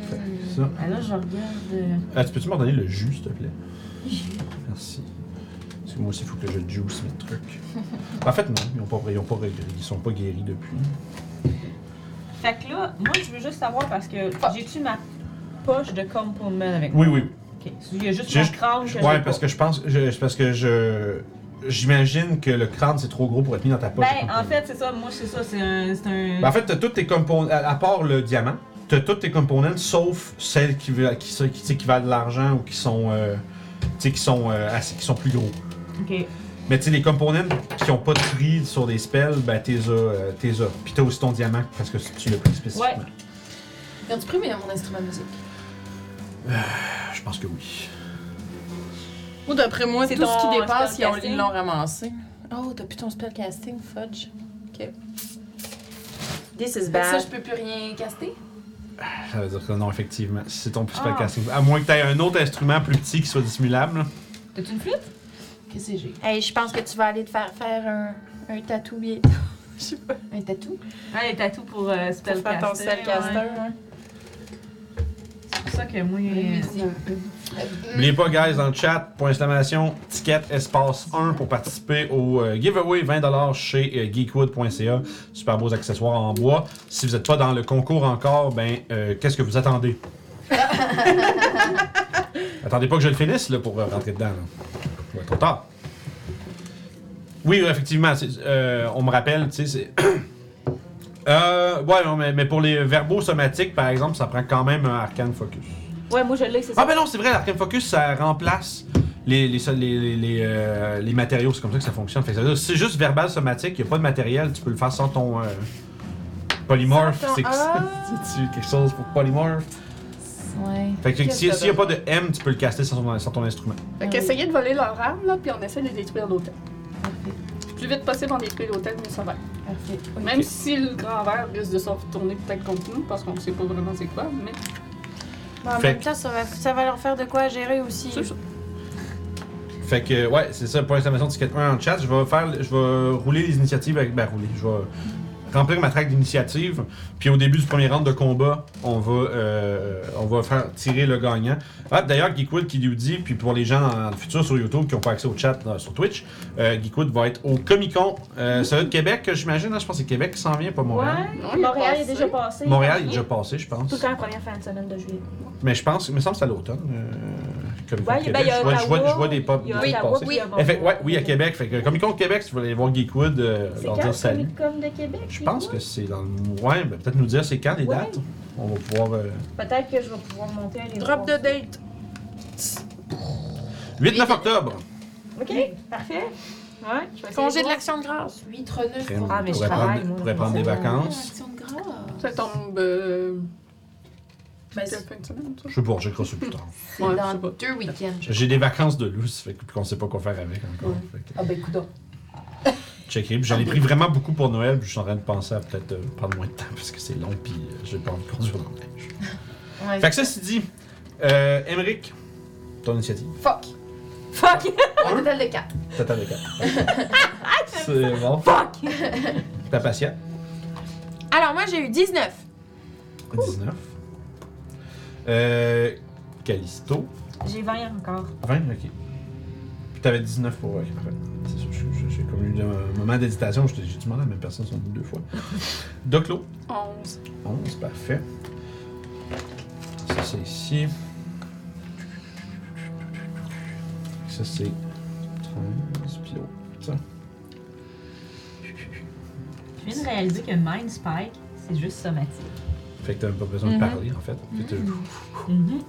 Fait que ça.
Ben là, je regarde. euh,
Ah, tu peux-tu m'en donner le jus, s'il te plaît? Merci. Parce que moi aussi, il faut que je juice mes trucs. en fait, non, ils n'ont pas, ils ont pas guéri. Ils sont pas guéris depuis.
Fait que là, moi, je veux juste savoir parce que
Ah.
j'ai-tu ma poche de compliment avec moi?
Oui, oui.
Ok. Il y a juste
J'ai-
mon crâne que
Ouais, parce que je pense. je- c'est parce que je. J'imagine que le crâne, c'est trop gros pour être mis dans ta poche.
Ben, en fait, c'est ça. Moi, c'est ça. C'est un. C'est un...
Ben, en fait, t'as toutes tes composantes, à, à part le diamant, t'as toutes tes composantes sauf celles qui, va- qui, se- qui, tu sais, qui valent de l'argent ou qui sont, euh, tu sais, qui sont, euh, assez- qui sont plus gros.
Ok.
Mais tu sais, les composantes qui ont pas de prix sur des spells, ben t'es as, euh, t'es as. Puis t'as aussi ton diamant parce que tu l'as pris spécifiquement.
Quand tu pris mais, mon instrument de musique.
Euh, Je pense que oui.
Moi, d'après moi,
C'est
tout ce
ton
qui dépasse, ils, ont-
spellcasting.
ils l'ont ramassé. Oh, t'as plus ton spellcasting, fudge.
This is
Ça,
bad.
je peux plus rien caster.
Ça veut dire que non, effectivement. C'est ton
Ah.
spellcasting. À moins que t'aies un autre instrument plus petit qui soit dissimulable. là.
T'as-tu une flûte?
Qu'est-ce que j'ai?
Hey, je pense que tu vas aller te faire faire un, un tatou bientôt. Je sais pas.
Un tatou?
Ah, les tatous pour euh,
Pour
spellcaster.
faire ton spellcaster,
ouais.
hein.
C'est pour ça que moi. euh,
N'oubliez pas, guys, dans le chat, point exclamation, ticket, espace 1 pour participer au euh, giveaway 20$ chez euh, geekwood.ca. Super beaux accessoires en bois. Si vous n'êtes pas dans le concours encore, ben, euh, qu'est-ce que vous attendez? attendez pas que je le finisse là, pour euh, rentrer dedans. Là. Ça va être trop tard. Oui, oui, effectivement, c'est- euh, on me rappelle, tu sais, c'est. Euh, ouais, non, mais, mais pour les verbaux somatiques, par exemple, ça prend quand même un arcane focus.
Ouais, moi je l'ai, c'est ça.
Ah ben non, c'est vrai, l'Arcane Focus, ça remplace les, les, les, les, les, euh, les matériaux, c'est comme ça que ça fonctionne. Fait que ça veut dire, si c'est juste verbal somatique, il a pas de matériel, tu peux le faire sans ton euh, polymorphe.
Sans ton-
C'est
Ah!
c'est-tu quelque chose pour polymorphe.
Ouais.
Fait que
Qu'est-ce
s'il
que
n'y a pas de M, tu peux le caster sans ton, sans ton instrument.
Fait qu'essayez de voler leur arme, là, puis on essaie de détruire l'hôtel. Le plus vite possible, on détruit l'hôtel, mais ça va.
Parfait.
Même si le grand verre risque de se retourner peut-être contre nous, parce qu'on sait pas vraiment c'est quoi, mais
Bon, en
Fait
même temps, ça va, ça va leur faire de quoi gérer aussi.
C'est ça.
Fait que, ouais, c'est ça, pour l'instant, ticket 1 en chat. Je vais faire, je vais rouler les initiatives avec, ben rouler, je vais remplir ma traque d'initiative. Puis au début du premier round de combat, on va, euh, on va faire tirer le gagnant. Ah, d'ailleurs, Geekwood qui nous dit, puis pour les gens dans le futur sur YouTube qui n'ont pas accès au chat euh, sur Twitch, euh, Geekwood va être au Comic-Con. Euh, ça va être Québec, j'imagine, hein? je pense que c'est Québec qui s'en vient, pas
Ouais.
Montréal.
Non, il est
Montréal
passé.
est déjà passé.
Montréal il est déjà passé, je
Tout le
pense.
temps la première fin de semaine de juillet.
Mais je pense, il me semble que c'est à l'automne. euh, Comic-Con
Ouais, ben,
Québec.
il y a
je, vois, je vois-
Ottawa,
je vois des pop
il y a
des
Ottawa,
passer.
puis il y a
En Eh, fait,
Montréal.
ouais, oui, à Québec. Fait que Comic Con Québec, si vous voulez aller voir Geekwood, euh,
C'est
leur
quand
dire
le
salut.
Comic Con de Québec?
Je pense que c'est dans le. Ouais, ben, peut-être nous dire c'est quand les
Ouais.
dates. On va pouvoir. euh,
Peut-être que je vais pouvoir monter à les
Drop
voir.
de date.
8-9 octobre.
Ok, parfait. Ouais, je vais essayer
Congé de
voir.
l'action de grâce.
8, 9.
Crème,
Ah, mais je
pourrait
travaille,
prendre,
moi,
pourrait
dans
prendre des
cette-
vacances.
Action de grâce.
Ça tombe. Euh,
Ben,
quelle fin de semaine, ça?
Je sais pas, j'écris ça plus tard.
C'est
Ouais,
dans
je sais pas.
deux week-ends. je-
J'ai des vacances de loose, fait qu'on sait pas quoi faire avec encore. Fait que-
Ah, ben, coudonc.
Checker. Puis J'en ai pris vraiment beaucoup pour Noël. puis Je suis en train de penser à peut-être euh, prendre moins de temps parce que c'est long puis euh, j'ai pas envie de conduire dans la neige.
Ouais.
Fait que ceci dit, euh, Emmerich, ton initiative.
Fuck.
Fuck!
Un total de 4.
T'attends de C'est bon. Fuck! T'as patient.
Alors, moi, j'ai eu 19.
19. Euh, Callisto.
J'ai 20 encore.
20, ok. Puis t'avais 19 pour. Ouais, parfait. C'est sûr, je- je- j'ai comme eu un moment d'hésitation. j'étais- J'ai du mal à la même personne son deux fois. Doclo.
11.
11, parfait. Ça, c'est ici. Ça, c'est 13, puis l'autre.
Je viens de réaliser que Mind Spike, c'est juste somatique.
Fait que t'as même pas besoin
Mhm.
de parler, en fait. Fait que t'as-
Mhm.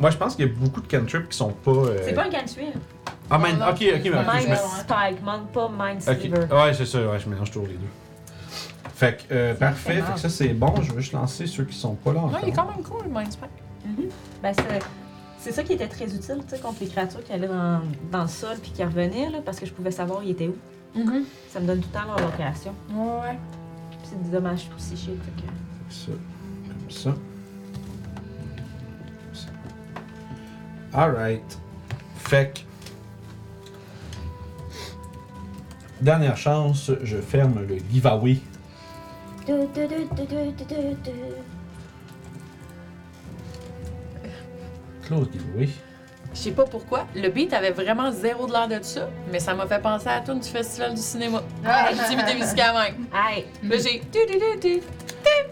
Moi, je pense qu'il y a beaucoup de cantrips qui sont pas. euh,
C'est pas un cantrip.
Ah, mind... ok, ok, mais ok, je
Mind
me-
Spike, manque pas Mind
Ok, Ah.
Sliver.
ouais, c'est ça, ouais, je mélange toujours les deux. Fait que, euh, parfait, fait que ça c'est bon, je vais juste lancer ceux qui sont pas là encore.
Non, il est quand même cool, Mindspike.
Ben, c'est- c'est ça qui était très utile, tu sais, contre les créatures qui allaient dans, dans le sol puis qui revenaient, là, parce que je pouvais savoir ils étaient où.
Mhm.
Ça me donne tout le temps leur location.
Ouais, ouais.
Puis C'est des dommages psychiques. Fait que...
Ça, comme ça. Comme ça. Alright. Fait que- Dernière chance, je ferme le giveaway. Close giveaway.
Je sais pas pourquoi, le beat avait vraiment zéro de l'air de ça, mais ça m'a fait penser à la tune du Festival du cinéma.
Ah.
Activité musicale même.
Hey!
Là, j'ai... tu, tu, tu, tu.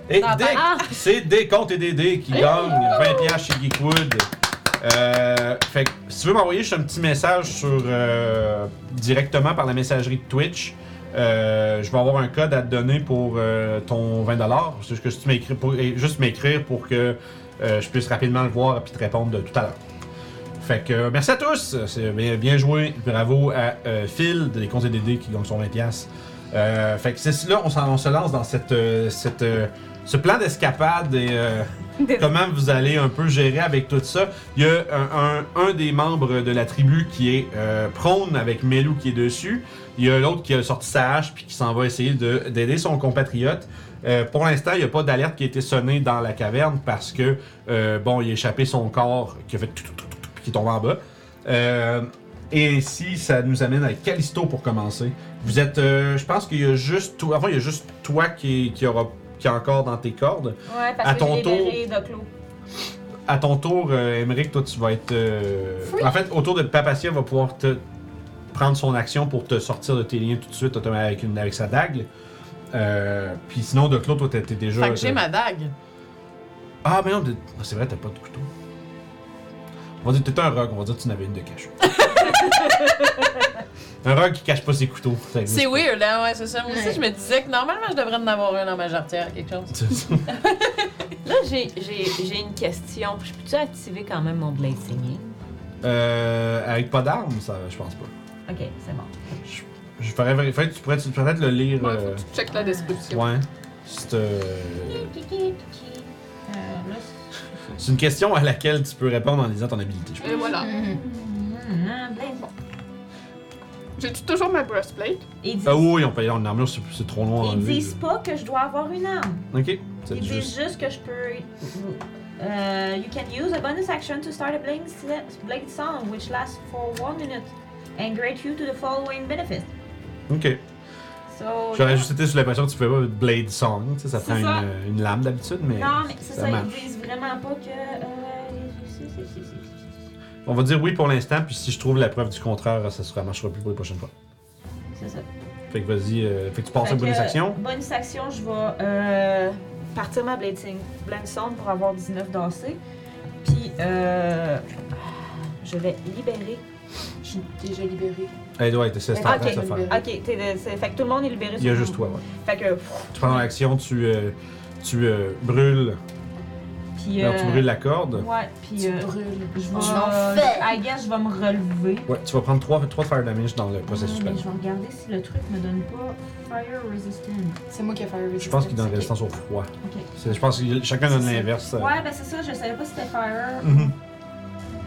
Et
Ah,
dès
ben,
ah!
c'est des comptes et des dés qui gagnent 20 pièces chez Geekwood. Euh, fait que, si tu veux m'envoyer juste un petit message sur euh, directement par la messagerie de Twitch, euh, je vais avoir un code à te donner pour euh, ton 20 C'est juste que si tu m'écris pour- et juste m'écrire pour que euh, je puisse rapidement le voir et te répondre de tout à l'heure. Fait que euh, merci à tous, c'est bien, bien joué, bravo à euh, Phil des comptes et des dés qui gagne son 20 pièces. Euh, fait que c'est là, on, s'en- on se lance dans cette, euh, cette, euh, ce plan d'escapade et euh, comment vous allez un peu gérer avec tout ça. Il y a un, un- un des membres de la tribu qui est euh, prône avec Melou qui est dessus. Il y a l'autre qui a sorti sa hache puis qui s'en va essayer de- d'aider son compatriote. Euh, pour l'instant, il n'y a pas d'alerte qui a été sonnée dans la caverne parce que, euh, bon, il a échappé son corps qui a fait tout, tout, tout, tout, puis qui tombe en bas. Euh, et ici, ça nous amène à Callisto pour commencer. Vous êtes, euh, je pense qu'il y a juste toi, enfin, il y a juste toi qui, qui aura, qui est encore dans tes cordes.
Ouais, parce
À
que
ton
j'ai
tour.
libéré Doclo.
À ton tour, euh, Emmerich, toi, tu vas être. euh, En fait, autour de Papacia va pouvoir te prendre son action pour te sortir de tes liens tout de suite automa- avec, une, avec sa dague. Euh, puis sinon, de Claude, toi, t'es t'es déjà. euh,
Fait que j'ai ma dague.
Ah, mais non, t'es- ah, c'est vrai, t'as pas de couteau. On va dire que t'étais un rogue, on va dire que tu en avais une de cache. un rogue qui cache pas ses couteaux. ça existe
C'est
pas.
weird, hein? Ouais, c'est ça. Moi aussi, je me disais que normalement, je devrais en avoir un dans ma jarretière, quelque chose.
Là, j'ai j'ai- j'ai une question. Je peux-tu activer quand même mon blade singing?
Euh, avec pas d'armes, ça, je pense pas.
Ok, c'est bon.
Je ferais vérifier. Tu pourrais tu pourrais peut-être le lire.
Ouais, faut
euh,
que tu checkes la description.
Ouais. C'est euh,
Euh, là,
c'est une question à laquelle tu peux répondre en lisant ton habilité. je pense.
Et voilà.
Mm. Mhm, bless.
J'ai-tu toujours ma breastplate?
Ils disent,
Ah oui, on peut y aller en armure, c'est c'est trop loin. à
ils
enlever,
disent pas que je dois avoir une arme.
là. Ok. Ça
Ils
dit
disent
juste-
juste que je peux. Euh, you can use a bonus action to start a blade, se- blade song, which lasts for one minute, and grant you to the following benefits.
Ok.
So,
J'aurais juste été sous l'impression que tu fais pas Blade Song. tu sais, ça
C'est
prend une,
ça.
euh, une lame d'habitude, mais.
Non, mais c'est ça,
marche.
ils disent vraiment pas que. Euh,
On va dire oui pour l'instant, puis si je trouve la preuve du contraire, ça ne marchera plus pour les prochaines fois.
c'est ça.
Fait que vas-y, euh, fait que tu passes
Fait
à bonus
que,
action.
Bonus action, je vais euh, partir ma blading, Blade Sound pour avoir 19 d'AC. Puis, euh, je vais libérer.
Je suis déjà libérée.
Elle doit être c'est c'est
Ah,
en train de se
ok.
faire.
Ok, t'es de- c'est- fait que tout le monde est libéré.
Il y a
sur-
juste toi, ouais.
Fait que.
Tu prends l'action, tu, euh, tu euh, brûles
Puis Puis.
Alors, tu
euh,
brûles la corde.
Ouais, puis. euh, je vais.
Je m'en fais.
I guess je vais me relever.
Ouais, tu vas prendre 3, de fire damage dans le processus.
Ouais, Ah, mais je vais regarder si le truc me donne pas Fire Resistant.
C'est moi qui ai fait un
Je pense qu'il donne
resistance.
résistance au froid. C'est- Je pense que chacun
C'est
donne
ça.
l'inverse. euh.
Ouais, ben c'est ça, je savais pas si c'était Fire.
Mhm.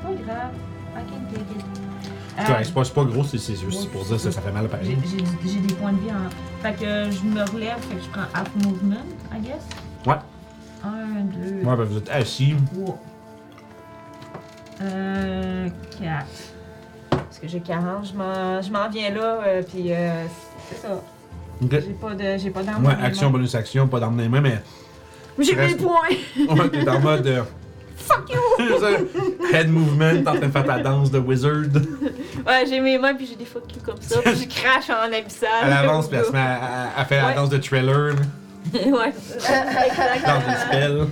Pas grave. I can take it.
Tu vois,
Euh,
C'est pas, c'est pas gros, c'est c'est juste pour dire que ça fait mal à
J'ai
Paris.
j'ai du- j'ai des points de vie en. Fait que euh, je me relève, fait que je prends half movement, I guess.
Ouais.
Un, deux,
Ouais, ben vous êtes assis.
trois. Euh. Quatre. Parce que j'ai 40, je m'en- je m'en viens là, euh, puis euh, c'est ça.
Ok.
J'ai pas de. J'ai pas d'arme.
Ouais,
dans les
action,
mains.
bonus action, pas d'armes dans les mains, mais. J'ai mes points! ouais, t'es en mode. euh, Fuck you! Head movement, t'es en train de faire ta danse de wizard.
Ouais, j'ai mes mains puis j'ai des fuck you comme ça. Puis je crache en abyssal.
Elle avance, puis elle se met à, à- à faire la
Ouais.
danse de thriller
ouais.
dans les spells.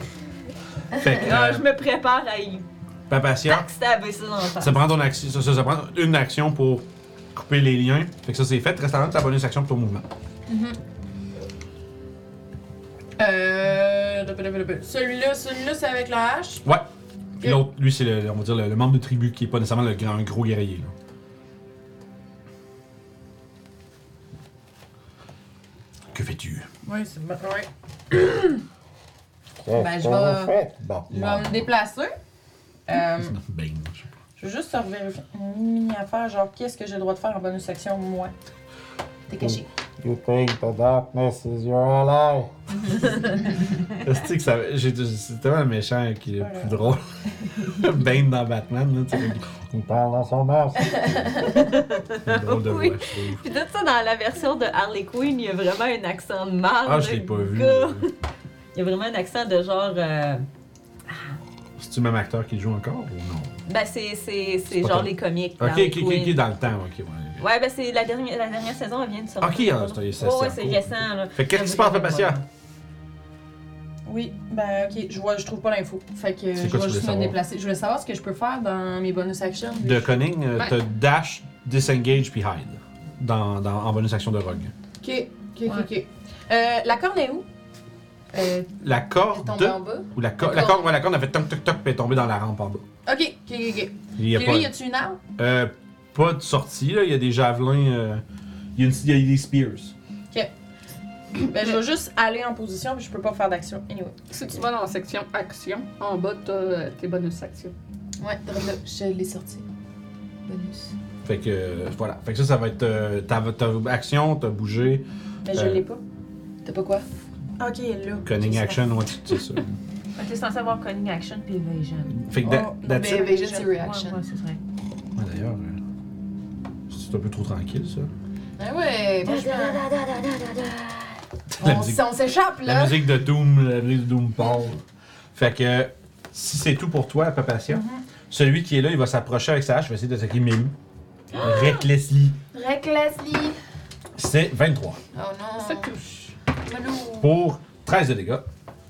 Fait que.
Ah,
euh,
je me prépare à y
pas patient.
backstabber ça dans le temps.
Ça prend, ton action, ça, ça- ça prend une action pour couper les liens. Fait que ça, c'est fait. Reste en même ta bonus action pour ton mouvement.
Mm-hmm. Euh. Celui-là, celui-là, c'est avec la hache.
Ouais. Puis l'autre, lui, c'est le, on va dire le, le membre de tribu qui est pas nécessairement le grand, un gros guerrier. là. Que fais-tu?
Oui, c'est bon. Ouais.
Ben,
je vais-
Bon,
Je vais me déplacer. Euh,
Bing.
je veux juste vérifier une mini affaire, genre qu'est-ce que j'ai le droit de faire en bonus section, moi. T'es
Oh.
caché.
You think the darkness is your ally. que ça, j'ai- c'est tellement méchant qu'il est plus drôle. Bane dans Batman, là, tu sais. Il parle dans son masque. drôle de voix,
Oui.
je trouve.
Puis tout ça dans la version de Harley Quinn, il y a vraiment un accent de mal.
Ah, je l'ai
Oh
pas vu.
Il y a vraiment un accent de genre. euh,
C'est-tu le même acteur qui le joue encore ou non?
Ben, c'est, c'est,
C'est
c'est
pas
genre
comme-
les comiques.
Ok,
Harley
ok, ok,
Quinn.
ok, dans le temps, ok, ouais.
Ouais, ben, c'est la dernière, la dernière saison, elle vient de sortir.
Ok, ah, c'est- c'est-
Ouais, ouais,
c'est
c'est
en cours.
récent, là.
Fait que qu'est-ce qui se passe, Papatia?
Oui, ben ok, je vois, je trouve pas l'info. Fait que euh,
C'est
je
quoi tu voulais
vais juste me
savoir?
déplacer. Je voulais savoir ce que je peux faire dans mes bonus actions.
De Conning, euh,
Ouais.
t'as dash, disengage puis hide. Dans, dans, en bonus action de Rogue.
Ok, ok, ok, ok. Euh, la corne est où? Euh,
La
Elle
corde.
tombe en bas.
Ou la, corde, la corde, ouais, la corde, elle fait toc toc toc puis elle est tombée dans la rampe en bas.
ok, ok, ok. ok.
Il y a
Puis
pas,
lui, y a-tu une arme?
euh, pas de sortie, là. Il y a des javelins. euh, il, y a une, il y a des spears.
Ben je vais juste aller en position, puis je peux pas faire d'action. Anyway.
Si tu vas dans la section action, en bas, t'as euh, tes bonus actions.
Ouais, drôle de- je l'ai sorti. Bonus.
Fait que euh, voilà. Fait que ça, ça va être euh, ta, ta action, t'as bougé.
Ben je
Euh.
l'ai pas.
T'as pas quoi?
Ok, là.
Conning action, ouais, tu- c'est ça.
Ouais, T'es censé avoir Conning Action puis Evasion.
Fait que da-
Oh,
that's it.
ben-
Evasion, c'est reaction.
Ouais, ouais, c'est vrai.
Ouais, D'ailleurs, euh, c'est un peu trop tranquille, ça.
Ah ouais, franchement.
la,
On
musique,
s- on s'échappe
la
là.
musique de Doom, la musique de Doom parle. Fait que si c'est tout pour toi, Papatia,
Mm-hmm.
celui qui est là, il va s'approcher avec sa hache, il va essayer d'attaquer Mim. Recklessly.
Recklessly.
C'est 23.
Oh
Ah.
non.
Ça touche.
Malou.
Pour 13 de dégâts.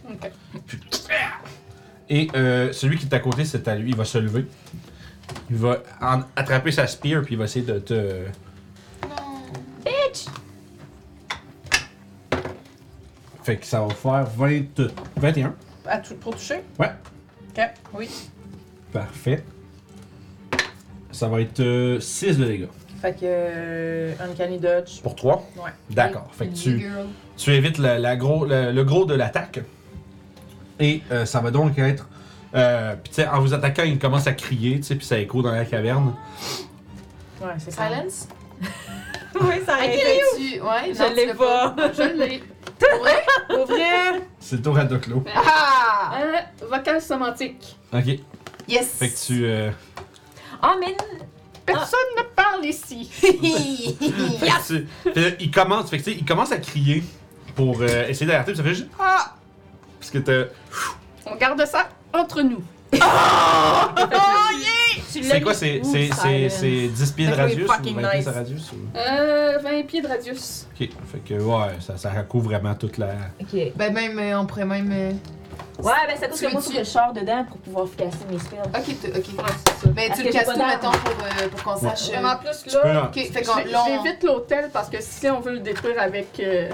Ok.
Et euh, celui qui est à côté, c'est à lui, il va se lever. Il va en- attraper sa spear, puis il va essayer de te. Fait que ça va faire 20, 21.
À tout, pour toucher?
Ouais.
Ok, oui.
Parfait. Ça va être 6 de dégâts.
Fait que. euh, Uncanny Dodge.
Pour 3?
Ouais.
D'accord. Fait que tu,
Girl.
tu évites la- la gros- le, le gros de l'attaque. Et euh, ça va donc être. euh, puis tu sais, en vous attaquant, il commence à crier, tu sais, puis ça écho dans la caverne.
Ouais, c'est ça.
Silence? ben,
Oui, ça a été.
Tu... Ouais, non,
Je
tu
l'ai
l'as
pas.
Ah, Je l'ai.
C'est le tour à Doclo.
Ah!
Euh, vocal semantique.
Ok.
Yes!
Fait que tu. euh,
Ah, mais.
Personne ne parle ici.
Fait que tu- fait que il commence, fait que tu sais, il commence à crier pour euh, essayer d'alerter, puis ça fait juste ah, parce que t'as.
On garde ça entre nous.
Ah!
C'est quoi, c'est c'est c'est c'est 10 pieds de
That's really
radius ou
fucking
20 pieds
nice.
de radius ou-
Euh, 20 pieds de radius.
Ok, fait que ouais, ça ça recouvre vraiment toute la.
Ok. Ouais,
Ben même, euh, on pourrait même... euh,
ben c'est parce
Tu
que moi,
veux-tu-
faut que je sors dedans pour pouvoir casser mes spells.
Ok, t- ok.
Ouais, c'est ça.
Ben
Parce
tu
que j'ai
le casses
pas
tout,
d'arme.
mettons, pour, euh, pour qu'on sache...
Mais
euh,
en plus,
Tu peux, euh,
là,
Ok, fait qu'on...
j'ai-
là, on-
j'évite l'hôtel parce que si on veut le détruire avec, euh,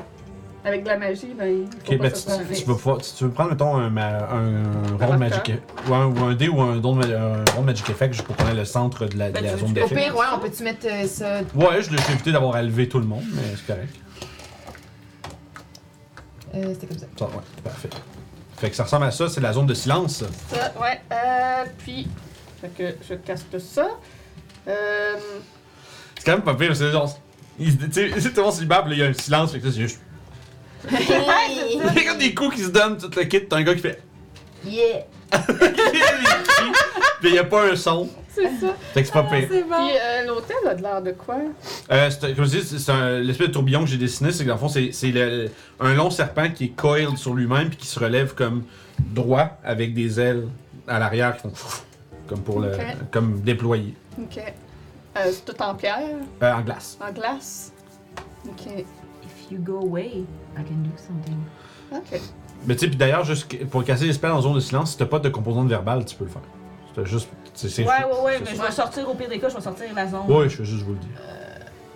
Avec de la magie, ben, il faut
Ok,
pas
ben,
se
tu,
faire-
tu peux pouvoir- si tu veux prendre, mettons, un, ma- un, rond de
marqueur.
Magic Effect. Ou un, ou un dé ou un don de, ma- un rond de Magic Effect juste pour prendre le centre de la, de
Ben,
la
tu-
zone
tu-
Au
d'effet.
pire, ouais, on peut-tu mettre euh, ça.
Ouais, je l'ai j'ai évité d'avoir à lever tout le monde, mais c'est correct.
Euh, C'était comme ça.
Ça, ouais, parfait. Fait que ça ressemble à ça, c'est la zone de silence.
Ça, ouais. Euh, puis, fait que je caste ça. Euh,
C'est quand même pas pire, c'est genre. il- Tu sais, tout le monde se libère, puis là, il y a un silence, fait que ça, c'est juste.
Hey!
Il y a comme des coups qui se donnent, tout le kit, t'as un gars qui fait.
Yeah!
Puis il y a pas un son.
c'est ça.
Fait que c'est pas pire.
Puis euh, l'hôtel a de l'air de quoi?
Euh, c'est- comme je dis, c'est- c'est un- l'espèce de tourbillon que j'ai dessiné, c'est que dans le fond, c'est c'est le- un long serpent qui est coiled sur lui-même puis qui se relève comme droit avec des ailes à l'arrière qui font fou, comme pour le
Ok.
comme déployé
OK. Euh, c'est tout en pierre,
Euh, en glace.
en glace. OK.
If you go away, I can do something.
OK.
Mais tu sais, puis d'ailleurs, juste que- pour casser les spells en zone de silence, si t'as pas de composante verbale, tu peux le faire. C'est juste. c'est- c'est-
Ouais, ouais, ouais,
c'est-
mais je vais sortir au pire des cas, je vais sortir la zone.
Ouais, je veux juste vous le dire.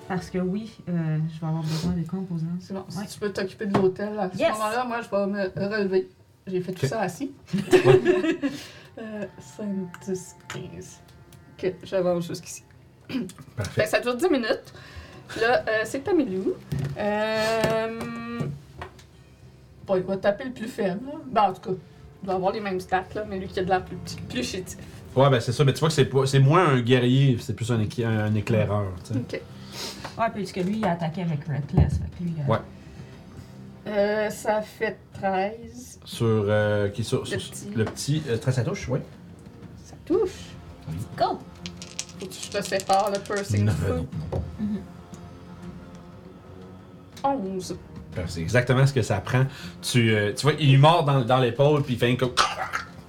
Parce que oui, euh, je vais avoir besoin de composants.
C'est bon.
Ouais.
Si tu peux t'occuper de l'hôtel, à ce
Yes.
moment-là, moi, je vais me relever. J'ai fait tout
Ok.
ça assis. euh, 5, 10, 15. OK, j'avance jusqu'ici. Fait
Parfait.
que ça dure 10 minutes. Là, euh, c'est Tamilou. Euh... Bon, il va taper le plus faible. là. Ben, en tout cas, il va avoir les mêmes stats, là, mais lui qui a de l'air plus petit, plus chétif.
Ouais, ben c'est ça. Mais tu vois que c'est pas- c'est moins un guerrier, c'est plus un, équi- un- un éclaireur, tu sais.
OK.
Ouais, puisque lui, il a attaqué avec Reckless. Fait que lui, euh,
Ouais.
Euh, ça fait 13.
Sur, euh, qui est sur,
Le
sur-
petit.
le petit euh, très à touche, oui.
Ça touche.
Go!
Faut que je te sépare le piercing du
Neuf, euh,
feu. Mm-hmm.
non, non.
11.
Ben, C'est exactement ce que ça prend. Tu, euh, tu vois, il lui mord dans, dans l'épaule, puis il fait un coup.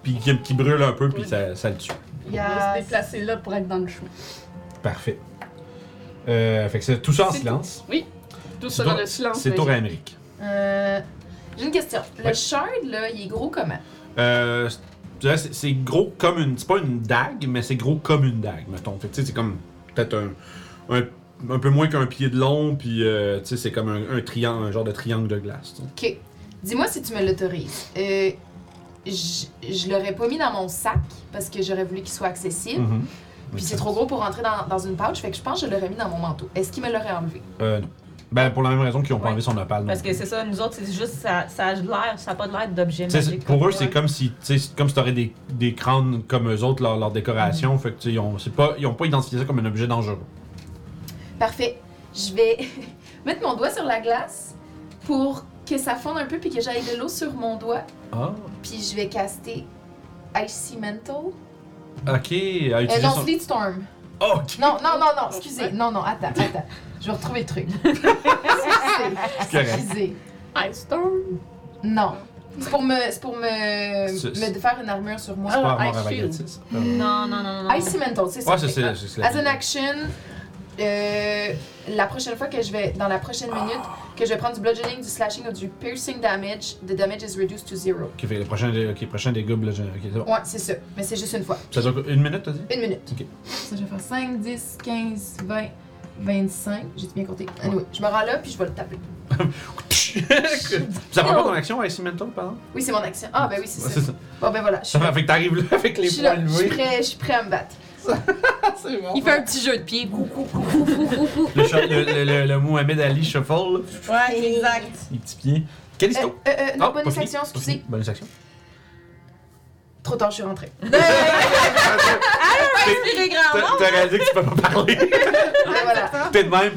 Puis qui, qui brûle un peu, puis ça, ça le tue.
Il va se déplacer là pour être dans le chemin.
Parfait. Euh, fait que c'est tout ça en
C'est
silence. C'est
Tout ça dans
toi-
le silence.
C'est
magique.
tour à Amérique.
Euh, J'ai une question. Le
Ouais.
shard, là, il est gros comment?
Euh, je dirais, c'est c'est gros comme une. C'est pas une dague, mais c'est gros comme une dague, mettons. Fait que tu sais, c'est comme peut-être un, un, un peu moins qu'un pied de long, puis euh, tu sais, c'est comme un, un triangle, un genre de triangle de glace. tu sais.
Ok. Dis-moi si tu me l'autorises. Euh, je je l'aurais pas mis dans mon sac parce que j'aurais voulu qu'il soit accessible.
Mhm.
Puis c'est trop gros pour rentrer dans, dans une pouch, fait que je pense que je l'aurais mis dans mon manteau. Est-ce qu'il me l'aurait enlevé?
Euh, non. Ben, pour la même raison qu'ils ont pas
Ouais.
enlevé son opale. non
Parce que c'est ça, nous autres, c'est juste, ça, ça a l'air, ça a pas de l'air d'objet
Tu sais, c'est-
magique.
pour eux,
Ouais.
c'est comme si, tu sais, c'est comme si t'aurais des, des crânes comme eux autres, leur, leur décoration. Fait que, tu sais, ils ont, c'est pas, ils ont pas identifié ça comme un objet dangereux.
Parfait. Je vais mettre mon doigt sur la glace pour que ça fonde un peu puis que j'aille de l'eau sur mon doigt.
Ah.
Puis je vais caster Icy Mental.
Ok, à
Euh,
utiliser
non,
son-
Sleet Storm.
Ah, ok.
Non, non, non, non, excusez. Non, non, attends, attends. Je vais retrouver le truc.
C'est correct.
excusez.
Ice Storm.
Non. C'est pour me, c'est pour me,
C'est-
me faire une armure sur moi.
C'est pas
Ah,
avoir
Ice
à
Shield.
Vagatis. Ah, ouais.
Non, non, non, non. non.
Icy Mental, c'est ça.
Ouais, c'est,
fait.
c'est, c'est, c'est la-
As an action, euh, la prochaine fois que je vais, dans la prochaine minute, que je vais prendre du bludgeoning, du slashing ou du piercing damage, the damage is reduced to zero.
Ok, fait que le prochain, ok, prochain des gobelins. Ok, c'est bon.
Ouais, c'est ça. Mais c'est juste une fois.
Ça dure une minute, t'as dit?
Une minute.
Ok.
Ça, je vais faire 5, 10, 15, 20, 25. J'ai bien compté. Anyway, je me rends là, puis je vais le taper.
ça prend pas ton action à Icy Mental, pardon?
Oui, c'est mon action. Ah, ben oui, c'est
Ouais,
ça. Bon, ben voilà. Je suis,
Fait que t'arrives là avec
je
les
suis
poings
là. Je suis
levés.
prêt, je suis prêt à me battre.
C'est bon.
Il fait un petit jeu de pied.
Le, shot- le, le, le, le Mohamed Ali Shuffle, là.
Ouais, exact.
les petits pieds. Quelle
Euh,
histoire? Ah,
euh, euh, non, bonne
pas fini,
action,
pas fini.
excusez.
Bonne action.
Trop tard, je suis rentrée.
T'as- T'as réalisé que tu peux pas parler.
Ben voilà.
T'es de même.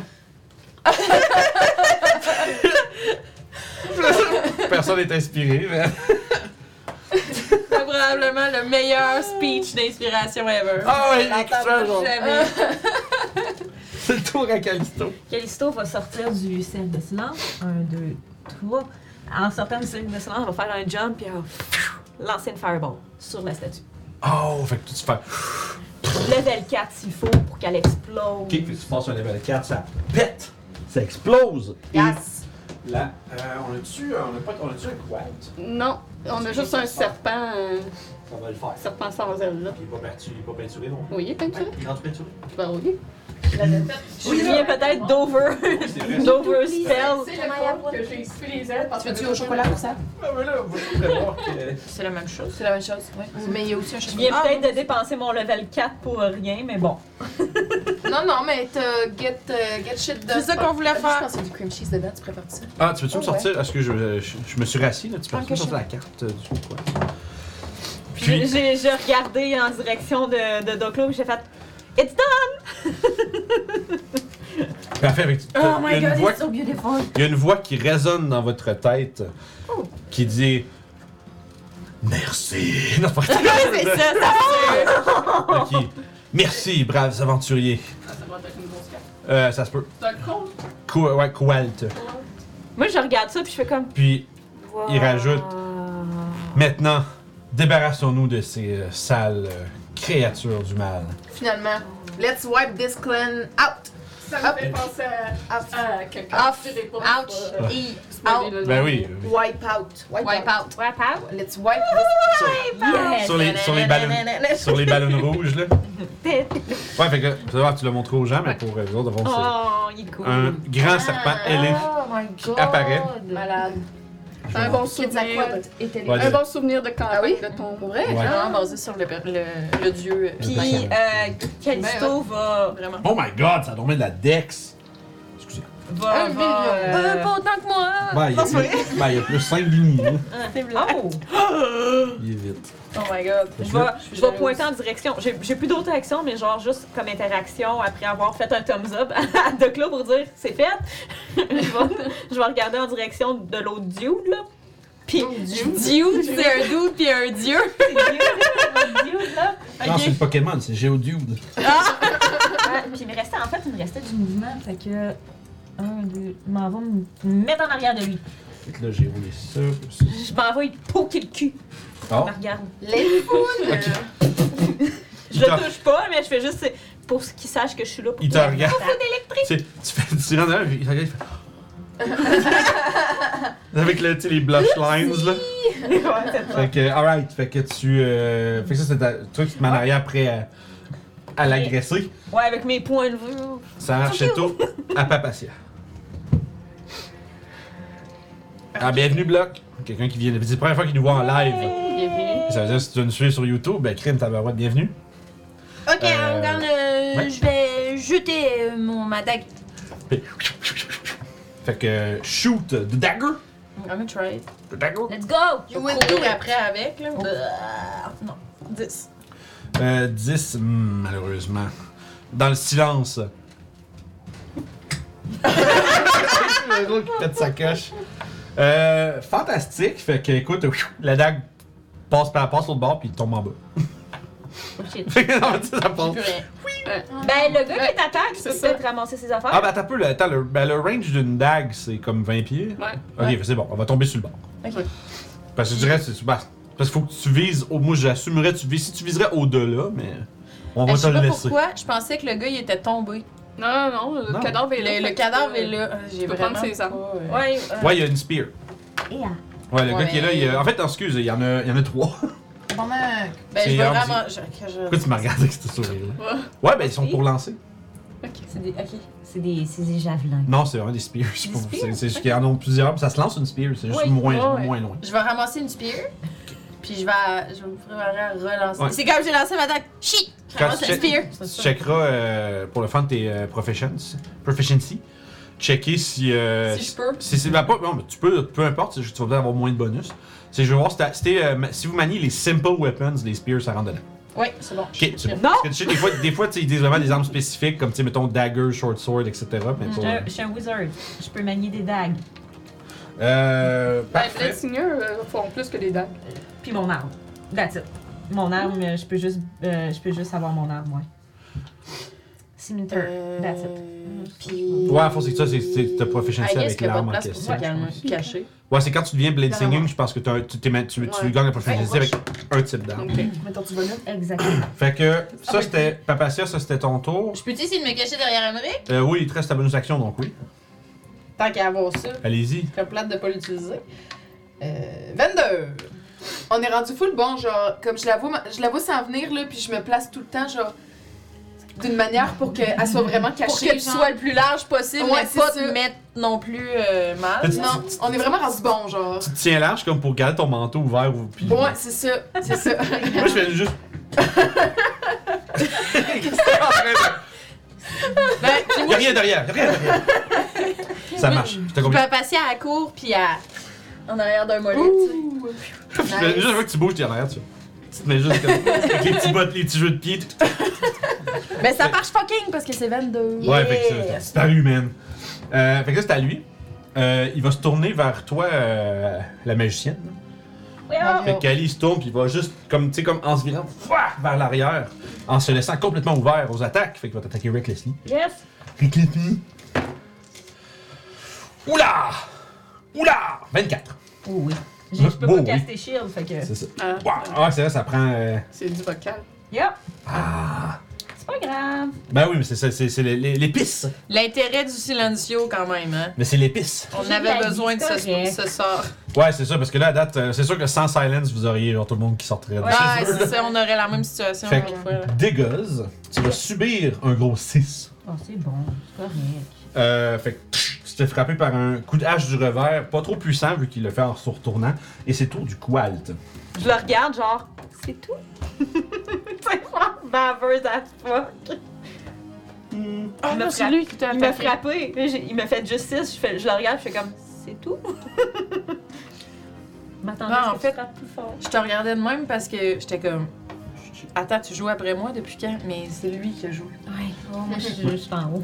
Personne n'est inspiré, mais.
C'est probablement le meilleur speech d'inspiration ever.
Ah ouais,
Je l'entends
extra, genre.
jamais.
C'est le tour à Calisto.
Calisto va sortir du cercle de silence. Un, deux, trois. En sortant du cercle de silence, elle va faire un jump et elle va pfiou, lancer une fireball sur la statue.
Oh, fait que tu fais.
Level 4 s'il faut pour qu'elle explose.
Ok, puis tu passes un level 4, ça pète, ça explose.
Yes.
Et là, euh, on a-tu on a pas- on a-tu un quad?
Non, on a juste un serpent. euh,
Ça va le faire.
Serpent sans ailes, là.
Puis il est pas battu, il est pas peinturé non plus.
Oui, il est peinturé.
Il est rendu peinturé.
Ben oui.
Je viens peut-être d'over.
Oui, c'est vrai.
D'over spell.
C'est le point que j'ai exclu les ailes parce
Tu veux-tu au chocolat pour ça?
Ah, mais là, vous voulez voir que.
C'est la même chose.
C'est la même chose, oui. Ah, Mais il y a aussi un
Je
chocolat.
viens peut-être de dépenser mon level 4 pour rien, mais bon.
Non, non, mais t'as get, euh, get shit done.
C'est ça qu'on voulait
Ah, Je
faire.
pense qu'il y a du cream cheese dedans, tu prépares ça?
Ah, tu veux-tu me
Oh,
sortir? Est-ce que je, je, je me suis rassis, là? Tu peux
Ah,
me
que
sortir la carte euh, du quoi?
J'ai j'ai- j'ai regardé en direction de, de Doclo, j'ai fait It's done!
Parfait, avec
Oh
il y a
my
une
god,
voix
it's so beautiful. Oh.
Il y a une voix qui résonne dans votre tête qui dit Merci. Non, pas
C'est ça, ça.
Ok. Merci, braves aventuriers.
Ça va être une grosse carte.
Euh, ça se peut.
C'est un con.
Qu- ouais, Qualt.
Moi, je regarde ça, puis je fais comme.
Puis il rajoute
Ah.
Maintenant, débarrassons-nous de ces euh, sales euh, créatures du mal.
Finalement, let's wipe this clan out.
Ça me fait penser à,
Out.
à quelqu'un.
Off.
Je dirais pas,
Ouch.
euh,
E.
se
Out.
mêler le
Ben
long.
oui.
Wipe out. Wipe, out.
Wipe out.
Let's wipe this.
Sur, sur les, sur les ballons, sur les ballons rouges, là. Ouais, fait que, tu vas voir, tu le montres aux gens, mais pour euh, les autres, devant, c'est
Oh, il est cool.
un grand serpent
Ah.
ailé
Oh
my
qui apparaît.
Malade.
C'est un bon souvenir.
Ouais,
Un bon hein? souvenir de campagne
Ah oui?
de ton.
Vrai,
Ouais.
genre.
basé sur le, le, le dieu. euh,
Puis,
Ouais.
euh,
Ben,
Calisto va.
Oh my god, ça dormait de la Dex! Excusez.
va, va,
Un million.
euh,
autant que moi.
Ben, il y a plus, ben, il y a plus 5 lignes, là.
Ah,
Oh!
Il est vite.
Oh my god. Je vais, je vais pointer en direction. J'ai j'ai plus d'autres actions, mais genre juste comme interaction après avoir fait un thumbs up à Doclo pour dire c'est fait. je, vais, je vais regarder en direction de l'autre dude là. Puis
Dieu, c'est un doute puis un dieu.
c'est dude, l'autre dude là.
Non, Ah, c'est le Pokémon, c'est Geodude.
Ouais, Ah, puis il me restait en fait il me restait du mouvement. Fait que. Un, deux. Je m'en vais me mettre en arrière de lui.
Fait que Là, j'ai roulé ça, puis ça.
Je m'en vais lui poker le cul.
Oh,
Il me regarde.
Les foules.
ok.
Je le touche pas, mais je fais juste c'est pour qu'il sache que je suis là pour
Il te
qu'il-
regarde. Tu, sais, tu fais tu rentres derrière, puis il regarde, il fait. Avec le, tu sais, les blush lines, là.
Ouais, c'est ça.
Fait que, alright, fait que tu. Euh, fait que ça, c'est ta- toi qui te mets en arrière prêt à, à l'agresser.
Ouais, avec mes points de vue.
Ça marche chez toi, à Papacia. Ah, bienvenue, Bloc. Quelqu'un qui vient. C'est la première fois qu'il nous voit en live.
Bienvenue.
Ça veut dire, si tu veux nous suivre sur YouTube, ben, crime tabarouette, bienvenue.
Ok,
Euh,
regarde, euh,
ouais.
je vais jeter euh, mon ma dague.
Fait que, shoot, the dagger.
I'm gonna try it.
The dagger.
Let's go!
You will do après avec,
Oh.
là. Bah,
Non.
10.
Euh, 10, hmm, malheureusement. Dans le silence. le gros qui pète sa coche. Euh, fantastique, fait que écoute, la dague passe par passe l'autre bord puis il tombe en bas.
shit.
Fait que non, tu sais, ça passe.
Ben, le gars qui est à terre, il
c'est
peut
ça.
peut-être ramasser ses affaires.
Ah bah t'as peu le, attends, le, ben, le range d'une dague c'est comme 20 pieds.
Ouais.
Ok, fait, c'est bon, on va tomber sur le bord.
Ok.
Parce que je dirais, c'est bah, parce qu'il faut que tu vises, au, moi j'assumerais, tu vises, si tu viserais au-delà, mais on va
Ah,
te
Je sais
le
pas
laisser.
pourquoi, je pensais que le gars il était tombé.
Non, non, non, le
Non.
cadavre est là.
Le, le
fait que,
cadavre
euh,
est là. Ah, J'ai
Tu peux
vraiment.
prendre ses armes.
Ouais, euh,
ben, Ouais, il y a une spear.
Et ah.
Ouais, le
Ouais,
gars qui est là,
mais-
il y a- en fait, non, excuse, il y en a, il y en a trois.
Vraiment.
Ben,
c'est
je vais
arme,
vraiment. je- que je-
Pourquoi tu m'as regardé avec ce sourire-là? Ouais, ben ils sont pour lancer.
C'est des. Ok.
C'est des, c'est des javelins.
Non, c'est vraiment des spears. c'est pas- C'est c'est juste qu'il y en a plusieurs, puis ça se lance une spear, c'est juste
Oui,
moins,
ouais, ouais.
moins loin.
Je vais ramasser une spear. Puis je vais, je vais me préparer à relancer.
Ouais.
C'est comme j'ai lancé ma dague. Shit! Je
Quand
ramasse
tu
la
check-
spear.
Tu checkeras euh, pour le fun de tes euh, proficiency. proficiency. Checker si. euh,
Si je peux.
Si c'est bah, pas. Non, mais tu peux, peu importe, c'est juste- tu vas peut-être avoir moins de bonus. C'est je veux voir si, t'as- si t'es, euh, ma- si vous maniez les simple weapons, les spears, ça rentre dedans.
Oui, c'est bon.
Ok, c'est bon.
Non!
Parce que tu sais, des fois, des fois tu sais, ils disent vraiment des armes spécifiques, comme, tu sais, mettons, dagger, short sword, etc. Mais
Je
pas,
suis un- je suis un wizard. Je peux manier des dagues.
Euh.
Ben, les
Parfait.
signeurs euh, font plus que les dagues.
Puis mon arme. That's it. Mon
Mm.
arme, euh, je peux juste, euh, je peux juste avoir mon arme, ouais. Scimitar.
Euh,
That's it.
Puis.
Ouais, à fond, c'est que ça, c'est- c'est ta proficiency
I guess
avec
qu'il y a pas
l'arme
de
en
place pour
question.
se calmer- cacher.
Ouais, c'est quand tu deviens blade singing, je pense que t'as un- tu, t'es ma- tu, tu
Ouais.
gagnes la proficiency
Ouais,
avec un type d'arme.
Ok.
Mettons, tu vas là.
Exactement.
Fait
Ah
que ça, c'était. Papacia, ça, c'était ton tour.
Je peux essayer de me cacher derrière Emmerich?
Euh, oui, il te reste ta bonus action, donc oui.
Tant qu'à avoir ça,
Allez-y.
je suis plate de pas l'utiliser. Euh, 22!
On est rendu full bon, genre, comme je la vois, je la vois s'en venir, là, puis je me place tout le temps, genre, d'une manière pour qu'elle soit vraiment cachée.
Pour que tu
genre.
sois le plus large possible,
Ouais,
mais
c'est
pas
ça.
te mettre non plus euh, mal.
Tu-
Non, on est vraiment rendu bon, genre.
Tu te tiens large comme pour garder ton manteau ouvert. Ou, puis-
Ouais, c'est ça, c'est ça.
Moi, je fais juste. C'est en train de- y a rien derrière, y a rien derrière. Ça marche, je te
Tu
comprends.
peux passer à la cour puis à... en arrière d'un mollet. tu sais.
Ouh.
Je fais Juste avant que tu bouges, t'es en arrière, tu. Tu te mets juste comme. Avec les petits bottes, les petits jeux de pied.
Mais
Ben,
ça marche fucking parce que c'est 22.
Ouais, fait que c'est- c'est à lui, man. Euh, fait que là, c'est à lui. Euh, il va se tourner vers toi, euh, la magicienne. Fait qu'Ali il se tourne puis il va juste comme tu sais comme en se virant fouah, vers l'arrière en se laissant complètement ouvert aux attaques. Fait qu'il va t'attaquer recklessly.
Yes!
Recklessly. Oula! Oula! 24.
Oh oui. J'ai- Je peux
Beau,
pas
oui.
caster shield, fait que.
C'est ça.
Ah,
Wow! Ah, c'est vrai, ça prend. euh,
c'est du vocal.
Yep,
Ah!
c'est pas grave.
Ben oui, mais c'est ça, c'est c'est l'é- l'é- l'épice.
L'intérêt du silencio, quand même, hein.
Mais c'est l'épice.
On
Je
avait
l'ai
besoin de
dit,
ce,
correct.
ce sort.
Ouais, c'est ça, parce que là, à date, euh, c'est sûr que sans silence, vous auriez genre tout le monde qui sortirait de
Ouais,
chez eux.
c'est ça, on aurait la même situation.
Fait
encore une fois, là.
que dégoze, tu vas subir un gros 6.
Oh, c'est bon, c'est correct.
Euh, fait que tch, tu te fais frapper par un coup de hache du revers, pas trop puissant vu qu'il le fait en se retournant, et c'est tout du Qualt.
Je le regarde, genre, c'est tout. c'est vraiment baveuse à fuck.
Ah, non, c'est lui qui t'a
Hmm. Il m'a
attaqué.
frappé. Là, j'ai- Il m'a fait juste 6. Je, fais- je le regarde, je fais comme, c'est tout. Je m'attendais
Non,
à ce
en
que
fait-
tu frappes plus fort.
Je te regardais de même parce que j'étais comme. Attends, tu joues après moi depuis quand? Mais c'est lui qui joue.
Ouais, Oh, moi, je, je suis en haut.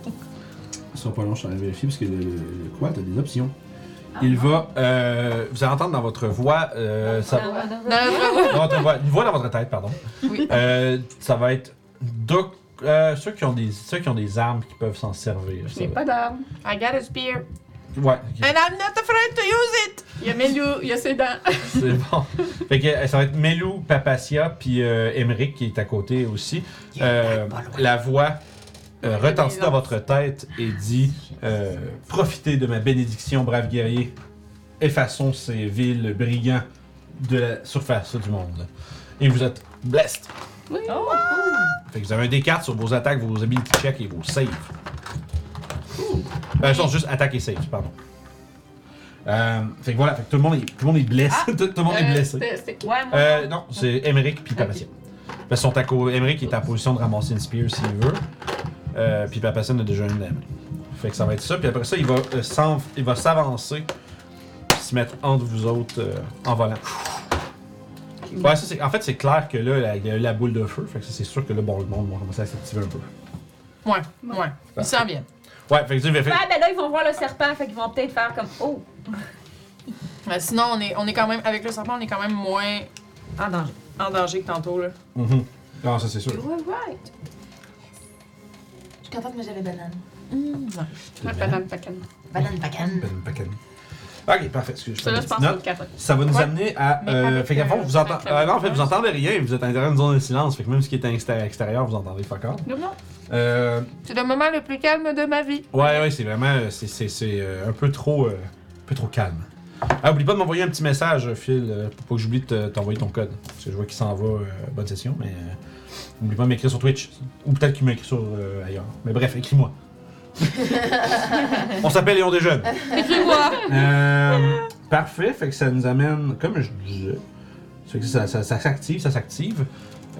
Ils sont pas longs, je suis allé vérifier parce que le, le Qualt a des options.
Ah.
Il va. euh, vous allez entendre dans votre voix. euh, ça,
Non, non, non.
Ah.
dans votre voix, une voix dans votre tête, pardon. Euh, ça va être. doc- euh, ceux, qui ont des, ceux qui ont des armes qui peuvent s'en servir.
Je
ça
n'ai
va-
pas d'arme.
I got a spear.
Ouais, ok,
And I'm not afraid to use it.
Il y a Melou, il y a ses dents.
c'est bon. Fait que euh, ça va être Melou, Papacia, puis euh, Emeric qui est à côté aussi. Euh, la voix euh, retentit dans votre tête et dit euh, Profitez de ma bénédiction, brave guerrier. Effaçons ces villes brigands de la surface du monde. Et vous êtes blessed.
Oh,
Fait que vous avez un D4 sur vos attaques, vos ability checks et vos saves. Ben, sont juste attaque et save, pardon. Euh, fait que voilà, fait que tout le monde est, tout le monde est blessé. tout, tout le monde est
Euh,
blessé.
c'était- c'était qui?
Ouais, moi.
Euh, non, c'est Emmerich puis Papassian. Parce que son taco, Emmerich est en position de ramasser une spear s'il veut. Euh, puis Papassian a déjà une dans la main. Fait que ça va être ça. Puis après ça, il va euh, s'en- il va s'avancer. puis se mettre entre vous autres euh, en volant. Ouais, ça, c'est- en fait, c'est clair que là, la- il y a eu la boule de feu. Fait que ça, c'est sûr que là, bon, le monde va commencer à s'activer un peu.
Ouais, ouais. Il s'en vient.
Ouais, fait que tu sais, fait-
Ouais, ben là, ils vont voir le serpent, fait qu'ils vont peut-être faire comme, oh,
Mais Euh, sinon, on est, on est quand même. Avec le serpent, on est quand même moins
en danger.
en danger que tantôt, là.
Mhm. Non, ça, c'est sûr.
Je suis contente, mais j'avais banane.
Ouais, banane pacane.
Banane bacane.
Ben, pas canon. Ok, parfait. Excuse, je
Ça,
fais
là,
des
je
petites
pense
notes.
aux carottes.
Ça va nous amener à.
Mais
euh,
avec,
fait qu'à fond,
euh,
vous entendez.
cinq clavicles.
non, en fait, vous entendez rien. Vous êtes à l'intérieur d'une zone de silence. Fait que même ce qui est à l'extérieur- extérieur, vous entendez fuck all.
Non, non.
Euh,
C'est le moment le plus calme de ma vie.
ouais, ouais, c'est vraiment. euh, C'est, c'est, c'est, euh, un peu trop. euh, un peu trop calme. Ah, oublie pas de m'envoyer un petit message, Phil, euh, pour pas que j'oublie de te- t'envoyer ton code. Parce que je vois qu'il s'en va. euh, bonne session, mais. euh, oublie pas de m'écrire sur Twitch. Ou peut-être qu'il m'écrit sur euh, ailleurs. Mais bref, écris-moi. On s'appelle Léon des Jeunes. Euh, parfait, fait que ça nous amène, comme je disais, ça fait que ça, ça- ça s'active, ça s'active.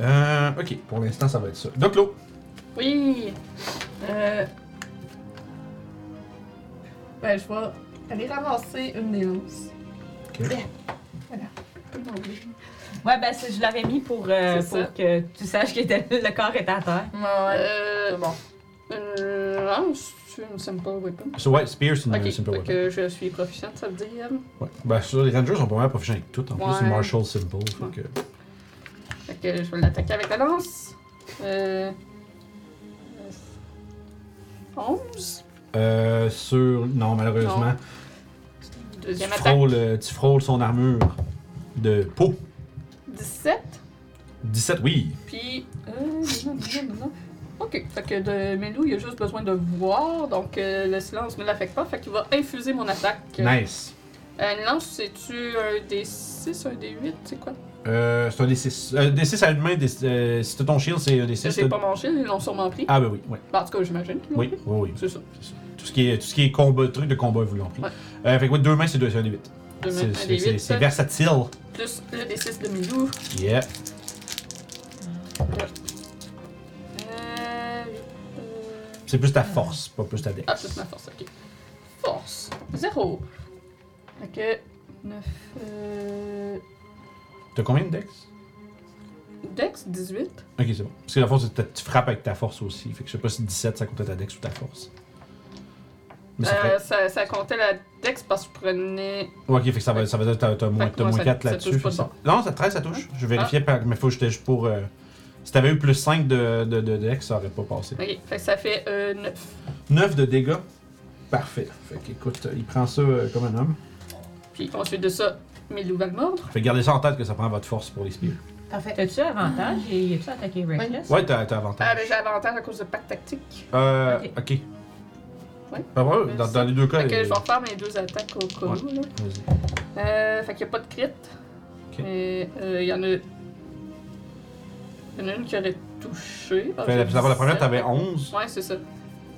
Euh, ok, pour l'instant, ça va être ça. Donc, l'eau.
Oui. Euh... Ben, je vais aller ramasser une des lances.
Ouais, ben c'est- je l'avais mis pour, euh,
C'est ça.
pour que tu saches que était- le corps était à terre.
Euh... Bon. Euh... lance, c'est une simple weapon.
So, ouais, Spear, c'est une
Ok,
simple
fait
weapon.
que je suis proficiente, ça veut dire.
Ouais. Ben, ça, les Rangers sont pas mal proficients avec tout. En plus,
Ouais.
c'est Marshall Simple. Fait que.
Fait que je vais l'attaquer avec la lance. Euh... 11.
Euh, sur. Non, malheureusement. Tu
Deuxième attaque.
frôles, euh, tu frôles son armure de peau.
17.
17, oui.
Puis. Euh, non, non, non, non. Ok, fait que de Melou, il a juste besoin de voir, donc euh, le silence ne l'affecte pas, fait qu'il va infuser mon attaque. euh,
Nice.
Euh, Une lance, c'est-tu un des 6, un des 8, c'est quoi?
Euh, c'est un des 6. des 6 à une main, des- euh, si t'as ton shield, c'est un des 6.
J'ai pas mangé, ils l'ont sûrement pris.
Ah, ben oui, oui.
Ben, en tout cas, j'imagine. qu'ils l'ont
Oui,
pris.
oui, oui.
C'est ça.
c'est ça. Tout ce qui est, tout ce qui est combat, truc de combat, vous l'ont pris.
Ouais.
Euh, fait que ouais, deux mains, c'est deux, c'est un des 8.
Deux
C'est-
mains, un
c'est-
des
C'est
8.
c'est versatile.
Plus le des 6 de Milou.
Yeah.
Euh,
C'est plus ta force, pas plus ta dex.
Ah, c'est ma force, ok. Force. 0. Ok. 9. Euh...
T'as combien de dex?
Dex, 18.
Ok, c'est bon. Parce que la force, c'est que tu frappes avec ta force aussi. Fait que je sais pas si 17, ça comptait ta dex ou ta force. Mais c'est
Euh,
vrai.
ça, ça comptait la Dex parce que je prenais.
Ouais, ok, fait que ça va, ça veut dire que t'as- t'as moins,
que
t'as
moi,
moins
ça-
4
ça
là-dessus.
touche pas Hein?
fait que ça- Non, ça 13, ça touche. Je vérifiais, par- mais faut que j'étais juste pour. euh, Si t'avais eu plus 5 de, de, de dex, ça aurait pas passé.
Ok, fait que ça fait euh, 9.
9 de dégâts. Parfait. Fait que, écoute, il prend ça euh, comme un homme.
Puis ensuite de ça, mes loups va le mordre.
Fait que gardez ça en tête que ça prend votre force pour les spears.
T'as-tu avantage? Il est-tu attaqué Reckless?
Ouais, t'as t'as
Ah, mais
avantage.
j'ai avantage à cause de pack tactique.
Euh,
Ok.
ok.
Ouais.
Ah, ouais, dans, dans les deux cas.
Fait que
il-
je vais refaire mes deux attaques au cas où, là.
Vas-y.
Euh, fait qu'il n'y a pas de crit.
Ok.
Mais euh, il y en a. Il y en a une qui aurait touché. Ah,
Fait
j'ai
la, la première,
17.
t'avais 11.
Ouais, c'est ça.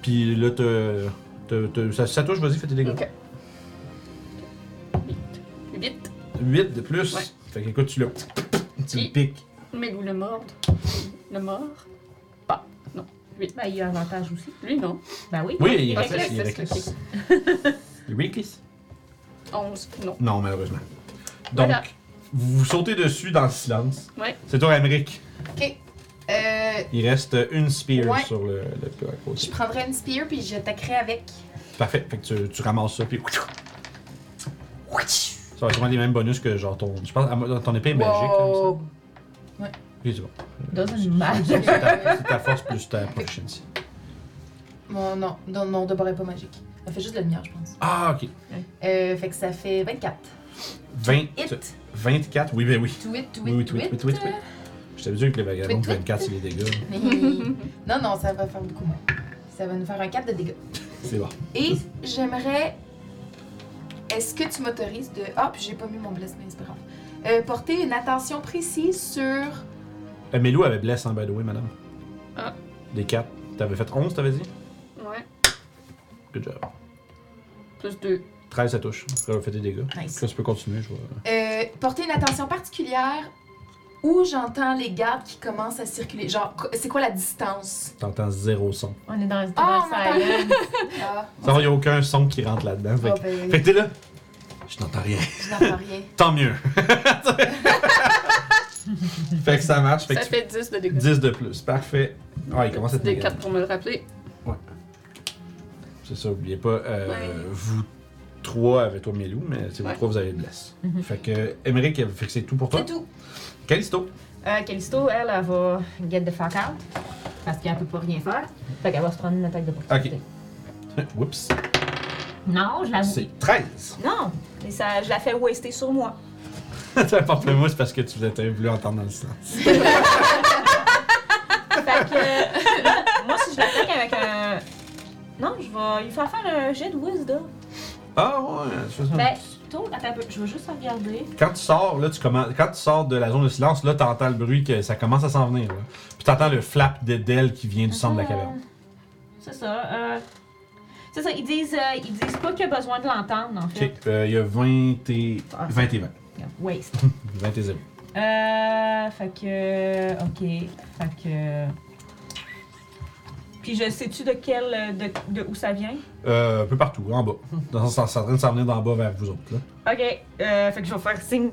Puis là, t'as- t'as- t'as- ça, ça touche, vas-y, fais tes dégâts.
Ok. 8. 8.
8 de plus.
Ouais.
Fait que écoute, tu le, tu le
Et-
piques.
Mais où le mord Le mort Pas. Non.
Ben, il a avantage aussi.
Lui, non.
Ben oui.
Oui, il
Il
réclisse. Il
réclisse,
réclisse. Il réclisse.
11. Non.
Non, malheureusement. Donc,
Voilà.
vous vous sautez dessus dans le silence.
Ouais.
C'est toi, Améric.
Euh,
Il reste une spear
Ouais.
sur le, le gars à côté.
je prendrais une spear puis j'attaquerais avec.
Parfait. Fait que tu, tu ramasses ça, puis. Ça va sûrement les mêmes bonus que genre ton. Je pense à- ton épée est magique. hein,
Wow.
là, il me semble. Ok, c'est bon.
Doesn't matter.
C'est ta, c'est ta force plus ta proficiency.
Bon, non, non, non, de barre est pas magique. Elle fait juste de la lumière, je pense.
Ah, ok.
Euh, fait que ça fait 24.
20,
Hit.
24, oui, ben oui.
To it, to
Oui,
it,
oui,
to
oui,
it.
oui, oui, oui. Je t'avais dit que les vagabonds,
Tweet, tweet.
24, c'est les dégâts.
non, non, ça va faire beaucoup moins. Ça va nous faire un 4 de dégâts.
C'est bon.
Et j'aimerais. Est-ce que tu m'autorises de. Ah, puis j'ai pas mis mon bless, mais c'est pas grave. Euh, porter une attention précise sur.
Euh, Mélou avait bless, hein, by the way, madame.
Ah.
Des 4. T'avais fait 11, t'avais dit?
Ouais.
Good job.
Plus 2.
13, ça touche. Ça fait des dégâts.
Nice.
Ça, tu peux continuer, je vois.
Euh, porter une attention particulière où j'entends les gardes qui commencent à circuler. Genre, qu- c'est quoi la distance?
T'entends zéro son.
On est dans, dans
Ah, on entend
le silence.
Ah,
Ça va, y a aucun son qui rentre là-dedans. Fait,
bon,
que-
ben,
fait que t'es là. Je n'entends rien.
je n'entends rien.
Tant mieux. fait que ça marche. Fait
Ça
que tu...
fait 10 de dégâts.
10 de plus. Parfait. Ah, il commence à te
Des
dégager.
4 pour me le rappeler.
C'est ça, oubliez pas, euh,
Ouais.
vous trois avec toi Mélou, mais c'est vous
Ouais.
trois vous avez blesse. Fait que Émeric, elle- fait que c'est tout pour toi.
C'est tout.
Calisto,
Euh, Calisto, elle, elle va get the fuck out. Parce qu'elle peut pas rien faire. Fait qu'elle va se prendre une attaque d'opportunité.
oups,
Non, je la.
c'est 13.
Non! Mais ça, je la fais waster sur moi.
T'as moi c'est parce que tu voulais t'avais voulu entendre dans le sens.
Fait que. euh, moi, si je l'attaque avec un. Non, je vais lui faire faire un jet de wisdom.
Ah ouais, c'est ça.
Ben, plutôt, attends un peu, je vais juste regarder.
Quand tu sors, là, tu commences, quand tu sors de la zone de silence, là, t'entends le bruit que ça commence à s'en venir. Là. Puis t'entends le flap de d'elle qui vient du centre de
Ah.
la caverne.
C'est ça. Euh... C'est ça, ils disent, euh, ils disent pas qu'il y a besoin de l'entendre, en
Ok,
fait.
euh, il y a 20 et...
Ah.
20 et 20.
Waste.
20 et 0.
Euh, fait que. Ok. Fait que. Puis je sais-tu de quel. De, de où ça vient?
Euh, un peu partout, en bas. Dans, ça, ça est en train de s'en venir d'en bas vers vous autres. Là.
Ok. Euh, fait que je vais faire signe.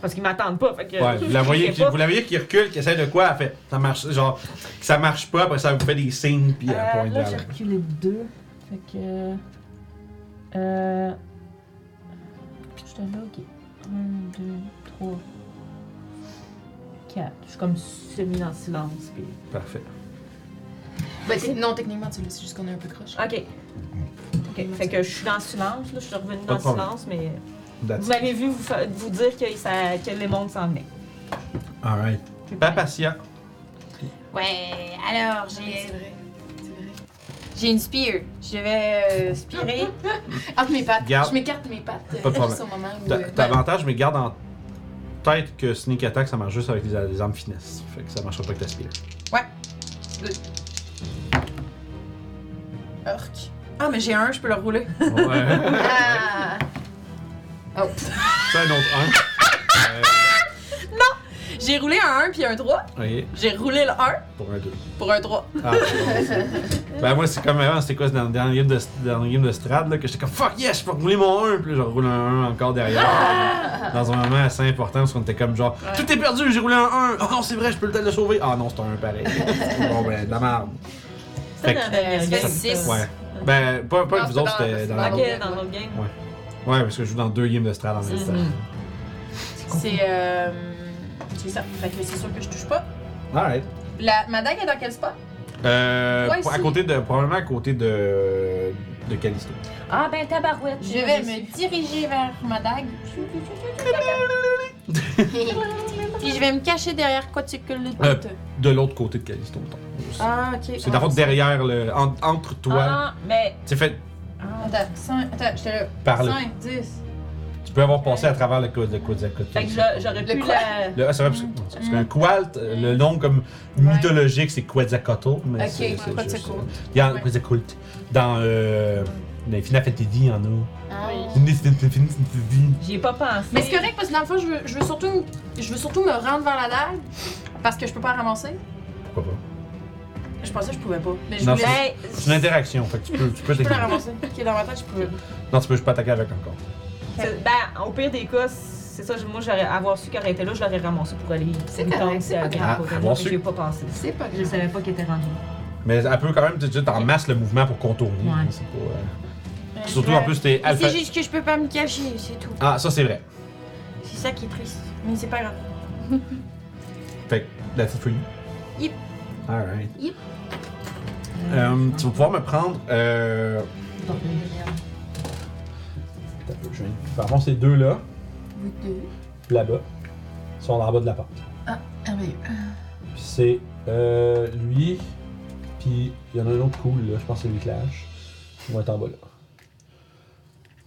Parce qu'ils m'attendent pas. Fait que.
Ouais, vous la voyez,
je
qui,
sais pas.
vous la voyez qui recule, qui essaie de quoi, elle fait. Ça marche, genre, que ça marche pas, après ça vous fait des signes, puis elle
Euh,
pointe
là,
vers
j'ai
là.
reculé de deux. Fait que. Euh. J'étais là, ok. 1, 2, 3, 4. Je suis comme semi dans le silence. Puis...
Parfait.
Ben, t'es- non, techniquement, tu le sais juste qu'on est un peu croche.
Ok. Ok. Fait que je suis dans le silence. Là, je suis revenue dans
de
le
problème.
silence, mais.
That's
Vous m'avez vu vous, fa- vous dire que, ça, que les mondes s'en venaient.
Alright. Papatia.
Ouais, alors,
Oui,
j'ai
c'est vrai. C'est vrai.
J'ai une spear. Je vais euh, spearer.
Entre mes pattes.
Garde.
Je m'écarte mes pattes.
Pas de
euh,
problème.
juste au moment où.
T'as
euh,
t'as avantage, mais garde en tête que Sneak Attack, ça marche juste avec les, les armes finesse. Fait que ça marchera pas avec ta spear.
Urk. Ah, mais j'ai un, je peux le rouler.
Ouais.
Ah!
C'est un autre
J'ai roulé un 1 puis un 3.
1. Oui,
J'ai roulé le 1
pour un 2.
pour un 3.
Ah, bon. ben moi, c'est comme avant, c'était quoi, c'est dans le dernier game de, dernier game de Strad, là, que j'étais comme fuck yes, je peux rouler mon 1, puis là, je roule un 1 encore derrière. dans un moment assez important, parce qu'on était comme genre, tout est perdu, j'ai roulé un 1, oh non, c'est vrai, je peux le temps le sauver. Ah non, c'est un 1 pareil. bon, ben, de la merde. Fait que-
fait
ça-
six.
Ouais. Ben, pas, pas
Non,
que vous
c'est
autres,
dans-
c'était
c'est
dans
dans
la
le
game.
Ok, dans notre game.
Ouais, parce que je joue dans deux games de Strad en même temps.
C'est. Euh... C'est ça. Fait que c'est sûr que je touche pas.
Alright.
La... Ma dague est dans quel spot
Euh,
Ouais,
à
si.
côté de, probablement à côté de, de Callisto.
Ah ben tabarouette.
Je
j'ai
vais
réussi.
me diriger vers ma dague. Puis je vais me cacher derrière quoi tu que le
Euh,
doute.
De l'autre côté de Callisto, mettons.
Ah, ok.
C'est d'abord derrière le. en- entre toi.
Ah, mais
C'est fait
Attends, 5, attends, j'étais là.
par là.
5, 10.
Tu peux avoir passé à travers le coude, le coude, le coude.
Fait que j'a- j'aurais pu la.
Le, ah, c'est vrai, parce que, parce qu'un Qualt, euh, le nom comme mythologique, c'est Quetzalcoatl, mais
Ok,
c'est, c'est
Quetzalcoatl.
juste- euh, Il y a un Quetzalcoatl. Dans, euh, dans Final Fantasy, il y en a.
Ah.
Final Fantasy.
J'y ai pas pensé.
euh, Mais c'est correct parce que dans le fond, je veux, je veux surtout, je veux surtout me rendre vers la dague parce que je peux pas la ramasser.
Pourquoi pas?
Je pensais que je pouvais pas. Mais je
Non,
voulais.
c'est,
Hey,
c'est une interaction, fait que tu peux, tu peux
Je peux la
t'équiper.
ramasser. Ok, dans ma tête, je pouvais pas.
Non, tu peux juste pas attaquer avec encore.
c'est- ben, au pire des cas, c'est ça. Moi, j'aurais avoir su qu'elle était là, je l'aurais ramassé pour aller.
C'est
Donc,
correct, c'est
euh,
pas
bien
grave.
à côté.
Avoir su.
J'y ai pas pensé.
C'est pas
Je
grave.
savais pas qu'elle était rendue.
Mais elle peut quand même, tu tu- t'en masses le mouvement pour contourner.
Ouais.
C'est pas, euh, Surtout en plus, t'es alpha.
C'est juste que je peux pas me cacher, c'est tout.
Ah, ça c'est vrai.
C'est ça qui est triste. Mais c'est pas grave.
Fait que, that's it for you.
Yep.
Alright.
Yep.
Euh, tu vas pouvoir me prendre. Euh... Attends, je vais- Par contre, ces deux-là,
Vous deux.
là-bas, sont en bas de la porte.
Merveilleux.
Puis c'est euh, lui, puis il y en a un autre cool, là, je pense que c'est lui Clash. Ils vont être en bas là.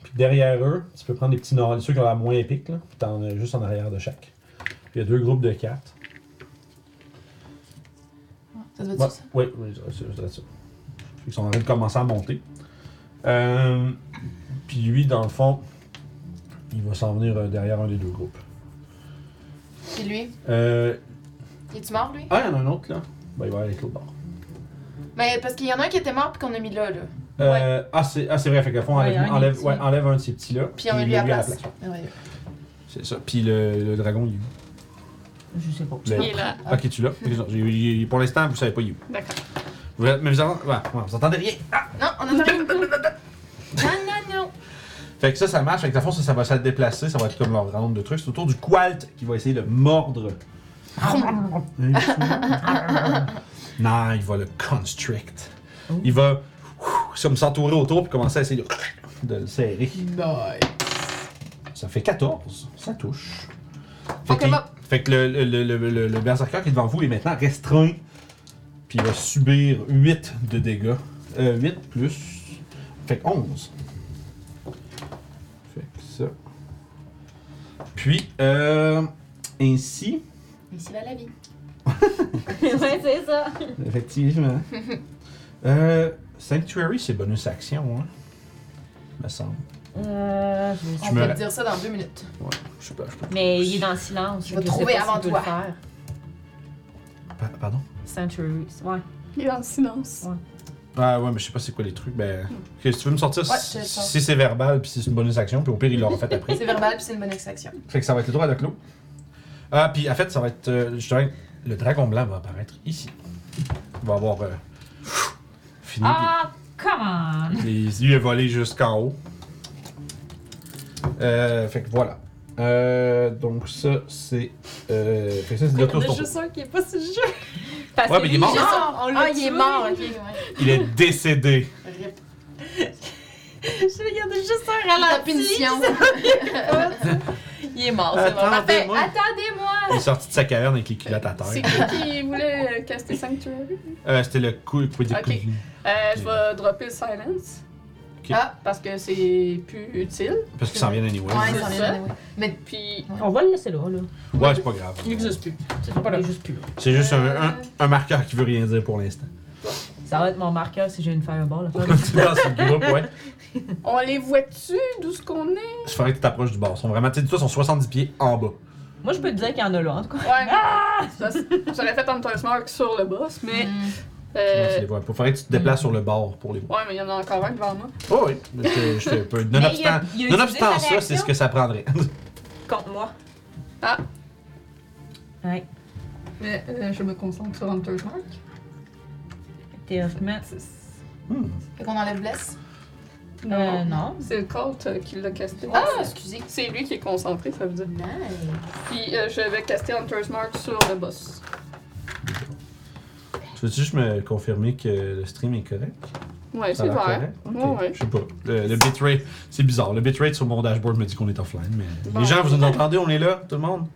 Puis derrière eux, tu peux prendre les petits nord, ceux qui ont la moins épique, là, puis t'en as juste en arrière de chaque. Puis il y a deux groupes de quatre.
Ça doit être
Ouais,
ça.
oui, oui, je je- je dirais ça. Ils sont en train de commencer à monter. Euh, puis lui, dans le fond, il va s'en venir euh, derrière un des deux groupes.
Puis lui.
Euh,
Il est-tu mort, lui?
ah, il y en a un autre là. Ben, il va aller avec l'autre bord.
Mais parce qu'il y en a un qui était mort puis qu'on a mis là, là.
Euh, ah, c'est ah, c'est vrai, fait que le fond,
Ouais,
enlève,
un des
enlève-
petits.
ouais, enlève un de ces petits-là.
Puis on a
puis
lui à
mets-lui
la place.
place.
Merveilleux.
C'est ça. Puis le, le dragon, il
Je sais pas.
est où? Le-
Il est là.
Ok, tu l'as. Ok, j'ai- il- il- Pour l'instant, vous savez pas, il est où.
D'accord.
Vous- Mais vous, entendez- ouais, ouais, vous entendez rien. Ah!
Non, on a fait Non, non, non.
Fait que ça, ça marche. Fait que dans le fond, ça, ça va se déplacer. Ça va être comme leur round de trucs. C'est autour du Qualt qui va essayer de mordre. non, il va le constrict. Il va ouf, comme s'entourer autour puis commencer à essayer de, de le serrer. Ça fait 14. Ça touche. Fait,
Ok,
que,
bon.
fait que le, le, le, le- le- le berserker qui est devant vous est maintenant restreint. Puis il va subir 8 de dégâts. Euh, 8 plus. Fait que 11. Fait que ça. Puis, euh, ainsi.
Mais c'est va la vie.
ouais, c'est ça.
Effectivement. euh, Sanctuary, c'est bonus action, hein. Me semble.
Euh, je sais
Je
On
me
peut
ra-
te dire ça dans deux minutes.
Ouais, je sais pas. Je sais
pas. mais il est dans le silence.
Je vais
sais
trouver
pas s'il
avant
peut
toi.
le faire.
pas. Pa- Pardon?
Sanctuary. Ouais.
Il est en silence.
Ah ouais, mais je sais pas c'est quoi les trucs. Ben, ok, si tu veux me sortir
Hmm. Ouais, je
si,
le sors.
si c'est verbal puis si c'est une bonus action, puis au pire, il l'aura fait après.
C'est verbal puis c'est une bonne extraction.
fait que ça va être le droit de clos. Ah, puis en fait, ça va être. euh, justement, le dragon blanc va apparaître ici. Il va avoir. euh, fini.
Ah, come on!
Les yeux volés jusqu'en haut. Euh, fait que voilà. Euh, donc ça, c'est. Euh, fait que ça, c'est le tour de ton tour.
un qui est pas sur le jeu.
Parce
Ouais,
que
mais il est
lui,
mort.
juste-
Ah,
Ah, il est mort, ok.
Il est décédé.
Rip.
Je regardais juste un
La
ralenti.
punition.
Il est mort, c'est bon. Parfait.
Attendez-moi.
Attendez-moi!
Il est sorti de sa caverne avec les culottes à
C'est
terre.
qui qui voulait euh, caster Sanctuary?
Euh, C'était le coup, le coup des
Ok.
coups de vie.
Euh, je vais dropper le Silence.
Ok.
Ah, parce que c'est plus utile.
Parce qu'il s'en vient anyway.
Ouais,
Ouais,
ça
C'est
vient
ça.
d'anyway.
Puis,
On va le laisser là, là.
c'est pas grave.
Il n'existe plus.
C'est pas là. juste plus là.
C'est juste un, un- un marqueur qui veut rien dire pour l'instant.
Ça va être mon marqueur si j'ai une fireball.
tu passes le groupe, ouais.
on les voit-tu d'où ce qu'on est?
Je ferais que tu t'approches du bord. Ils sont vraiment, tu sais, tous sont 70 pieds en bas.
Moi, je peux te dire qu'il y en a là, en tout cas.
Ouais. Ça, c'est- J'aurais fait un Hunter's Mark sur le boss, mais.
Ouais, tu
Euh,
les vois. Faudrait que tu te déplaces sur le bord pour les voir.
ouais, mais il y en a encore un devant moi.
Oh oui, je te- je te peux.
il a-
Nonobstant
il a
nonobstant
utilisé
ça,
sa
c'est ce que ça prendrait.
Contre moi.
Ah.
Ouais.
Mais euh, je me concentre sur Hunter's Mark.
Théoriquement, c'est-
Hmm.
Fait qu'on enlève blesse.
euh, non.
C'est le Colt euh, qui l'a casté.
Ah, excusez.
C'est lui qui est concentré, ça veut dire. Puis euh, je vais caster Hunter's Mark sur le boss.
Tu veux-tu juste me confirmer que le stream est correct?
Ouais,
Ça
c'est
a l'air
vert.
correct? Ok.
Ouais, ouais.
Je sais pas. Le, le bitrate, c'est bizarre. Le bitrate sur mon dashboard me dit qu'on est offline, mais
Bon.
les gens, vous nous entendez, on est là, tout le monde?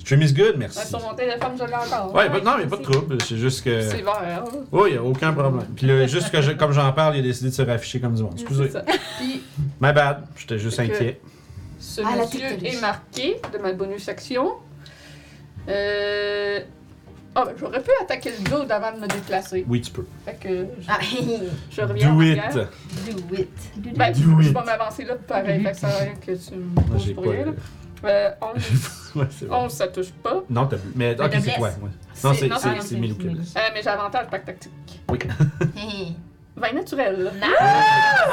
Stream is good, merci.
Ouais, sur mon téléphone, je l'ai encore.
Ouais, pas- non, mais pas de Euh, trouble, c'est juste que...
C'est vert. hein.
Oui, il a aucun problème. Puis le, juste que je- comme j'en parle, il a décidé de se rafficher comme du monde. Excusez.
C'est ça. Puis
My bad, j'étais juste
Fait que-
inquiet.
ce
Ah, la
monsieur
technologie.
est marqué de ma bonus action. Euh... Ah, ben, j'aurais pu attaquer le dos avant de me déplacer.
Oui, tu peux.
Fait que je,
Ah,
je reviens en
Do it!
arrière.
do it.
Ben,
Do
je je
it.
vais m'avancer là pareil. Fait que ça sert à rien que tu me
Moi,
poses
j'ai
pour
pas...
rien. là.
Ouais,
Euh, 11,
c'est bon.
11, ça touche pas.
Non, t'as... Mais... Ok,
la
c'est
blesse.
toi. ouais. Non, c'est-
non,
c'est
non,
c'est Milou qui blesse.
Euh, mais j'ai avantage pack tactique.
Oui.
20 naturel.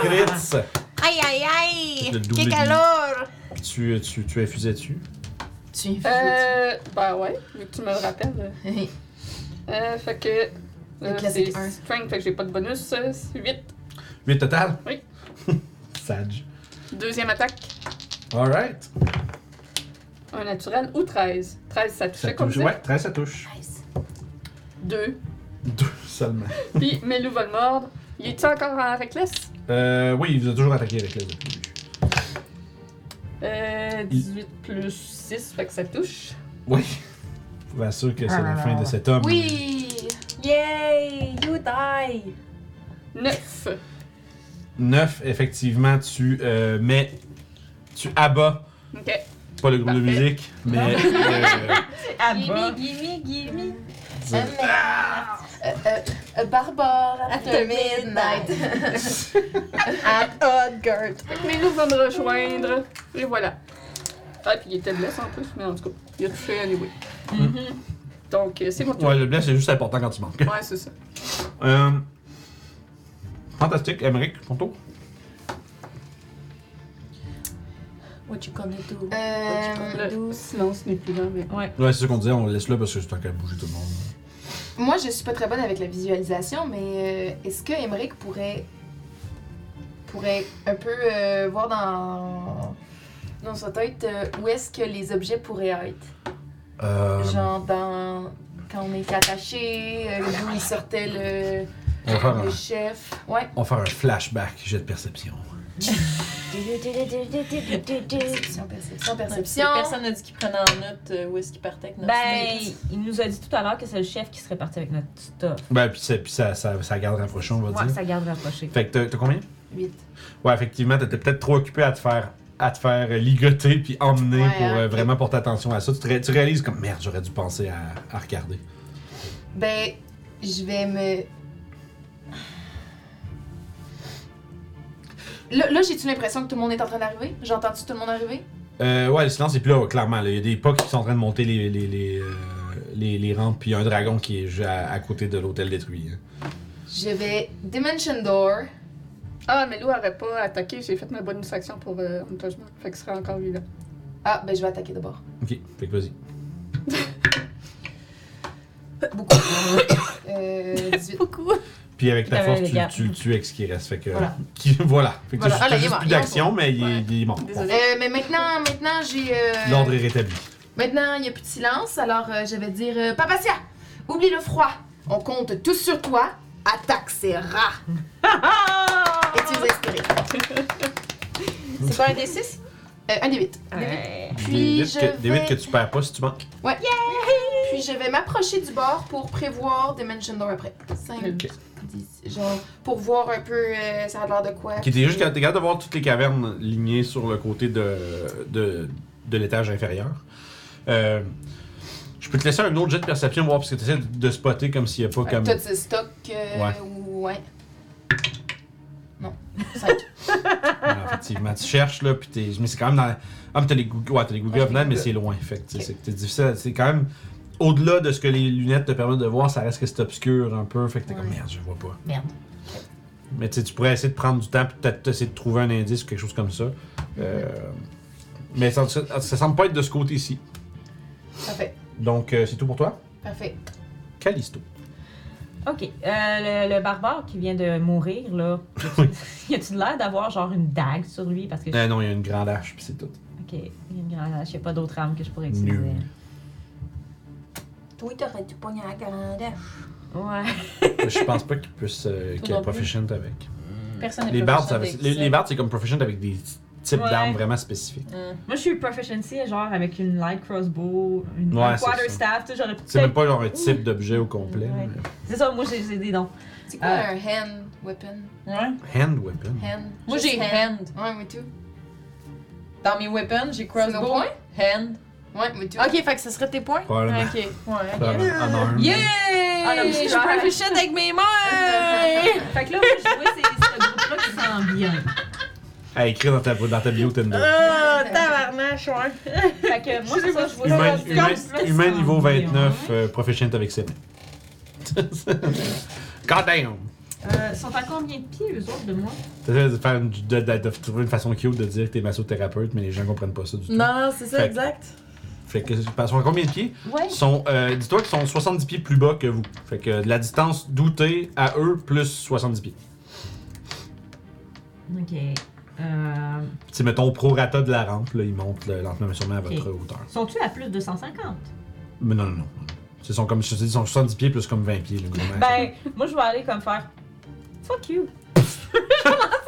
Crits!
Aïe, aïe, aïe!
Le double
Quel
du-
calor!
Tu, tu, tu infusais dessus.
Tu
Euh, ben ouais, vu que tu me le rappelles. Euh, fait que. Euh,
classique
c'est
un.
strength, fait que j'ai pas de bonus. euh, 8.
8 total?
Oui.
Sage.
Deuxième attaque,
Alright.
un naturel ou 13. 13, ça touchait
Ça
comme
touche.
ça.
Ouais, 13, ça touche.
2.
Deux seulement.
Puis Melou va le mordre. Il est encore en reckless?
Euh, oui, il vous a toujours attaqué avec les autres.
Euh, 18 plus 6, fait que ça touche.
Oui. Je vous assure que c'est la fin de cet homme.
Oui!
Yay! You die!
9.
9, effectivement, tu euh, mets. Tu abats,
Ok.
pas le groupe de
Parfait.
musique, mais. euh,
Ah bah.
gimme, gimme!
tu-
Euh, euh, euh, Barbare, after midnight.
Fait que Melou va me rejoindre. Et voilà. Ah, puis il était blessé en plus, mais en tout cas, il a touché anyway. Donc, euh, c'est mon tour.
Mm-hmm. ouais, le bless, c'est juste important quand tu manques.
Ouais, c'est ça.
Euh, Fantastique, Emmerich, ton tour.
What you gonna do?
Euh,
Le silence n'est plus là, mais.
Ouais, c'est ce qu'on disait, on le laisse là parce que c'est tant qu'à bouger tout le monde.
moi, je suis pas très bonne avec la visualisation, mais euh, est-ce que Emmerich pourrait pourrait un peu euh, voir dans dans sa tête euh, où est-ce que les objets pourraient être?
Euh,
Genre dans quand on était attaché, euh, d'où il sortait le,
on, va faire un,
le chef. Ouais.
on va faire un flashback, jet de perception.
Perception, perception, perception.
Personne n'a dit qu'il prenait en note euh, où est-ce qu'il partait avec notre
euh,
Ben,
steak.
il nous a dit tout à l'heure que c'est le chef qui serait parti avec notre stuff.
Ben, puis, c'est- puis ça, ça, ça garde rapproché, on va
Ouais,
dire.
ça garde rapproché.
Fait que t'as- t'as combien?
8.
Ouais, effectivement, t'étais peut-être trop occupé à te faire à te faire ligoter puis emmener
Ouais,
pour euh,
ok.
vraiment porter attention à ça. Tu, te ré- tu réalises comme merde, j'aurais dû penser à, à regarder.
Ben, je vais me. Là, là, j'ai-tu l'impression que tout le monde est en train d'arriver? J'entends-tu tout le monde arriver?
Euh, ouais, le silence est plus là, clairement. là. Il y a des pas qui sont en train de monter les, les, les, euh, les- les rampes, puis il y a un dragon qui est ju- à, à côté de l'hôtel détruit. hein.
Je vais Dimension Door.
Ah, Melou avait pas attaqué, j'ai fait ma bonus action pour euh, Hunter's Mark, fait qu'il serait encore vivant.
Ah, ben, je vais attaquer d'abord.
Ok, fait que vas-y.
Beaucoup. euh, 18.
Puis avec ta
Ah
Euh,
force,
les
tu,
gars.
tu, tu ex qui reste. Fait que.
Voilà.
qui- voilà. Fait que
Voilà.
t'as
Ah, là,
juste, t'as juste
il est mort,
plus
il est
d'action, mais il,
Ouais.
est- il est mort. Bon.
Désolé.
Euh, mais maintenant, maintenant, j'ai. euh,
L'ordre est rétabli.
Maintenant, il n'y a plus de silence, alors euh, je vais dire euh, Papatia, oublie le froid. On compte tous sur toi. Attaque ces rats.
Ah!
Et tu es inspiré.
C'est pas un D6?
Euh, un des huit.
Ouais.
des,
Puis
8
je
que, des huit
vais-
que tu perds pas si tu manques.
Puis je vais m'approcher du bord pour prévoir Dimension Door après. 5,
Ok.
10, genre, pour voir un peu euh, ça a l'air de quoi.
Qui était juste quand t'es capable de voir toutes les cavernes lignées sur le côté de, de, de l'étage inférieur. Euh, je peux te laisser un autre jet de perception, voir, parce que tu essaies de, de spotter comme s'il n'y a pas
Fait que
comme.
T'as de stock. euh,
Ouais.
ou- ouais.
Ah, effectivement, tu cherches, là, puis t'es. Mais c'est quand même dans. la- Ah, mais t'as les Google, ouais, t'as les Google
Ouais, j'ai
Overnight,
les
mais
Google.
c'est loin. Fait que, tu sais, c'est c'est difficile. C'est quand même. Au-delà de ce que les lunettes te permettent de voir, ça reste que c'est obscur un peu. Fait que t'es comme merde, je vois pas.
Merde.
Mais tu sais, tu pourrais essayer de prendre du temps, puis peut-être essayer de trouver un indice ou quelque chose comme ça. Euh, Mais ça, ça, ça semble pas être de ce côté-ci.
Parfait.
Donc, euh, c'est tout pour toi.
Parfait.
Callisto.
Ok, euh, le, le barbare qui vient de mourir, là, y a-tu de l'air d'avoir genre une dague sur lui? Parce que. je-
Ah non, il y a une grande hache, puis c'est tout.
Ok, il y a une grande hache, y a pas d'autre arme que je pourrais utiliser.
Nul.
Toi, t'aurais dû pogner la grande.
Ouais.
Je pense pas qu'il puisse. euh, qu'il
non
est
plus.
proficient avec.
Personne
Les
n'est
bardes, ça-
proficient avec
les, les bardes, c'est comme proficient avec des types
Ouais.
d'armes vraiment spécifiques.
Moi, je suis proficiency, genre avec une light crossbow, une
Ouais,
un
c'est
quarter
ça.
staff, tu sais, j'aurais
C'est
peut-être.
même pas genre un type d'objet au complet.
Ouais.
mais-
C'est ça, moi, j'ai j'ai des dons.
C'est quoi
Ah.
Euh.
un hand weapon?
Hand weapon.
Hand.
Moi, j'ai hand.
Ouais, moi tout.
Dans mes weapons, j'ai
C'est nos
crossbow,
points?
hand.
Ouais, moi tout.
Ok, fait que ce serait tes points?
Probablement.
Ok, ouais.
Probablement. Unarmed.
Yeah!
Ah, non, mais c'est
Je suis
vrai.
proficient avec mes mains!
Fait que là, moi, je vois, c'est c'est ce groupe-là qui sent bien.
À écrire dans ta, dans ta bio Tinder.
Oh, tabarnache, ouais. Fait que moi, c'est ça, je vois
Humain,
ça.
humain-
Comme ça,
humain
ça
niveau
sent
29, euh, proficient avec 7. God damn!
bien. Euh, Ils sont à combien de pieds, eux autres, de moi?
T'essaies de, faire une- de, de- de trouver une façon cute de dire que t'es massothérapeute, mais les gens comprennent pas ça du tout.
Non, c'est ça,
Fait-
exact.
Fait que, ils sont à combien de pieds?
Ouais.
Ils Sont, euh, dis-toi qu'ils sont 70 pieds plus bas que vous. Fait que de la distance doutée à eux, plus 70 pieds.
Ok. Euh,
Si mettons prorata de la rampe, là, ils montent là, lentement mais sûrement à votre
Ok.
hauteur.
Sont-tu à plus de 150?
Mais non, non, non. Ils sont comme, je te dis, ils sont 70 pieds plus comme 20 pieds. Là, vraiment.
Ben, moi, je vais aller comme faire. Fuck you. je vais lancer.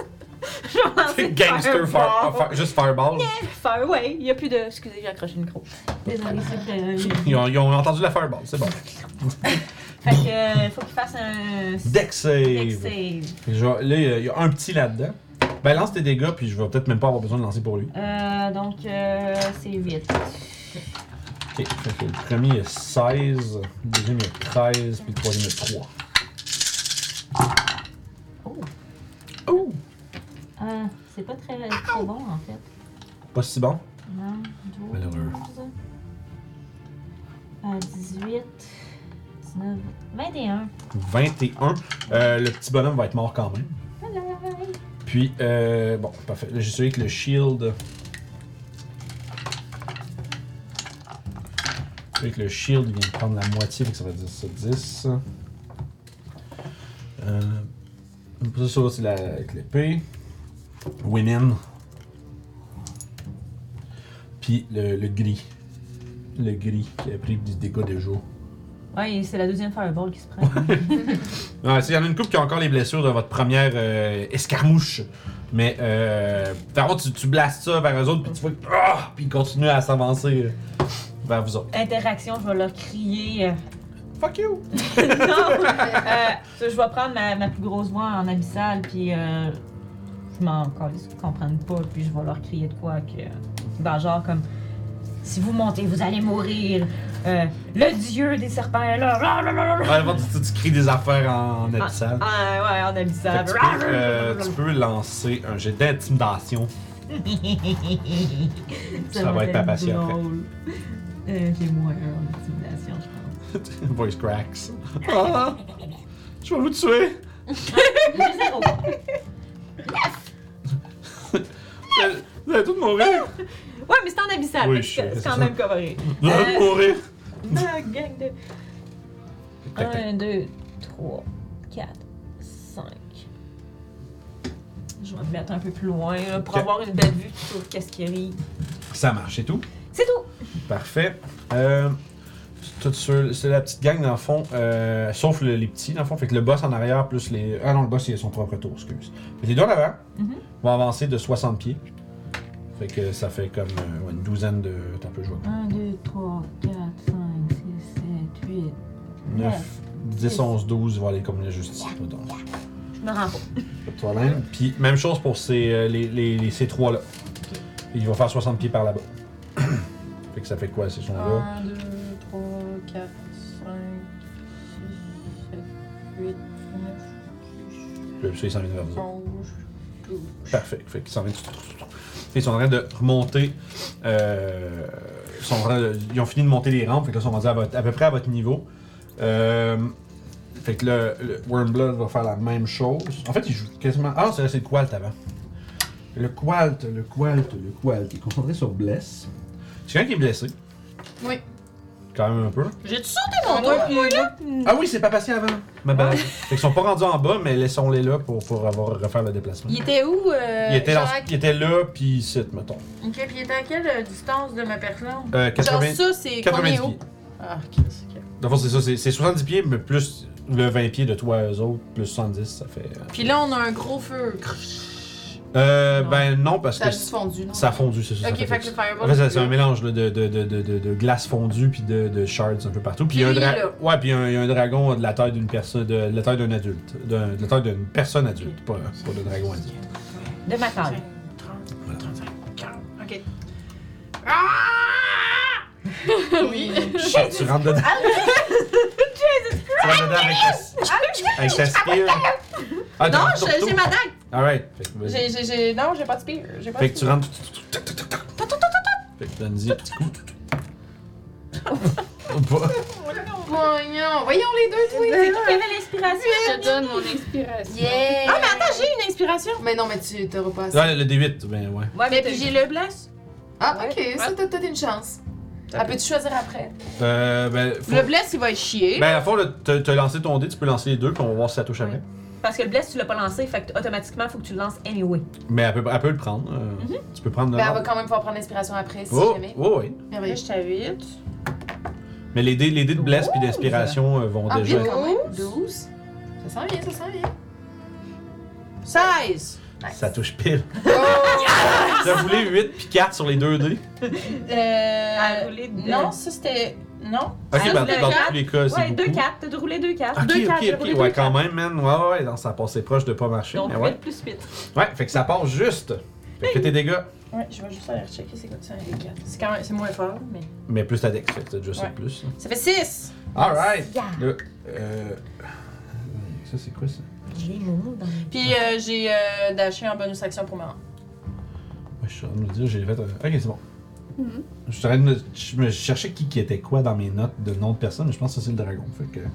je vais lancer
Gangster fire,
fireball.
fire- juste fireball.
Fire away. Il n'y a plus de. Excusez, j'ai accroché le micro.
Désolée, c'est que. euh,
Ils ont, ils ont entendu la fireball, c'est bon.
Fait que, euh, faut qu'il fasse un.
Dex
Dex
save.
save.
Fait que je vais- là, il y a- il y a un petit là-dedans. Ben lance tes dégâts, puis je vais peut-être même pas avoir besoin de lancer pour lui.
Euh, donc, euh, c'est 8.
Ok, fait que le premier il y a 16, le deuxième il y a 13, puis le troisième il y a 3.
Oh.
Oh!
Euh, c'est pas très, trop bon, en fait.
Pas si bon?
Non, 12.
Malheureux.
Euh, 18. 19. 21.
21. Euh, le petit bonhomme va être mort quand même.
Voilà.
Puis, euh, bon, parfait. Là, j'ai celui avec le shield. Celui avec le shield, il vient de prendre la moitié, fait que ça va dire ça, 10. Euh, pour ça, ça, c'est la, avec l'épée. Women. Puis le, le gris. Le gris qui a pris du dégât de jour.
Ouais, et c'est la deuxième fireball qui se prend.
Ouais, il Euh, y en a une couple qui a encore les blessures de votre première euh, escarmouche. Mais euh, par contre, tu, tu blastes ça vers eux autres, puis tu vois que- ah! puis ils continuent à s'avancer euh, vers vous autres.
Interaction, je vais leur crier. euh,
Fuck you!
non! Euh, je vais prendre ma, ma plus grosse voix en abyssal, puis euh, je m'en calisse qu'ils comprennent pas, puis je vais leur crier de quoi que. Ben, genre comme. Si vous montez, vous allez mourir! Euh, le dieu des serpents est là! Ra, ra, ra, ra.
Ouais, avant, tu, tu cries des affaires en
Ah,
abyssal.
ah, ouais, en
Fait
abyssal.
que tu,
Ra, ra,
peux,
ra,
euh,
ra, ra.
tu peux lancer un jet d'intimidation. Ça va être pas patient après.
drôle. Euh, J'ai moins un en intimidation, je pense.
Voice cracks. Ah! je vais vous tuer!
J'ai zéro.
Vous allez tous mourir!
Ouais, mais c'est en abyssal,
Oui,
fait que
je
c'est
sais,
c'est
c'est
quand
ça.
même coveré.
Vous allez tous mourir!
Ah, gang de.
Tac, tac.
1, 2, 3, 4, 5. Je vais me mettre un peu plus loin là, pour
Ok.
avoir une belle vue sur qu'est-ce qui arrive.
Ça marche, c'est tout.
C'est tout!
Parfait. Euh, tout sur- c'est la petite gang dans le fond, euh, sauf le- les petits dans le fond. Fait que le boss en arrière plus les. Ah non, le boss il a son propre tour, excuse. Fait que les deux en avant
Mhm.
vont avancer de 60 pieds. Fait que ça fait comme euh, ouais, une douzaine de. T'as un peu joué.
1, 2, 3, 4, 5, 6, 7, 8.
9, 10, 11, 12, voilà, comme la justice. mettons.
Je me rends pas.
Pas de problème. Puis même chose pour ces, euh, les, les- les- ces trois-là. Il va faire 60 pieds par là-bas. fait que ça fait quoi ces sons-là?
Euh,
1, 2, 3, 4, 5, 6, 7, 8,
Puis ça, ils s'en viennent vers vous.
9, 11.
Parfait. Fait qu'ils s'en viennent. Ils sont en train de remonter. euh, ils, sont en train de- ils ont fini de monter les rampes. Fait que là, ils sont rendus à, votre- à peu près à votre niveau. Euh, fait que le, le Wormblood va faire la même chose. En fait, il joue quasiment. Ah, non, c'est c'est le Qualt avant. Le Qualt, le Qualt, le Qualt. Il est concentré sur Bless. C'est quelqu'un qui est blessé.
Oui.
Quand même un peu.
J'ai-tu sauté mon tour?
Ah oui, c'est pas passé avant. Ma base. Fait qu'ils sont pas rendus en bas, mais laissons-les là pour, pour avoir, refaire le déplacement.
Il était où? euh,
Il était,
genre
dans-
à-
il était là, puis ici, mettons.
Ok, puis il était à quelle euh, distance de ma personne?
Euh,
Genre
80,
ça, c'est combien
90
est haut?
pieds.
Ah, ok, c'est ok.
Dans le fond, c'est ça, c'est c'est 70 pieds, mais plus le 20 pieds de toi à eux autres, plus 70, ça fait.
Puis là, on a un gros feu.
Euh, ben non, parce
Ça a
que
juste fondu, non?
ça a fondu, c'est ça.
Ok,
ça
fait que le
En
fireball.
fait, Ah, c'est- c'est un mélange là, de, de, de, de, de- de glace fondue puis de, de shards un peu partout. Puis il y a un,
Puis lui,
dra-
là.
ouais, puis il y a un- il y a un dragon de la taille d'une personne, de, de la taille d'un adulte, d'un- de la taille d'une personne adulte, pas, pas de dragon adulte.
De ma taille.
Ok.
Oui.
Shit, tu rentres dedans. tu rentres dedans avec
Ah,
ta, avec ta spear. Ah,
Non,
t'as-
j'ai j'ai ma dague!
Alright. Fait que vas-y.
J'ai, j'ai, j'ai... Non, j'ai pas de spear. J'ai pas
Fait
de
que tu
spear.
rentres. Tac, tac, tac, tac. Fait que donne-y un petit coup. Ou pas.
Voyons, voyons les deux, oui.
C'est qui qui avait l'inspiration?
Je te donne mon inspiration.
Yeah!
Ah, mais attends, j'ai une inspiration!
Mais non, mais tu t'auras pas assez.
Ouais, le D8, ben ouais.
Ouais,
Mais puis j'ai le bless.
Ah, ok, ça, t'as peut-être une chance. Ah, peux-tu choisir après?
Euh, ben, faut...
Le bless, il va être chier.
ben, à fond, là, t'as t'as lancé ton dé, tu peux lancer les deux, puis on va voir si ça touche
Ouais.
avec.
Parce que le bless, tu l'as pas lancé, fait que automatiquement, faut que tu le lances anyway.
Mais elle peut, elle peut le prendre. euh, Tu peux prendre le.
Ben, elle va quand même pouvoir prendre l'inspiration après, si
Oh,
jamais.
oh, oui.
Merveilleux.
Là, je t'invite.
Mais les dés, les dés de bless puis d'inspiration euh, vont
Ah,
déjà.
vite quand même. 12. Ça sent bien, ça sent bien.
16!
Ça touche pile. T'as voulu 8 puis 4 sur les deux dés.
Euh.
rouler deux.
Non, ça c'était. Non.
Ah,
Ok,
Ça,
ben,
c'est
dans
le
tous les cas, c'est.
Ouais, deux
beaucoup.
4 T'as de rouler deux 4
Ok,
deux 4
ok, ok. Ouais, quand même, man. Ouais, ouais, non, ça a passé proche de pas marcher.
Donc,
mais
8
ouais.
plus 8.
ouais, fait que ça part juste. Fait que tes dégâts.
Ouais, je vais juste aller rechecker c'est quoi ça, les quatre. C'est quand même. C'est moins fort, mais.
Mais plus ta dex, fait que t'as déjà ça
Ouais.
de plus. là.
Ça fait 6!
Alright! Là, euh. Ça, c'est quoi ça?
J'ai mon mot dans le
Puis euh, j'ai euh, dashé en bonus action pour me rendre.
Ouais, je suis en train de me dire, j'ai fait. un- Ok, c'est bon. Je suis en train de me- Je me cherchais qui, qui était quoi dans mes notes de nom de personne, mais je pense que ça, c'est le dragon. Fait que.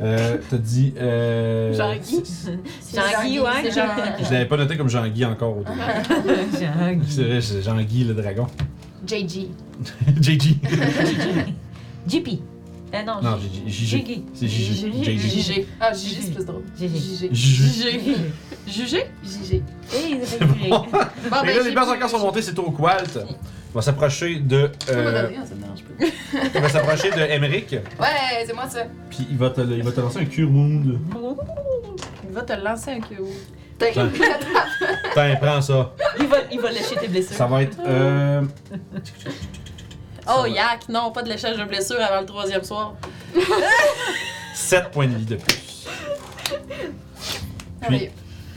Euh, t'as dit. Euh,
Jean-Guy.
c'est-
Jean-Guy, ouais.
Je l'avais pas noté comme Jean-Guy encore au début. c'est vrai, c'est Jean-Guy le dragon.
JG.
JG.
JP. Euh, non,
non,
J-
JG. JG. C'est JG. JG.
JG. Ah, JG, c'est plus drôle.
JG.
JG.
Jugé. Jugé?
JG.
Eh, c'est vrai.
ben,
Bon,
Mais là, les
j'ai
bases
plus-
encore sont montées, c'est au Qualt. On va s'approcher de. euh,
Euh... Ça me dérange pas.
Il va s'approcher de Emmerich,
Ouais, c'est moi ça.
puis il va te, il va te lancer un cure wound.
Il va te lancer un KO.
T'as
Tiens. Tiens, Ben, prends ça.
il, va, il va lécher tes blessures.
Ça va être. Euh...
Oh,
va.
yak! Non, pas de léchage de blessure avant le troisième soir.
7 points de vie de plus.
Ah
Puis,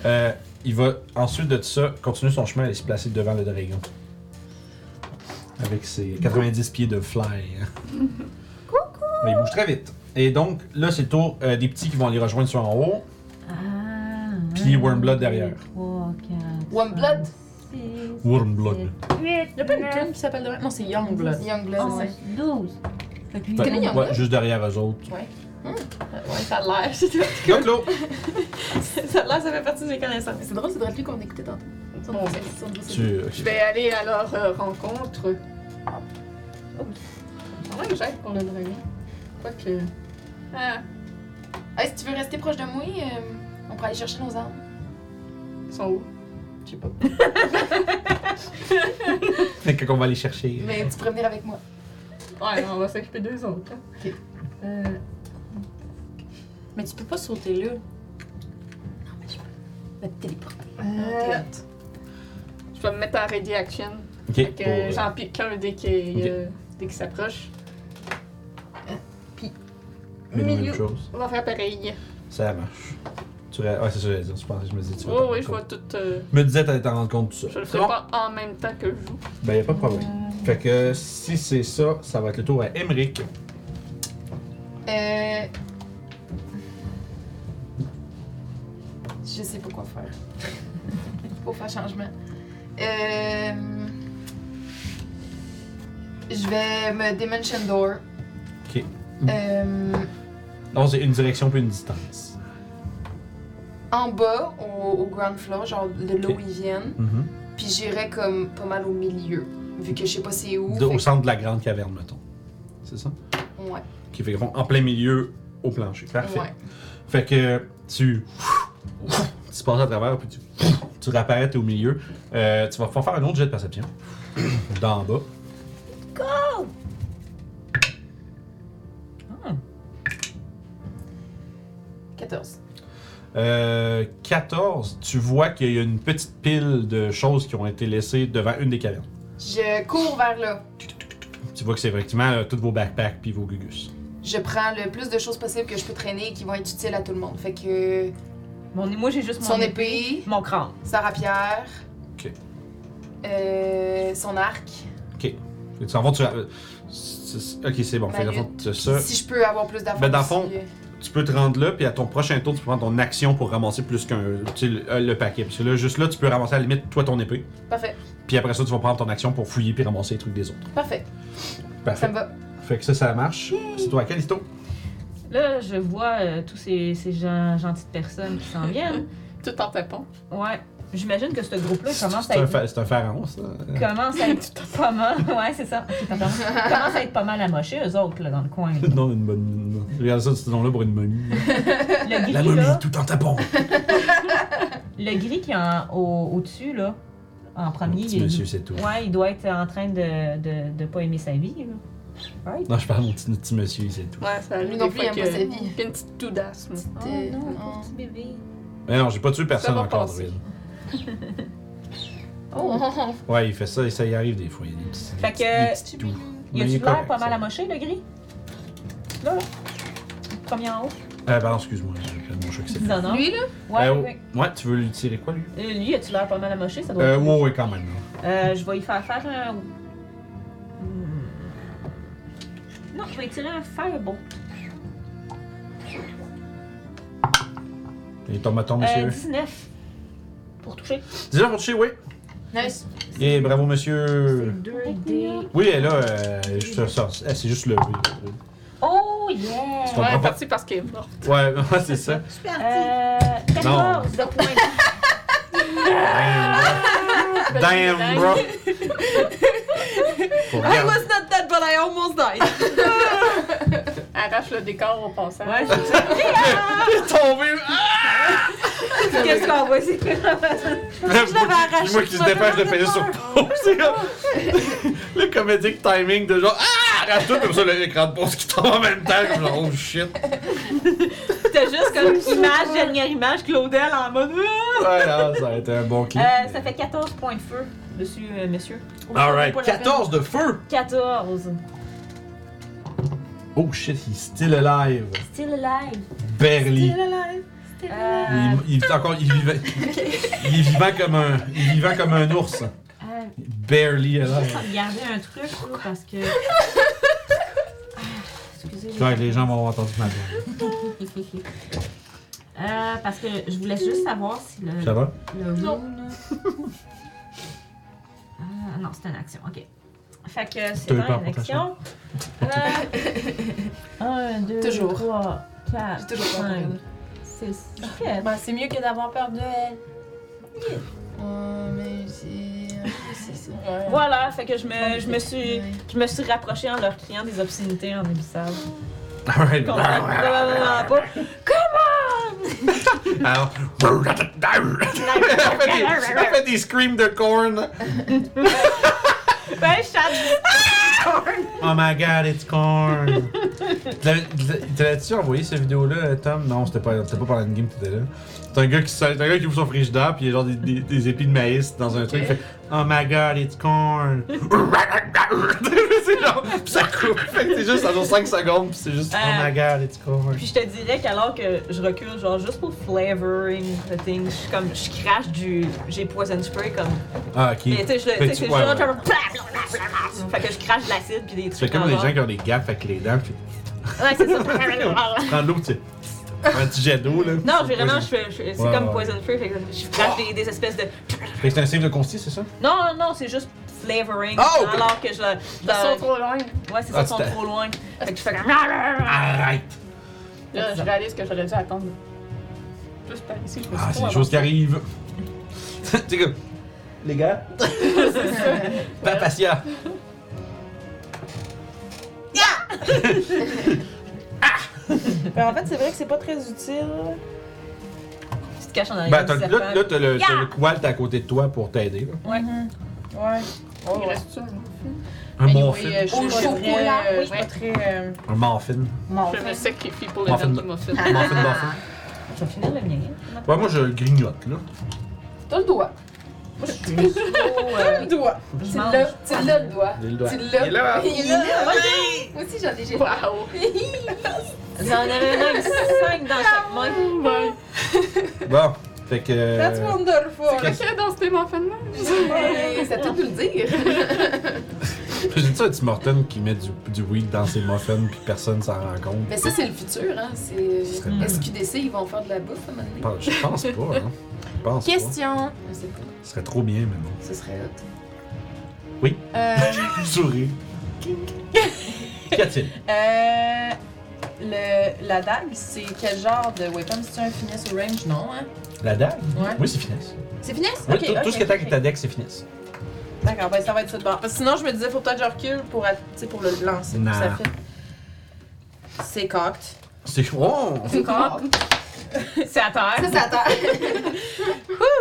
euh, il va ensuite de ça continuer son chemin et se placer devant le dragon. Avec ses 90 pieds de fly. Coucou! Mais il bouge très vite. Et donc, là, c'est le tour euh, des petits qui vont les rejoindre sur en haut.
Ah.
Puis Wormblood derrière.
3, 4.
Wormblood.
Wormblood.
Il a pas une tune qui s'appelle de même? Non, c'est Youngblood.
Ah
Youngblood. c'est ça.
12. Fait que lui,
Fait-
connais Youngblood?
ouais, juste derrière eux autres.
Hum. Ouais, ça a l'air. c'est tout.
Donc, là,
ça a l'air, ça fait partie de mes connaissances.
C'est drôle, c'est drôle lui qu'on écoutait tantôt. Bon,
tu.
Je vais aller à leur euh, rencontre.
Ouais, j'aide pour le dragon.
Quoique.
Ah. Hey, si tu veux rester proche de moi, euh, on pourra aller chercher nos armes.
Ils sont où?
Je sais pas.
Fait que qu'on va aller chercher.
Mais tu pourrais venir avec moi.
Ouais, on va s'occuper d'eux autres. hein.
Ok.
Euh,
Mais tu peux pas sauter là.
euh, je vais me mettre en ready action.
Ok.
Fait que
pour, euh,
j'en pique qu'un dès qu'il euh, dès qu'il s'approche.
mais non, même
milieu.
chose.
On va faire pareil.
Ça marche. Tu ré- Ouais, c'est ça que j'allais dire. Je pensais, je me disais, tu vas
Oh
t'en
oui,
rendre
je vois
compte.
tout. euh,
Je me disais, t'allais t'en rendre compte tout ça.
je le
C'est
ferai
bon?
pas en même temps que je joue.
Ben, y a pas de problème. Fait que si c'est ça, ça va être le tour à Emmerich.
Euh... Je sais pas quoi faire. Pour faire changement. Euh... Je vais me Dimension Door.
Ok.
Euh...
Non, c'est une direction puis une distance.
En bas, au, au ground floor, genre de là où ils viennent.
Mhm.
Puis j'irai comme pas mal au milieu. Vu que je sais pas c'est où.
De-
fait
Au centre de la grande caverne, mettons. C'est ça?
que- Ouais.
Qui fait qu'ils vont en plein milieu au plancher. Parfait.
Ouais.
Fait que tu. Tu passes à travers, puis tu, tu réapparais, t'es au milieu. Euh, tu vas pouvoir faire un autre jet de perception. D'en bas.
Ah.
14.
Euh, 14, tu vois qu'il y a une petite pile de choses qui ont été laissées devant une des cavernes.
Je cours vers là.
Tu vois que c'est effectivement euh, tous vos backpacks puis vos gugus.
Je prends le plus de choses possibles que je peux traîner et qui vont être utiles à tout le monde. Fait que
Mon- moi, j'ai juste mon
son épée,
Mon crâne.
sa rapière,
Ok.
euh, son arc.
Fait que tu en vas, tu- euh, c'est- c'est- Ok, c'est bon. Fait que dans le fond, t'as ça.
Si je peux avoir plus d'affaires.
Ben, dans le fond,
aussi, euh,
Tu peux te rendre là, puis à ton prochain tour, tu peux prendre ton action pour ramasser plus qu'un. tu sais, Le, euh, le paquet. Parce que là, juste là, tu peux ramasser à la limite, toi, ton épée.
Parfait,
Puis après ça, tu vas prendre ton action pour fouiller puis ramasser les trucs des autres.
parfait. Ça
Parfait.
me va.
Fait que ça, ça marche. C'est toi à Calisto.
Là, je vois euh, tous ces, ces gens, gentilles personnes qui s'en viennent.
Tout en tapant.
Ouais. J'imagine que ce groupe-là
C'est
commence à
c'est un,
être.
fa- c'est un pharaon, ça.
Commence à être pas mal. Ouais, c'est ça. Ok, pardon. Commence à être pas mal amochés, eux autres, là, dans le coin. Le
non, une bonne. non. Regarde ça, ce nom-là pour une momie. La
gris,
momie,
là.
tout en tapant.
Le gris qui est en- au- au-dessus, là, en premier,
Petit
il,
monsieur, c'est tout.
ouais, il doit être en train de, de, de pas aimer sa vie. là. Right?
Non, je parle de mon petit, petit monsieur, c'est tout.
Ouais, ça
Lui
arrive.
non
des
plus,
fois
il aime pas
que-
sa vie.
qu'il y a une petite toux d'asthme.
Oh
Euh,
non,
non.
petit bébé.
Mais non, j'ai pas tué personne
va
encore,
passer.
Druid.
Oh,
Ouais, il fait ça, et ça y arrive des fois. Il y a des petits.
Fait
des
que,
petits tout.
il
Mais
a-tu
est
l'air
correct,
pas mal
ça.
amoché, le gris? Là, là. Premier en haut.
Euh, pardon, excuse-moi, j'ai mon chat qui s'est
Non, non.
Lui, là?
Ouais,
Euh,
ouais.
ouais, tu veux lui tirer quoi, lui?
Euh, lui, a-tu l'air pas mal amoché? Ça doit
Euh,
être-
ouais, ouais, quand même. là.
Euh, je vais y faire faire un. Hmm. Non, je vais y tirer un fireball.
Il tombe à ton,
Euh,
monsieur.
19. Pour toucher.
Dis-le pour toucher, oui.
nice.
Et bravo, monsieur.
2D.
Oui, elle a. Euh, je te sors. Elle s'est juste levée.
Oh yeah!
Tu
Ouais,
comprends pas?
parti parce qu'il est mort.
Ouais, ouais, c'est ça.
Euh, 14 de points.
Damn, bro. Damn, bro.
Ah,
Faut regarder.
not dead, but I almost died.
Arrache le décor au passant.
Ouais, c'est ça.
Il est tombé. Ah!
Qu'est-ce qu'on voit ici?
C'est moi qui se dépêche de payer sur pause. C'est comme- le comédique timing de genre Ah! Arrache tout comme ça, l'écran de pause qui tombe en même temps. Comme genre, oh shit.
T'as juste comme image, dernière image, Claudel en mode. Ah!
Ouais, non, ça a été un bon clip.
Euh, ça fait 14 points de feu dessus, euh, monsieur.
Alright,
Pas la peine.
14 de feu.
14.
Oh shit, il est still alive.
Still alive.
Barely.
Euh,
Il, il est encore. Il, vivait- il est vivant comme un. Il est vivant comme un ours.
euh,
Barely
Faut
alive.
regarder un truc là, parce que. Ah, Excusez.
Ouais, les gens vont avoir entendu ma voix.
Euh, parce que je voulais juste savoir si le.
Ça va?
le rune- Ah, non, c'est une action, ok. Fait que c'est
T'as eu
pas
peur pour
une
ta
action. 1, 2,
Toujours.
3, 4,
J'ai toujours peur pour
5,
elle.
6,
Ben, c'est mieux que d'avoir peur de elle.
Ouais, mais c'est. C'est ça.
Voilà, fait que je me, je me suis.
Ouais.
Je me suis rapprochée en leur criant des obscénités en abyssal.
Alright.
Comprends probablement pas.
Alors, elle, fait des, elle Hein? fait des screams de corn.
Ben, je chante.
Oh my god, it's corn. T'avais-tu envoyé cette vidéo-là, Tom? Non, c'était pas, c'était pas par game t'étais là. C'est un gars qui sort- c'est un gars qui ouvre son frigidaire, puis il y a genre des, des- des épis de maïs dans un truc. Il fait Oh my god, it's corn! Oh c'est genre, pis ça coupe. Fait que c'est juste, ça dure 5 secondes, puis c'est juste Oh
Ah.
my god, it's corn.
Puis je te dirais qu'alors que je recule, genre juste pour flavoring the thing, je suis comme, je crache du. J'ai poison spray comme.
Ah, ok.
Mais tu sais, je le.
Fait
Tu sais,
que
c'est
ouais,
genre.
ouais.
genre, blablabla. Fait que je crache de l'acide puis des
Tu fais
trucs.
comme
en
les
genre.
gens qui ont des gaffes avec les dents, puis
Ouais, c'est ça.
tu prends de l'eau, tu fais un petit jet d'eau, là.
Non, j'ai vraiment, je fais- je- c'est
Ouais,
comme
ouais.
poison free, fait que je crache des, des espèces de.
Fait que c'est un save de consti, c'est ça?
Non, non, non, c'est juste flavoring.
Oh!
Alors que je. la- je la-
trop loin.
Ouais, c'est
Ah,
ça, ils sont
c'était-
trop loin. Fait que je fais comme.
Arrête!
Là, je réalise que j'aurais dû attendre. Plus par ici, je
Ah,
me suis trop
c'est des
avancée.
choses qui arrivent. T'es comme. Les gars. Pas patient.
Mais Ben, en fait, c'est vrai que c'est pas très utile.
Tu te caches en
Ben,
arrière.
t'as,
du
là,
serpent.
là, t'as le, t'as le Kowalt à côté de toi pour t'aider. là.
Mhm. Ouais.
Ah,
Il reste ça.
Un
Anyway,
morphine.
euh, je suis pas
chocolat,
très, euh,
oui.
je suis pas très. euh,
Un morphine.
Je me sacrifie pour le
Muffin.
verre qui m'a fait.
Morphine, morphine.
Je vais finir le mien.
Ouais, moi, je le grignote, là.
T'as le doigt.
Moi, je suis juste trop. euh,
Le doigt.
je
Tu
mange.
l'as, tu l'as le doigt.
Il doit-
Tu l'as.
Il est là.
Il est là. Moi aussi, j'en ai j'ai-
Wow!
J'en avais même 5 dans chaque main.
Bon, fait que. euh,
That's wonderful!
Qu'est-ce-
Qu'est-ce dans ces muffins-là?
Hey, Ça peut nous le dire.
J'ai dit ça à Tim Morton qui met du, du weed dans ses muffins puis personne s'en rend compte.
Mais ça, c'est le futur, hein. C'est
Ce
euh,
serait pas-
SQDC, ils vont faire de la bouffe à un moment donné.
Je pense pas, hein. Je pense pas.
Question.
Je sais pas.
Ce serait trop bien, mais bon.
Ce serait hot.
Euh,
Souris. Qu'y a-t-il?
euh, le, la dague, c'est quel genre de weapon? C'est un finesse ou range? Non, hein?
La dague?
Ouais.
Oui, c'est finesse.
C'est finesse?
Oui,
Ok,
tout, tout
ok,
ce qui attaque
ok.
avec ta deck, c'est finesse.
D'accord, ben ça va être ça de bord. Parce que sinon, je me disais, faut peut-être que je recule pour, att- tu sais, pour le lancer.
Nah.
Ça fait. C'est cocked.
C'est. Oh!
C'est à terre.
Ça, ça attend.
Rien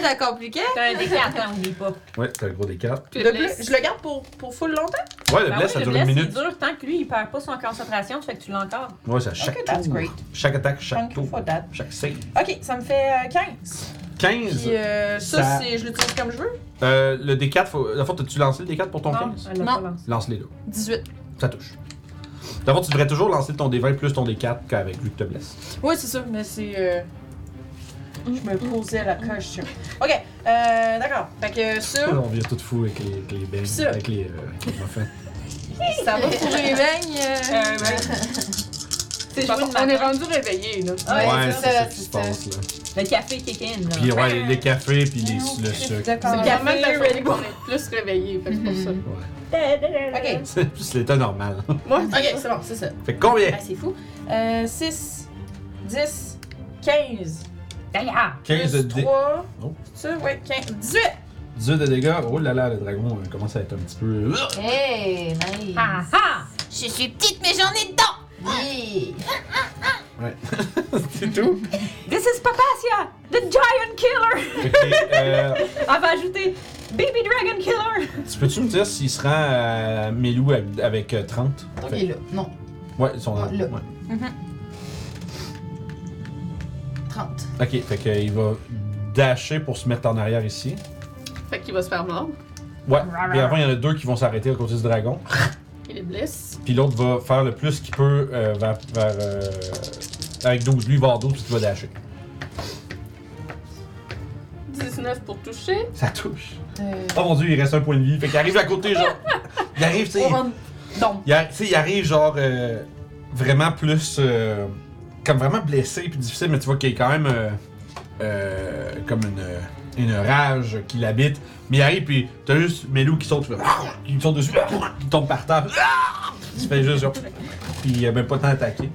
de compliqué.
T'as un déclin,
hein,
attends, oublie pas.
Ouais, t'as le gros des quatre.
Le bleu, je le garde pour, pour full longtemps?
Ouais, le
Ben
bless,
oui,
ça
le
dure une
bless,
minute.
il dure tant que lui, il perd pas son concentration, fait que tu l'as encore.
Ouais, c'est à chaque
Ok, that's
tour.
great.
Chaque attaque, chaque
Thank you
tour.
for that.
Chaque save.
Ok, ça me fait euh, 15.
15.
Puis euh, ça,
Ça-
c'est, je l'utilise comme je veux.
Euh, le D4, faut... la fois, t'as-tu lancé le D4 pour ton
Non, euh,
15?
elle l'a
Non.
pas lancé.
Lance-les là.
18.
Ça touche. D'abord, tu devrais toujours lancer ton D20 plus ton D4 qu'avec lui qui te blesse.
Oui, c'est ça, mais c'est. euh, Je me posais la question. Ok, euh, d'accord. Fait que ça,
On vient tout fou avec les, avec les beignes,
Ça.
avec les, euh, avec les muffins.
ça va pour les beignes. euh.
Euh, ouais. C'est joué de
On est
matin.
rendu réveillé, là.
Ouais, c'est ça,
qui se
c'est ça.
passe là.
Le café kick in, là.
Puis ouais, les, les cafés, puis les, le sucre.
D'accord.
C'est
café,
le moment de la journée
Red Bull.
qu'on est plus réveillé, fait que c'est pour ça.
Ok,
C'est plus l'état normal.
ok, c'est bon, c'est ça.
Fait que combien?
Ah, c'est fou. Euh, 6, 10, 15.
D'ailleurs,
15 de dé-
3.
Oh.
C'est ça, ouais, 15. 18!
18 de dégâts. Oh là là, le dragon euh, commence à être un petit peu.
Hey, nice.
ah ah!
Je suis petite, mais j'en ai dedans!
Yeah.
C'est tout.
This is Papacia, the giant killer!
Ok, euh,
Elle va ajouter Baby Dragon Killer!
tu peux-tu me dire s'il se rend à Melou avec- avec euh, 30?
Donc,
Fait-
il est là. Non,
Ouais, ils sont là.
Là.
Ouais.
30.
Ok, fait qu'il va dasher pour se mettre en arrière ici.
Fait qu'il va se faire mordre.
Ouais. Et avant, il y en a deux qui vont s'arrêter à côté du dragon.
Il est blesse.
Puis l'autre va faire le plus qu'il peut euh, vers. vers, euh, avec 12. Lui, il va avoir 12 puis tu vas dasher.
19 pour toucher.
Ça touche. Oh mon dieu, il reste un point de vie. Fait qu'il arrive à côté, genre. Il arrive, tu sais. Il, arri- tu sais, il arrive, genre, euh, vraiment plus. euh, comme vraiment blessé puis difficile, mais tu vois qu'il y a quand même. euh, euh, comme une, une rage qui l'habite. Mais il arrive, puis t'as juste Melou qui saute, tu fais, qui saute dessus, qui tombe par terre. Tu fais juste genre. Puis il a même pas le temps d'attaquer.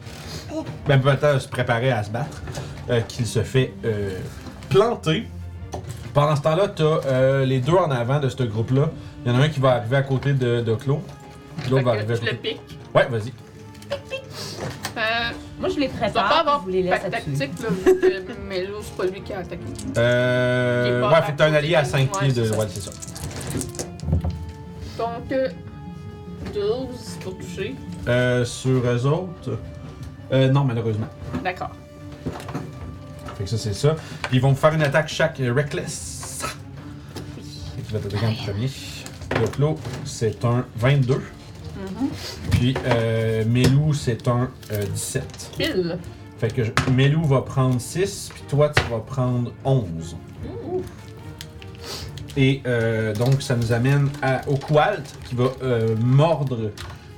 Même pas le temps de se préparer à se battre. euh, qu'il se fait euh, planter. Pendant ce temps-là, t'as euh, les deux en avant de ce groupe-là. Il y en a un qui va arriver à côté de, de Clo. Puis
Fait
l'autre va
que
arriver à
je le
côté.
pique.
Ouais, vas-y.
Euh,
Moi, je les
je dois pas
prépare,
avoir
puis je les laisse
de
absolument.
tactique, là, vu que Melo, c'est pas lui qui a attaqué. Il est
Euh.
pas
Ouais,
à
fait que t'as un
côté
allié à
de-
5
ouais,
pieds de.
c'est ça.
Ouais, c'est ça.
Donc, euh, 12 pour toucher.
Euh, sur eux autres. Euh, non, malheureusement.
D'accord.
Fait que ça, c'est ça. Puis ils vont me faire une attaque chaque euh, Reckless. Fait qu'il va t'attaquer en premier. Le clos, c'est un 22.
Mm-hmm.
Puis euh, Melou, c'est un euh, 17.
Kill.
Fait que je- Melou va prendre 6, puis toi, tu vas prendre 11. Et euh, donc, ça nous amène à, au Qualt qui va euh, mordre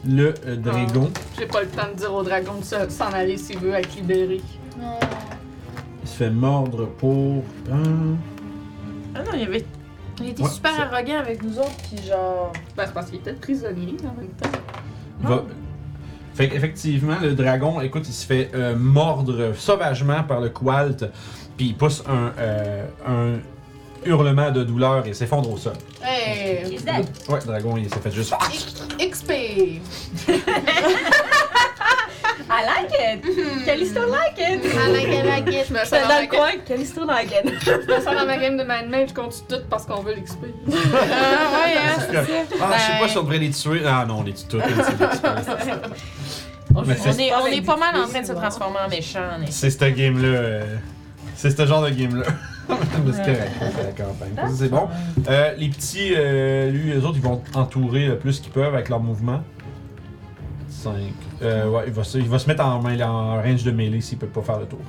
le euh, dragon.
J'ai pas le temps de dire au dragon de se- s'en aller s'il veut avec libérer.
Il se fait mordre pour. un...
Ah non, il avait. Il était
Ouais,
super
ça-
arrogant avec nous autres, puis genre.
Ben, c'est parce qu'il est peut-être prisonnier en même temps.
Ah.
Va- Fait qu'effectivement, le dragon, écoute, il se fait euh, mordre sauvagement par le Qualt, puis il pousse un, euh, un hurlement de douleur et s'effondre au sol.
Hey!
He's dead.
Ouais, le dragon, il s'est fait juste.
XP!
I like it. Callisto like it.
I like it, like it. Je me sens
C'est
dans
dans
ma
le
game-
coin. Callisto like it.
Je me sens dans ma game de Mind Mage, je compte tout parce qu'on veut l'XP.
Ah, je sais pas si on devrait les tuer. Ah non, on les tue tous.
On,
Mais c'est-
on est, on est pas mal en train de se transformer.
transformer en méchant. mais-
C'est ce game-là. euh, c'est ce genre de game-là. Mais c'est correct, on fait la campagne. Ça, C'est bon. Euh, les petits, euh, lui, les autres, ils vont entourer le plus qu'ils peuvent avec leur mouvement. 5. ouais, il va, se, il va se mettre en, mêlée- en range de mêlée s'il peut pas faire le tour.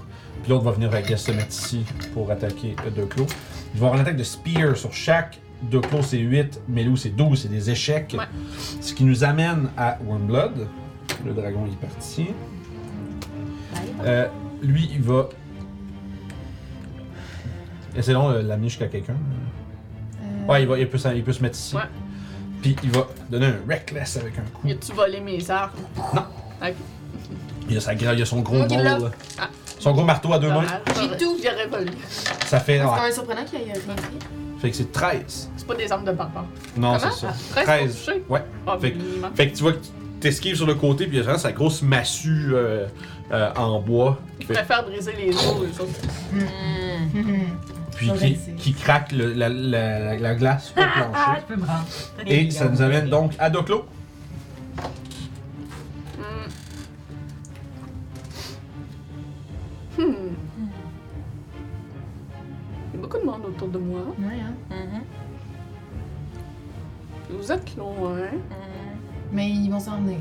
Puis l'autre va venir, I guess, se mettre ici pour attaquer euh, deux clos. Il va avoir une attaque de spear sur chaque. Deux clos, c'est 8. Melou, c'est 12. C'est des échecs.
Ouais.
Ce qui nous amène à One Blood. Le dragon est parti. Euh, lui, il va. Essayons de euh, l'amener jusqu'à quelqu'un. Ouais, il, va, il, peut, s'en- il peut se mettre ici.
Ouais.
Puis il va donner un reckless avec un coup.
Il a-tu volé mes armes?
Il a, sa, gra- il a son gros
Ok, là.
maul, là.
Ah.
Son gros marteau à deux mains.
Dommage.
J'ai
tout, j'aurais volé.
Ça fait.
C'est quand
ouais.
même surprenant qu'il euh, y ait rien fait.
Fait que c'est 13.
C'est pas des armes de barbare.
Non, c'est
Comment?
ça.
13 pour
13.
toucher?
Ouais.
Ah,
Fait que-
minimum.
Fait que tu vois que tu t'esquives sur le côté, puis il y a vraiment sa grosse massue euh, euh, en bois.
Il
Fait-
préfère briser les os, eux autres.
puis qui, qui craque le- la, la- la- la glace au plancher.
Ah, je peux me rendre.
Et ça nous amène donc à Doclo.
Hmm. Hmm. Il y a beaucoup de monde autour de moi.
Ouais, hein.
Vous êtes loin.
Mais ils vont s'en venir.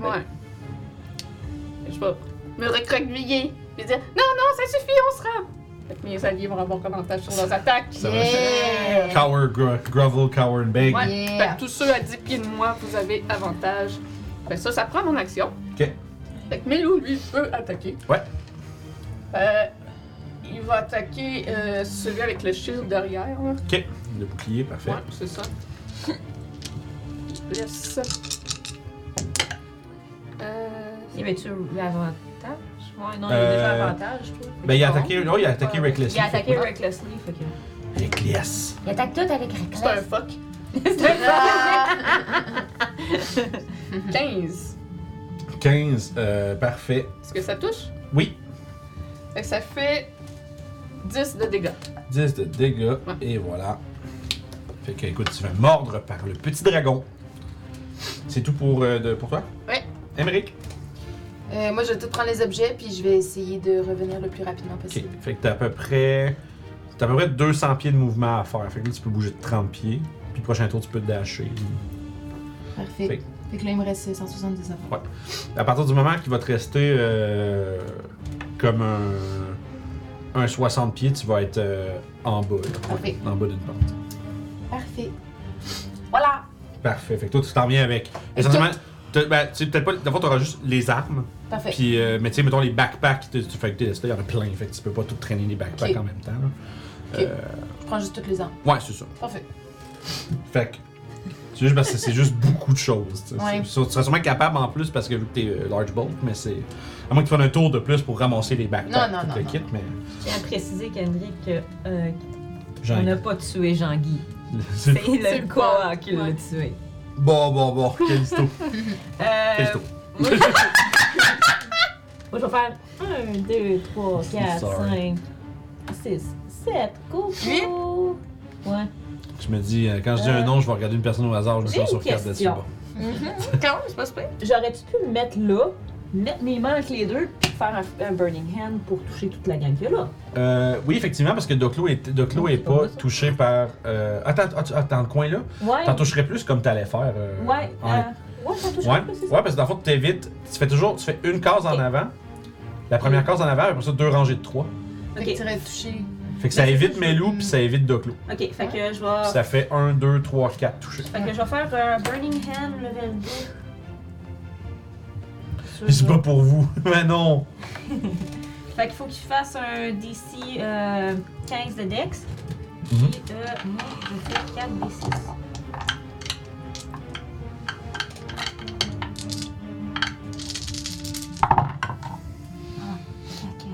Ouais. Je vais me recroqueviller. Je vais dire Non, non, ça suffit, on se rend. Fait que mes alliés vont avoir comme avantage sur leurs attaques.
Ça va.
Yeah!
Cower, gro- grovel, cower and beg.
Ouais. Fait
Yeah!
que tous ceux à 10 pieds de moi, vous avez avantage. Fait que ça, ça prend mon action.
Ok.
Fait que Melou, lui, peut attaquer.
Ouais.
Euh, il va attaquer euh, celui avec le shield derrière. Là.
Ok. Le bouclier, parfait.
Ouais, c'est ça. Bless. Euh,
Il y avait-tu l'avantage? Ouais, non, il y
Euh,
a déjà avantage, je trouve.
Ben, il a attaqué. Oh, il a attaqué
Ouais.
Reckless.
Il a attaqué recklessly, fait que.
Reckless.
Il attaque tout avec
c'est un
reckless.
fuck. 15.
15, euh, parfait.
Est-ce que ça touche?
Oui,
Fait que ça fait 10 de dégâts.
10 de dégâts.
Ouais.
Et voilà. Fait que, écoute, tu vas mordre par le petit dragon. C'est tout pour, euh, de, pour toi?
Ouais.
Émeric.
Euh, moi, je vais tout prendre les objets, puis je vais essayer de revenir le plus rapidement
Ok.
possible.
Fait que t'as à peu près. T'as à peu près 200 pieds de mouvement à faire. Fait que là, tu peux bouger de 30 pieds. Puis prochain tour, tu peux te dasher.
Parfait.
Fait-
Fait. que là, il me reste 170 avant.
À partir du moment qu'il va te rester euh, comme un, un 60 pieds, tu vas être euh, en bas, là.
Parfait.
en bas d'une pente.
Parfait.
Parfait. Fait que toi, tu t'en viens avec. Essentiellement, t'as- ben, tu sais, peut-être pas. D'abord, t'auras juste les armes.
Parfait.
Puis, euh, mais tu sais, mettons les backpacks. Tu tu- fait que t'es- il y en a plein. Fait que tu peux pas tout traîner les backpacks
Ok.
en même temps. là. Euh,
Je prends juste toutes les armes.
Ouais, c'est ça.
Parfait.
Fait que. C'est juste parce que c'est juste beaucoup de choses. tu sais.
Ouais.
C'est- Tu serais sûrement capable en plus parce que vu que t'es euh, large bolt, mais c'est. À moins que tu fasses un tour de plus pour ramasser les backpacks.
Non, non,
tout
non,
le
non.
kit, mais.
Je tiens à préciser, Kendrick, que, euh,
j'en
on
ai-
n'a pas tué Jean-Guy.
C'est-
C'est le quoi qui l'a
Ouais.
tué.
Bon, bon, bon, Calisto.
Euh,
Calisto.
moi, je... moi, je vais faire 1, 2, 3, 4,
Sorry.
5, 6, 7, coucou! Ouais.
Je me dis, euh, quand je dis un
Euh,
nom, je vais regarder une personne au hasard, je me
j'ai
sens
une
sur carte dessus.
question.
Bon.
Quand même, c'est pas super.
J'aurais-tu pu me mettre là, mettre mes mains entre les deux, puis faire un, un Burning Hand pour toucher toute la gang qu'il y a là?
Euh, oui, effectivement, parce que Doclo est, Doclo est pas touché par. Euh... Attends, attends, attends, le coin là.
Ouais.
T'en toucherais plus comme t'allais faire. euh,
Ouais.
en-
euh, ouais, ça touche
Ouais,
pas, c'est
ouais,
ça?
parce que dans le fond, tu t'évites. Tu fais toujours tu fais une case en avant, la première case en avant, et après ça, deux rangées de trois.
Fait que tu irais toucher.
Fait que ça évite Melou, puis ça évite Doclo.
Ok, fait que je vais.
Ça fait 1, 2, 3, 4 touchés.
Fait que je vais faire un Burning Hand level 2. Sur-
Je dis pas pour vous, mais non!
Fait qu'il faut qu'il fasse un DC euh, 15 de Dex.
Mhm.
Puis euh, moi, je fais 4 D6. Ah, caca.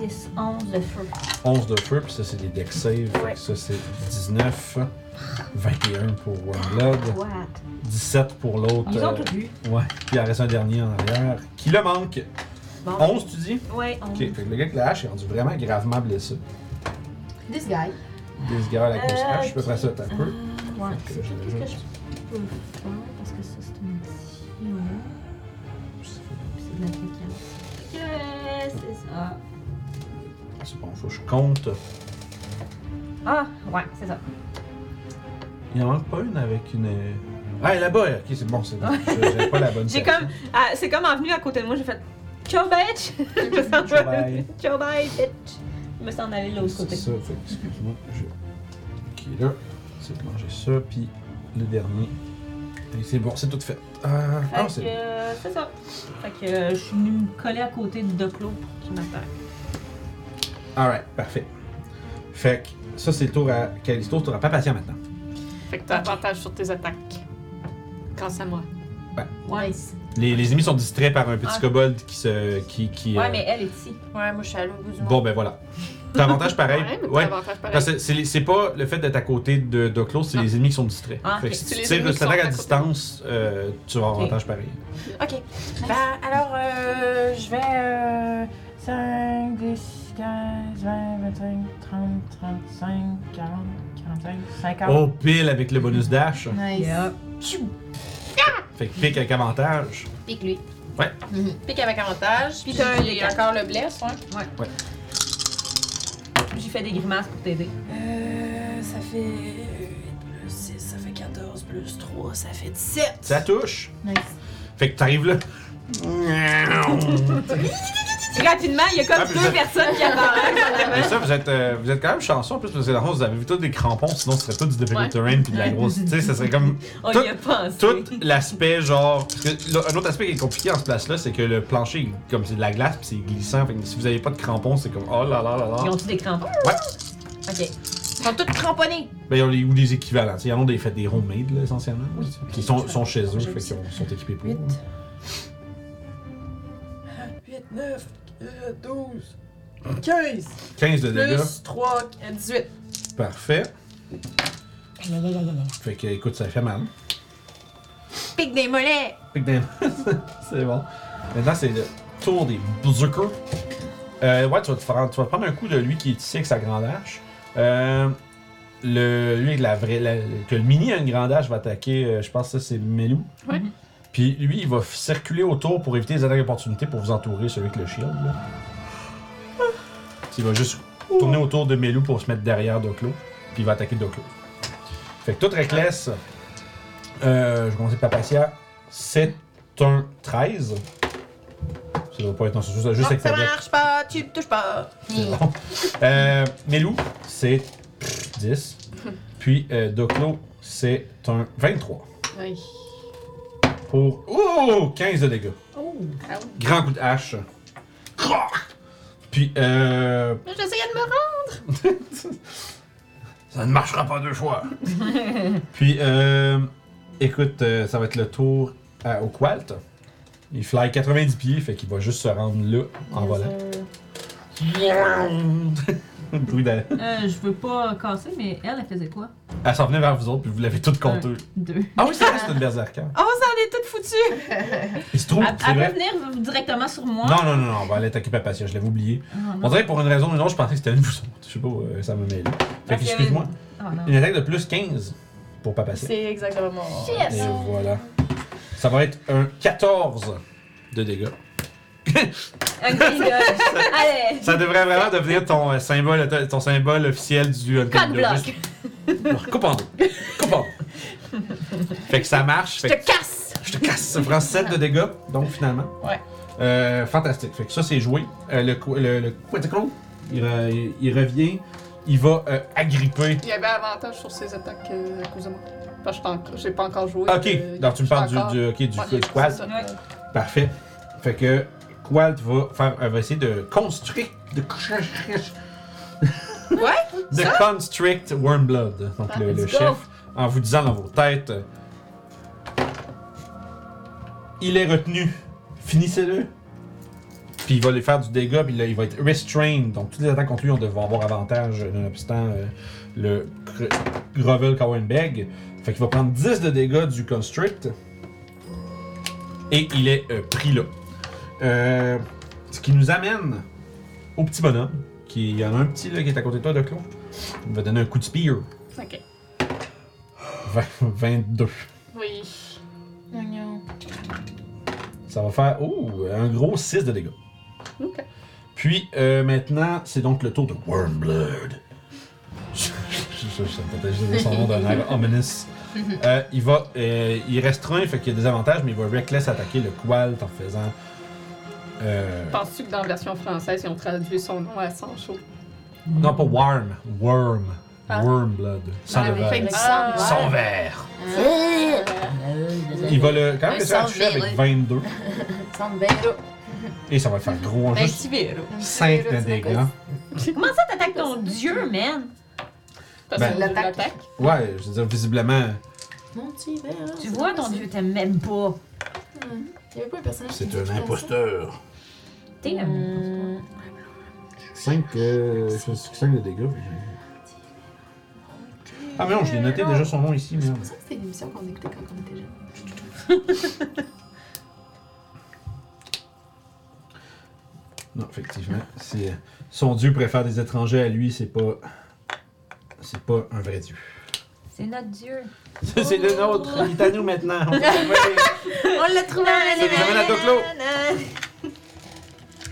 10, 11 de feu.
11 de feu, puis ça, c'est des deck save. Fait
Ouais.
que ça, c'est 19, 21 pour Warlord,
What?
17 pour l'autre.
Ils ont
euh,
tout vu.
Ouais, puis il en reste un dernier en arrière qui le manque.
Bon.
11, tu dis?
Ouais, on
Ok, fait que le gars avec la hache est rendu vraiment gravement blessé.
This guy.
Des gars à la grosse
Euh,
hache, je peux
ok.
faire ça un peu.
Euh, ouais,
Fait
c'est
que
tout
je
ce que
l'ajoute.
je peux faire parce que ça c'est une action. Puis C'est de la fréquence. Que c'est ça.
C'est bon, faut que je compte.
Ah, ouais, c'est ça.
Il en manque pas une avec une. euh, Ah, elle est là-bas, ok, c'est bon, c'est bon. J'ai pas la bonne
J'ai
personne.
comme. ah, c'est comme en venu à côté de moi, j'ai fait. Ciao, bitch! Je me sens
Ciao, bye.
Ciao, bye, bitch! Je me sens en aller de l'autre
C'est
côté.
ça, fait que, excuse-moi, je. Ok, là, c'est de manger ça, puis le dernier. Et c'est bon, c'est tout fait. Ah,
Fait
ah,
que.
c'est.
euh, C'est ça. Fait que euh, je suis venue me coller à côté de Doclo pour qu'il m'attaque.
Alright, parfait. Fait que ça, c'est le tour à Calisto, tour à Papatia maintenant.
Fait que t'as avantage sur tes attaques. Grâce à moi.
Ouais.
Les, les ennemis sont distraits par un petit
Ah.
kobold qui se. qui. qui euh,
Ouais, mais elle est ici.
Ouais, moi, je suis allée au bout du monde.
Bon, ben voilà. T'as avantage pareil.
Ouais, mais t'as
Ben, ouais.
avantage pareil.
Parce que c'est, c'est pas le fait d'être à côté de Doclo, c'est
Non.
les ennemis qui sont distraits.
Ah,
fait
ok.
que si
C'est
tu
les
tires
ennemis
le
qui sont
stalag
à
à
côté.
distance, euh, tu vas avoir
Ok.
avantage pareil.
Ok.
Nice.
Ben, alors, euh, je vais. Euh, 5, 10, 15, 20, 25, 30, 35, 40, 45, 50.
Oh, pile avec le bonus dash.
Nice.
Yeah.
Fait que pique avec avantage.
Pique lui.
Ouais.
Pique avec avantage. Puis
t'as un
j'ai
des quatre.
encore le bless, hein.
J'ai fait des grimaces pour t'aider.
Euh, ça fait 8 plus 6, ça fait 14 plus 3, ça fait 17.
Ça touche.
Nice.
Fait que t'arrives là.
Rapidement, il y a
Ah,
comme
puis
deux
ça-
personnes qui apparaissent.
Ah
Mais ça, vous êtes, euh, vous êtes quand même chanceux en plus parce que dans le fond, vous avez tous des crampons, sinon ce serait tout du difficult
Ouais.
terrain puis de la grosse. Tu sais, ça serait comme
On Oh, y a pensé.
tout l'aspect genre. Parce que là, un autre aspect qui est compliqué en ce place-là, c'est que le plancher, comme c'est de la glace puis c'est glissant. Fait que si vous avez pas de crampons, c'est comme oh là là là là.
Ils ont-tu des crampons?
Ouais.
Ok.
Ils sont tous cramponnés.
Ben, ils ont les, ou des équivalents. tu sais, Ils en ont des, fait des homemade, là, essentiellement. Qui sont, sont chez eux, fait qu'ils ont- sont équipés pour.
8, 9, 12, 15.
15 de dégâts.
Plus 3, 18.
Parfait. Fait que, écoute, ça fait mal.
Pique des mollets.
Fait que d'un- c'est bon. Maintenant, c'est le tour des berserkers. Euh, ouais, tu vas, te faire- tu vas prendre un coup de lui qui est ici avec sa grande hache. Euh, le, lui, avec la vraie, la- que le mini a une grande hache, va attaquer, euh, je pense que ça, c'est Melou.
Ouais.
Puis lui, il va f- circuler autour pour éviter les attaques d'opportunité pour vous entourer, celui avec le shield. là. Il va juste tourner autour de Melou pour se mettre derrière Doclo. Puis il va attaquer Doclo. Fait que toute Reckless, euh, je vais commencer par Papatia. C'est un 13. Ça doit pas être un souci, ça, juste
Non,
avec
ça
ta deck.
marche pas, tu me touches pas.
C'est bon. Euh, Melou, c'est pff, 10. Puis euh, Doclo, c'est un 23.
Aïe.
Pour. Oh 15 de dégâts. Grand coup de hache. Puis. Euh...
Mais j'essayais de me rendre.
Ça ne marchera pas deux fois. Puis, euh, écoute, euh, ça va être le tour à- au Qualt. Il fly 90 pieds, fait qu'il va juste se rendre là, en volant. Bruit d'a-
Euh, je veux pas casser, mais elle, elle faisait quoi?
Elle s'en venait vers vous autres, puis vous l'avez toutes contre eux.
Deux.
Ah oui, c'est vrai, c'est une berserker.
Oh, ça en est toutes foutues.
Il se trouve,
Elle,
c'est
elle
vrai.
peut venir directement sur moi.
Non, non, non, non, on va aller attaquer Papatia, je l'avais oublié.
Ah, non.
On dirait que pour une raison ou une autre, je pensais que c'était une vous autres. Je sais pas, euh, ça me mêle. Fait
Parce
que,
qu'il y avait-
excuse-moi.
Ah, non.
Une attaque de plus 15. pour Papacet.
C'est exactement.
Et voilà. Ça va être un 14 de dégâts.
Un petit gars. Allez!
Ça devrait vraiment devenir ton euh, symbole, ton symbole officiel du Uncanny
Code
Block.
bloc!
Juste- Coupe en deux. Coupe en deux. Fait que ça marche. Fait que
casse!
Je te casse, ça prend 7 de dégâts, donc finalement.
Ouais.
Euh, fantastique. Fait que ça, c'est joué. Euh, le, qu- le, le Queticle, il, re- il- il revient. Il va euh, agripper.
Il y avait avantage sur ses attaques euh, à cause de moi. Parce que je t'en- j'ai pas encore joué.
Ok,
euh,
donc tu me
je suis
parles du,
encore-
du, ok, du,
Ouais,
du quad.
c'est ça.
Parfait. Fait que Qualt va, faire, euh, va essayer de constrict. De ouais? De constrict Wormblood. Donc le, le
Ah, let's go.
chef. En vous disant dans vos têtes. euh, Il est retenu. Finissez-le. Puis il va lui faire du dégât, puis là, il va être restrained. Donc toutes les attaques contre lui, on devrait avoir avantage, euh, nonobstant euh, le cr- Grovel Cowenbeg. Fait qu'il va prendre 10 de dégâts du Constrict. Et il est euh, pris là. Euh, ce qui nous amène au petit bonhomme. Qui, il y en a un petit là, qui est à côté de toi, de Clon. Il va donner un coup de spear.
Ok.
Vingt- 22.
Oui.
Ça va faire oh, un gros 6 de dégâts.
Ok.
Puis euh, maintenant, c'est donc le tour de Wormblood. Je- je- je- ça me fait- j'ai dit son nom d'un air ominous. Euh, il va, euh, il restreint, fait qu'il y a des avantages, mais il va reckless attaquer le Qualt en faisant. euh,
Penses-tu que dans la version française, ils ont traduit son nom à Sancho?
non, pas Worm, Worm,
Ah.
Wormblood, sans
Ah,
le
oui,
verre.
fait du sang
Ah.
vert.
Sans verre.
Euh,
Il va le, quand même
Un
essayer de
Ah. Ben, sang
toucher avec
vert.
22
Sans le bain, là.
et ça va le faire gros, hein,
Ben,
juste
Activé, là.
5 de dégâts.
Comment ça t'attaques ton dieu, man?
Parce
Ben,
que
l'attaque.
l'attaque.
Ouais, je veux dire, visiblement,
Mon petit verre.
Tu vois, ton dieu t'aime même pas.
Il y avait pas un personnage
c'est
qui
un
disait ça?
imposteur.
T'es un.
5 euh, de dégâts. Ah mais non, je l'ai noté déjà son nom ici, merde.
Ça, c'était une émission qu'on écoutait quand on était jeune.
Non, effectivement. c'est- euh, Son dieu préfère des étrangers à lui, c'est pas. C'est pas un vrai dieu.
C'est notre dieu.
c'est le nôtre, il est à nous maintenant.
On l'a trouvé
Ça vous amène à Doclo.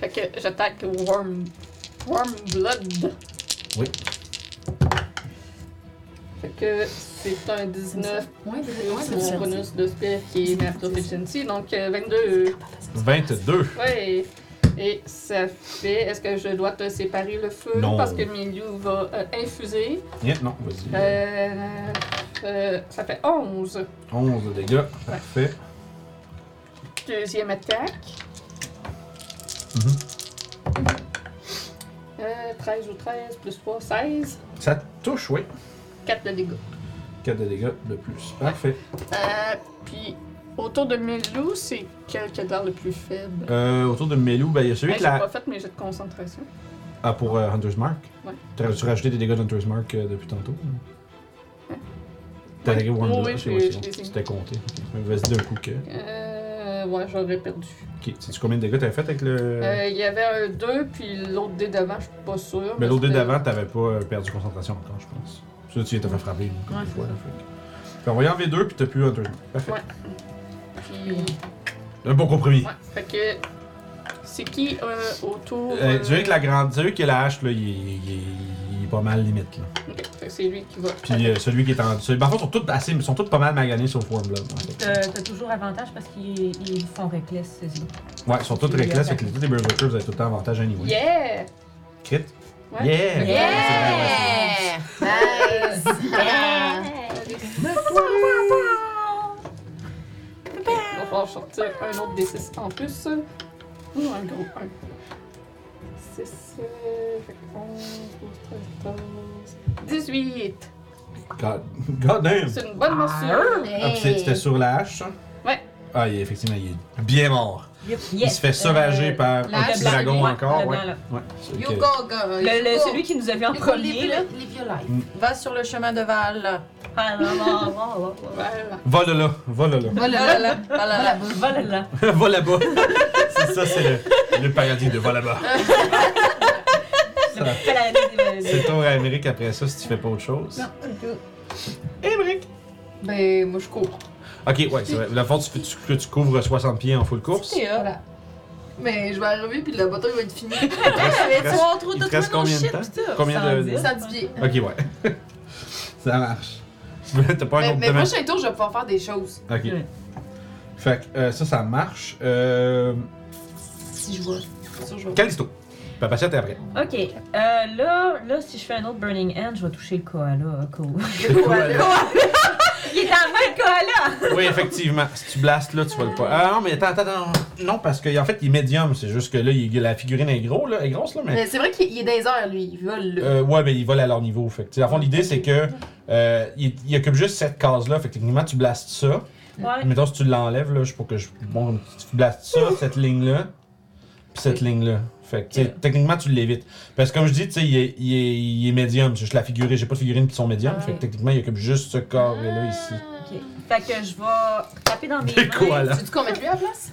Fait que j'attaque Worm. Wormblood.
Oui.
Fait que c'est un 19
Ouais, des
plus
ouais,
mon bonus de spell qui est ma proficiency, donc euh, 22.
22.
Ouais. Et ça fait. Est-ce que je dois te séparer le feu?
Non.
Parce que Milieu va euh, infuser.
Yeah, non, vas-y.
Euh, euh, ça fait 11.
11 de dégâts. Parfait.
Deuxième attaque.
Mhm.
Euh, 13 ou 13 plus 3, 16.
Ça touche, oui.
4 de dégâts.
4 de dégâts de plus. Parfait.
Euh, puis, autour de Melou, c'est quel qui a l'air le plus faible?
Euh, autour de Melou, ben, il y a celui
Hey,
qui
j'ai
l'a.
pas fait mes jets de concentration.
Ah, pour euh, Hunter's Mark.
Ouais.
T'aurais-tu rajouté des dégâts d'Hunter's Mark euh, depuis tantôt? T'as
Ouais.
attaqué
Oui,
Wormblood,
oui,
ok,
je-
ouais, c'est
je
bon.
les ai.
C'était compté. Ok. Vas-y d'un coup que.
Euh, ouais, j'aurais perdu.
Ok. Sais-tu combien de dégâts t'avais fait avec le.
Euh, Il y avait un 2, puis l'autre dé d'avant, je suis pas sûre.
Mais l'autre dé
c'était-
d'avant, t'avais pas euh, perdu concentration encore, je pense. Ça, tu t'as fait frapper une couple
Ouais,
de
c'est
fois. là, fait que- Fait en voyant V2, puis t'as plus Hunter. Parfait.
Ouais. Puis,
Un bon compromis.
ouais, fait que. C'est qui euh, autour.
Euh,
euh,
tu vois que la grande. Tu vois que la hache, là, il est, il est- il est pas mal limite, là.
ok, fait que c'est lui qui va.
Puis euh, celui qui est en. Celui... Par contre, ils sont tous assez. sont tous pas mal maganés sauf Wormblood. en fait.
T'as t'as toujours avantage parce qu'ils ils font reckless, c'est ça.
Ouais, ils sont tous
Puis,
reckless,
euh,
fait que les- tous les Berserkers, vous avez tout le temps avantage anyway.
Yeah!
Crit.
Ouais.
Yeah!
Yeah!
Il va falloir sortir un autre des 6 en plus. Ou un gros 1. 6, fait que 11, 12, 13, 14, 18!
God, God damn!
C'est une bonne morsure!
Ah, puis c'est- C'était sur la hache, ça?
Ouais.
Ah, il est- effectivement, il est bien mort. Il se fait sauvager
sauvager
par
la
un petit
hache,
dragon
ouais,
encore.
le
Ouais.
blanc, là.
Ouais, c'est
You
ok.
go, girl.
Le-
you
le-
go.
celui qui nous a vu en premier, là.
Live your life.
Va sur le chemin de Val.
Ah, là, là, là, là, là.
Voilà.
Va de là, va de là,
Va là, là, va là, là.
Va là, là.
va là-bas. c'est ça, c'est le, le paradis de va là-bas. Ça-
Fais la-
c'est ton à Émeric après ça si tu fais pas autre chose. Non, Émeric!
Ben, moi, je cours.
Ok, ouais, c'est vrai. La force que tu, que tu couvres 60 pieds en full course.
C'est là.
Voilà. Mais je vais arriver, puis la bataille va être finie.
T'avais
reste-
trois trous
il
de
te reste
trous dans le
combien de
shit,
temps?
putain.
Combien de.
110.
110 pieds.
Ok, ouais. ça marche. Tu veux- T'as pas un
Mais,
autre
Ben, mais
domaine?
prochain tour, je vais pouvoir faire des choses.
Ok.
Ouais.
Fait que euh, ça, ça marche. Euh...
Si je vois. C'est sûr, je vais.
Calisto. Papa Chat est après.
Ok, euh, là, là, si je fais un autre Burning Hand, je vais toucher le koala. hein, Cool. Il est en mode koala!
oui, effectivement. Si tu blastes là, tu vas le pas. Ah non, mais attends, attends, attends. Non, parce qu'en fait, il est médium. C'est juste que là, il- la figurine est, gros, là, est grosse, là, mais.
Mais c'est vrai qu'il il est dans les airs, lui. Il vole. là.
Euh, ouais, mais ils volent à leur niveau. Fait que, tu sais, dans le fond, l'idée, c'est que euh, il, il occupe juste cette case-là. Fait que, techniquement, tu blastes ça.
Ouais,
Mettons, si tu l'enlèves, là, juste pour que je. Bon, tu blastes ça, cette ligne-là, puis cette ligne-là. Fait que, tu sais, techniquement, tu l'évites. Parce que, comme je dis, tu sais, il est, il est, il est médium. C'est juste la figurine. J'ai pas de figurines qui sont médiums. Fait que, techniquement, il occupe juste ce carré-là ici.
ok. Fait que je vais taper dans mes
Des
mains.
koalas.
Tu veux qu'on mette lui à la place?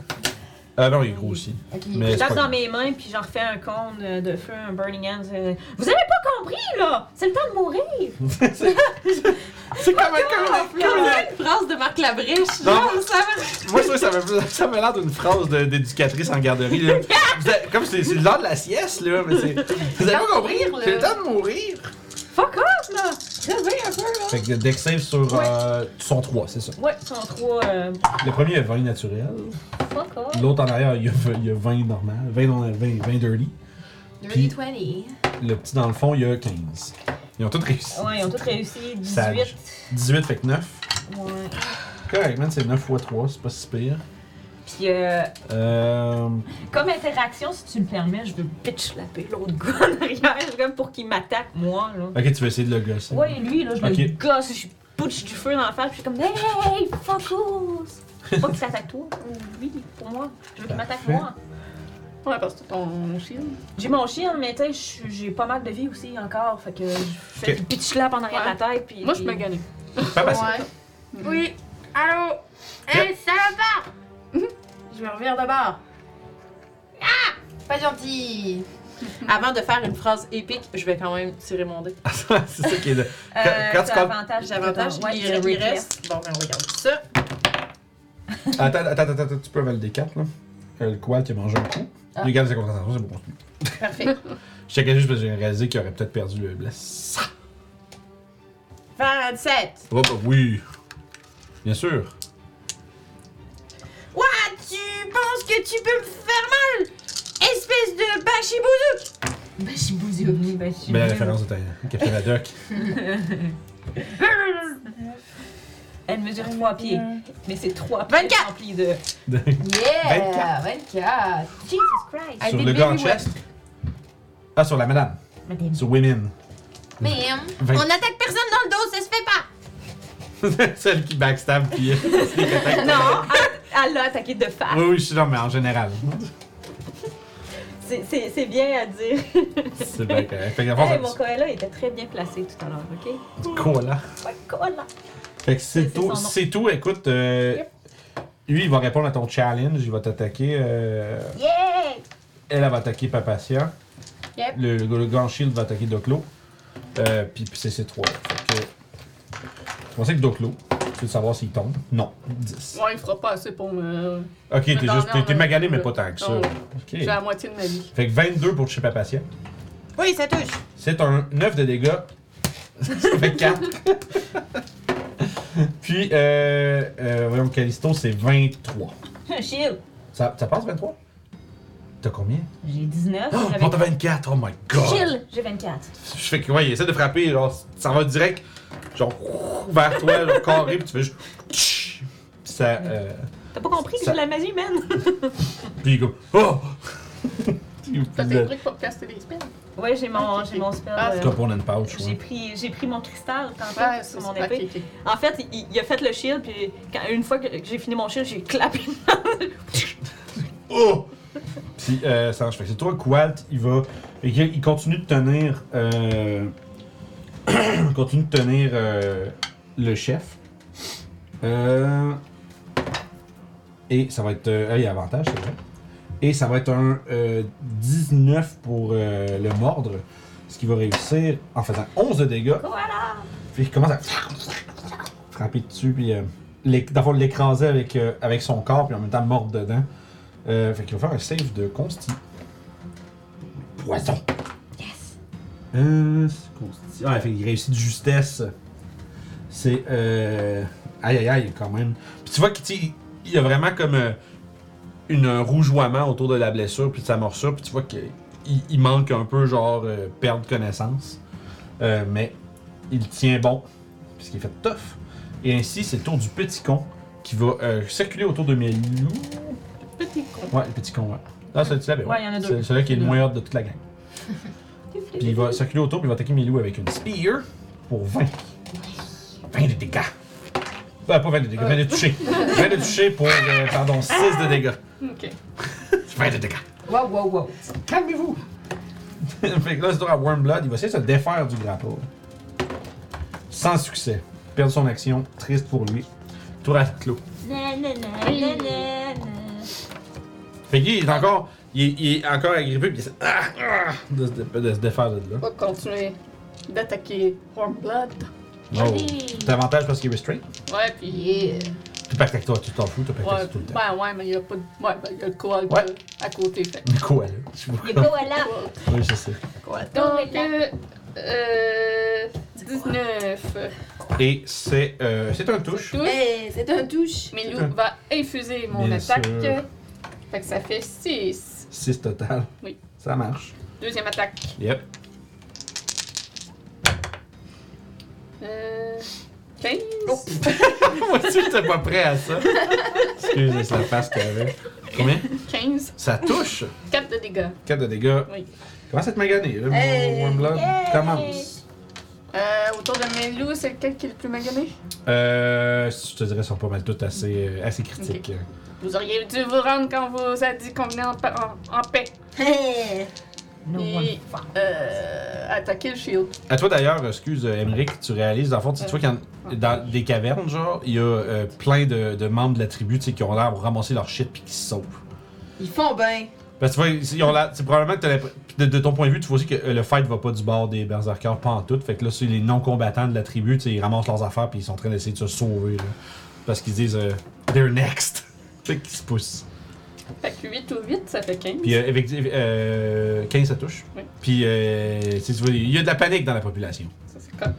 Ah, non, il est gros aussi.
Ok.
Mais
Je
c'est
tape
pas
dans
grave.
mes mains, puis j'en refais un cône euh, de feu, un Burning Hand. euh, Vous avez pas compris, là! C'est le temps de mourir!
C'est comme un
Puis on dit,
Une phrase de Marc Labrèche.
Non.
Non, ça va.
Moi, je trouve que ça me- ça m'a l'air d'une phrase de- d'éducatrice en garderie. Là. Vous avez- Comme c'est c'est l'heure de la sieste, là. Mais c'est- vous avez pas compris?
là.
C'est le temps de mourir.
Fuck off, là!
Fait que deck save sur euh, son 3, c'est ça.
Ouais, ils sont trois. euh,
Le premier a 20 naturel.
fuck off!
L'autre en arrière, il y a, il y a 20 normal. 20, non- 20, 20 dirty. Puis-
20.
Le petit dans le fond, il y a 15. Ils ont tous réussi.
Ouais, ils ont tous réussi. 18.
Sage. 18 fait que 9.
Ouais.
Correct, man, c'est 9 x 3, c'est pas si pire.
Puis, euh,
Euh,
comme interaction, si tu me permets, je veux bitch slapper l'autre gars en arrière, comme pour qu'il m'attaque, moi, là.
Ok, tu veux essayer de le gosser.
Ouais, lui, là, je le
Ok.
gosse, je butch du feu dans la face, puis je suis comme, hey, fuck off! Je veux pas qu'il s'attaque toi, ou lui, pour moi. Je veux qu'il m'attaque
Parfait.
moi.
Ouais, parce que ton shield.
J'ai mon chien, mais tu sais, je suis- j'ai pas mal de vie aussi encore, fait que je fais
Ok.
du bitch slap en arrière de la tête, puis.
Moi, je suis maganée.
Pas passé.
Ouais.
Oui. Allô? Hey, salopard! Je me reviens de bord.
Pas gentil.
Avant de faire une phrase épique, je vais quand même tirer mon dé.
c'est ça qui est là.
Euh,
Quand- quand tu
t'as
comptes-
avantage,
J'avantage,
ouais,
il,
tu
il
reclaires.
reste. Bon, ben on regarde ça.
Attends, attends, attends, attends, tu peux valider 4 là. Euh, le quoi, tu as mangé un coup. Il garde sa concentration, c'est bon.
Parfait.
Je checkais juste parce que j'ai réalisé qu'il aurait peut-être perdu le bless.
27.
Oh, bah oui. Bien sûr.
Ouah, tu penses que tu peux me faire mal? Espèce de bachibou!
Oui, ben, je suis
Belle
nulle.
référence de ta Captain Haddock.
Elle mesure 3 pieds, mais c'est 3 pieds remplis de.
Ben,
Ah,
Yeah! 24.
Jesus Christ!
sur le gars en chest. Ah, sur la madame. Sur Women.
Mais hein,
Vingt-
on n'attaque personne dans le dos, ça se fait pas!
Celle qui backstab puis. euh, c'est les attaques.
Non, elle- elle l'a attaqué de face.
Oui, oui, je suis là, mais en général.
C'est- C'est c'est bien à dire.
C'est bien correct. Fait que,
Hey,
en
mon
fait,
koala était très bien placé tout à l'heure, ok?
c'est koala.
Ouais, koala!
Fait que c'est
C'est- c'est
tout.
son nom.
C'est tout. Écoute, euh, lui, il va répondre à ton challenge. Il va t'attaquer. euh,
Yeah!
Elle, elle va attaquer Papacia.
Yep.
Le, le, le grand shield va attaquer Doclo. Euh, puis puis c'est ces trois. Fait que. Tu pensais que Doclo, tu veux savoir s'il tombe Non. 10.
Ouais, il fera pas assez pour me.
Ok, t'es
Mais non,
juste.
non,
T'es, t'es
non,
magané,
non.
mais pas tant que ça.
Non.
Oh.
J'ai la
Ok.
moitié de ma vie.
Fait que 22 pour toucher Papacia.
Oui, ça touche!
C'est un 9 de dégâts. ça fait 4. puis, euh, euh, voyons, Callisto, c'est 23.
Un shield!
Ça, ça passe 23 T'as combien
J'ai 19.
Oh,
j'avais-
on t'a 24. Oh my god.
Shield! J'ai 24.
Je fais que, ouais, il essaie de frapper, genre, ça va direct, genre, vers toi, genre, carré, puis tu fais juste. Tch! Puis ça. euh,
T'as pas compris que
Ça-
j'ai de la magie humaine?
puis il est comme. Oh!
Ça, c'est un truc pour caster les spells.
Ouais, j'ai mon, j'ai mon spell.
Ah,
euh,
Comme pour une pouch,
j'ai
ouais.
pris, j'ai pris mon cristal tantôt
Ouais,
sur
c'est
mon
mon
épée. En fait, il, il a fait le shield, puis quand- une fois que j'ai fini mon shield, j'ai clapé.
Oh! Puis euh, ça marche. Fait que c'est toi, Qualt, il va. et qu'il- Il continue de tenir. Euh, il continue de tenir euh, le chef. Euh, et ça va être. euh, ah, il y a avantage, c'est vrai. Et ça va être un euh, 19 pour euh, le mordre. Ce qui va réussir en faisant 11 de dégâts.
Voilà!
Puis il commence à. frapper dessus, puis euh, l'é- dans le fond, l'écraser avec, euh, avec son corps, puis en même temps mordre dedans. Euh, fait qu'il va faire un save de consti. Poison. Yes. Euh, c'est consti. Ah, fait qu'il réussit de justesse. C'est. Euh... Aïe, aïe, aïe, quand même. Puis tu vois qu'il tu- il y a vraiment comme euh, une, un rougeoiement autour de la blessure, puis de sa morsure, puis tu vois qu'il il manque un peu, genre, euh, perdre connaissance. Euh, mais il tient bon, puisqu'il est fait tough. Et ainsi, c'est le tour du petit con qui va euh, circuler autour de Melou.
Petit con.
Ouais, le petit con, ouais. Non, c'est celui-là, ben
Ouais, il y en a deux.
C'est celui-là qui est le
Deux.
moins hot de toute la gang. puis il va circuler autour, puis il va attaquer Milou avec une spear pour 20. 20 de dégâts. Ben, pas 20 de dégâts, 20 de toucher. 20 de toucher pour, euh, pardon, 6 de dégâts.
Ok.
20 de dégâts.
Wow, wow, wow.
Calmez-vous! fait que là, c'est droit à Wormblood, il va essayer de se défaire du grapple. Sans succès. Perdre son action, triste pour lui. Tour à clos.
Na, na, na, na, na, na.
Fait que lui, il est encore, il est, il est encore agrippé, puis il essaie ah, ah, de, se dé- de se défaire de là.
On va continuer d'attaquer Hornblood.
Oh. T'as avantage parce qu'il est restraint.
Ouais, puis.
Tu pactes toi, tu t'en fous, tu
Ouais,
pactes tout le temps.
ben ouais, mais il y a pas de. Ouais, ben il y a le koala
Ouais.
à côté. Fait.
Du coup, elle. Je sais pas.
Le koala.
Koala.
Oui, je sais.
Donc, euh, euh, 19.
Et c'est, euh, c'est un touche.
Touche.
Hey, Eh, c'est un touche.
C'est un-
Milou va infuser mon
Bien
attaque.
sûr.
Fait que ça fait 6.
6 total.
Oui.
Ça marche.
Deuxième attaque.
Yep.
Euh, 15.
Moi aussi, j'étais pas prêt à ça. Excusez, c'est la face qu'il y avait. Combien
15.
Ça touche
4 de dégâts.
4 de dégâts.
Oui.
Commence à te maganer, là, mon
Hey!
Wormblood. Commence.
Euh, autour de Milou, c'est lequel qui est le plus magané?
Euh, je te dirais, ils sont pas mal toutes assez, euh, assez critiques.
Vous auriez dû vous rendre quand on vous a dit qu'on venait en, pa- en- en paix.
No one
Et
fuck.
euh, attaquer le shield.
À toi d'ailleurs, excuse, euh, Emmerich, tu réalises, dans le fond, tu sais, tu vois qu'il y en- dans des cavernes, genre, il y a euh, plein de, de membres de la tribu, tu sais, qui ont l'air de ramasser leur shit puis qui se sauvent.
Ils font bien.
Parce que tu vois, ils ont l'air- c'est probablement que t'as l'impr- puis de, de ton point de vue, tu vois aussi que euh, le fight va pas du bord des berserkers, pas en tout. Fait que là, c'est les non-combattants de la tribu, tu sais, ils ramassent leurs affaires puis ils sont en train d'essayer de se sauver, là. Parce qu'ils se disent, euh, they're next. fait qu'ils se poussent.
Fait que 8 ou 8, ça fait 15.
Puis, euh, avec, euh, 15, ça touche.
Oui.
Puis, euh, tu sais, tu vois, il y a de la panique dans la population.
Ça, c'est correct.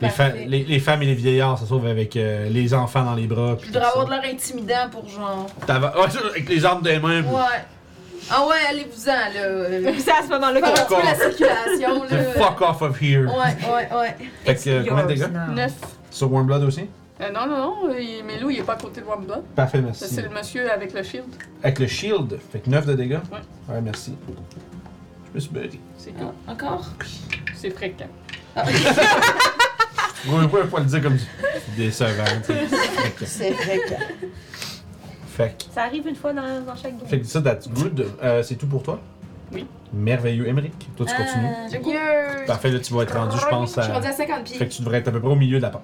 Les, fa-
Parfait.
les, les femmes et les vieillards se sauvent avec euh, les enfants dans les bras.
Je
puis
voudrais
tout ça.
avoir de l'air intimidant pour genre.
T'ava- ouais, ça, avec les armes des mains. puis-
Ouais. Ah ouais, allez-vous-en, là. euh,
C'est à ce moment-là
Faire un
que
petit peu la circulation,
C'est
là.
fuck off of here.
Ouais, ouais, ouais.
Fait que euh, combien de dégâts
9.
Sur Wormblood aussi
Euh, non, non, non, il- Milou, il est pas à côté de Wamba.
Parfait,
Ça,
merci.
C'est le monsieur avec le shield.
Avec le shield, fait que 9 de dégâts.
Ouais.
Ouais, merci. Je me suis buggy.
C'est cool.
Encore?
C'est fréquent.
Ouais, ouais, faut le dire comme du- décevant. tu sais.
C'est vrai que.
Fait que.
ça arrive une fois dans, dans chaque game.
Fait que ça, that's good. Euh, c'est tout pour toi?
Oui.
Merveilleux, Emmerich. Toi,
Euh,
tu continues.
Dieu!
Parfait, là, tu vas être rendu, je pense,
euh, Je suis
à.
rendue à 50 pieds.
Fait que tu devrais être à peu près au milieu de la pente.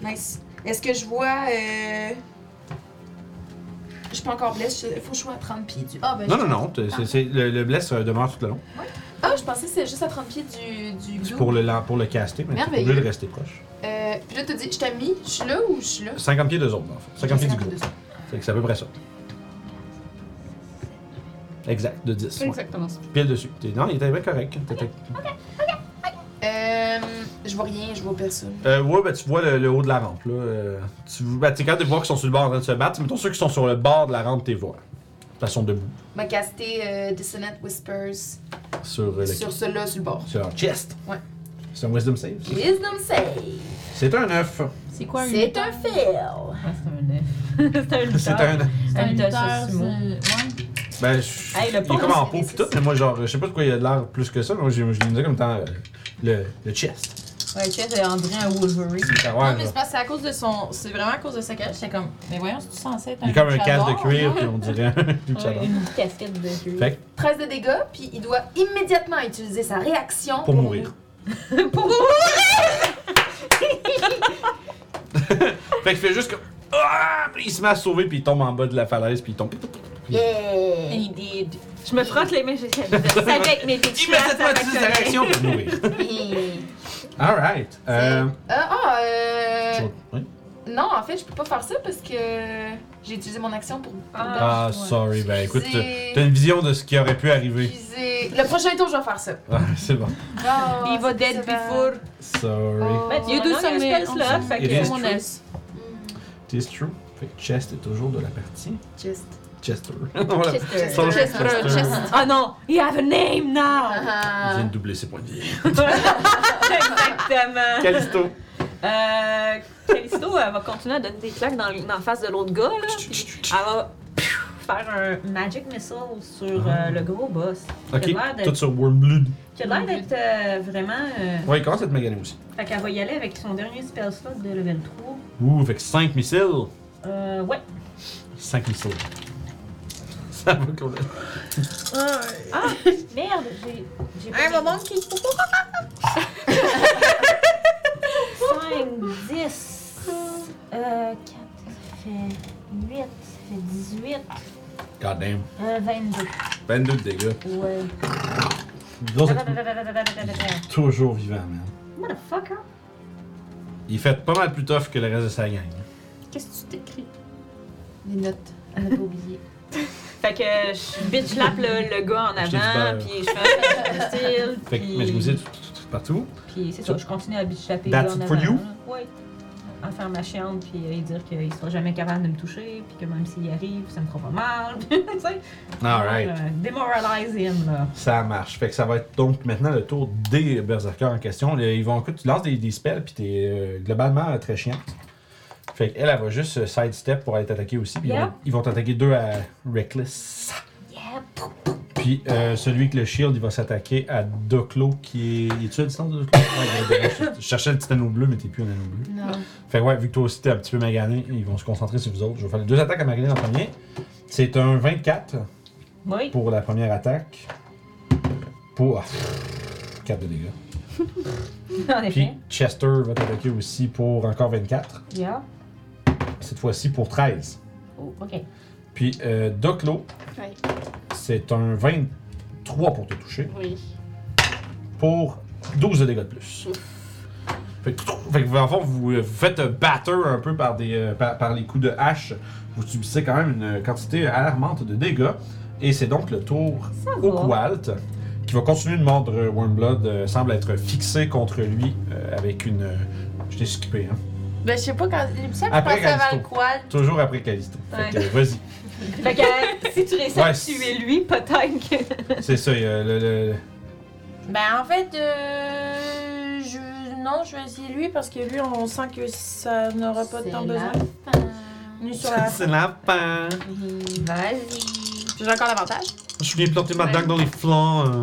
Nice. Est-ce que je vois. Euh... Je suis pas encore blessée. Il faut que je sois à 30 pieds du. Ah, ben.
Non,
je-
non, non. t'es- c'est- c'est- le, le bless euh, demeure tout le long.
Ah, je pensais que c'était juste à 30 pieds du. du
C'est
glue.
pour le, lan- pour le caster, mais c'est mieux de
Merveilleux.
rester proche.
Euh, puis là, t'as dit, je t'ai mis, je suis là ou je suis là?
50 pieds de zone, en fait. 50 pieds du
groupe.
groupe. Fait que c'est à peu près ça. Exact, de 10.
C'est
ouais.
exactement ça.
Pile dessus. T'es- Non, il était bien correct. T'étais-
Euh, je vois rien, je vois personne.
Euh, ouais, ben tu vois le, le haut de la rampe. Là. Euh, tu ben, t'es capable de voir qu'ils sont sur le bord en train de se battre. Mettons ceux qui sont sur le bord de la rampe, t'es vois. Ils sont debout.
M'a casté euh, Dissonant Whispers
Sur, euh, le-
sur celui-là, sur le bord.
sur leur chest.
Ouais.
C'est un wisdom save. ça.
Wisdom save!
C'est un 9.
C'est quoi un
C'est un
lutteur?
fail!
Ouais, c'est un œuf. c'est un lutteur.
C'est un.
Un lutteur,
lutteur,
c'est sumo.
c'est- ouais.
Ben, je-
Hey, le
il est
pauvre,
comme en
c'est
peau pis tout,
nécessaire.
mais moi, genre, je sais pas de quoi il a de l'air plus que ça. mais Moi, je je l'ai mis comme étant euh, le, le chest.
Ouais, tu sais, on dirait un Wolverine.
Ah ouais,
Non, mais
genre.
c'est parce que c'est à cause de son. C'est vraiment à cause de sa cage. J'étais comme, mais voyons, c'est censé être un.
Il est comme un
luchador,
casque de cuir,
non?
puis on dirait un luchador.
Ouais, une casquette de cuir.
Fait
13 de dégâts, puis il doit immédiatement utiliser sa réaction
Pour mourir.
pour mourir!
Fait qu'il fait juste comme. Ah! Puis il se met à se sauver, puis il tombe en bas de la falaise, puis il tombe.
Yeah!
Il did.
Je me frotte les mains, j'essaie de avec mes petites chasses
Immédiatement,
avec
tu
le-
utilises ta réaction pour mourir.
Yeah.
Alright. Euh,
Euh, Ah, euh.
autre chose. Oui?
Non, en fait, je peux pas faire ça parce que j'ai utilisé mon action pour.
Ah, sorry. Ben écoute, t'as
J'ai-
t'as une vision de ce qui aurait pu arriver.
j'ai- Le prochain tour, je vais faire ça.
Ah, c'est bon.
Il va dead before.
Sorry.
Oh.
Il y a deux spell slot, fait
It
que.
is true. It is true. Fait que Chest est toujours de la partie.
Just.
Chester. voilà.
Chester.
Son-
Chester, Chester.
Oh non, you have a name now!
Il vient
Ah.
de doubler ses points de vie.
Exactement.
Calisto.
Euh, Calisto, elle va continuer à donner des claques dans, dans la face de l'autre gars, là. puis Elle va faire un Magic Missile sur euh, le gros boss.
Ok,
Qui a l'air
tout
d'être-
sur Wormblood.
qui a
Mhm.
l'air d'être euh, vraiment. euh,
Ouais, il commence à te maganer aussi.
Fait qu'elle va y aller avec son dernier spell slot de level
Ouh, fait que 5 missiles.
3. Euh, ouais.
5 missiles. Ça va complètement.
Merde, j'ai. J'ai
Un moment qui.
5, 10, euh, 4, ça fait 8, ça fait 18,
God damn.
euh, 22.
22 de dégâts.
Ouais.
Disons, c'est toujours vivant, man.
Motherfucker.
Il est fait pas mal plus tough que le reste de sa gang.
Qu'est-ce que tu t'écris?
Les notes.
On n'a pas oublié. Fait que je bitch lap le, le gars en
Je t'ai dit pas.
avant, puis je fais un style.
Fait que, mais je vous ai tout- tout- tout partout.
Puis c'est ça, je continue à bitch lapper le gars
That's
en
it
avant.
for you?
Oui. À faire ma chiante, puis à lui dire qu'il sera jamais capable de me toucher, puis que même s'il arrive, ça me fera pas mal. tu sais.
Alright.
Euh, Demoralize him, là.
Ça marche. Fait que ça va être donc maintenant le tour des berserkers en question. Là, Ils vont, écoute, tu lances des, des spells, puis t'es euh, globalement euh, très chiante. Fait qu'elle, elle va juste euh, sidestep pour aller t'attaquer aussi. Puis ils vont-
Yeah.
ils vont t'attaquer deux à Reckless. Puis euh, celui que le shield, il va s'attaquer à Doclo qui est. Es-tu à distance de Doclo Ouais, il est derrière. Je cherchais le petit anneau bleu, mais t'es plus un anneau bleu.
Non.
Fait que ouais, vu que toi aussi t'es un petit peu magané, ils vont se concentrer sur vous autres. Je vais faire les deux attaques à maganer en premier. C'est un 24
Oui.
pour la première attaque. Pour. 4 de dégâts.
En
Puis
effet.
Chester va t'attaquer aussi pour encore 24.
Yeah.
Cette fois-ci pour 13.
Oh, ok.
Puis euh, Doclo,
Ouais.
c'est un 23 pour te toucher.
Oui.
Pour 12 de dégâts de plus. Fait que, fait que, en fond, vous, euh, vous faites batter un peu par, des, euh, par, par les coups de hache. Vous subissez quand même une quantité alarmante de dégâts. Et c'est donc le tour au
va.
Kualt, qui va continuer de mordre euh, Wormblood. euh, semble être fixé contre lui euh, avec une. euh, je t'ai skippé, hein.
Ben, je sais pas quand. Il me semble que je
Après,
pensais avant le
Calisto.
quad.
Toujours après Calisto. Fait que,
Ouais.
euh, vas-y.
Fait que euh, si tu réussis
Ouais,
à tuer lui, peut-être que.
C'est ça, il y a le, le-
Ben, en fait, euh, je... non, je vais essayer lui parce que lui, on sent que ça n'aura pas de temps besoin. Nous sur la.
C'est la fin.
J'ai encore l'avantage.
Je viens planter ma dague dans les flancs. euh.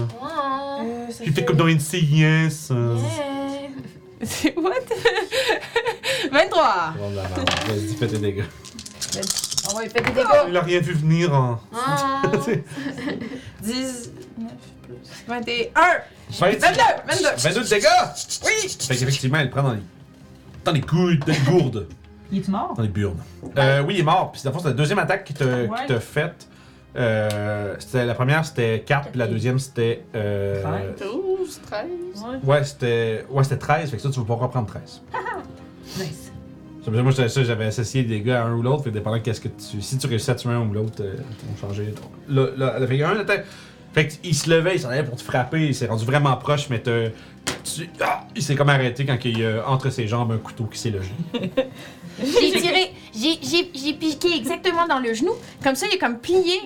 Euh, ça
J'ai fait
fait-
comme dans NCIS. euh.
C'est what? 23!
Bon, bah, bah, Vas-y, fais tes dégâts.
On va lui faire des dégâts.
Ah, Il a rien vu venir. hein.
Ah.
C'est-
19 plus 21!
22
22!
22 de dégâts! Oui! Fait qu'effectivement, elle prend dans les. Dans les couilles, dans les gourdes,
Il est mort?
dans les burnes. Euh, oui, il est mort. Puis, dans le fond, c'est la deuxième attaque qui te,
Ouais.
qui te fait. Euh, c'était- la première, c'était 4, puis la deuxième, c'était. Euh,
12, 13.
ouais, c'était ouais, c'était 13. Fait que ça, tu vas pas reprendre 13.
Nice.
Ça veut dire, Moi, j'étais sûr, j'avais associé des gars à un ou l'autre, fait que dépendant qu'est-ce que tu. Si tu réussis à tuer un ou l'autre, euh, ils vont changer. Là, là, elle a fait un attaque. Fait qu'il se levait, il s'en allait pour te frapper, il s'est rendu vraiment proche, mais te. tu- ah! il s'est comme arrêté quand il y a entre ses jambes un couteau qui s'est logé.
J'ai tiré, j'ai- j'ai j'ai piqué exactement dans le genou. Comme ça, il est comme plié,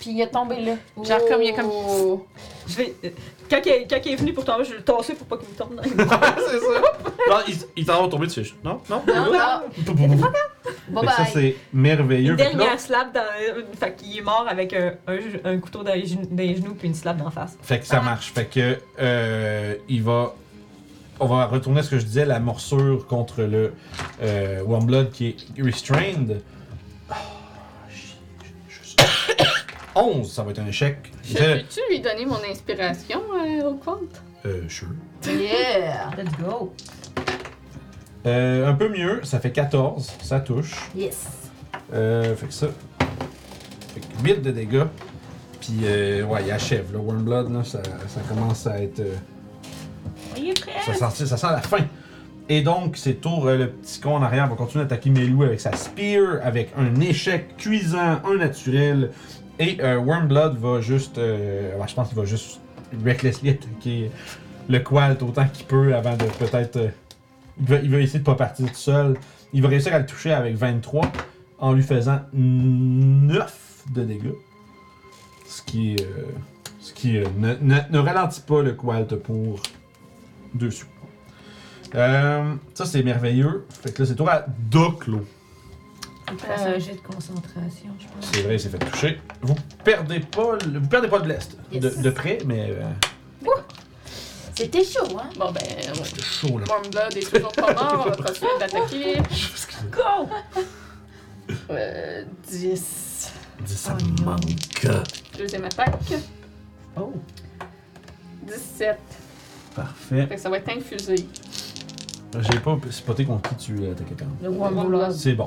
puis il est tombé là. Genre comme il est comme.
Oh.
Je vais. euh, Quand il, est- quand il est venu pour tomber, je vais le tasser pour pas qu'il me tombe dans les mains.
c'est ça! Non, il, il t'en va tomber dessus. Non, non,
Non, non.
Fait
Bon,
que ça,
bye.
c'est merveilleux.
Une
Fait que là-
dernière slap dans. euh, Fait qu'il est mort avec un, un, un couteau dans les, gen- dans les genoux puis une slap d'en face.
Fait que ça marche. Fait que euh, il va. On va retourner à ce que je disais, la morsure contre le euh, Wormblood qui est restrained. Oh, shit, je- je- je- 11, ça va être un échec.
Je peux-tu lui donner mon inspiration euh, au compte?
Euh, sure.
Yeah.
Ah, Let's go.
Euh, un peu mieux, ça fait 14, ça touche.
Yes.
Euh, fait que ça. Fait que 8 de dégâts. Puis, euh, ouais, il achève. Le Wormblood, là, ça, ça commence à être. euh,
Il est prêt.
Ça sent, ça sent la fin. Et donc, c'est tour. euh, Le petit con en arrière va continuer d'attaquer Melou avec sa spear, avec un échec cuisant, un naturel. Et euh, Wormblood va juste. euh, ouais, je pense qu'il va juste recklessly attaquer le Qualt autant qu'il peut avant de peut-être. euh, il, va, il va essayer de pas partir tout seul. Il va réussir à le toucher avec 23 en lui faisant 9 de dégâts. Ce qui, euh, ce qui euh, ne, ne- ne ralentit pas le Qualt pour dessus. Euh, ça, c'est merveilleux. Fait que là, c'est tour à Doclo.
C'est
Euh,
un jet de concentration, je pense.
C'est vrai, il s'est fait toucher. Vous perdez pas, le- vous perdez pas de l'est. De, de près, mais euh,
C'était chaud, hein?
Bon, ben, ouais.
c'est chaud là.
Wormblood est toujours pas mort, on va continuer d'attaquer.
Go!
Euh, 10.
Ça manque.
Deuxième attaque.
Oh.
17.
Parfait.
Fait que ça va être infusé.
J'ai pas spoté contre qui tu euh, attaquais quand même.
Le
Oh.
Wambula.
C'est bon.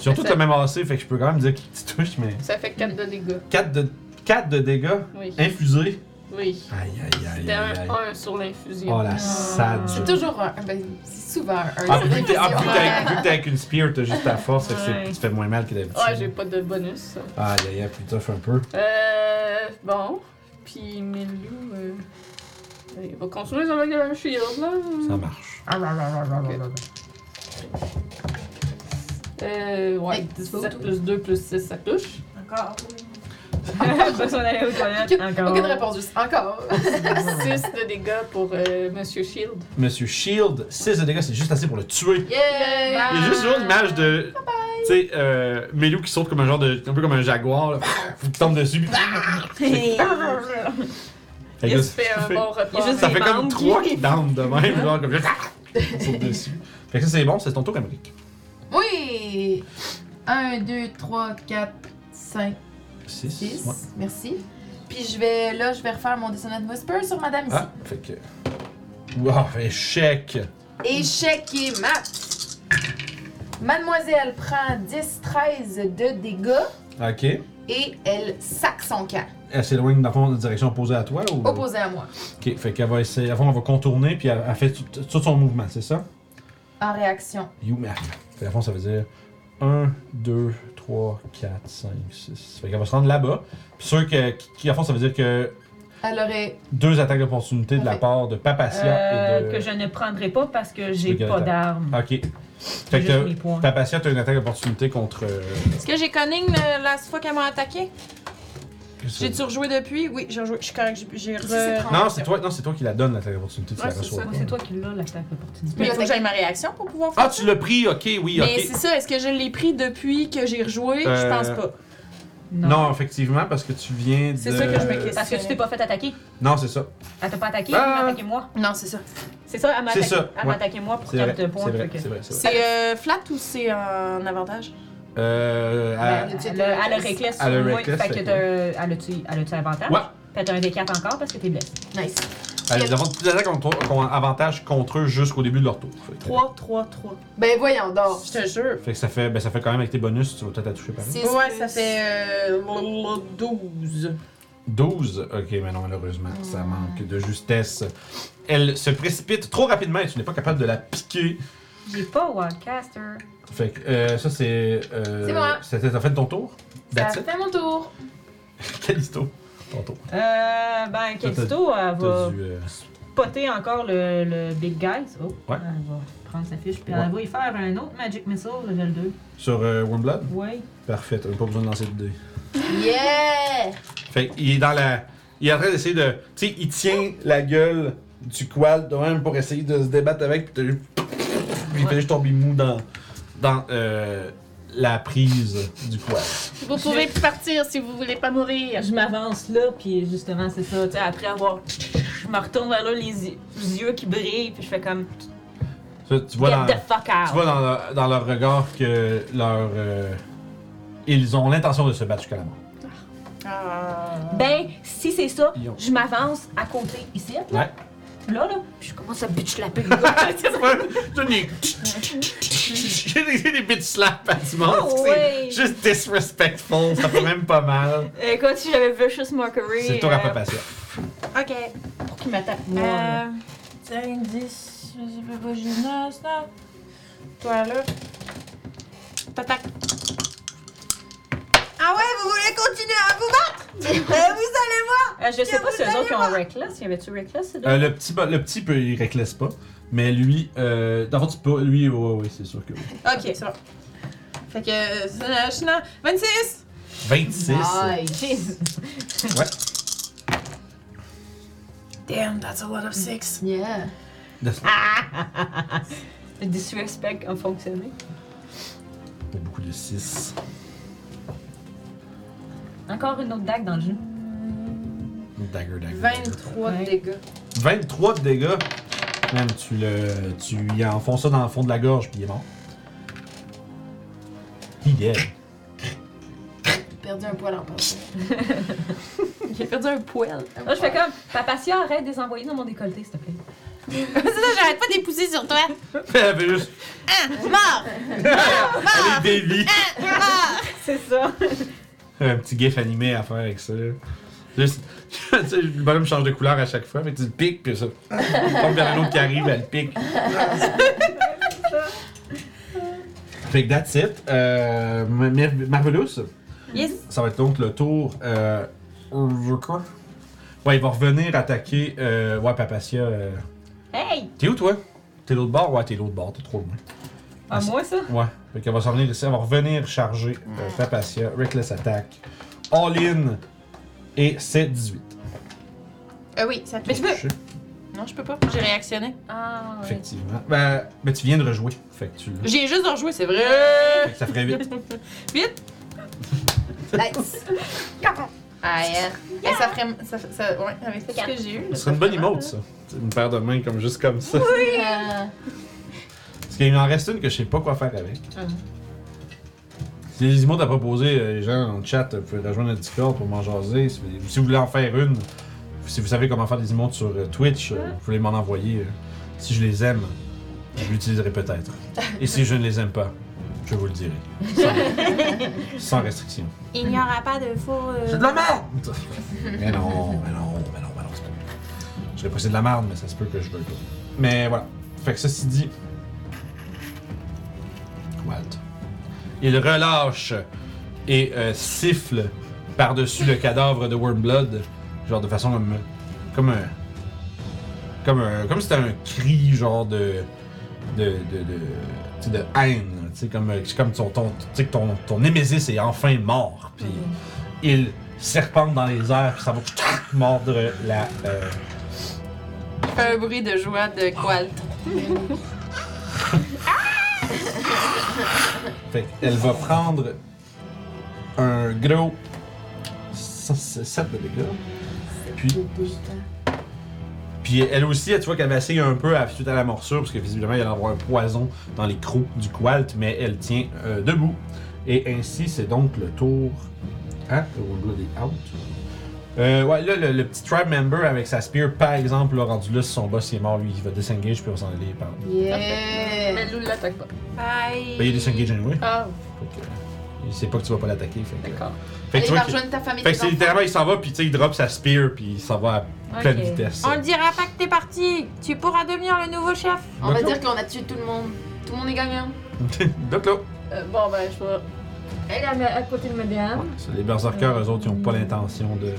Surtout
Ça-
le même AC, fait que je peux quand même dire qu'il te touche, mais.
Ça fait 4 de dégâts.
4 de, quatre de dégâts
Oui.
infusés.
Oui.
Aïe aïe aïe
C'était
aïe.
un
aïe.
1 sur l'infusion.
Oh la sade.
C'est toujours un. Ben, c'est souvent un.
Ah, vu que t'es ah, vu que t'es avec, vu que t'es avec une spear, t'as juste ta force, fait que c'est- tu fais moins mal que d'habitude.
Ouais, Ah, j'ai pas de bonus. ça.
Aïe aïe aïe, plus tough un peu.
Euh. Bon. Puis Melou. euh, il va continuer sur le shield, là.
Ça marche.
Euh. Ouais.
Hey,
17 plus 2 plus 6, ça touche.
Encore. Besoin d'aller aux toilettes. Encore.
Aucune réponse, juste ah, encore.
6 de dégâts pour euh, Monsieur Shield.
Monsieur Shield, 6 de dégâts, c'est juste assez pour le tuer.
Yay!
Il y a juste toujours l'image de. Tu sais, euh, Melou qui saute comme un genre de. un peu comme un jaguar, là. Faut qu'il tombe dessus. puis- Fait que
Il
là,
se fait un
fait-
bon repas.
ça fait,
des
comme
membres.
3 qui down de même, genre comme ça. saute dessus. Fait que ça, c'est bon, c'est ton tour, Amérique.
Oui! 1, 2, 3, 4, 5, 6.
Ouais.
Merci. Puis je vais, là, je vais refaire mon Dissonant Whisper sur madame ici.
Ah, fait que. Wow, échec!
Échec et mat. Mademoiselle prend 10, 13 de dégâts
Ok. Elle
et elle sac son camp,
s'éloigne dans le fond de direction opposée à toi ou.
opposé à moi.
Ok, fait qu'elle va essayer. Avant, elle va contourner, puis elle, elle fait tout, tout son mouvement, c'est ça?
En réaction.
You map. Fait qu'à fond, ça veut dire 1, 2, 3, 4, 5, 6. Fait qu'elle va se rendre là-bas. Puis sûr que, qui, à fond, ça veut dire que
Elle aurait.
deux attaques d'opportunité de la
Parfait.
part de Papacia
Euh,
et de.
que je ne prendrai pas parce que j'ai
Lequel
pas
attaque?
d'arme.
Ok. Fait
Juste mes
que
points.
Papacia, t'as une attaque d'opportunité contre. euh,
Est-ce que j'ai conning
euh,
la last fois qu'elle m'a attaqué? J'ai-tu rejoué depuis? Oui, j'ai rejoué. Je suis correct, j'ai- j'ai re...
Non, c'est toi, non, c'est toi qui la donne, l'attaque d'opportunité. Tu
Ouais,
la
c'est
reçois.
ça.
pas.
Moi, c'est toi qui l'as, l'attaque d'opportunité.
Mais il faut que j'aille ma réaction pour pouvoir faire
Ah, tu l'as pris, ok, oui,
Mais
ok.
c'est ça, est-ce que je l'ai pris depuis que j'ai rejoué? Je pense
Euh,
pas.
Non. effectivement, parce que tu viens de.
C'est ça que je me questionne.
Parce que tu t'es pas fait attaquer.
Non, c'est ça.
Elle t'a pas attaqué,
Ah.
elle m'a attaqué moi.
Non, c'est ça.
C'est ça, elle m'a
C'est
attaqué,
ça,
elle
ouais.
m'a attaqué moi pour
C'est vrai.
4
C'est
points.
vrai,
fait que-
c'est vrai. c'est vrai.
C'est euh, flat ou c'est en avantage?
Euh. à-
Ben,
Elle elle a elle a reckless sur
Elle a
moi,
reckless,
fait que
fait
t'as- elle a-tu elle a-tu avantage?
Ouais.
Fait un D4 encore parce que t'es blessé.
Nice.
Euh, Ils avons des attaques contre, qu'on a avantage contre eux jusqu'au début de leur tour. Fait que-
3, 3, 3.
Ben voyons donc.
Je te jure.
Fait que ça fait, ben ça fait quand même avec tes bonus, tu vas peut-être la toucher pareil.
Six
Ouais,
plus-
ça fait euh, 12.
12. Ok, mais non, malheureusement, ça manque de justesse. Elle se précipite trop rapidement et tu n'es pas capable de la piquer.
J'ai pas Wildcaster.
Fait que euh, ça, c'est. euh,
C'est moi.
C'était la fin de ton tour?
Ça
That's it?
fait mon tour.
Calisto. Ton tour.
Euh, ben, Callisto, elle
T'as
va
dû. euh,
poter encore le, le Big Guy. Oh,
Ouais.
elle va prendre sa fiche, puis
Ouais.
elle va y faire un autre Magic Missile level 2.
Sur euh, Wormblood?
Oui.
Parfait, t'as pas besoin de lancer de dés.
Yeah!
Fait qu'il est dans la. Il est en train d'essayer de. Tu sais, il tient la gueule du quad de même pour essayer de se débattre avec. Puis t'as juste- puis il fait juste tomber mou dans. dans euh, la prise du quad.
Vous pouvez partir si vous voulez pas mourir.
Je m'avance là, puis justement, c'est ça. Tu sais, après avoir. Je me retourne vers là, les y- les yeux qui brillent, puis je fais comme.
Ça, tu vois
Get
dans,
the fuck
tu
out!
vois dans, leur, dans leur regard que leur. euh, ils ont l'intention de se battre jusqu'à la mort.
Ben, si c'est ça,
Ils ont-
je m'avance à côté, ici, là,
Ouais.
là, là, puis je commence à bitch la le gars.
J'ai des. J'ai des bitch slaps à du monde.
Ah ouais.
C'est juste disrespectful. Ça fait même pas mal.
Écoute, si j'avais Vicious Mockery.
C'est le tour à
euh,
papa ça.
Ok.
pour qu'il m'attaque, moi. là.
Euh,
5, 10, je sais pas quoi, j'ai 9, 9. Toi là. Tatac. Ah ouais, vous voulez continuer à vous battre Euh, Vous allez voir
Euh, je sais pas si eux autres qui ont Reckless. Y avait-tu Reckless, ces deux?
Euh, le petit, ba- le petit peut, il réclesse pas. Mais lui, euh, dans le fond, tu peux. Lui, ouais, ouais, c'est sûr que oui.
Ok, c'est bon. Fait que. euh, Shina, 26
26.
Nice.
Damn, that's a lot of 6.
Yeah.
Le disrespect a fonctionné.
Pour beaucoup de 6.
Encore une autre dague dans le jeu.
Dagger, dagger. dagger.
23 de dégâts.
23 de dégâts. Même, tu le. Tu y enfonces ça dans le fond de la gorge, puis il est mort. Il est dead.
Perdu un poil en passant.
J'ai perdu un poil.
Là, je fais comme, Papatia, arrête de les envoyer dans mon décolleté, s'il te plaît.
J'arrête pas d'épousser sur toi.
Elle fait juste.
Mort
Elle est dévie.
C'est ça.
un petit gif animé à faire avec ça. Juste, tu sais, le bonhomme change de couleur à chaque fois, mais tu le piques, puis ça. Comme vers un autre qui arrive, elle le pique. fait que that's it. Euh, Mar- Mar- Marvelous,
Yes.
ça va être donc le tour. Euh, je crois. Ouais, il va revenir attaquer. Euh, ouais, Papacia. euh,
Hey!
T'es où, toi T'es l'autre bord Ouais, t'es l'autre bord, t'es trop loin.
À Ah, moi, ça?
Ouais, fait qu'elle va s'en venir ici, elle va revenir charger euh, Papacia, Reckless Attack, All In, et c'est 18.
Euh, oui, ça te
Mais tu peux.
Touché,
Non, je peux pas. J'ai réactionné.
Ah, ouais.
Effectivement. Ben, ben, tu viens de rejouer, fait que tu
J'ai juste rejoué, c'est vrai.
fait que ça ferait vite.
Nice.
Ah, yeah. Eh, Ça ferait. Ça, ça, ouais, avec ce que j'ai eu.
Ce serait une bonne emote, ça. Une paire de mains comme juste comme ça. Oui! Parce qu'il en reste une que je sais pas quoi faire avec. Si les emotes à proposer, euh, les gens en chat, vous pouvez rejoindre le Discord pour m'en jaser. Si vous- si vous voulez en faire une, si vous savez comment faire des emotes sur euh, Twitch, euh, vous pouvez m'en envoyer. euh, Si je les aime, je l'utiliserai peut-être. Et si je ne les aime pas, je vous le dirai. Sans, sans restriction.
Il n'y aura pas de faux. euh,
C'est de la merde! mais non, mais non, mais non, mais non, c'est pas vrai. Je dirais pas que c'est de la merde, mais ça se peut que je veuille pas. Mais voilà. Fait que ceci dit. Walt. Il relâche et euh, siffle par-dessus le cadavre de Wormblood, genre de façon comme. comme un. comme un. comme si c'était un cri, genre de. de. de. de, tu sais, de haine. là, Tu sais, comme, euh, comme ton, ton, tu sais que ton, ton némésis est enfin mort. Puis il serpente dans les airs, puis ça va mordre la. euh,
Fais un bruit de joie de Qualt.
Fait qu'elle va prendre un gros 7 de dégâts. Puis, puis elle aussi, tu vois qu'elle vacille un peu à- suite à la morsure, parce que visiblement, il y a avoir un poison dans les crocs du Qualt, mais elle tient euh, debout. Et ainsi, c'est donc le tour. Ah, le Wormwood est out. Euh, ouais, là, le, le petit tribe member avec sa spear, par exemple, là, rendu là, si son boss il est mort, lui, il va disengage, puis on s'en aller par.
Euh,
Yeah.
Euh, Mais Lou l'attaque pas.
Ben, il est disengage anyway.
Ah,
Fait que, euh, il sait pas que tu vas pas l'attaquer. Fait que,
d'accord.
fait que tu
Allez,
vois
va
qu'il-
rejoindre ta famille.
Fait que
tes
c'est littéralement, il s'en va, puis tu sais, il drop sa spear, puis il s'en va à pleine
Ok.
vitesse.
On ne dira pas que t'es parti. Tu pourras devenir le nouveau chef.
enfants. On va dire qu'on a tué tout le monde. Tout le monde est gagnant.
Donc là,
Euh, bon, ben, je vais. Elle est à à côté de
ouais,
madame.
c'est les berserkers, eux autres, ils ont pas l'intention de.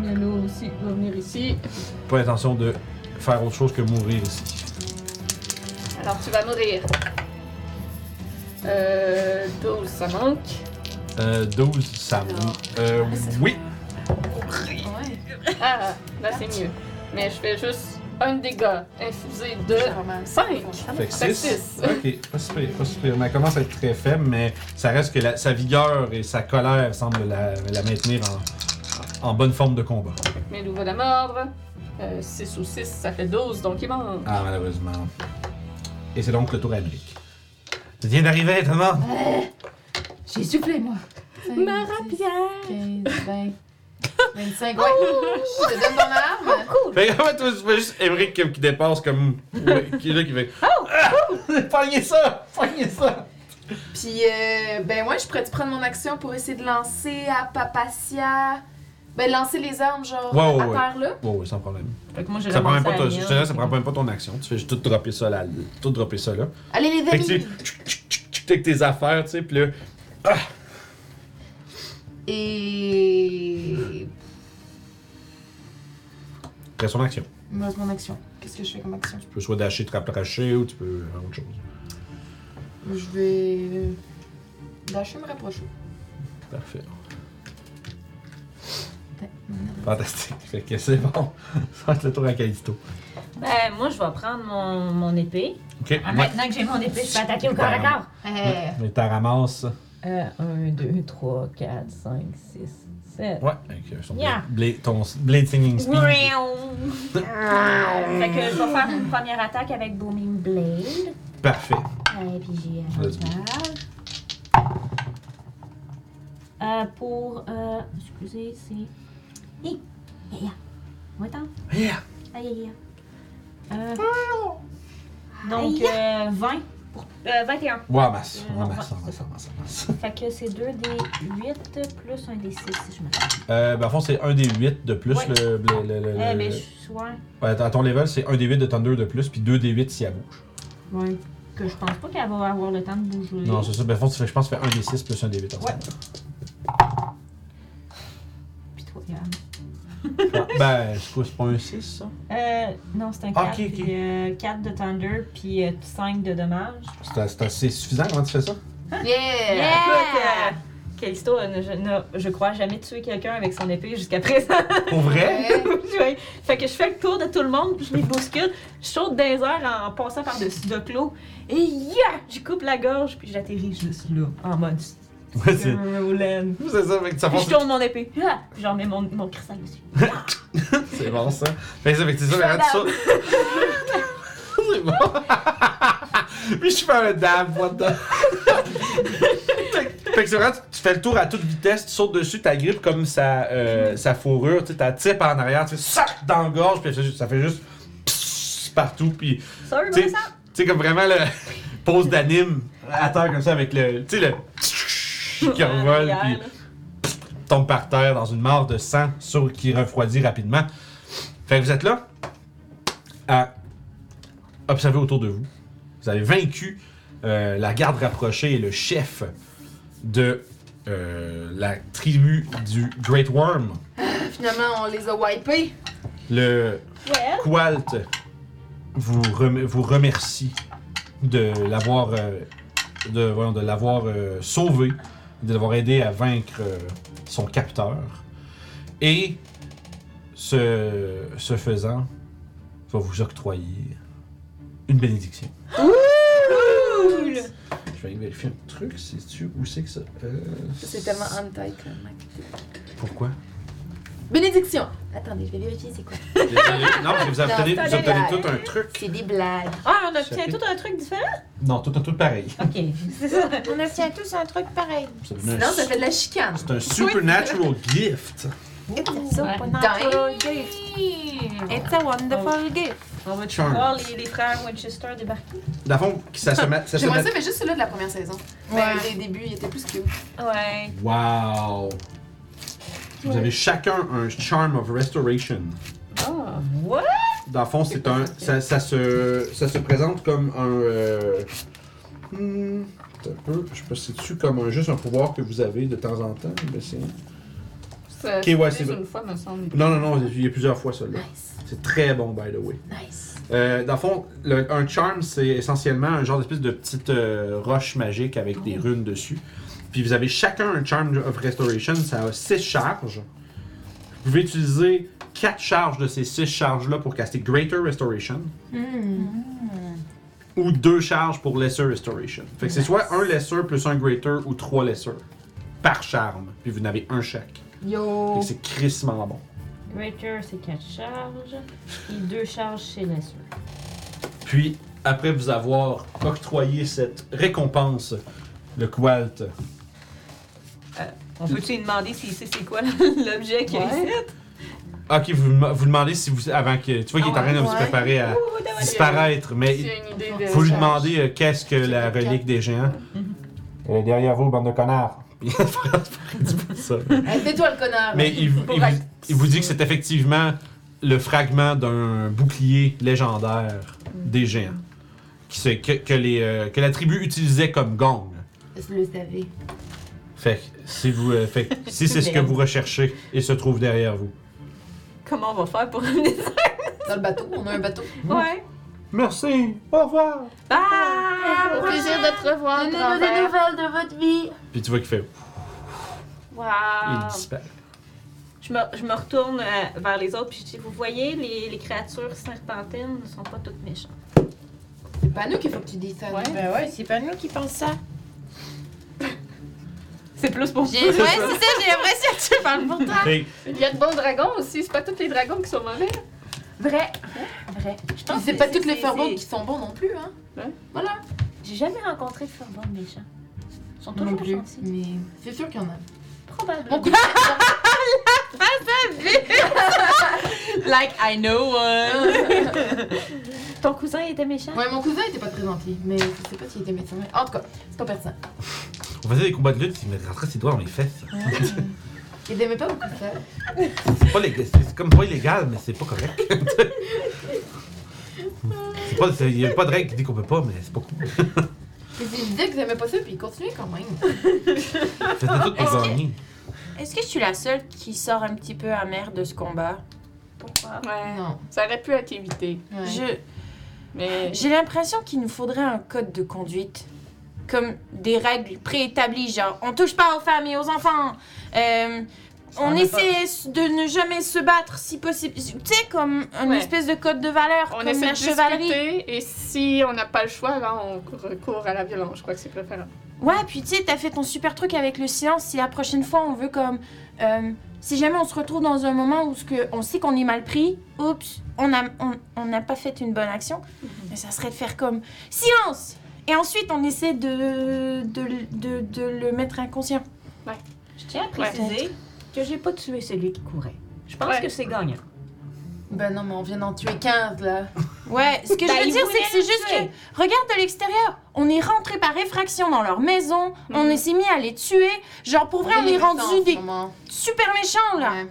Mais Lou aussi va venir ici.
Pas l'intention de faire autre chose que mourir ici.
Alors, tu vas mourir. Euh. 12, ça manque.
Euh, 12, ça
Non.
Euh, oui.
Ouais.
Ah, là, c'est mieux. Mais je fais juste un dégât infusé de 5.
Fait que
Fait
6. Ok, pas super, pas super. Mais elle commence à être très faible, mais ça reste que la- sa vigueur et sa colère semblent la, la maintenir en, en bonne forme de combat.
Mais Lou va la mordre. 6 Euh, ou 6, ça fait 12, donc il manque.
Ah, malheureusement. Et c'est donc le tour à Emmerich. Tu viens d'arriver, Thomas!
J'ai soufflé, moi.
Marapia!
15, 20. 25, ouais. Je te donne ton arme.
Fait que, en fait, toi, tu vois juste Emmerich qui, qui dépasse comme. ouais, qui est là, qui fait.
Oh!
Ah! Pognez ça! Pognez ça!
Puis, euh, ben ouais, je pourrais te prendre mon action pour essayer de lancer à Papacia
Ben, lancer les armes, genre,
Ouais, ouais,
à
ouais.
terre, là.
Oui, oui, sans problème.
Fait que moi, j'ai
Ça prend même
ramassé
pas, ton-
la
je te
mienne,
dirais, ça prend même pas ton action. Tu fais juste tout dropper ça là. Tout dropper ça là.
Allez, les
Fait que tu
amis!
sais, tchou, tchou, tchou, tchou, avec tes affaires, tu sais, puis là,
Et.
après son action.
Il me reste mon action. Qu'est-ce que je fais comme action?
Tu peux soit dasher, te rapprocher ou tu peux faire autre chose.
Je vais. Lâcher, me rapprocher.
Parfait. Fantastique. Fait que c'est bon. Ça va être le tour à Callisto.
Ben, moi, je vais prendre mon, mon épée.
Ok.
Ah,
Ouais.
Maintenant que j'ai mon épée, je peux attaquer au corps à corps.
Ouais.
Eh.
Mais t'as ramasse.
1, 2, 3, 4, 5, 6, 7.
Ouais. Avec euh, son
Yeah.
bla- ton s- blade singing speed.
Fait que je vais faire une première attaque avec Booming Blade.
Parfait.
Et puis j'ai
Let's go.
avantage. Euh, pour. Euh, excusez, c'est. Hi! Ya ya! What Aïe aïe aïe! Euh, Donc, euh, 20 pour. Euh, 21.
Ouais, masse.
Euh,
Ouais, masse,
ouais.
masse, masse, masse.
Fait que c'est 2 des 8 plus 1 des 6 si je me trompe.
Euh, ben, en fond, c'est un des 8 de plus.
Ouais.
Le, le- le- le-
Eh, ben,
le-
je suis. Ouais.
Ouais, à ton level, c'est un des 8 de Thunder de plus, puis deux des 8 si elle bouge.
Ouais. Que je pense pas qu'elle va avoir le temps de bouger.
Non, c'est ça. Ben, en fond, tu fais- je pense que tu fais un des 6 plus un des 8 ensemble.
Pitoyable.
Ouais. ben, je trouve que c'est pas un 6, ça.
Euh, non, c'est un 4.
Ah, ok, ok.
puis, euh, 4 de Thunder, puis 5 de dommages.
C'est assez- C'est assez suffisant. Comment tu fais ça?
Yeah!
Euh, Écoute, euh, Callisto, euh, ne- je, ne- je crois jamais tuer quelqu'un avec son épée jusqu'à présent.
Pour vrai?
Ouais. fait que je fais le tour de tout le monde, puis je les bouscule, je saute dans les airs en passant par-dessus de clos, et yeah! Je coupe la gorge, puis j'atterris juste là, en mode
Ouais, c'est
Roland.
c'est ça. Fait que ça
Puis
passe-
je tourne mon épée, ah! puis j'en mets mon, mon cristal dessus.
C'est bon ça. Fait que ça, fait que c'est ça, mais rends ça. c'est bon. Puis je fais un dab, what the. Fait- fait que c'est vraiment, tu- tu fais le tour à toute vitesse, tu sautes dessus, ta grippe comme sa, euh, sa fourrure, tu sais, ta type en arrière, tu fais sac dans la gorge, puis ça, ça fait juste pss partout, puis
Sorry,
tu sais-
Vincent!
tu sais, comme vraiment le pose d'anime à terre comme ça avec le, tu sais, le qui revole, puis tombe par terre dans une mare de sang sur qui refroidit rapidement. Fait que vous êtes là à observer autour de vous. Vous avez vaincu euh, la garde rapprochée et le chef de euh, la tribu du Great Worm,
Finalement, on les a wipés.
le
Well,
Qualt vous, rem- vous remercie de l'avoir euh, de, voyons, de l'avoir euh, sauvé, de l'avoir aidé à vaincre euh, son capteur. Et ce, ce faisant, va vous octroyer une bénédiction. Je vais aller vérifier un truc, sais-tu où c'est que ça. euh,
C'est tellement on tight, quand même.
Pourquoi
Bénédiction! Attendez, je vais vérifier c'est quoi.
Désolé. Non, parce que vous
Non,
obtenez,
c'est
vous
pas
obtenez
légal.
tout un truc.
C'est des blagues.
ah, on obtient tout un truc différent?
Non, tout un truc pareil.
Ok, c'est ça.
On obtient tous un truc pareil.
Vous obtenez un
Sinon, ça fait de la chicane.
C'est un supernatural gift.
It's a wonderful gift. It's a wonderful gift.
On va tu
Charms.
voir les, les frères Winchester débarquer?
Dans le fond, ça se met. Ça se
J'aimerais
met-
ça, mais juste celui-là de la première saison.
Ouais.
Mais les débuts, il était plus cute.
Ouais.
Wow! Vous avez chacun un Charm of Restoration.
Ah, what?
Dans le fond, c'est un. Ça, ça se, ça se présente comme un. euh, hmm, attends un peu, je sais pas si c'est comme un, juste un pouvoir que vous avez de temps en temps. mais c'est-
Ça,
Ok, ouais,
c'est
c'est vrai.
une fois, me semble.
Non, non, non, il y a plusieurs fois celui-là. C'est très bon, by the way.
Nice.
Euh, dans le fond, le- un charm, c'est essentiellement un genre d'espèce de petite euh, roche magique avec des runes dessus. Puis vous avez chacun un charm of restoration, ça a 6 charges. Vous pouvez utiliser 4 charges de ces 6 charges-là pour caster Greater Restoration. Ou 2 charges pour Lesser Restoration. Fait que c'est soit un Lesser plus un Greater ou 3 Lesser par charme. Puis vous en avez un chaque. Fait
Yo!
que c'est crissement bon.
Greater, c'est 4 charges. Et 2 charges chez Lesser.
Puis, après vous avoir octroyé cette récompense, le Qualt,
On peut-tu lui demander s'il sait c'est quoi l'objet qu'il a ici?
Ah, Ok, vous, vous demandez si vous. Avant que. Tu vois qu'il est en train de vous
Ah Ouais.
préparer à
Oh, that was-
disparaître, mais
S'il y a une idée de.
vous lui demandez euh, qu'est-ce que la relique des géants. Elle est derrière vous, bande de connards.
Puis il fait un petit peu ça.
Euh, Tais-toi, le connard.
Mais il,
Pour
il vous-
être-
il vous dit que c'est effectivement le fragment d'un bouclier légendaire
Mm.
des géants qui se- que, que les, euh, que la tribu utilisait comme gong.
Je le savais.
Fait que si, vous, euh, fait que si c'est ce que vous recherchez, il se trouve derrière vous.
Comment on va faire pour ramener ça?
Dans le bateau, on a un bateau.
Ouais.
Merci, au revoir.
Bye!
Au plaisir de te revoir,
Donnez-nous des
grand-père.
nouvelles de votre vie.
Puis tu vois qu'il fait. Il
Ah.
Wow.
disparaît.
Je me, je me retourne euh, vers les autres puis je dis Vous voyez, les, les créatures serpentines ne sont pas toutes méchantes.
C'est pas nous qu'il faut que tu dises ça.
Ouais.
Ben ouais, c'est pas nous qui pensons ça.
C'est plus pour
J'ai- Ouais, c'est ça, j'ai l'impression que tu parles pour toi.
Fait que
Il y a de bons dragons aussi, c'est pas tous les dragons qui sont mauvais.
Vrai. Vrai.
Je pense c'est pas toutes les furbolgs qui sont bons non plus, hein.
J'ai jamais rencontré de furbans méchants. Ils sont
Non
toujours
plus.
gentils.
Mais c'est sûr qu'il y en a.
Probablement.
Like I know one.
Ton cousin il était méchant.
Ouais, mon cousin était pas très gentil, mais je sais pas s'il était médecin. En tout cas, c'est pas pertinent.
on faisait des combats de lutte, il me rentrait ses doigts dans les fesses.
Il aimait pas beaucoup ça.
C'est pas légal- c'est comme pas illégal, mais c'est pas correct. C'est pas- c'est- Il y a pas de règle qui dit qu'on peut pas, mais c'est pas cool.
Mais il disait qu'ils aimaient pas ça, puis il continuait quand même.
C'était tout pour gagner.
Est-ce que je suis la seule qui sort un petit peu amère de ce combat?
Pourquoi?
Non.
hein. Ça aurait pu être évité,
Ouais.
Je-
mais...
Ah, J'ai l'impression qu'il nous faudrait un code de conduite. Comme des règles préétablies, genre on touche pas aux femmes et aux enfants. Euh, on essaie de ne jamais se battre si possible. Tu sais, comme une
Ouais.
espèce de code de valeur,
On
comme
essaie
la
de
chevalerie.
discuter, et si on n'a pas le choix, là, on recourt à la violence. Je crois que c'est préférable.
Ouais, puis tu sais, t'as fait ton super truc avec le silence. Si la prochaine fois, on veut comme. euh, si jamais on se retrouve dans un moment où ce que, on sait qu'on est mal pris, oups, on n'a on, on n'a pas fait une bonne action, mais ça serait de faire comme silence Et ensuite, on essaie de, de, de, de le mettre inconscient.
Je tiens à préciser que j'ai pas tué celui qui courait. Je pense
Ouais.
que c'est gagnant.
Ben non, mais on vient d'en tuer 15 là.
Ouais, ce que je
Bah,
veux
ils
dire,
voulaient
c'est que c'est juste
le
que, regarde de l'extérieur, on est rentré par effraction dans leur maison, on s'est mis à les tuer. Genre, pour vrai, Mhm. on
les
est
méchants, en
rendu
ce
des
moment.
super méchants, là.
Ouais.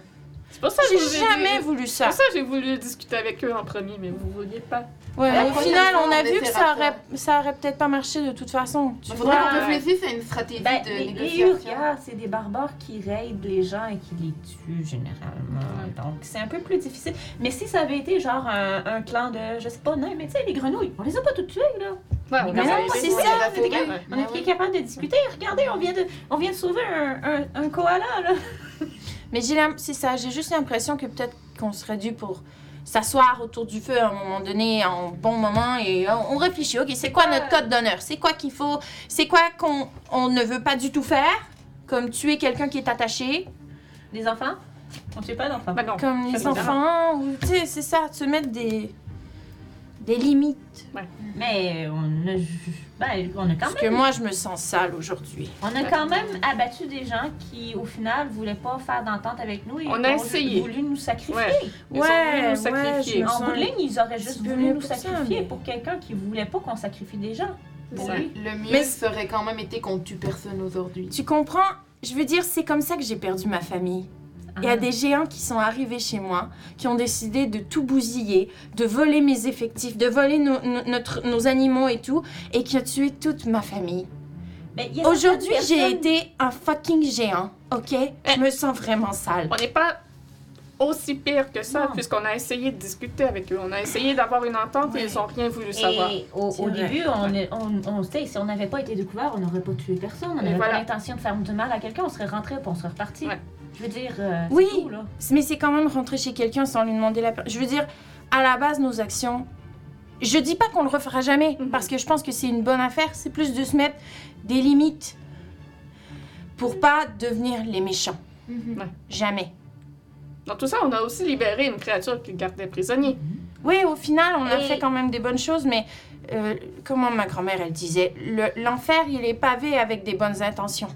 C'est pour ça que je vous
J'ai
ai
jamais
dit-
voulu
C'est
ça.
pour ça que j'ai voulu discuter avec eux en premier, mais vous vouliez pas.
Ouais,
À la
au
prochaine
final,
fois,
on a
on
vu que
essaiera
ça
de faire.
aurait, ça aurait peut-être pas marché de toute façon. Tu
Il
vois.
faudrait qu'on réfléchisse à une stratégie
Ben,
de
les, les
négociation.
Hurgas, c'est des barbares qui raident les gens et qui les tuent généralement. Donc, c'est un peu plus difficile. Mais si ça avait été genre un, un clan de, je sais pas, non, mais tu sais, les grenouilles, on les a pas toutes tuées, là.
Ouais,
Mais
on les
non,
a aidés.
c'est
Ouais,
ça,
la
c'est des
forêt.
gars- On
Ouais,
est
ouais.
capable de discuter. Regardez, on vient de, on vient de sauver un, un, un koala, là.
Mais j'ai l'im- c'est ça, j'ai juste l'impression que peut-être qu'on serait dû pour s'asseoir autour du feu à un moment donné, en bon moment, et euh, on, on réfléchit. Ok, c'est quoi notre code d'honneur C'est quoi qu'il faut C'est quoi qu'on on ne veut pas du tout faire Comme tuer quelqu'un qui est attaché,
Les enfants? On tue pas d'enfants.
Ben non.
comme
ça,
les
c'est
enfants, ou tu sais, c'est ça, se mettre des des limites.
Mais on a, ju- ben, on a quand
Parce que
même,
moi, je me sens sale aujourd'hui.
on a quand même abattu des gens qui, au final, voulaient pas faire d'entente avec nous et
On a
ont ju-
essayé.
voulu nous sacrifier.
Ouais. Ils ont voulu nous sacrifier.
je me
En bout
sens-
de ligne, ils auraient juste
petit peu
voulu
mieux
nous
pour ça,
sacrifier
mais-
pour quelqu'un qui voulait pas qu'on sacrifie des gens.
C'est
Pour
ça.
lui.
Le mieux
Mais-
serait quand même été qu'on tue personne aujourd'hui.
Tu comprends Je veux dire, c'est comme ça que j'ai perdu ma famille. Il
Ah.
y a des géants qui sont arrivés chez moi, qui ont décidé de tout bousiller, de voler mes effectifs, de voler nos, nos- notre- nos animaux et tout, et qui ont tué toute ma famille.
Mais Ben, il y a
Aujourd'hui,
certaines
j'ai
personnes-
été un fucking géant, ok Je me sens vraiment sale.
On n'est pas aussi pire que ça,
Non.
puisqu'on a essayé de discuter avec eux. On a essayé d'avoir une entente et ils n'ont rien voulu savoir.
Et au,
C'est
au
vrai.
début, on, est- on, on sait, si on n'avait pas été découvert, on n'aurait pas tué personne. On n'avait
voilà.
pas l'intention de faire du mal à quelqu'un. On serait rentré puis on serait reparti.
Ouais.
Je veux dire, euh, c'est
Oui.
tout, là.
Mais c'est quand même rentrer chez quelqu'un sans lui demander la... per- Je veux dire, à la base, nos actions... Je dis pas qu'on le refera jamais,
Mhm.
parce que je pense que c'est une bonne affaire. C'est plus de se mettre des limites pour pas devenir les méchants.
Mhm.
Ouais.
Jamais.
Dans tout ça, on a aussi libéré une créature qui gardait prisonnier.
Oui, au final, on a
Et-
fait quand même des bonnes choses, mais euh, comment ma grand-mère, elle disait, le- l'enfer, il est pavé avec des bonnes intentions.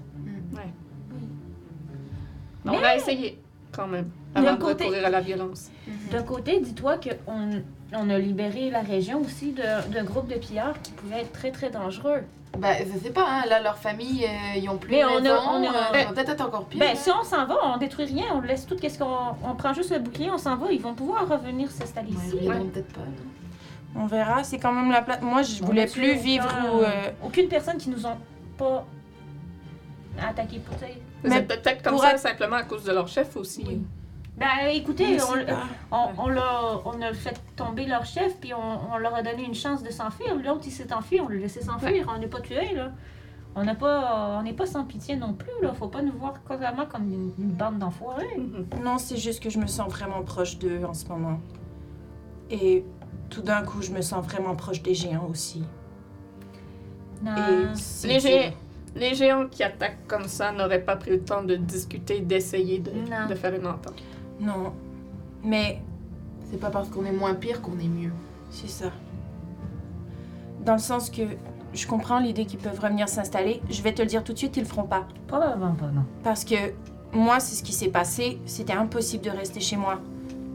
Mais On a essayé. quand même,
D'un
avant de
côté-
recourir à la violence.
D'un côté, dis-toi qu'on on a libéré la région aussi de- d'un groupe de pilleurs qui pouvait être très très dangereux.
Ben, je sais pas, hein, là, leur famille, euh, ils ont plus
Mais
de
on a-
maison,
on a-
euh, ça va peut-être être encore pire.
Ben, si on s'en va, on détruit rien, on laisse tout, qu'est-ce qu'on on prend juste le bouclier, on s'en va, ils vont pouvoir revenir s'installer
Ouais,
ici.
ils vont peut-être pas. là.
On verra, c'est quand même la plate. Moi, je voulais
On a tué
plus
aucun-
vivre où. euh,
Aucune personne qui nous ont pas attaqué pour ça.
Mais
C'est peut-être comme
pour
ça,
être-
simplement à cause de leur chef aussi.
Ben écoutez, on,
c'est pas-
on, on l'a- on a fait tomber leur chef, puis on, on leur a donné une chance de s'enfuir. L'autre, il s'est enfui, on l'a laissé s'enfuir, on n'est pas tué, là. On n'a pas, on n'est pas sans pitié non plus, là. Faut pas nous voir constamment comme une, une bande d'enfoirés.
Non, c'est juste que je me sens vraiment proche d'eux en ce moment. Et tout d'un coup, je me sens vraiment proche des géants aussi.
Non.
Et c'est
Les,
dur.
gé- les géants qui attaquent comme ça n'auraient pas pris le temps de discuter, d'essayer de,
Non.
de faire une entente.
Non. Mais
C'est pas parce qu'on est moins pire qu'on est mieux.
c'est ça. Dans le sens que je comprends l'idée qu'ils peuvent revenir s'installer. Je vais te le dire tout de suite, ils le feront pas.
Probablement pas, non.
Parce que moi, c'est ce qui s'est passé. C'était impossible de rester chez moi.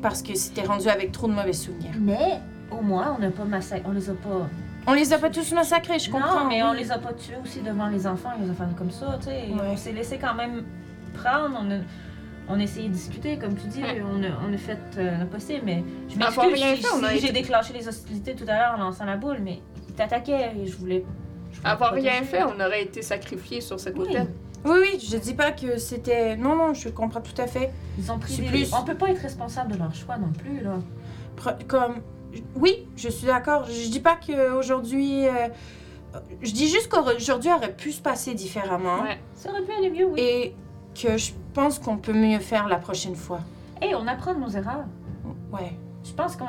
Parce que c'était rendu avec trop de mauvais souvenirs.
Mais au moins, on n'a pas massa- on les a pas.
On les a pas tous massacrés, je comprends.
non, mais on
oui.
les a pas tués aussi devant les enfants, les enfants comme ça, tu sais.
Ouais.
On s'est laissé quand même prendre, on a, on a essayé de discuter, comme tu dis,
Ouais.
on, a, on a fait euh, le possible, mais je
Avoir
m'excuse
rien
si,
fait, on a
si
été-
j'ai déclenché les hostilités tout à l'heure en lançant la boule, mais ils t'attaquaient et je voulais... je voulais
Avoir
protéger.
rien fait, on aurait été sacrifiés sur cet
Oui.
hôtel.
Oui, oui, je dis pas que c'était. Non, non, je comprends tout à fait.
Ils ont pris
C'est
des-
plus-
On peut pas être responsable de leur choix non plus, là.
Pre- Comme. Oui, je suis d'accord. Je dis pas qu'aujourd'hui. Euh... Je dis juste qu'aujourd'hui aurait pu se passer différemment.
Ouais.
Ça aurait pu aller mieux, oui.
Et que je pense qu'on peut mieux faire la prochaine fois.
Et on apprend de nos erreurs.
Ouais.
Je pense qu'on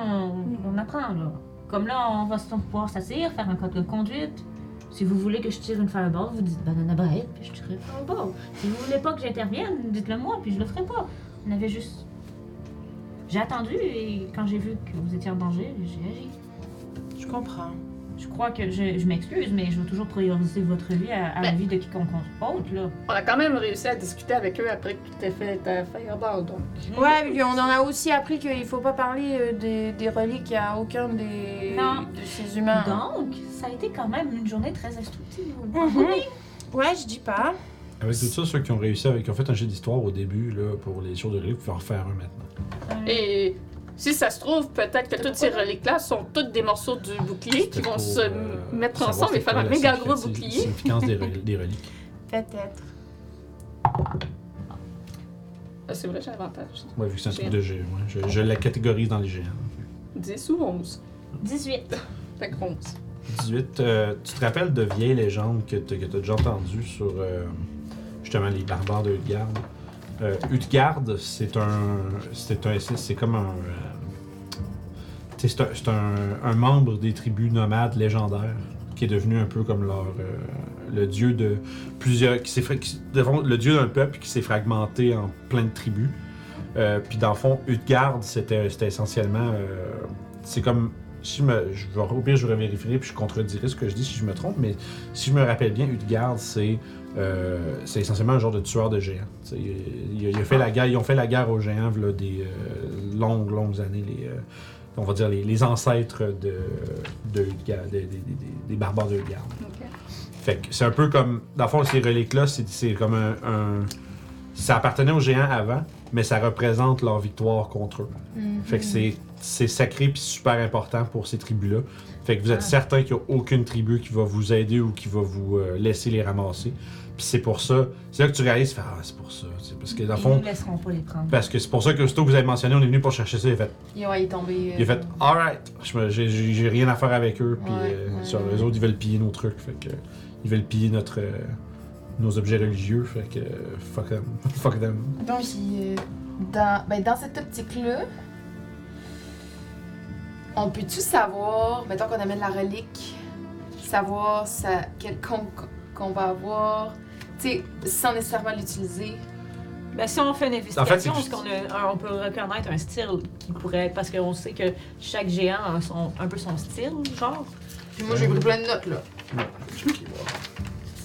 on apprend, là. Comme là, on va se- pouvoir s'asseoir, faire un code de conduite. Si vous voulez que je tire une fireball, vous dites banana bread, puis je tirerai une fireball. Si vous voulez pas que j'intervienne, dites-le moi, puis je le ferai pas. On avait juste. J'ai attendu et quand j'ai vu que vous étiez en danger, j'ai agi.
Je comprends.
Je crois que je, je m'excuse, mais je veux toujours prioriser votre vie à, à la
Ben-
vie de quiconque autre, là.
On a quand même réussi à discuter avec eux après que tu t'es fait ta fireball, donc.
Ouais,
Mm.
puis on en a aussi appris qu'il faut pas parler euh, des, des reliques à aucun des.
Non.
de ces humains.
Donc, ça a été quand même une journée très instructive.
Mhm. Ouais, je dis pas.
Avec tout ça, ceux qui ont réussi, avec, qui ont fait un jeu d'histoire au début là, pour les jours de reliques, vous pouvez en refaire un maintenant.
Et si ça se trouve, peut-être que toutes ces reliques-là sont toutes des morceaux du bouclier qui
C'était
vont
pour,
se
euh,
mettre
savoir
ensemble et
c'est
faire
quoi
un
la
méga gros
signifi-
bouclier.
significance des, rel- des reliques.
Peut-être.
Ah, c'est vrai, j'ai avantage.
Ouais, vu que c'est un truc de géant. ouais. Je, je la catégorise dans les géants.
10 ou 11?
18.
Fait que 11.
18. euh, tu te rappelles de vieilles légendes que tu as, déjà entendues sur euh, justement les barbares de Utgard? Euh, Utgard, c'est un. C'est un. c'est- C'est comme un. euh, tu sais, c'est un, c'est un- un membre des tribus nomades légendaires qui est devenu un peu comme leur. euh, le dieu de plusieurs. Qui s'est fra- qui s- devant- le dieu d'un peuple qui s'est fragmenté en plein de tribus. Euh, Puis dans le fond, Utgard, c'était c'était essentiellement. euh, c'est comme si je me, je vais, au pire, je vais vérifier puis je contredirai ce que je dis si je me trompe, mais si je me rappelle bien, Utgard, c'est euh, c'est essentiellement un genre de tueur de géants. Tu sais, Il, il a fait la guerre, ils ont fait la guerre aux géants v'là des euh, longues, longues années, les, euh, on va dire les, les ancêtres de, de Utgard- des- des- des- des barbares de Utgard. Fait que c'est un peu comme. Dans le fond, ces reliques-là, c'est c'est comme un, un- Ça appartenait aux géants avant, mais ça représente leur victoire contre eux.
Hmm.
Mm.
Fait que c'est- c'est sacré puis super important pour ces tribus-là. Fait que vous
Ah.
êtes certain qu'il n'y a aucune tribu qui va vous aider ou qui va vous euh, laisser les ramasser. Puis c'est pour ça. C'est là que tu réalises, tu fais, ah, c'est pour ça. C'est Parce que dans le
Ils
fond.
nous laisseront pas les prendre.
Parce que c'est pour ça que aussitôt que vous avez mentionné, on est venu pour chercher ça. Il a fait,
Ils ont été tombés.
il a fait alright, je me- j'ai- j'ai j'ai rien à faire avec eux. Puis
Ouais,
euh,
ouais.
sur les autres, ils veulent piller nos trucs. Fait que, ils veulent piller notre, euh, nos objets religieux. Fait que euh, fuck them. fuck them.
Donc, il, euh, dans, ben, dans cette optique-là, on peut-tu savoir, mettons qu'on amène la relique, savoir ça, quel con qu'on va avoir, tu sais, sans nécessairement l'utiliser.
Ben, si on fait une investigation,
c'est
est-ce qu'on a un- on peut reconnaître un style qui pourrait. Parce qu'on sait que chaque géant a son, un peu son style, genre.
Puis moi, j'ai pris plein de notes, là.
Ok, wow.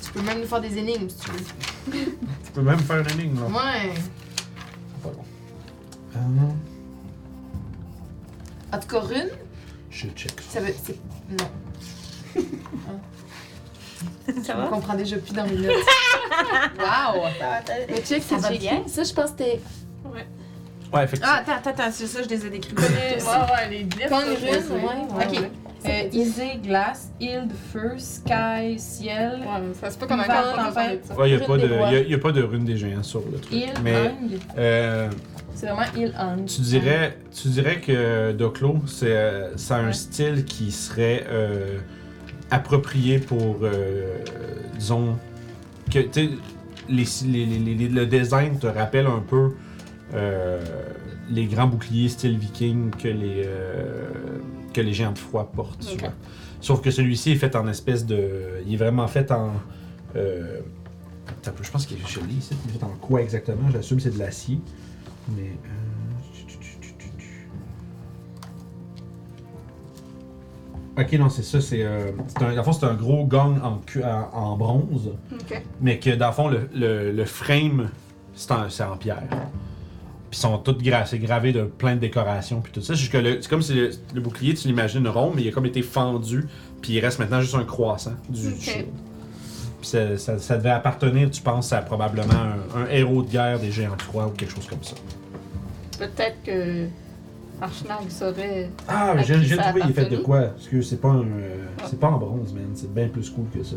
Tu peux même nous faire des énigmes, si tu veux.
Tu peux même faire une énigme. là.
Ouais.
Pas bon. Euh,
En tout cas, rune,
je check.
ça veut. C'est. Non. ça va? On comprend déjà plus dans mes notes. wow! Mais check, ça va bien. Ça, je pense que c'était.
Ouais, effectivement.
Ah, attends, attends, attends, c'est ça, je les ai décrits.
Ouais, ouais, les glyphes.
Quand
ça,
les
je
runes,
sais.
ouais, ouais. Ok. Euh, Isée, glace, île, feu, sky, ciel,
Ouais, ça se peut qu'on a
Vent,
encore pas besoin de ça.
Ouais, il n'y a,
Rune
pas de-
des rois.
y a- y a pas de rune des géants sur le truc.
île,
Mais
hang.
euh,
C'est vraiment île, hang.
tu, dirais, tu dirais que Doclo, c'est, euh, ça a un style qui serait euh, approprié pour, euh, disons, que tu sais, les, les- les- les- le design te rappelle un peu euh, les grands boucliers style viking que les, euh, que les géants de froid portent souvent. Sauf que celui-ci est fait en espèce de. Il est vraiment fait en. euh, attends un peu, je pense qu'il est je lis ici. Il est fait en quoi exactement J'assume que c'est de l'acier. Mais. euh, Ok, non, c'est ça. C'est. Euh, c'est un- dans le fond, c'est un gros gong en, cu- en- en bronze.
Ok.
Mais que dans le fond, le, le- le frame, c'est en, c'est en pierre. Puis ils sont toutes gra- c'est gravé de plein de décorations puis tout ça. C'est juste que le- c'est comme si le, le bouclier, tu l'imagines rond, mais il a comme été fendu, puis il reste maintenant juste un croissant du
Ok.
du shield. Puis ça, ça- ça devait appartenir, tu penses, à probablement un, un héros de guerre des géants de froid ou quelque chose comme ça.
Peut-être que Archnag saurait.
Ah,
À
j'ai
qui
j'ai
ça
trouvé, il est fait de
appartenait?
quoi? Parce que c'est pas un, euh, c'est pas en bronze, man. C'est bien plus cool que ça.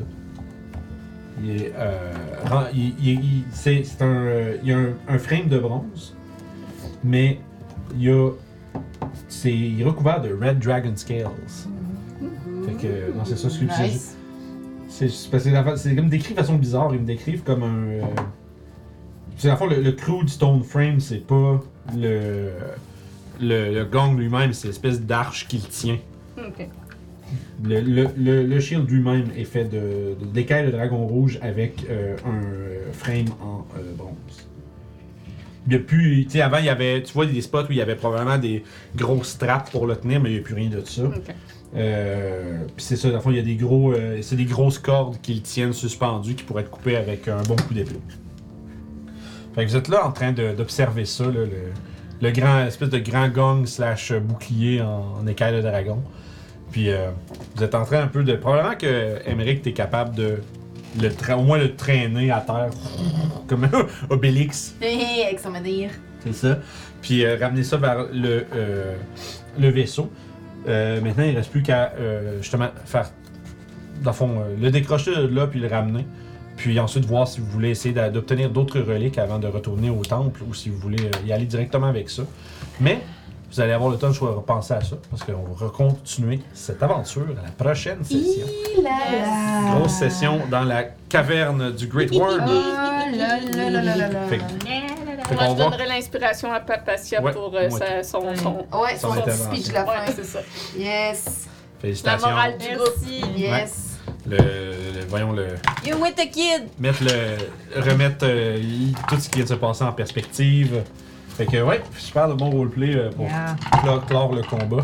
Il est, euh, ren- il, il- il- c'est, c'est un, euh, il y a un, un frame de bronze, mais il y a, c'est il est recouvert de red dragon scales. Fait que, non, c'est ça, ce que c'est ju-
Nice.
c'est c'est parce que la fa- c'est comme décrit de façon bizarre, ils me décrivent comme un. euh, c'est à fond le, le crude stone frame, c'est pas le le, le gong lui-même, c'est l'espèce d'arche qui le tient.
Ok.
Le, le- le- le shield lui-même est fait de, de d'écailles de dragon rouge avec euh, un euh, frame en euh, bronze. Depuis, tu sais, avant, il y avait, tu vois, des spots où il y avait probablement des grosses straps pour le tenir, mais il n'y a plus rien de ça.
Ok.
Euh, Puis c'est ça, dans le fond, il y a des gros. euh, c'est des grosses cordes qui le tiennent suspendu qui pourraient être coupées avec un bon coup d'épée. Fait que vous êtes là en train de- d'observer ça, là, le, le grand espèce de grand gong slash bouclier en, en écaille de dragon. Puis euh, vous êtes en train un peu de. Probablement que Emmerich, t'es capable de le tra- au moins le traîner à terre comme un Obélix.
Hé, avec son manière.
C'est ça. Puis euh, ramener ça vers le, euh, le vaisseau. Euh, maintenant, il reste plus qu'à euh, justement faire, dans le fond, euh, le décrocher de là puis le ramener. Puis ensuite, voir si vous voulez essayer d'a- d'obtenir d'autres reliques avant de retourner au temple ou si vous voulez euh, y aller directement avec ça. Mais vous allez avoir le temps de choisir- repenser à ça parce qu'on va recontinuer cette aventure à la prochaine session. Grosse session dans la caverne du Great Worm. Fait que- fait qu'on
Moi, je
va-
donnerais l'inspiration à Papacia
Ouais,
pour euh,
moi
sa- son, son,
Ouais,
Son
son petit
intervention.
speech de la fin.
Ouais, c'est ça.
Yes.
La
Félicitations.
morale du groupe.
Yes.
Le, le- voyons le.
You with the kid!
Mettre le. Remettre euh, l- tout ce qui vient de se passer en perspective. Fait que ouais, super de bon roleplay euh, pour
Yeah.
clore, clore le combat.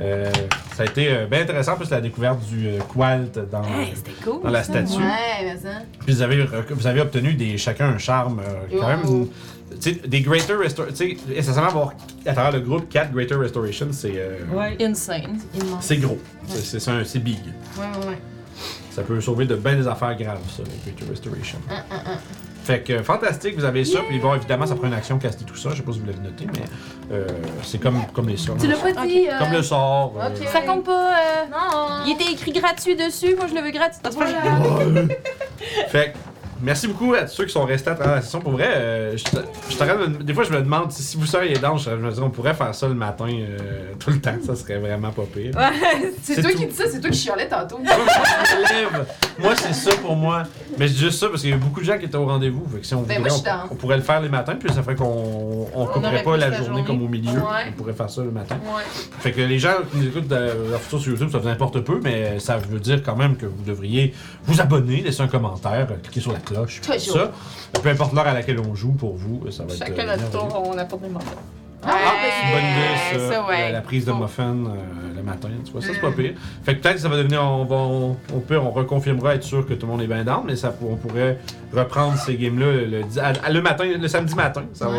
Euh, ça a été bien intéressant, plus la découverte du euh, Qualt dans, dans la statue.
Ouais, vas-y.
Puis vous avez, rec- vous avez obtenu des, chacun un charme, euh, quand
Oh.
même. une- tu sais, des Greater Restoration. Essentiellement, avoir à travers le groupe 4 Greater Restoration, c'est euh,
Ouais.
Insane.
c'est gros. C'est- C'est c'est un- c'est big.
Ouais, ouais, ouais.
Ça peut sauver de belles affaires graves, ça, le Greater Restoration.
Ah,
Fait que euh, fantastique, vous avez ça, puis bon, évidemment, ça prend une action caster tout ça. Je sais pas si vous l'avez noté, mais euh, c'est comme, comme les sorts.
Tu l'as pas
Ah,
dit. euh,
Comme le sort. euh,
Ok.
Ça compte pas. euh,
Non.
Il était écrit gratuit dessus, moi je le veux gratuit.
Fait que, merci beaucoup à ceux qui sont restés à travers la session. Pour vrai, euh, je, je t'arrête de me- des fois, je me demande si, si vous seriez dans, je, je me dis, on pourrait faire ça le matin euh, tout le temps. Ça serait vraiment pas pire.
C'est
C'est
toi
tout.
qui dis ça, c'est toi qui chialais tantôt.
Moi, je me lève. Moi, c'est ça pour moi. Mais je dis juste ça parce qu'il y a eu beaucoup de gens qui étaient au rendez-vous. Fait que si on voulait,
Ben, moi, je suis
on,
down.
on pourrait le faire les matins, puis ça ferait qu'on on couperait
aurait
pas
plus
la
la
journée,
journée.
comme au milieu.
Ouais.
On pourrait faire ça le matin.
Ouais.
Fait que les gens qui nous écoutent de la photo sur YouTube, ça vous importe peu, mais ça veut dire quand même que vous devriez vous abonner, laisser un commentaire, euh, cliquer sur la cloche, puis tout
Toujours.
ça. Peu importe l'heure à laquelle on joue pour vous, ça va être.
Chacun
euh,
notre tour,
merveilleux.
on apporte des morceaux.
Ah, ben,
bonne idée, ça. Euh,
ça, ouais.
La prise de muffin euh, le matin, tu vois, ça c'est pas pire. Fait que peut-être que ça va devenir, on va, on, on peut, on reconfirmera être sûr que tout le monde est bien down, mais ça, pour- on pourrait reprendre ces games-là le, di- à- à- le matin, le samedi matin. Ça va,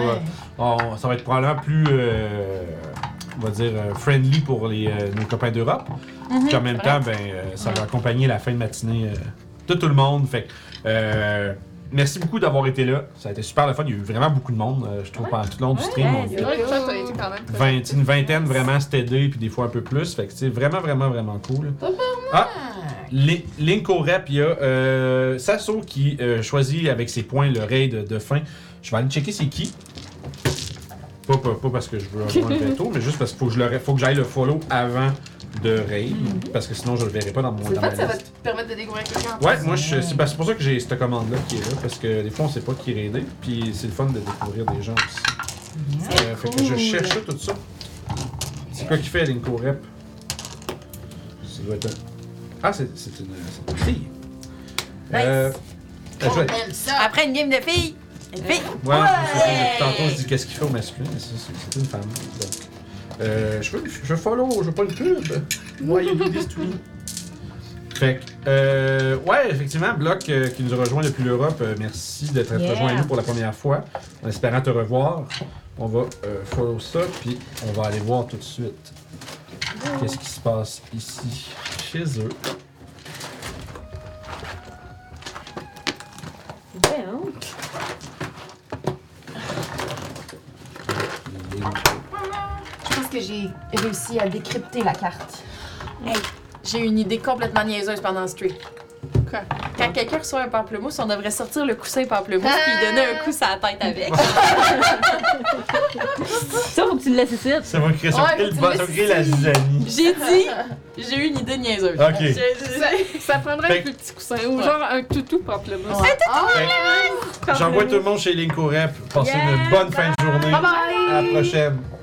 on- ça va être probablement plus, euh, on va dire, euh, friendly pour les, euh, nos copains d'Europe. Puis en même temps, ben, euh, ça va accompagner la fin de matinée euh, de tout le monde. Fait que, euh, merci beaucoup d'avoir été là. Ça a été super le fun. Il y a eu vraiment beaucoup de monde, euh, je trouve, pendant tout le long du stream. On-
C'est vrai que toi, t'as été quand même. très-
vingt- une vingtaine vraiment stédé, puis des fois un peu plus. Fait que c'est vraiment, vraiment, vraiment cool. Ah! Li- Link au rep, il y a euh, Sasso qui euh, choisit avec ses points le raid de fin. Je vais aller checker c'est qui. Pas, pas- pas parce que je veux avoir un veto, mais juste parce qu'il faut que je le ra- faut que j'aille le follow avant de raid. Parce que sinon, je le verrai Mhm. pas dans mon
C'est
dans
le
ma
fait que ça va
liste.
te permettre de découvrir quelqu'un.
Ouais, moi, je- c'est parce- c'est pour ça que j'ai cette commande-là qui est là, parce que des fois, on sait pas qui raider, puis c'est le fun de découvrir des gens aussi. Euh, Fait que je cherche ça, tout ça. C'est quoi qui fait l'Inco Rep? Ça doit être un... Ah, c'est c'est une, c'est une fille. Euh, elle joue avec- ouais,
Après une game de filles. les filles.
c'est ça, depuis tantôt, je dis qu'est-ce qu'il fait au masculin, mais c'est- c'est c'est une femme. Donc, euh, je veux, je veux follow, je veux pas le club. Why you do this to me? Fait que, euh, ouais, effectivement, Bloc euh, qui nous a rejoint depuis l'Europe, euh, merci d'être
Yeah.
rejoint nous pour la première fois. En espérant te revoir, on va euh, follow ça, puis on va aller voir tout de suite qu'est-ce qui se passe ici chez eux.
hein.
Je pense que j'ai réussi à décrypter la carte.
Hey, j'ai eu une idée complètement niaiseuse pendant Street.
Quoi?
Quand quelqu'un reçoit un pamplemousse, on devrait sortir le coussin pamplemousse puis lui donner un coup sur la tête avec.
Ça, faut que tu le laisses ici.
Ça va créer, ça va créer le- ça va créer la zizanie.
J'ai dit, j'ai eu une idée niaiseuse.
Ok.
Ça- Ça prendrait
Fait
un
que-
plus petit coussin ou genre un toutou pamplemousse.
J'envoie tout le monde chez Linko Rep. Passez une bonne fin de journée.
Bye bye!
À la prochaine.